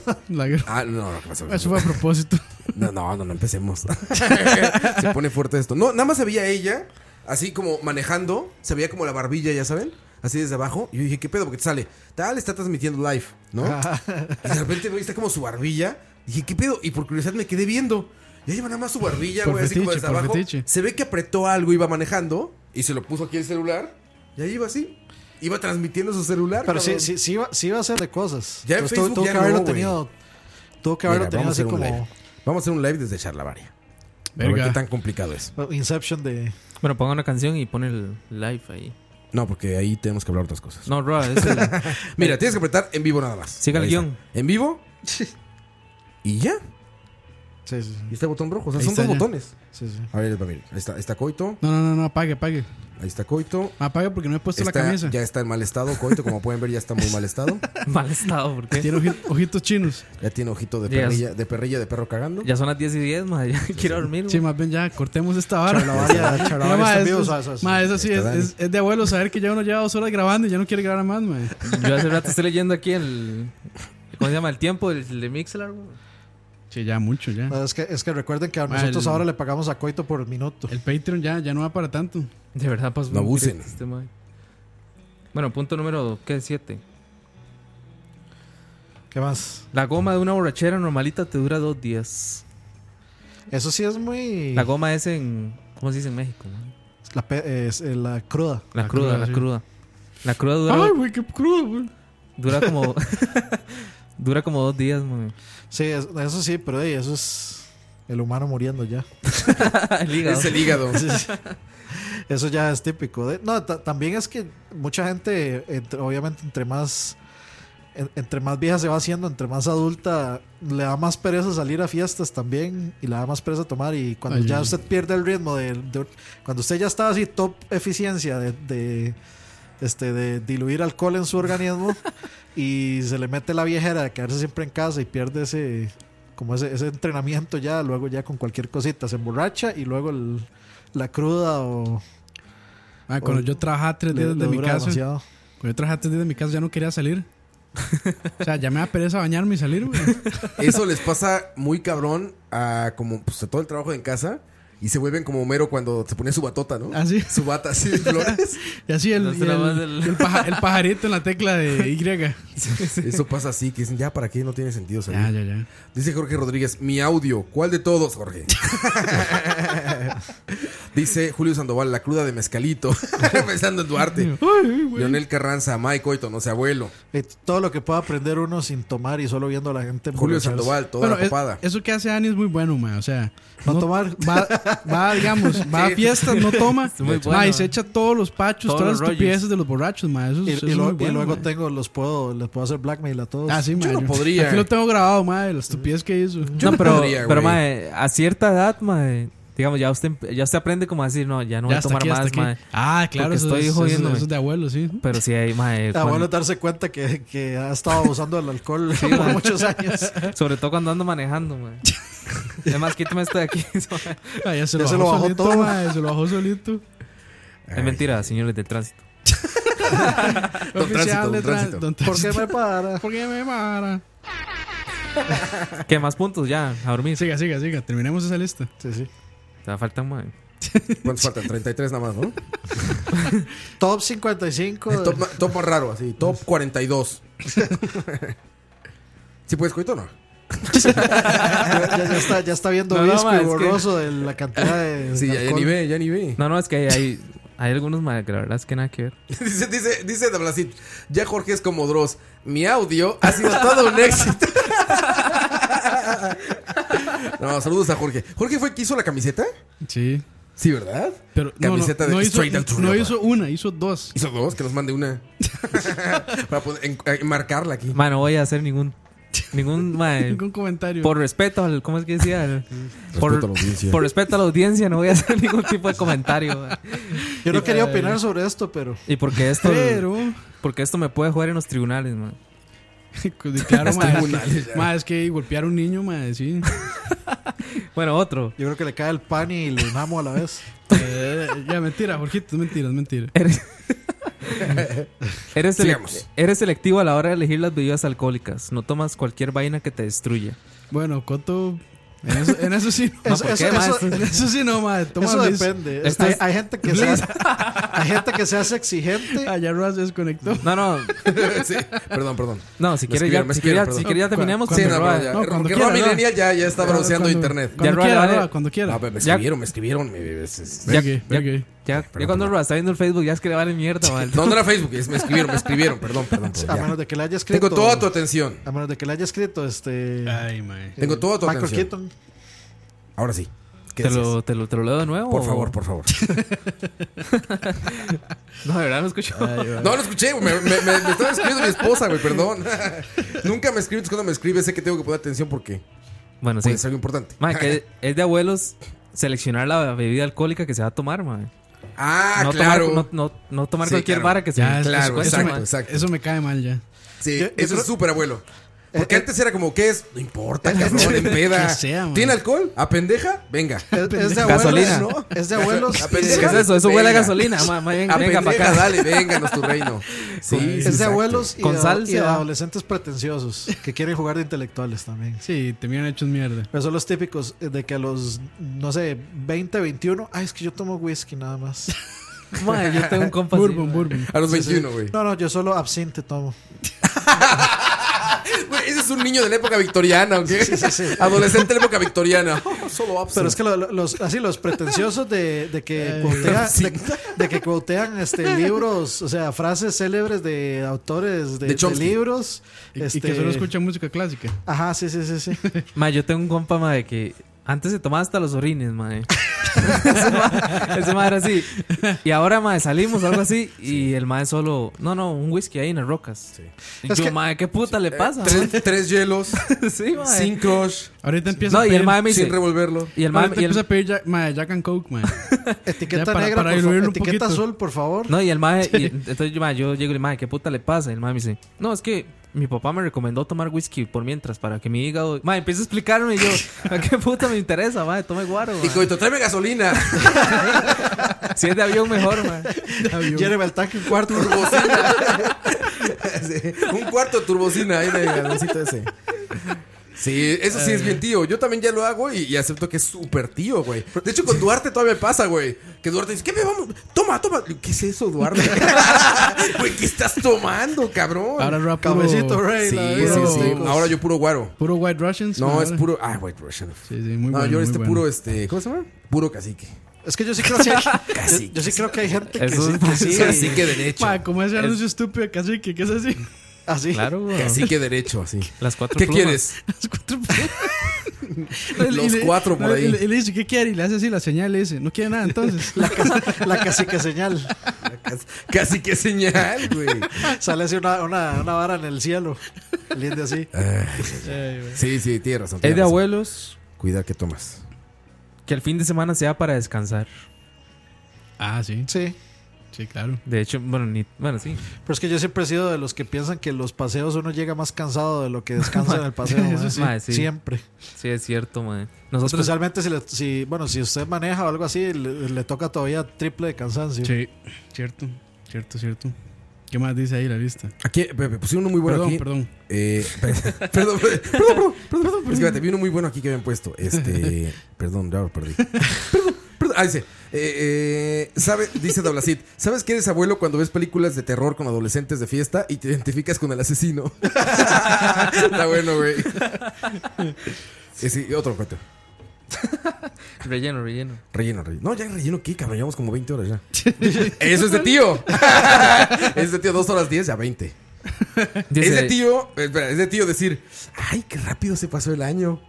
Speaker 1: Ah, no, no, ¿qué pasó?
Speaker 5: Eso fue a propósito.
Speaker 1: No, no, no, no empecemos. se pone fuerte esto. No, nada más se veía ella, así como manejando, se veía como la barbilla, ya saben, así desde abajo. Y yo dije, ¿qué pedo? Porque te sale, tal, está transmitiendo live, ¿no? y de repente veo, está como su barbilla. Dije, ¿qué pedo? Y por curiosidad me quedé viendo. Y ella lleva nada más su barbilla,
Speaker 7: Por
Speaker 1: güey, así como
Speaker 7: fetiche,
Speaker 1: desde
Speaker 7: por
Speaker 1: abajo.
Speaker 7: fetiche.
Speaker 1: Se ve que apretó algo, iba manejando, y se lo puso aquí el celular, y ahí iba así. Iba transmitiendo su celular.
Speaker 5: Pero sí,
Speaker 1: cabrón.
Speaker 5: sí, sí, iba, sí iba a ser de cosas.
Speaker 1: Ya en
Speaker 5: Entonces,
Speaker 1: Facebook
Speaker 5: tuvo
Speaker 1: ya
Speaker 5: que haberlo
Speaker 1: no, güey.
Speaker 5: tenido. Tuvo que haberlo
Speaker 1: Mira,
Speaker 5: tenido
Speaker 1: vamos a
Speaker 5: así
Speaker 1: hacer un live.
Speaker 5: como
Speaker 1: Vamos a hacer un live desde Charlavaria. A ver
Speaker 8: Verga.
Speaker 1: qué tan complicado es.
Speaker 5: uh, Inception de.
Speaker 8: Bueno, ponga una canción y pone el live ahí.
Speaker 1: No, porque ahí tenemos que hablar otras cosas.
Speaker 8: No, Roa, es el-
Speaker 1: Mira, tienes que apretar en vivo nada más.
Speaker 8: Siga el
Speaker 1: Ahí está.
Speaker 8: guión.
Speaker 1: En vivo. Y ya.
Speaker 5: Sí, sí.
Speaker 1: Y está el botón rojo. O sea,
Speaker 7: Ahí
Speaker 1: son
Speaker 7: está
Speaker 1: dos
Speaker 7: ya.
Speaker 1: botones.
Speaker 5: Sí, sí.
Speaker 1: A ver, va a ver. Ahí está, ahí está Coito.
Speaker 7: No, no, no, no, apague, apague.
Speaker 1: Ahí está Coito.
Speaker 7: Apaga porque no he puesto
Speaker 1: Está-
Speaker 7: la camisa.
Speaker 1: Ya está en mal estado. Coito, como pueden ver, ya está muy mal estado.
Speaker 8: Mal estado, ¿por qué?
Speaker 7: Tiene oji- ojitos chinos.
Speaker 1: Ya tiene ojito de
Speaker 8: Ya.
Speaker 1: perrilla, de perrilla de perro cagando.
Speaker 8: Ya son las 10 y 10, ma, ya quiero dormir.
Speaker 7: Sí, más bien ya cortemos esta vara.
Speaker 5: Charlavaria, charlavaria
Speaker 7: Ya, ma,
Speaker 5: está en
Speaker 7: eso
Speaker 5: vivo,
Speaker 7: es-
Speaker 5: ¿sabes? ¿sabes?
Speaker 7: ma, eso sí,
Speaker 5: Está
Speaker 7: es,
Speaker 5: Dani.
Speaker 7: es- es de abuelo saber que ya uno lleva dos horas grabando y ya no quiere grabar más, ma.
Speaker 8: Yo hace rato estoy leyendo aquí el. ¿Cómo se llama? El tiempo del el de Mixlar.
Speaker 7: Sí, ya mucho, ya.
Speaker 5: No, es, que, es que recuerden que a
Speaker 7: Ma,
Speaker 5: nosotros
Speaker 7: el-
Speaker 5: ahora le pagamos a Coito por el minuto.
Speaker 7: El Patreon ya, ya no va para tanto.
Speaker 8: De verdad pues, pasó.
Speaker 1: No abusen.
Speaker 8: este Bueno, punto número, ¿qué? 7.
Speaker 5: ¿Qué más?
Speaker 8: La goma de una borrachera normalita te dura dos días.
Speaker 5: Eso sí es muy.
Speaker 8: La goma es en. ¿Cómo se dice en México? ma?
Speaker 5: La, pe- es, eh, la cruda.
Speaker 8: La, cruda, la
Speaker 5: sí.
Speaker 8: cruda. La cruda dura.
Speaker 5: Ay, güey, qué cruda, güey.
Speaker 8: Dura como. dura como dos días, man.
Speaker 5: Sí, es- eso sí, pero ey, eso es el humano muriendo ya.
Speaker 8: El hígado. Es el hígado.
Speaker 5: Sí, sí. Eso ya es típico. de- no, ta- también es que mucha gente, entre- obviamente, entre más en- entre más vieja se va haciendo, entre más adulta, le da más pereza salir a fiestas también y le da más pereza tomar. Y cuando
Speaker 7: Ay,
Speaker 5: ya
Speaker 7: ay,
Speaker 5: usted pierde el ritmo, de, de- cuando usted ya está así top eficiencia de, de- este, de diluir alcohol en su organismo y se le mete la viejera de quedarse siempre en casa y pierde ese como ese, ese entrenamiento ya, luego ya con cualquier cosita se emborracha y luego el- la cruda o...
Speaker 7: Ma, cuando
Speaker 5: o-
Speaker 7: yo trabajaba tres
Speaker 5: le-
Speaker 7: días
Speaker 5: le
Speaker 7: de mi
Speaker 5: dura
Speaker 7: casa.
Speaker 5: demasiado.
Speaker 7: Cuando yo trabajaba tres días de mi casa ya no quería salir. o sea, ya me da pereza bañarme y salir, güey.
Speaker 1: Eso les pasa muy cabrón a como pues, a todo el trabajo en casa. Y se vuelven como Homero cuando se ponía su batota, ¿no?
Speaker 7: Así.
Speaker 1: Su bata así de flores.
Speaker 7: Y así el, y el, y el paja- el pajarito en la tecla de Y.
Speaker 1: Eso pasa así, que dicen, ya, ¿para qué? No tiene sentido salir.
Speaker 7: Ya, ya, ya.
Speaker 1: Dice Jorge Rodríguez, mi audio, ¿cuál de todos, Jorge? Dice Julio Sandoval, la cruda de mezcalito. Pensando en Duarte. Leonel Carranza, Mike Coito, no sé, abuelo.
Speaker 5: Eh, todo lo que pueda aprender uno sin tomar y solo viendo a la gente.
Speaker 1: Julio
Speaker 5: emborracharse.
Speaker 1: Sandoval, toda la
Speaker 7: es-
Speaker 1: copada.
Speaker 7: e eso que hace Ani es muy bueno, ma. O sea,
Speaker 5: no, tomar.
Speaker 7: Va, va, digamos, va
Speaker 5: Sí.
Speaker 7: a fiestas, no toma.
Speaker 5: Es muy
Speaker 7: Ma,
Speaker 5: bueno.
Speaker 7: y se echa todos los pachos,
Speaker 5: Todos
Speaker 7: todas
Speaker 5: los
Speaker 7: las
Speaker 5: rollos.
Speaker 7: estupideces de los borrachos, ma. Eso,
Speaker 5: Y,
Speaker 7: es-
Speaker 5: y
Speaker 7: eso es
Speaker 5: lo-
Speaker 7: muy
Speaker 5: y
Speaker 7: bueno,
Speaker 5: luego
Speaker 7: ma.
Speaker 5: tengo, los puedo, les puedo hacer blackmail a todos.
Speaker 7: Ah, sí, ma, Aquí lo tengo grabado, ma, de la estupidez que hizo.
Speaker 8: no, pero, pero mae, a cierta edad, mae, digamos, ya usted, ya usted aprende como a decir, no, ya no voy
Speaker 7: Ya
Speaker 8: a
Speaker 7: hasta
Speaker 8: tomar
Speaker 7: aquí, hasta
Speaker 8: más,
Speaker 7: aquí.
Speaker 8: mae.
Speaker 7: Ah, claro,
Speaker 8: porque
Speaker 7: eso
Speaker 8: estoy
Speaker 7: es- eso-
Speaker 8: jodiéndome.
Speaker 7: eso es de abuelo, sí.
Speaker 8: Pero sí, hay,
Speaker 7: Ah,
Speaker 8: mae.
Speaker 5: Está
Speaker 8: cuando-
Speaker 5: Ah, bueno darse cuenta que, que ha estado abusando del alcohol
Speaker 8: Sí,
Speaker 5: por
Speaker 8: mae.
Speaker 5: muchos años.
Speaker 8: Sobre todo cuando ando manejando, mae. Además, quítame esto de aquí.
Speaker 7: Ah, ya se
Speaker 5: Ya
Speaker 7: lo
Speaker 5: se
Speaker 7: bajó,
Speaker 5: lo bajó
Speaker 7: solito,
Speaker 5: todo.
Speaker 7: ma, se lo bajó solito.
Speaker 8: es mentira, señores del tránsito.
Speaker 7: Oficial de tran- don
Speaker 5: ¿Por qué
Speaker 7: tránsito.
Speaker 5: me para?
Speaker 7: ¿Por qué me para?
Speaker 8: ¿Qué más puntos ya? A dormir.
Speaker 7: Siga, siga, siga. Terminemos esa lista.
Speaker 5: Sí, sí.
Speaker 8: Te faltan, mae.
Speaker 1: ¿Cuántos faltan? 33 nada más, ¿no?
Speaker 5: Top 55.
Speaker 1: top, top más raro, así. Top 42. ¿Sí puedes coito o no?
Speaker 5: ya, ya está, ya está viendo
Speaker 8: No, no,
Speaker 5: visco
Speaker 8: ma,
Speaker 5: y
Speaker 8: es que-
Speaker 5: borroso de la cantidad de.
Speaker 1: Sí, ya, ya
Speaker 5: alcohol.
Speaker 1: ni ve, ya ni ve.
Speaker 8: No, no, es que hay, hay, hay algunos más que la verdad es que nada que ver.
Speaker 1: dice, dice, dice Dablasit, ya Jorge es como Dross. Mi audio ha sido todo un éxito. no, saludos a Jorge. ¿Jorge fue el que hizo la camiseta?
Speaker 7: Sí.
Speaker 1: Sí, ¿verdad?
Speaker 7: Pero no,
Speaker 1: camiseta
Speaker 7: no, no
Speaker 1: de
Speaker 7: hizo,
Speaker 1: Straight Outta
Speaker 7: no
Speaker 1: Compton.
Speaker 7: hizo una, hizo dos.
Speaker 1: Hizo dos, que nos mande una. Para poder en- eh, marcarla aquí.
Speaker 8: Ma, no voy a hacer ningún. Ningún, ma,
Speaker 7: Ningún comentario.
Speaker 8: Por respeto al. ¿Cómo es que decía? Al-
Speaker 1: a la audiencia.
Speaker 8: por respeto a la audiencia, no voy a hacer ningún tipo de comentario. ma.
Speaker 5: Yo no
Speaker 8: Y-
Speaker 5: quería opinar sobre esto, pero.
Speaker 8: Y porque esto.
Speaker 7: Pero-
Speaker 8: Porque esto me puede jugar en los tribunales, man.
Speaker 7: Golpear, ma,
Speaker 8: Tribunales,
Speaker 7: es
Speaker 8: ya.
Speaker 7: que, ma, es que golpear a un niño, ma, sí.
Speaker 8: bueno, otro.
Speaker 5: Yo creo que le cae el pan y le mamo a la vez.
Speaker 7: Eh, ya, mentira, Jorgito, es mentira, es mentira.
Speaker 8: Eres, selec-
Speaker 7: Sigamos.
Speaker 8: eres selectivo a la hora de elegir las bebidas alcohólicas. No tomas cualquier vaina que te destruya.
Speaker 7: Bueno, Coto. En eso, en eso sí.
Speaker 5: Eso-
Speaker 7: Ma, ¿por
Speaker 5: eso-
Speaker 7: qué, ma?
Speaker 5: eso-
Speaker 7: En eso sí no, ma. Toma
Speaker 5: Eso
Speaker 7: Liz.
Speaker 5: depende. Hay, hay gente que se
Speaker 7: Liz.
Speaker 5: hace, hay gente que se hace exigente.
Speaker 7: Ah, ya Ross desconectó.
Speaker 8: No, no.
Speaker 1: sí, perdón, perdón.
Speaker 8: No, si
Speaker 1: Me
Speaker 8: quieres
Speaker 1: escribieron,
Speaker 8: ya,
Speaker 1: me
Speaker 8: si quieres ya,
Speaker 1: escribieron,
Speaker 8: si
Speaker 1: perdón.
Speaker 8: quieres ya
Speaker 1: Cu-
Speaker 8: terminamos.
Speaker 1: Sí, no,
Speaker 8: Roa,
Speaker 1: pero ya,
Speaker 8: no, cuando
Speaker 1: porque
Speaker 8: quiera,
Speaker 1: Roa
Speaker 8: no.
Speaker 1: Millennial ya, ya está
Speaker 8: Cuando-
Speaker 1: browseando
Speaker 8: cuando-
Speaker 1: internet.
Speaker 8: cuando Ya, Roa, quiera, dale. Roa,
Speaker 7: cuando quiera.
Speaker 1: Ah, pero me
Speaker 8: Ya-
Speaker 1: escribieron, me escribieron. Me, es- es-
Speaker 8: Ya,
Speaker 1: Ve-
Speaker 8: ya- ya- ya cuando Roa está viendo el Facebook, ya es que le vale mierda, man.
Speaker 1: No, no era Facebook, es- me escribieron, me escribieron, perdón, perdón. perdón,
Speaker 5: A
Speaker 1: ya.
Speaker 5: menos de que le haya escrito.
Speaker 1: Tengo toda tu atención.
Speaker 5: A menos de que le haya escrito este.
Speaker 7: Ay, mae.
Speaker 1: Tengo toda tu
Speaker 5: Michael
Speaker 1: atención.
Speaker 5: Keaton.
Speaker 1: Ahora sí. ¿Qué
Speaker 8: ¿Te
Speaker 1: decías?
Speaker 8: lo, te, lo, te lo leo de nuevo?
Speaker 1: Por
Speaker 8: o-
Speaker 1: favor, por favor.
Speaker 8: No, de verdad no escucho.
Speaker 1: No, no escuché, güey. Me, me- me- me estaba escribiendo mi esposa, güey, perdón. Nunca me escribes cuando me escribes, sé que tengo que poner atención porque
Speaker 8: Bueno, sí.
Speaker 1: puede ser algo importante.
Speaker 8: Ma, que es de abuelos seleccionar la bebida alcohólica que se va a tomar, man.
Speaker 1: Ah,
Speaker 8: no
Speaker 1: claro.
Speaker 8: Tomar, no, no, no tomar
Speaker 1: Sí,
Speaker 8: cualquier
Speaker 1: claro.
Speaker 8: vara que se
Speaker 1: Ya,
Speaker 8: que se
Speaker 1: claro,
Speaker 8: cueste,
Speaker 1: exacto,
Speaker 8: ma.
Speaker 1: exacto.
Speaker 7: Eso me cae mal ya.
Speaker 1: Sí,
Speaker 7: Yo- yo
Speaker 1: eso
Speaker 7: creo-
Speaker 1: E, es súper abuelo. Porque
Speaker 7: Eh, eh,
Speaker 1: antes era como, ¿qué es? No importa,
Speaker 7: eh,
Speaker 1: cabrón, en peda.
Speaker 7: que sea, man.
Speaker 1: ¿Tiene alcohol? ¿A pendeja? Venga.
Speaker 5: Es de abuelos.
Speaker 8: Gasolina.
Speaker 5: ¿no? Es de abuelos.
Speaker 1: ¿A pendeja?
Speaker 8: ¿Qué es eso? Eso huele a
Speaker 1: Venga.
Speaker 8: gasolina. Ma, ma, ven-
Speaker 1: A
Speaker 8: venga pa'
Speaker 1: pendeja,
Speaker 8: acá.
Speaker 1: dale, vénganos tu reino. Sí, sí,
Speaker 5: es de
Speaker 1: exacto.
Speaker 5: abuelos y,
Speaker 8: Con
Speaker 5: de-
Speaker 8: sal
Speaker 5: y
Speaker 8: se
Speaker 5: de
Speaker 8: va.
Speaker 5: adolescentes pretenciosos que quieren jugar de intelectuales también.
Speaker 7: Sí, te miran hechos mierda.
Speaker 5: Pero son los típicos eh, de que a los, no sé, 20, 21, ay, es que yo tomo whisky nada más.
Speaker 8: Ma, yo tengo un compa así,
Speaker 7: Bourbon,
Speaker 8: ma.
Speaker 7: bourbon.
Speaker 1: A los
Speaker 5: Sí, sí.
Speaker 1: 21, güey.
Speaker 5: No, no, yo solo absinthe tomo.
Speaker 1: Güey, Ese es un niño de la época victoriana, ¿ok? Adolescente de la época victoriana. Oh, solo absent.
Speaker 5: Pero es que lo- lo- los, así los pretenciosos de, de que quotean, de, de que quotean este, libros, o sea, frases célebres de autores de,
Speaker 7: De
Speaker 5: de
Speaker 7: Chomsky.
Speaker 5: libros.
Speaker 7: Y, y
Speaker 5: este,
Speaker 7: que solo escucha música clásica.
Speaker 5: Ajá, sí, sí, sí, sí.
Speaker 8: Ma, yo tengo un compa, ma, de que antes se tomaba hasta los orines, ma. eh. ese, ma ese ma era así. Y ahora, ma, salimos, algo así, y el ma es solo, no, no, un whisky ahí en las rocas. Y
Speaker 7: Es
Speaker 8: yo,
Speaker 7: que-
Speaker 8: ma, ¿qué puta le pasa?
Speaker 1: Tres, tres hielos,
Speaker 8: ma? sí, ma. eh.
Speaker 1: sin crush,
Speaker 7: Ahorita empieza
Speaker 8: No,
Speaker 7: a
Speaker 8: y
Speaker 7: pedir,
Speaker 8: el ma me dice.
Speaker 1: sin revolverlo.
Speaker 8: Y el ma,
Speaker 7: ahorita
Speaker 8: y el-
Speaker 7: empieza a pedir Jack, mae, Jack and Coke, mae.
Speaker 5: Etiqueta
Speaker 7: Ya, para-
Speaker 5: negra, por
Speaker 7: para
Speaker 5: favor.
Speaker 7: diluirlo un
Speaker 5: Etiqueta
Speaker 7: poquito.
Speaker 5: azul, por favor.
Speaker 8: No, y el mae, y entonces yo, mae, yo llego y le mae, ¿qué puta le pasa? Y el mae me dice, no, es que mi papá me recomendó tomar whisky por mientras para que mi hígado. Mae, empieza a explicarme y yo, ¿a qué puta me interesa, mae? Tome guaro, mae.
Speaker 1: Y coito, tráeme gasolina.
Speaker 8: Si es de avión, mejor, mae.
Speaker 5: Lléneme el tanque un cuarto.
Speaker 1: Turbocina. Sí, Un cuarto de turbocina ahí de galoncito ese. Sí, eso sí es bien tío. Yo también ya lo hago y, y acepto que es súper tío, güey. De hecho, con Duarte todavía me pasa, güey. Que Duarte dice, ¿qué me vamos? Toma, toma. Le digo, ¿Qué es eso, Duarte? Güey, ¿qué estás tomando, cabrón?
Speaker 7: Ahora rap puro-
Speaker 5: Cabecito rey.
Speaker 1: sí,
Speaker 5: la
Speaker 1: sí,
Speaker 5: vida,
Speaker 1: sí.
Speaker 5: chicos.
Speaker 1: Ahora yo puro guaro.
Speaker 7: Puro White Russians.
Speaker 1: No,
Speaker 7: mae,
Speaker 1: es
Speaker 7: ahora.
Speaker 1: puro. Ah, White Russian.
Speaker 7: Sí, sí, muy
Speaker 1: no,
Speaker 7: bueno.
Speaker 1: yo
Speaker 7: muy
Speaker 1: este
Speaker 7: bueno.
Speaker 1: puro, este. ¿Cómo se llama? Puro cacique.
Speaker 5: Es que yo sí creo que hay, yo,
Speaker 1: Casi,
Speaker 5: yo sí creo que hay gente que
Speaker 8: Eso
Speaker 5: sí,
Speaker 8: es-
Speaker 5: que sí.
Speaker 1: Cacique derecho.
Speaker 7: Mae, como ese
Speaker 8: Es-
Speaker 7: anuncio estúpido de cacique, que es así.
Speaker 5: Así.
Speaker 8: Claro, güey.
Speaker 1: Cacique derecho, así.
Speaker 8: Las cuatro
Speaker 1: ¿Qué
Speaker 8: plumas.
Speaker 1: quieres?
Speaker 7: Las cuatro por-
Speaker 1: Los
Speaker 7: Y le-
Speaker 1: cuatro por
Speaker 7: no,
Speaker 1: ahí.
Speaker 7: Y le, y le dice, ¿qué quiere? Y le hace así la señal, le dice, no quiere nada entonces.
Speaker 5: La, ca- la cacique señal.
Speaker 1: Cacique señal, güey.
Speaker 5: Sale así una, una, una vara en el cielo. Lindo así.
Speaker 7: Ay, mae.
Speaker 1: Sí, sí, tienes razón.
Speaker 8: Es
Speaker 1: tienes
Speaker 8: de
Speaker 1: razón.
Speaker 8: abuelos
Speaker 1: Cuidar que tomas.
Speaker 8: que el fin de semana sea para descansar.
Speaker 7: ah, sí.
Speaker 5: Sí.
Speaker 7: Sí, claro.
Speaker 8: De hecho, bueno, ni, bueno sí.
Speaker 5: Pero es que yo siempre he sido de los que piensan que los paseos uno llega más cansado de lo que descansa en el paseo.
Speaker 8: Eso
Speaker 5: mae.
Speaker 8: sí. Mae, sí.
Speaker 5: Siempre.
Speaker 8: Sí, es cierto, mae. Nosotros.
Speaker 5: Especialmente si, le- si, bueno, si usted maneja o algo así, le, le toca todavía triple de cansancio.
Speaker 7: Sí, cierto, cierto, cierto. ¿Qué más dice ahí la lista?
Speaker 1: Aquí, Pepe, pusieron uno muy bueno
Speaker 7: perdón,
Speaker 1: aquí.
Speaker 7: perdón.
Speaker 1: Eh, pe- perdón, perdón, perdón, perdón, perdón, perdón. Es que espérate, vi uno muy bueno aquí que habían puesto. Este, perdón, ya lo perdí. Perdón, perdón. Ah, dice. eh, eh, sabe, dice Dablacid, ¿sabes que eres abuelo cuando ves películas de terror con adolescentes de fiesta y te identificas con el asesino? Está bueno, güey. Eh, sí, otro cuento.
Speaker 8: Relleno, relleno.
Speaker 1: Relleno, relleno. No, ya en relleno qué, cabrón. Llevamos como 20 horas ya. Eso es de tío. es de tío 2 horas 10 a 20.
Speaker 8: Dice-
Speaker 1: es de tío, eh, espera, es de tío decir, ay, qué rápido se pasó el año.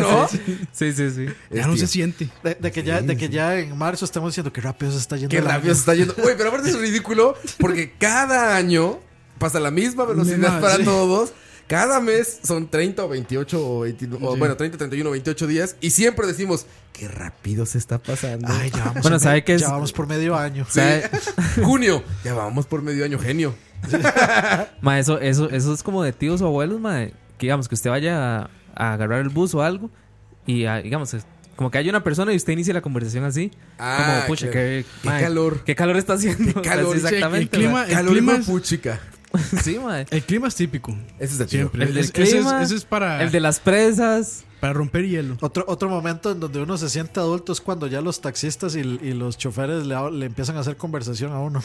Speaker 1: ¿No?
Speaker 8: Sí, sí, sí.
Speaker 1: Es tío.
Speaker 5: siente. De, de que ya, de que ya en marzo estamos diciendo que rápido se está yendo.
Speaker 1: Qué
Speaker 5: el año.
Speaker 1: rápido se está yendo. Güey, pero aparte es ridículo porque cada año pasa la misma velocidad
Speaker 5: Misma,
Speaker 1: para
Speaker 5: sí.
Speaker 1: todos. Cada mes son 30 o 28 o 29, o
Speaker 8: Sí.
Speaker 1: bueno, 30, 31, 28 días y siempre decimos, qué rápido se está pasando.
Speaker 5: Ay, ya vamos,
Speaker 8: Bueno,
Speaker 5: en-
Speaker 8: ¿sabe qué es?
Speaker 5: ya vamos por medio año.
Speaker 1: Sí. Junio, ya vamos por medio año, genio.
Speaker 8: Ma, eso, eso, eso es como de tíos o abuelos, ma, que digamos que usted vaya a, a agarrar el bus o algo y ah, digamos es- como que hay una persona y usted inicia la conversación así,
Speaker 1: Ah,
Speaker 8: como pucha,
Speaker 1: claro.
Speaker 8: qué,
Speaker 1: Qué
Speaker 8: ma,
Speaker 1: calor.
Speaker 8: qué calor está haciendo,
Speaker 1: Qué calor,
Speaker 8: Así exactamente,
Speaker 7: el clima-
Speaker 8: ma.
Speaker 7: el Calor clima es-
Speaker 1: puchica.
Speaker 8: sí, ma.
Speaker 7: El clima es típico.
Speaker 1: Ese es de tío.
Speaker 7: Siempre.
Speaker 8: El del
Speaker 7: Es- ese, es,
Speaker 8: clima,
Speaker 7: ese es para.
Speaker 8: el de las presas.
Speaker 7: Para romper hielo.
Speaker 5: Otro, otro momento en donde uno se siente adulto es cuando ya los taxistas y, y los choferes le, ha- le empiezan a hacer conversación a uno.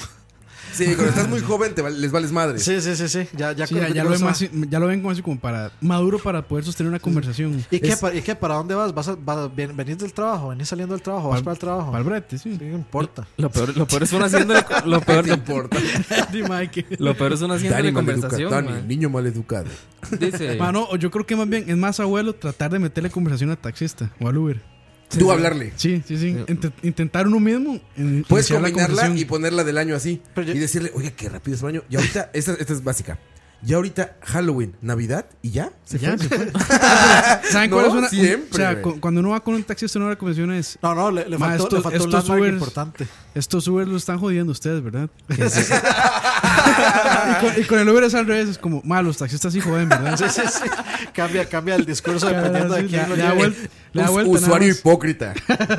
Speaker 1: Sí, cuando estás muy joven te val- les vales madre.
Speaker 5: Sí, sí, sí, sí. Ya, ya,
Speaker 7: Sí,
Speaker 5: Ah, con-
Speaker 7: ya, ya lo ven
Speaker 5: o sea,
Speaker 7: más- ya lo ven como así como para maduro para poder sostener una conversación.
Speaker 5: ¿Y qué,
Speaker 7: Es-
Speaker 5: pa- y qué, para dónde vas? ¿Vas, a- vas- ven- ¿Venís del trabajo? ¿Venís saliendo del trabajo? ¿Vas para el trabajo?
Speaker 7: Para el brete, sí.
Speaker 5: No importa.
Speaker 7: Eh,
Speaker 8: Lo peor, lo peor es uno haciendo lo peor,
Speaker 1: No importa.
Speaker 7: Di, mae, que-
Speaker 8: lo peor es uno haciendo
Speaker 1: Dani
Speaker 8: la
Speaker 1: maleduca-
Speaker 8: conversación.
Speaker 1: Dani,
Speaker 8: ma.
Speaker 1: niño maleducado.
Speaker 8: Dice,
Speaker 7: Ah, no, o yo creo que más bien es más abuelo tratar de meterle conversación al taxista o al Uber.
Speaker 1: Tú hablarle.
Speaker 7: Sí, sí, sí. Int- intentar uno mismo. en-
Speaker 1: Puedes
Speaker 7: iniciar la
Speaker 1: combinarla
Speaker 7: conversación.
Speaker 1: y ponerla del año así. Y decirle, oiga, qué rápido es el año. Y ahorita, esta, esta es básica. Ya ahorita Halloween, Navidad y ya. Se
Speaker 7: Ya,
Speaker 1: fue.
Speaker 7: se fue. ¿Saben cuál es
Speaker 1: No,
Speaker 7: una?
Speaker 1: siempre,
Speaker 7: o sea,
Speaker 1: güey.
Speaker 7: cu- cuando uno va con un taxista, una de las conversaciones.
Speaker 5: No, no, le, le
Speaker 7: "Ma,
Speaker 5: faltó, le
Speaker 7: estos-
Speaker 5: faltó un
Speaker 7: estos
Speaker 5: landmark
Speaker 7: Ubers-
Speaker 5: importante.
Speaker 7: Estos Uber los están jodiendo ustedes, ¿verdad? y, con, y con el Uber es al revés, es como, malos los taxistas sí joden, ¿verdad?
Speaker 5: Sí, sí, sí. Cambia, cambia el discurso dependiendo de
Speaker 7: Sí,
Speaker 5: quién
Speaker 7: le-
Speaker 5: lo
Speaker 7: le da
Speaker 5: lleve.
Speaker 7: vuelta- le da
Speaker 1: Us-
Speaker 7: vuelta nada
Speaker 1: usuario
Speaker 7: más.
Speaker 1: hipócrita.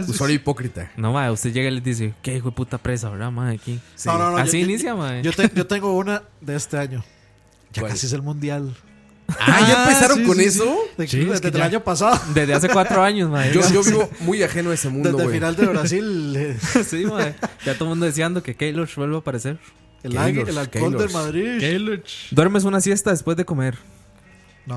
Speaker 1: usuario hipócrita.
Speaker 8: no, ma, usted llega y les dice, qué hijo de puta presa, ¿verdad, ma? Aquí.
Speaker 5: No, no, no,
Speaker 8: Así
Speaker 5: yo-
Speaker 8: inicia, ma.
Speaker 5: Yo, te- yo tengo una de este año. Ya
Speaker 8: ¿Cuál?
Speaker 5: casi es el mundial.
Speaker 1: Ah, ¿ya empezaron
Speaker 5: sí,
Speaker 1: con
Speaker 5: sí,
Speaker 1: eso?
Speaker 5: sí. De-
Speaker 8: Sí, es
Speaker 5: desde
Speaker 8: que
Speaker 5: el
Speaker 8: ya-
Speaker 5: año pasado.
Speaker 8: Desde hace cuatro años, ma.
Speaker 1: Yo, yo vivo muy ajeno a ese mundo,
Speaker 5: Desde el
Speaker 1: güey.
Speaker 5: final de Brasil. eh,
Speaker 8: Sí, ma. Ya todo el mundo deseando que Keylor vuelva a aparecer.
Speaker 5: El, águila, el
Speaker 1: Keylor, Keylor.
Speaker 5: alcohol del Madrid.
Speaker 8: Duermes una siesta después de comer.
Speaker 5: No.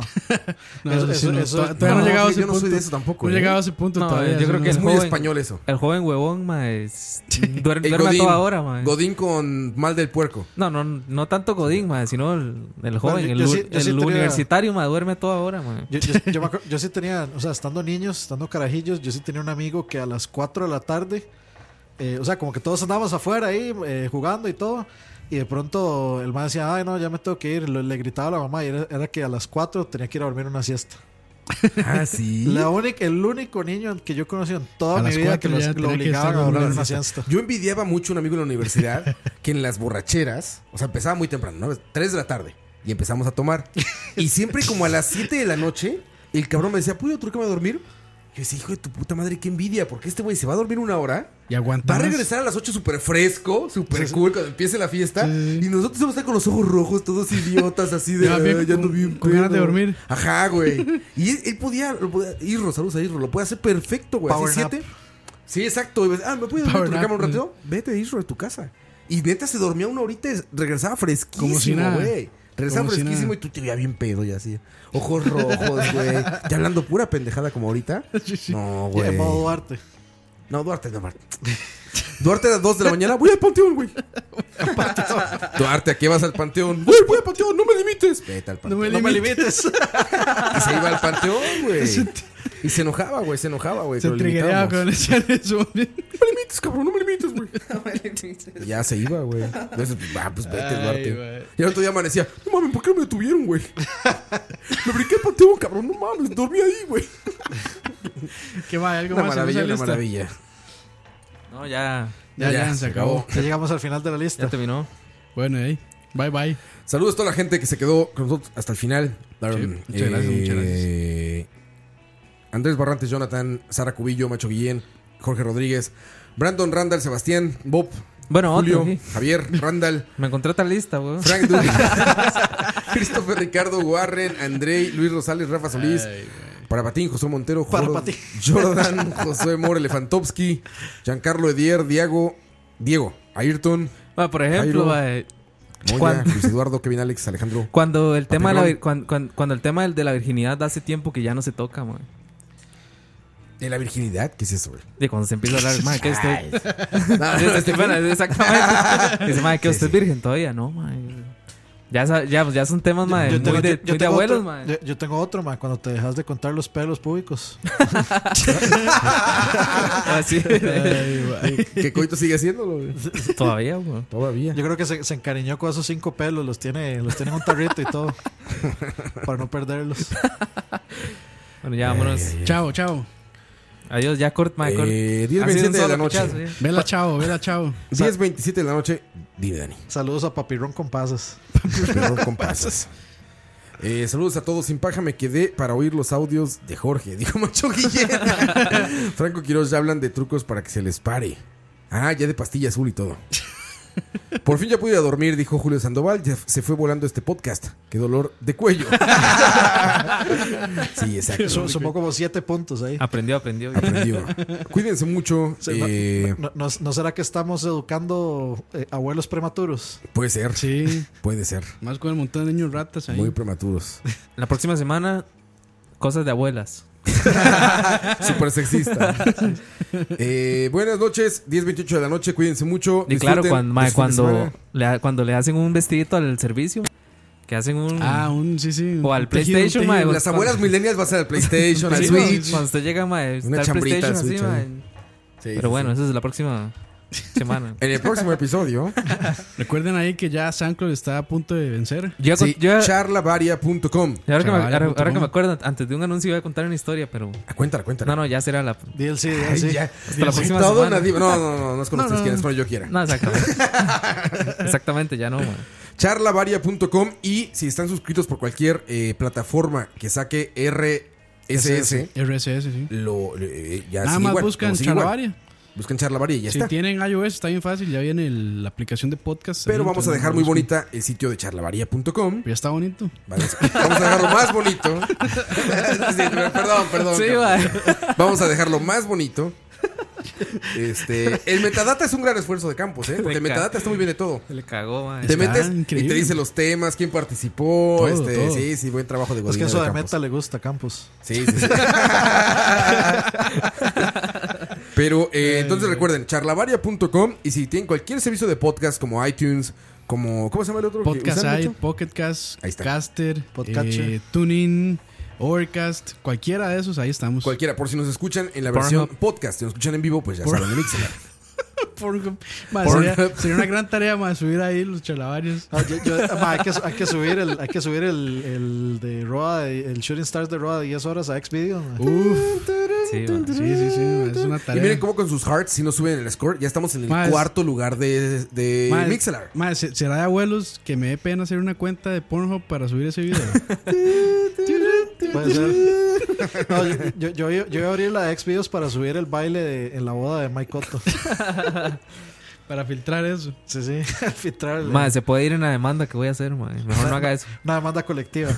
Speaker 7: No,
Speaker 5: Eso-
Speaker 7: eso sí,
Speaker 5: eso-
Speaker 7: no,
Speaker 5: eso-
Speaker 7: to- todavía no, he
Speaker 1: no,
Speaker 7: llegado
Speaker 1: yo
Speaker 7: a ese
Speaker 1: no soy
Speaker 7: punto.
Speaker 1: de eso tampoco,
Speaker 7: No he
Speaker 1: ¿eh?
Speaker 7: llegado a ese punto
Speaker 8: No,
Speaker 7: todavía.
Speaker 8: yo creo que
Speaker 1: Es
Speaker 8: el
Speaker 1: muy
Speaker 8: joven-
Speaker 1: español eso.
Speaker 8: El joven huevón, ma, es- duer-
Speaker 1: El
Speaker 8: duerme a toda hora, ma.
Speaker 1: Godín con mal del puerco.
Speaker 8: No, no, no tanto Godín, ma, sino el, el joven,
Speaker 5: yo-
Speaker 8: el,
Speaker 5: yo
Speaker 8: u-
Speaker 5: sí- yo sí
Speaker 8: el
Speaker 5: tenía-
Speaker 8: universitario, ma, duerme a toda hora, ma.
Speaker 5: Yo, yo, yo me acuerdo- yo sí tenía, o sea, estando niños, estando carajillos, yo sí tenía un amigo que a las 4 de la tarde, eh, o sea, como que todos andábamos afuera ahí eh, jugando y todo, y de pronto el man decía, ay, no, ya me tengo que ir, le, le gritaba a la mamá, y era, era que a las 4 tenía que ir a dormir una siesta.
Speaker 1: Ah, sí.
Speaker 5: La única, el único niño que yo conocí en toda
Speaker 7: A
Speaker 5: mi
Speaker 7: las
Speaker 5: vida que
Speaker 7: 4 ya
Speaker 5: los- lo
Speaker 7: tenía que estar
Speaker 5: obligaban a dormir
Speaker 7: durmiendo
Speaker 5: una
Speaker 7: una
Speaker 5: siesta.
Speaker 1: Yo envidiaba mucho a un amigo en la universidad que en las borracheras, o sea, empezaba muy temprano, ¿no? 3 de la tarde, y empezamos a tomar. Y siempre como a las 7 de la noche, el cabrón me decía, ¿puedo trucarme a dormir? Yo decía, hijo de tu puta madre, qué envidia, porque este güey se va a dormir una hora,
Speaker 7: Y
Speaker 1: va a
Speaker 7: aguantar.
Speaker 1: regresar a las 8 súper fresco, súper cool, cuando empiece la fiesta, y nosotros vamos a estar con los ojos rojos, todos idiotas, así de,
Speaker 7: Ya, bien,
Speaker 1: "Ay, ya
Speaker 7: con-
Speaker 1: ando bien
Speaker 7: con ganas de
Speaker 1: pedo". Ah,
Speaker 7: dormir.
Speaker 1: Ajá, güey. Y él, él podía, lo podía, Irro, saludos a Irro, lo puede hacer perfecto, güey.
Speaker 5: Power
Speaker 1: Así
Speaker 5: nap.
Speaker 1: siete. Sí, exacto. Y ves, Ah, ¿me puedes
Speaker 7: Power
Speaker 1: dormir
Speaker 7: nap,
Speaker 1: un ratito? Vete, Isro, de tu casa. Y neta se dormía una horita y regresaba fresquísimo,
Speaker 7: Como si nada.
Speaker 1: güey. Regresaba
Speaker 7: Como si
Speaker 1: fresquísimo
Speaker 7: nada.
Speaker 1: y tú te veías bien pedo y así. Ojos rojos, güey. Ya hablando pura pendejada como ahorita. No,
Speaker 5: Y
Speaker 1: güey.
Speaker 5: en modo Duarte.
Speaker 1: No, Duarte, no, Duarte. Duarte a las 2 de la mañana. Voy al panteón, güey. Duarte, ¿a qué vas al panteón? Güey, voy al panteón, no me limites. Vete al panteón.
Speaker 5: No me limites.
Speaker 1: Y se iba al panteón, güey. Y se enojaba, güey, se enojaba, güey.
Speaker 7: Se
Speaker 1: que lo limitábamos.
Speaker 7: trigueaba con ese eso.
Speaker 1: No me limites, cabrón, no me limites, güey. Y Ya se iba, güey. Entonces, pues, ah, pues vete,
Speaker 7: Ay, güey.
Speaker 1: Duarte. Y el otro día amanecía, no mames, ¿por qué me detuvieron, güey? Me brinqué el panteón, cabrón, no mames, dormí ahí, güey.
Speaker 7: Qué va, algo
Speaker 1: Una
Speaker 7: más. en esa
Speaker 1: maravilla, una
Speaker 7: lista?
Speaker 1: maravilla.
Speaker 8: No, ya,
Speaker 7: Ya, ya, se acabó.
Speaker 5: Ya llegamos al final de la
Speaker 8: ya
Speaker 5: lista.
Speaker 8: terminó.
Speaker 7: Bueno, ahí. Bye, bye.
Speaker 1: Saludos a toda la gente que se quedó con nosotros hasta el final. Darren,
Speaker 7: muchas gracias, muchas
Speaker 1: Andrés Barrantes, Jonathan, Sara Cubillo, Macho Guillén, Jorge Rodríguez, Brandon Randall, Sebastián, Bob,
Speaker 8: Bueno,
Speaker 1: Julio,
Speaker 8: otro. sí.
Speaker 1: Javier, Randall.
Speaker 8: Me encontré otra lista, weón.
Speaker 1: Frank Dugas, Christopher Ricardo Warren, Andrei, Luis Rosales, Rafa Solís, Para Patín, José Montero,
Speaker 5: Para
Speaker 1: Jor-
Speaker 5: Patín.
Speaker 1: Jordan, José Mora, Elefantowski, Giancarlo Edier, Diego, Diego, Ayrton.
Speaker 8: por ejemplo, mae,
Speaker 1: Moya,
Speaker 8: cuando-
Speaker 1: Luis Eduardo, Kevin Alex, Alejandro.
Speaker 8: Cuando el tema, de la
Speaker 1: Papelón.
Speaker 8: vir- cuan- cuan- cuando, el tema del- de la virginidad hace tiempo que ya no se toca, mae.
Speaker 1: ¿De la virginidad? ¿Qué es eso, güey?
Speaker 8: De cuando se empieza a hablar, mae, ¿qué es
Speaker 1: Ay.
Speaker 8: usted?
Speaker 1: No,
Speaker 8: Sí,
Speaker 1: no,
Speaker 8: este,
Speaker 1: no.
Speaker 8: bueno, exactamente. Dice, mae, que
Speaker 1: Sí,
Speaker 8: usted es virgen todavía, ¿no, mae? Ya, esa- ya, pues, ya son temas, mae,
Speaker 5: Yo
Speaker 8: muy,
Speaker 5: tengo-
Speaker 8: de,
Speaker 5: yo- yo
Speaker 8: muy de
Speaker 5: tengo
Speaker 8: abuelos,
Speaker 5: otro-
Speaker 8: mae.
Speaker 5: Yo, yo tengo otro, ma, cuando te dejas de contar los pelos públicos. Ah.
Speaker 8: Así.
Speaker 1: ¿Qué coito sigue haciéndolo? güey?
Speaker 8: Todavía, güey.
Speaker 1: Todavía.
Speaker 5: Yo creo que se, se encariñó con esos cinco pelos, los tiene, los tiene en un tarrito y todo. para no perderlos.
Speaker 8: Bueno, ya vámonos.
Speaker 5: ay, ay.
Speaker 7: Chao, chao.
Speaker 8: Adiós, ya cort, mae, cort.
Speaker 1: Eh,
Speaker 8: Ha sido
Speaker 1: 10.27 de
Speaker 8: un
Speaker 1: la
Speaker 8: solo
Speaker 1: noche.
Speaker 8: pichazo, ya.
Speaker 7: Vela, chao, vela, chao.
Speaker 1: 10.27 de la noche. Dime, Dani.
Speaker 5: Saludos a Papirrón con pasas.
Speaker 1: Terror con pasas. Eh, saludos a todos. Sin paja me quedé para oír los audios de Jorge. Dijo Macho Guillén. Franco Quiroz ya hablan de trucos para que se les pare. Ah, ya de pastilla azul y todo. Por fin ya pude ir a dormir, dijo Julio Sandoval. Ya se fue volando este podcast. Qué dolor de cuello. sí, exacto.
Speaker 5: Su- Sumó como siete puntos ahí.
Speaker 8: Aprendió, aprendió.
Speaker 1: Aprendió. Cuídense mucho.
Speaker 5: Sí, ma-
Speaker 1: eh,
Speaker 5: ¿No, no, no será que estamos educando eh, abuelos prematuros?
Speaker 1: Puede ser.
Speaker 7: Sí.
Speaker 1: Puede ser.
Speaker 7: Más con el montón de niños ratas ahí.
Speaker 1: Muy prematuros.
Speaker 8: La próxima semana, cosas de abuelas.
Speaker 1: Súper sexista. Eh, buenas noches, 10.28 de la noche, cuídense mucho.
Speaker 8: Y claro,
Speaker 1: disfruten
Speaker 8: cuando, mae,
Speaker 1: de su fin de
Speaker 8: cuando,
Speaker 1: semana.
Speaker 8: le, ha- cuando le hacen un vestidito al servicio, que hacen un.
Speaker 7: Ah, un, sí, sí.
Speaker 8: o al
Speaker 7: un tejido,
Speaker 8: PlayStation,
Speaker 7: un
Speaker 8: mae,
Speaker 7: tejido.
Speaker 1: Las abuelas millennials va a ser al PlayStation, al
Speaker 8: Sí,
Speaker 1: Switch.
Speaker 8: Cuando usted llega, mae, está
Speaker 1: Una
Speaker 8: el
Speaker 1: chambrita al
Speaker 8: PlayStation así,
Speaker 1: Switch.
Speaker 8: mae.
Speaker 1: ahí. Sí, sí,
Speaker 8: Pero bueno,
Speaker 1: sí.
Speaker 8: esa es la próxima semana.
Speaker 1: En el próximo episodio.
Speaker 7: Recuerden ahí que ya SoundCloud está a punto de vencer.
Speaker 8: Yo
Speaker 1: sí,
Speaker 8: con- yo-
Speaker 1: charlavaria.com.
Speaker 8: Y ahora, que me,
Speaker 7: Chaval,
Speaker 8: ahora-
Speaker 7: punto
Speaker 8: ahora que
Speaker 7: com.
Speaker 8: me acuerdo, antes de un anuncio iba a contar una historia, pero.
Speaker 1: Ah, Cuéntala, cuéntala.
Speaker 8: No, no, ya será la.
Speaker 5: DLC,
Speaker 1: Ay,
Speaker 5: DLC.
Speaker 1: ya.
Speaker 8: Hasta la próxima
Speaker 1: Todo
Speaker 8: semana.
Speaker 1: una diva. No, no, no, no es cuando
Speaker 8: No,
Speaker 1: ustedes quieran,
Speaker 8: no.
Speaker 1: es cuando yo quiera.
Speaker 8: No, exactamente. exactamente, ya no, mae.
Speaker 1: Charlavaria.com y si están suscritos por cualquier eh, plataforma que saque RSS,
Speaker 7: RSS, sí.
Speaker 1: lo, eh, ya
Speaker 7: Nada
Speaker 1: sigue
Speaker 7: más
Speaker 1: igual,
Speaker 7: buscan
Speaker 1: lo sigue igual.
Speaker 7: Charlavaria.
Speaker 1: Buscan Charlavaria y ya
Speaker 7: si
Speaker 1: está.
Speaker 7: tienen iOS, está bien fácil. Ya viene el- la aplicación de podcast.
Speaker 1: Pero
Speaker 7: ahí,
Speaker 1: vamos a
Speaker 7: entonces,
Speaker 1: dejar muy
Speaker 7: busquen.
Speaker 1: bonita el sitio de charlavaria.com.
Speaker 7: Ya está bonito.
Speaker 1: Vamos a dejarlo más bonito. Sí, perdón, perdón.
Speaker 8: Sí,
Speaker 1: vamos a dejarlo más bonito. Este, el metadata es un gran esfuerzo de campos, ¿eh? Porque el
Speaker 8: Me ca-
Speaker 1: metadata está muy bien de todo.
Speaker 8: Le cagó, mae.
Speaker 1: Te metes y te
Speaker 7: increíble.
Speaker 1: dice los temas, quién participó,
Speaker 7: Todo,
Speaker 1: este,
Speaker 7: todo.
Speaker 1: sí, sí, buen trabajo de
Speaker 5: Es que
Speaker 1: Godínez
Speaker 5: eso
Speaker 1: de
Speaker 5: de
Speaker 1: Campos.
Speaker 5: meta le gusta a Campos.
Speaker 1: Sí, sí, sí. Pero eh, entonces recuerden, charlavaria.com y si tienen cualquier servicio de podcast como iTunes, como ¿cómo se llama el otro? que
Speaker 7: Podcast
Speaker 1: usan
Speaker 7: Site,
Speaker 1: mucho?
Speaker 7: Pocket Cast,
Speaker 1: Ahí está.
Speaker 7: Caster,
Speaker 5: Podcatcher.
Speaker 7: eh, TuneIn, Overcast, cualquiera de esos, ahí estamos.
Speaker 1: Cualquiera, por si nos escuchan en la
Speaker 7: Pornhub.
Speaker 1: versión podcast, si nos escuchan en vivo, pues ya
Speaker 7: Por-
Speaker 1: saben de Mixer.
Speaker 7: Pornhub. Ma,
Speaker 1: Pornhub.
Speaker 7: sería, sería una gran tarea más subir ahí los chalavarios.
Speaker 5: Ah, yo- yo- ma, hay, que, su- hay que subir el, hay que subir el, el de Roa, de- el Shooting Stars de Roa de 10 horas a Xvideo. ma.
Speaker 1: Uh.
Speaker 7: Uf,
Speaker 8: Sí, mae.
Speaker 7: sí, sí, sí, ma, es una
Speaker 1: Y miren
Speaker 7: tarea.
Speaker 1: cómo con sus hearts, si no suben el score, ya estamos en el
Speaker 7: Más-
Speaker 1: cuarto lugar de, de
Speaker 7: Ma,
Speaker 1: Mixelar.
Speaker 7: ma, se- será de abuelos que me dé pena hacer una cuenta de Pornhub para subir ese video.
Speaker 5: Puede ser. No, yo, yo, yo- yo voy a abrir la de Xvideos para subir el baile de- en la boda de Mike Cotto.
Speaker 7: para filtrar eso.
Speaker 5: Sí, sí. Filtrar el-
Speaker 8: Mae, se puede ir en la demanda que voy a hacer, mae. Mejor no haga eso.
Speaker 5: una demanda colectiva.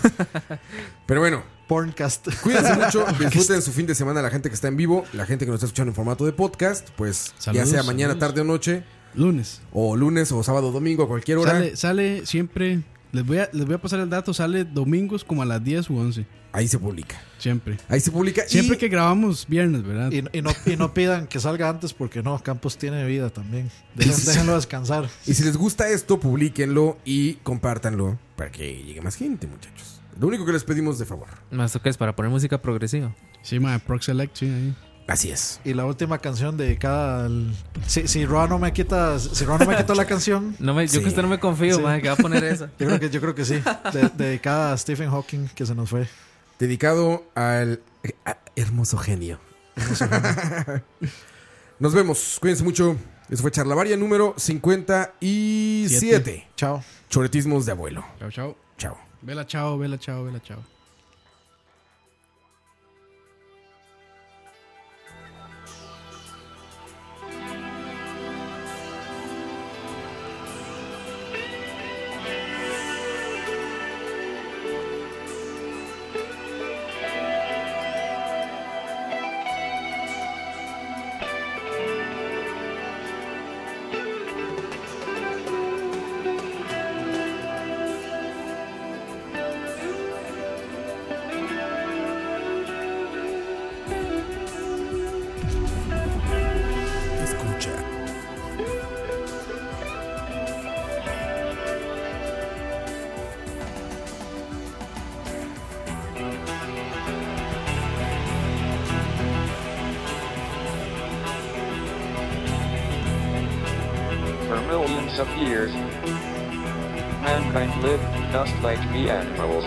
Speaker 1: Pero bueno,
Speaker 5: Porncast.
Speaker 1: cuídense mucho, disfruten su fin de semana la gente que está en vivo, la gente que nos está escuchando en formato de podcast, pues ya
Speaker 7: Saludos,
Speaker 1: sea mañana,
Speaker 7: saludos.
Speaker 1: tarde o noche,
Speaker 7: Lunes.
Speaker 1: o lunes o sábado, domingo, a cualquier hora.
Speaker 7: Sale, sale siempre. Les voy, a, les voy a pasar el dato. Sale domingos como a las 10 u 11.
Speaker 1: Ahí se publica.
Speaker 7: Siempre.
Speaker 1: Ahí se publica.
Speaker 7: Siempre
Speaker 1: y
Speaker 7: que grabamos viernes, ¿verdad?
Speaker 5: Y, y no, y no pidan que salga antes porque no, Campos tiene vida también. Dejen- déjenlo descansar.
Speaker 1: Y si les gusta esto, publíquenlo y compártanlo para que llegue más gente, muchachos. Lo único que les pedimos de favor.
Speaker 8: Mae, ¿Esto qué es? Para poner música progresiva.
Speaker 7: Sí, ma, Proc Select, sí, ahí.
Speaker 1: Así es.
Speaker 5: Y la última canción de cada. Si, si Roa no me quita, si Roa no me quitó la canción,
Speaker 8: No me, Yo
Speaker 1: Sí.
Speaker 8: que usted no me confío,
Speaker 5: Sí.
Speaker 8: mae, que va a poner esa.
Speaker 5: yo creo que, yo creo que sí. De- dedicada a Stephen Hawking, que se nos fue.
Speaker 1: Dedicado al a- hermoso genio. Nos vemos. Cuídense mucho. Eso fue Charlavaria número 57.
Speaker 5: Chao.
Speaker 1: Choretismos de abuelo.
Speaker 7: Chao, chao.
Speaker 1: Chao.
Speaker 7: Vela, chao, vela, chao, vela, chao.
Speaker 13: Thank For millions of years, mankind lived just like the animals.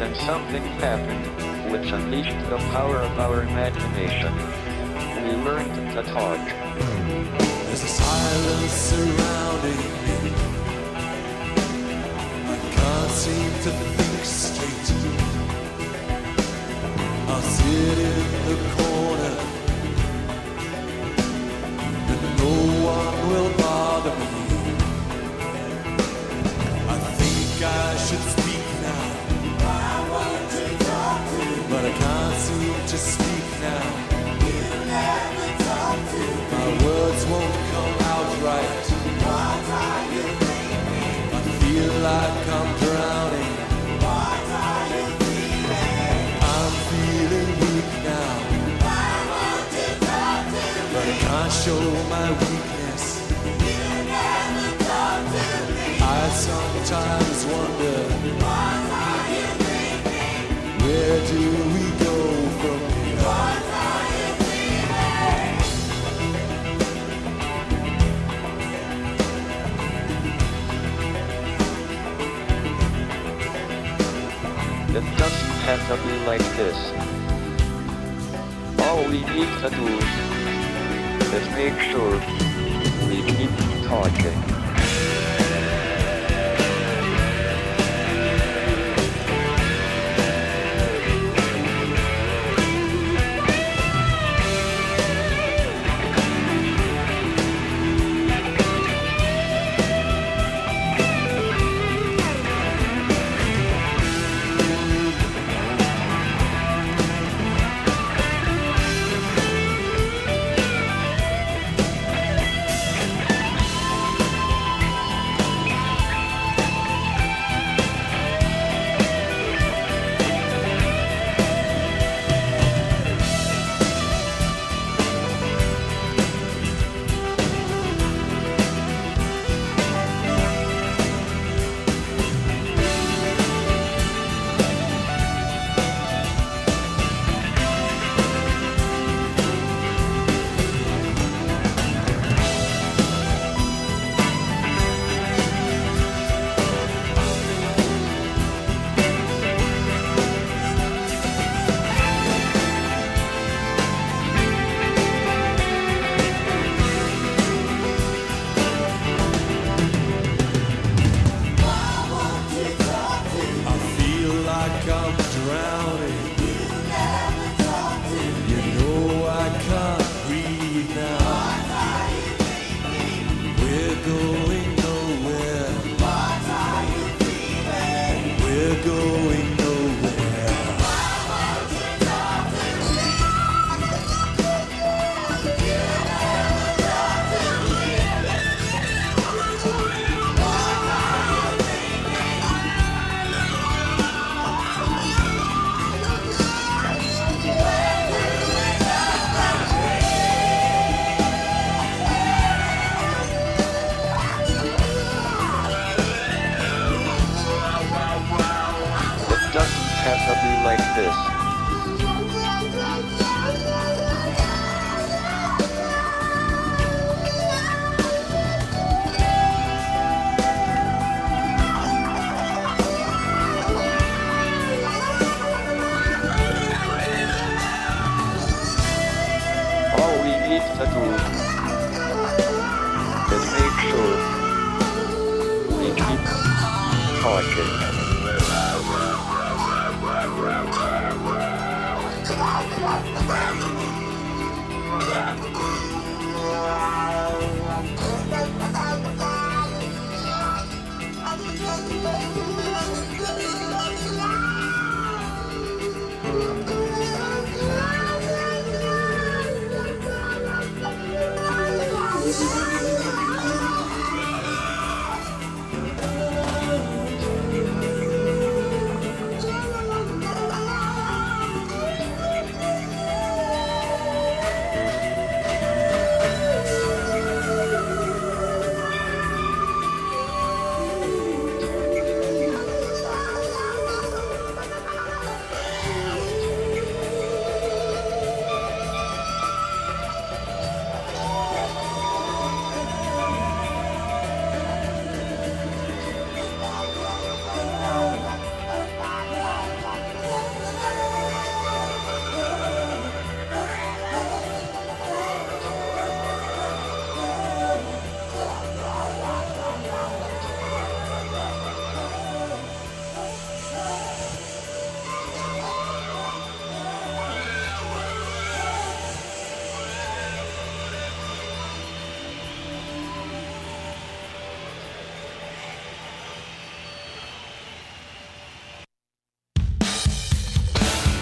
Speaker 13: Then something happened, which unleashed the power of our imagination. We learned to talk.
Speaker 2: There's a silence surrounding me. I can't seem to think straight. I sit in the corner, and no one will bother me. I think I should speak now. I want to talk to you, but I can't seem to speak now. You never talk to my words won't come out right. What are you thinking? I feel like I'm drowning. What are you feeling? I'm feeling weak now. I want to talk to But I can't show my weakness. You never talk to me. I sometimes wonder. What are you thinking? Where do we go from here? What are you feeling?
Speaker 13: It doesn't have to be like this. All we need to do is make sure we keep talking.
Speaker 2: I feel like I'm drowning. You know I can't breathe now. We're going nowhere. We're going nowhere.
Speaker 13: It doesn't have to be like this. All we need to do is make sure we keep talking.
Speaker 2: Thank you.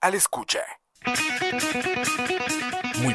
Speaker 1: Al escucha. Muy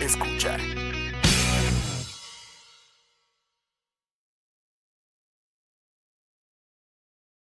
Speaker 1: escucha.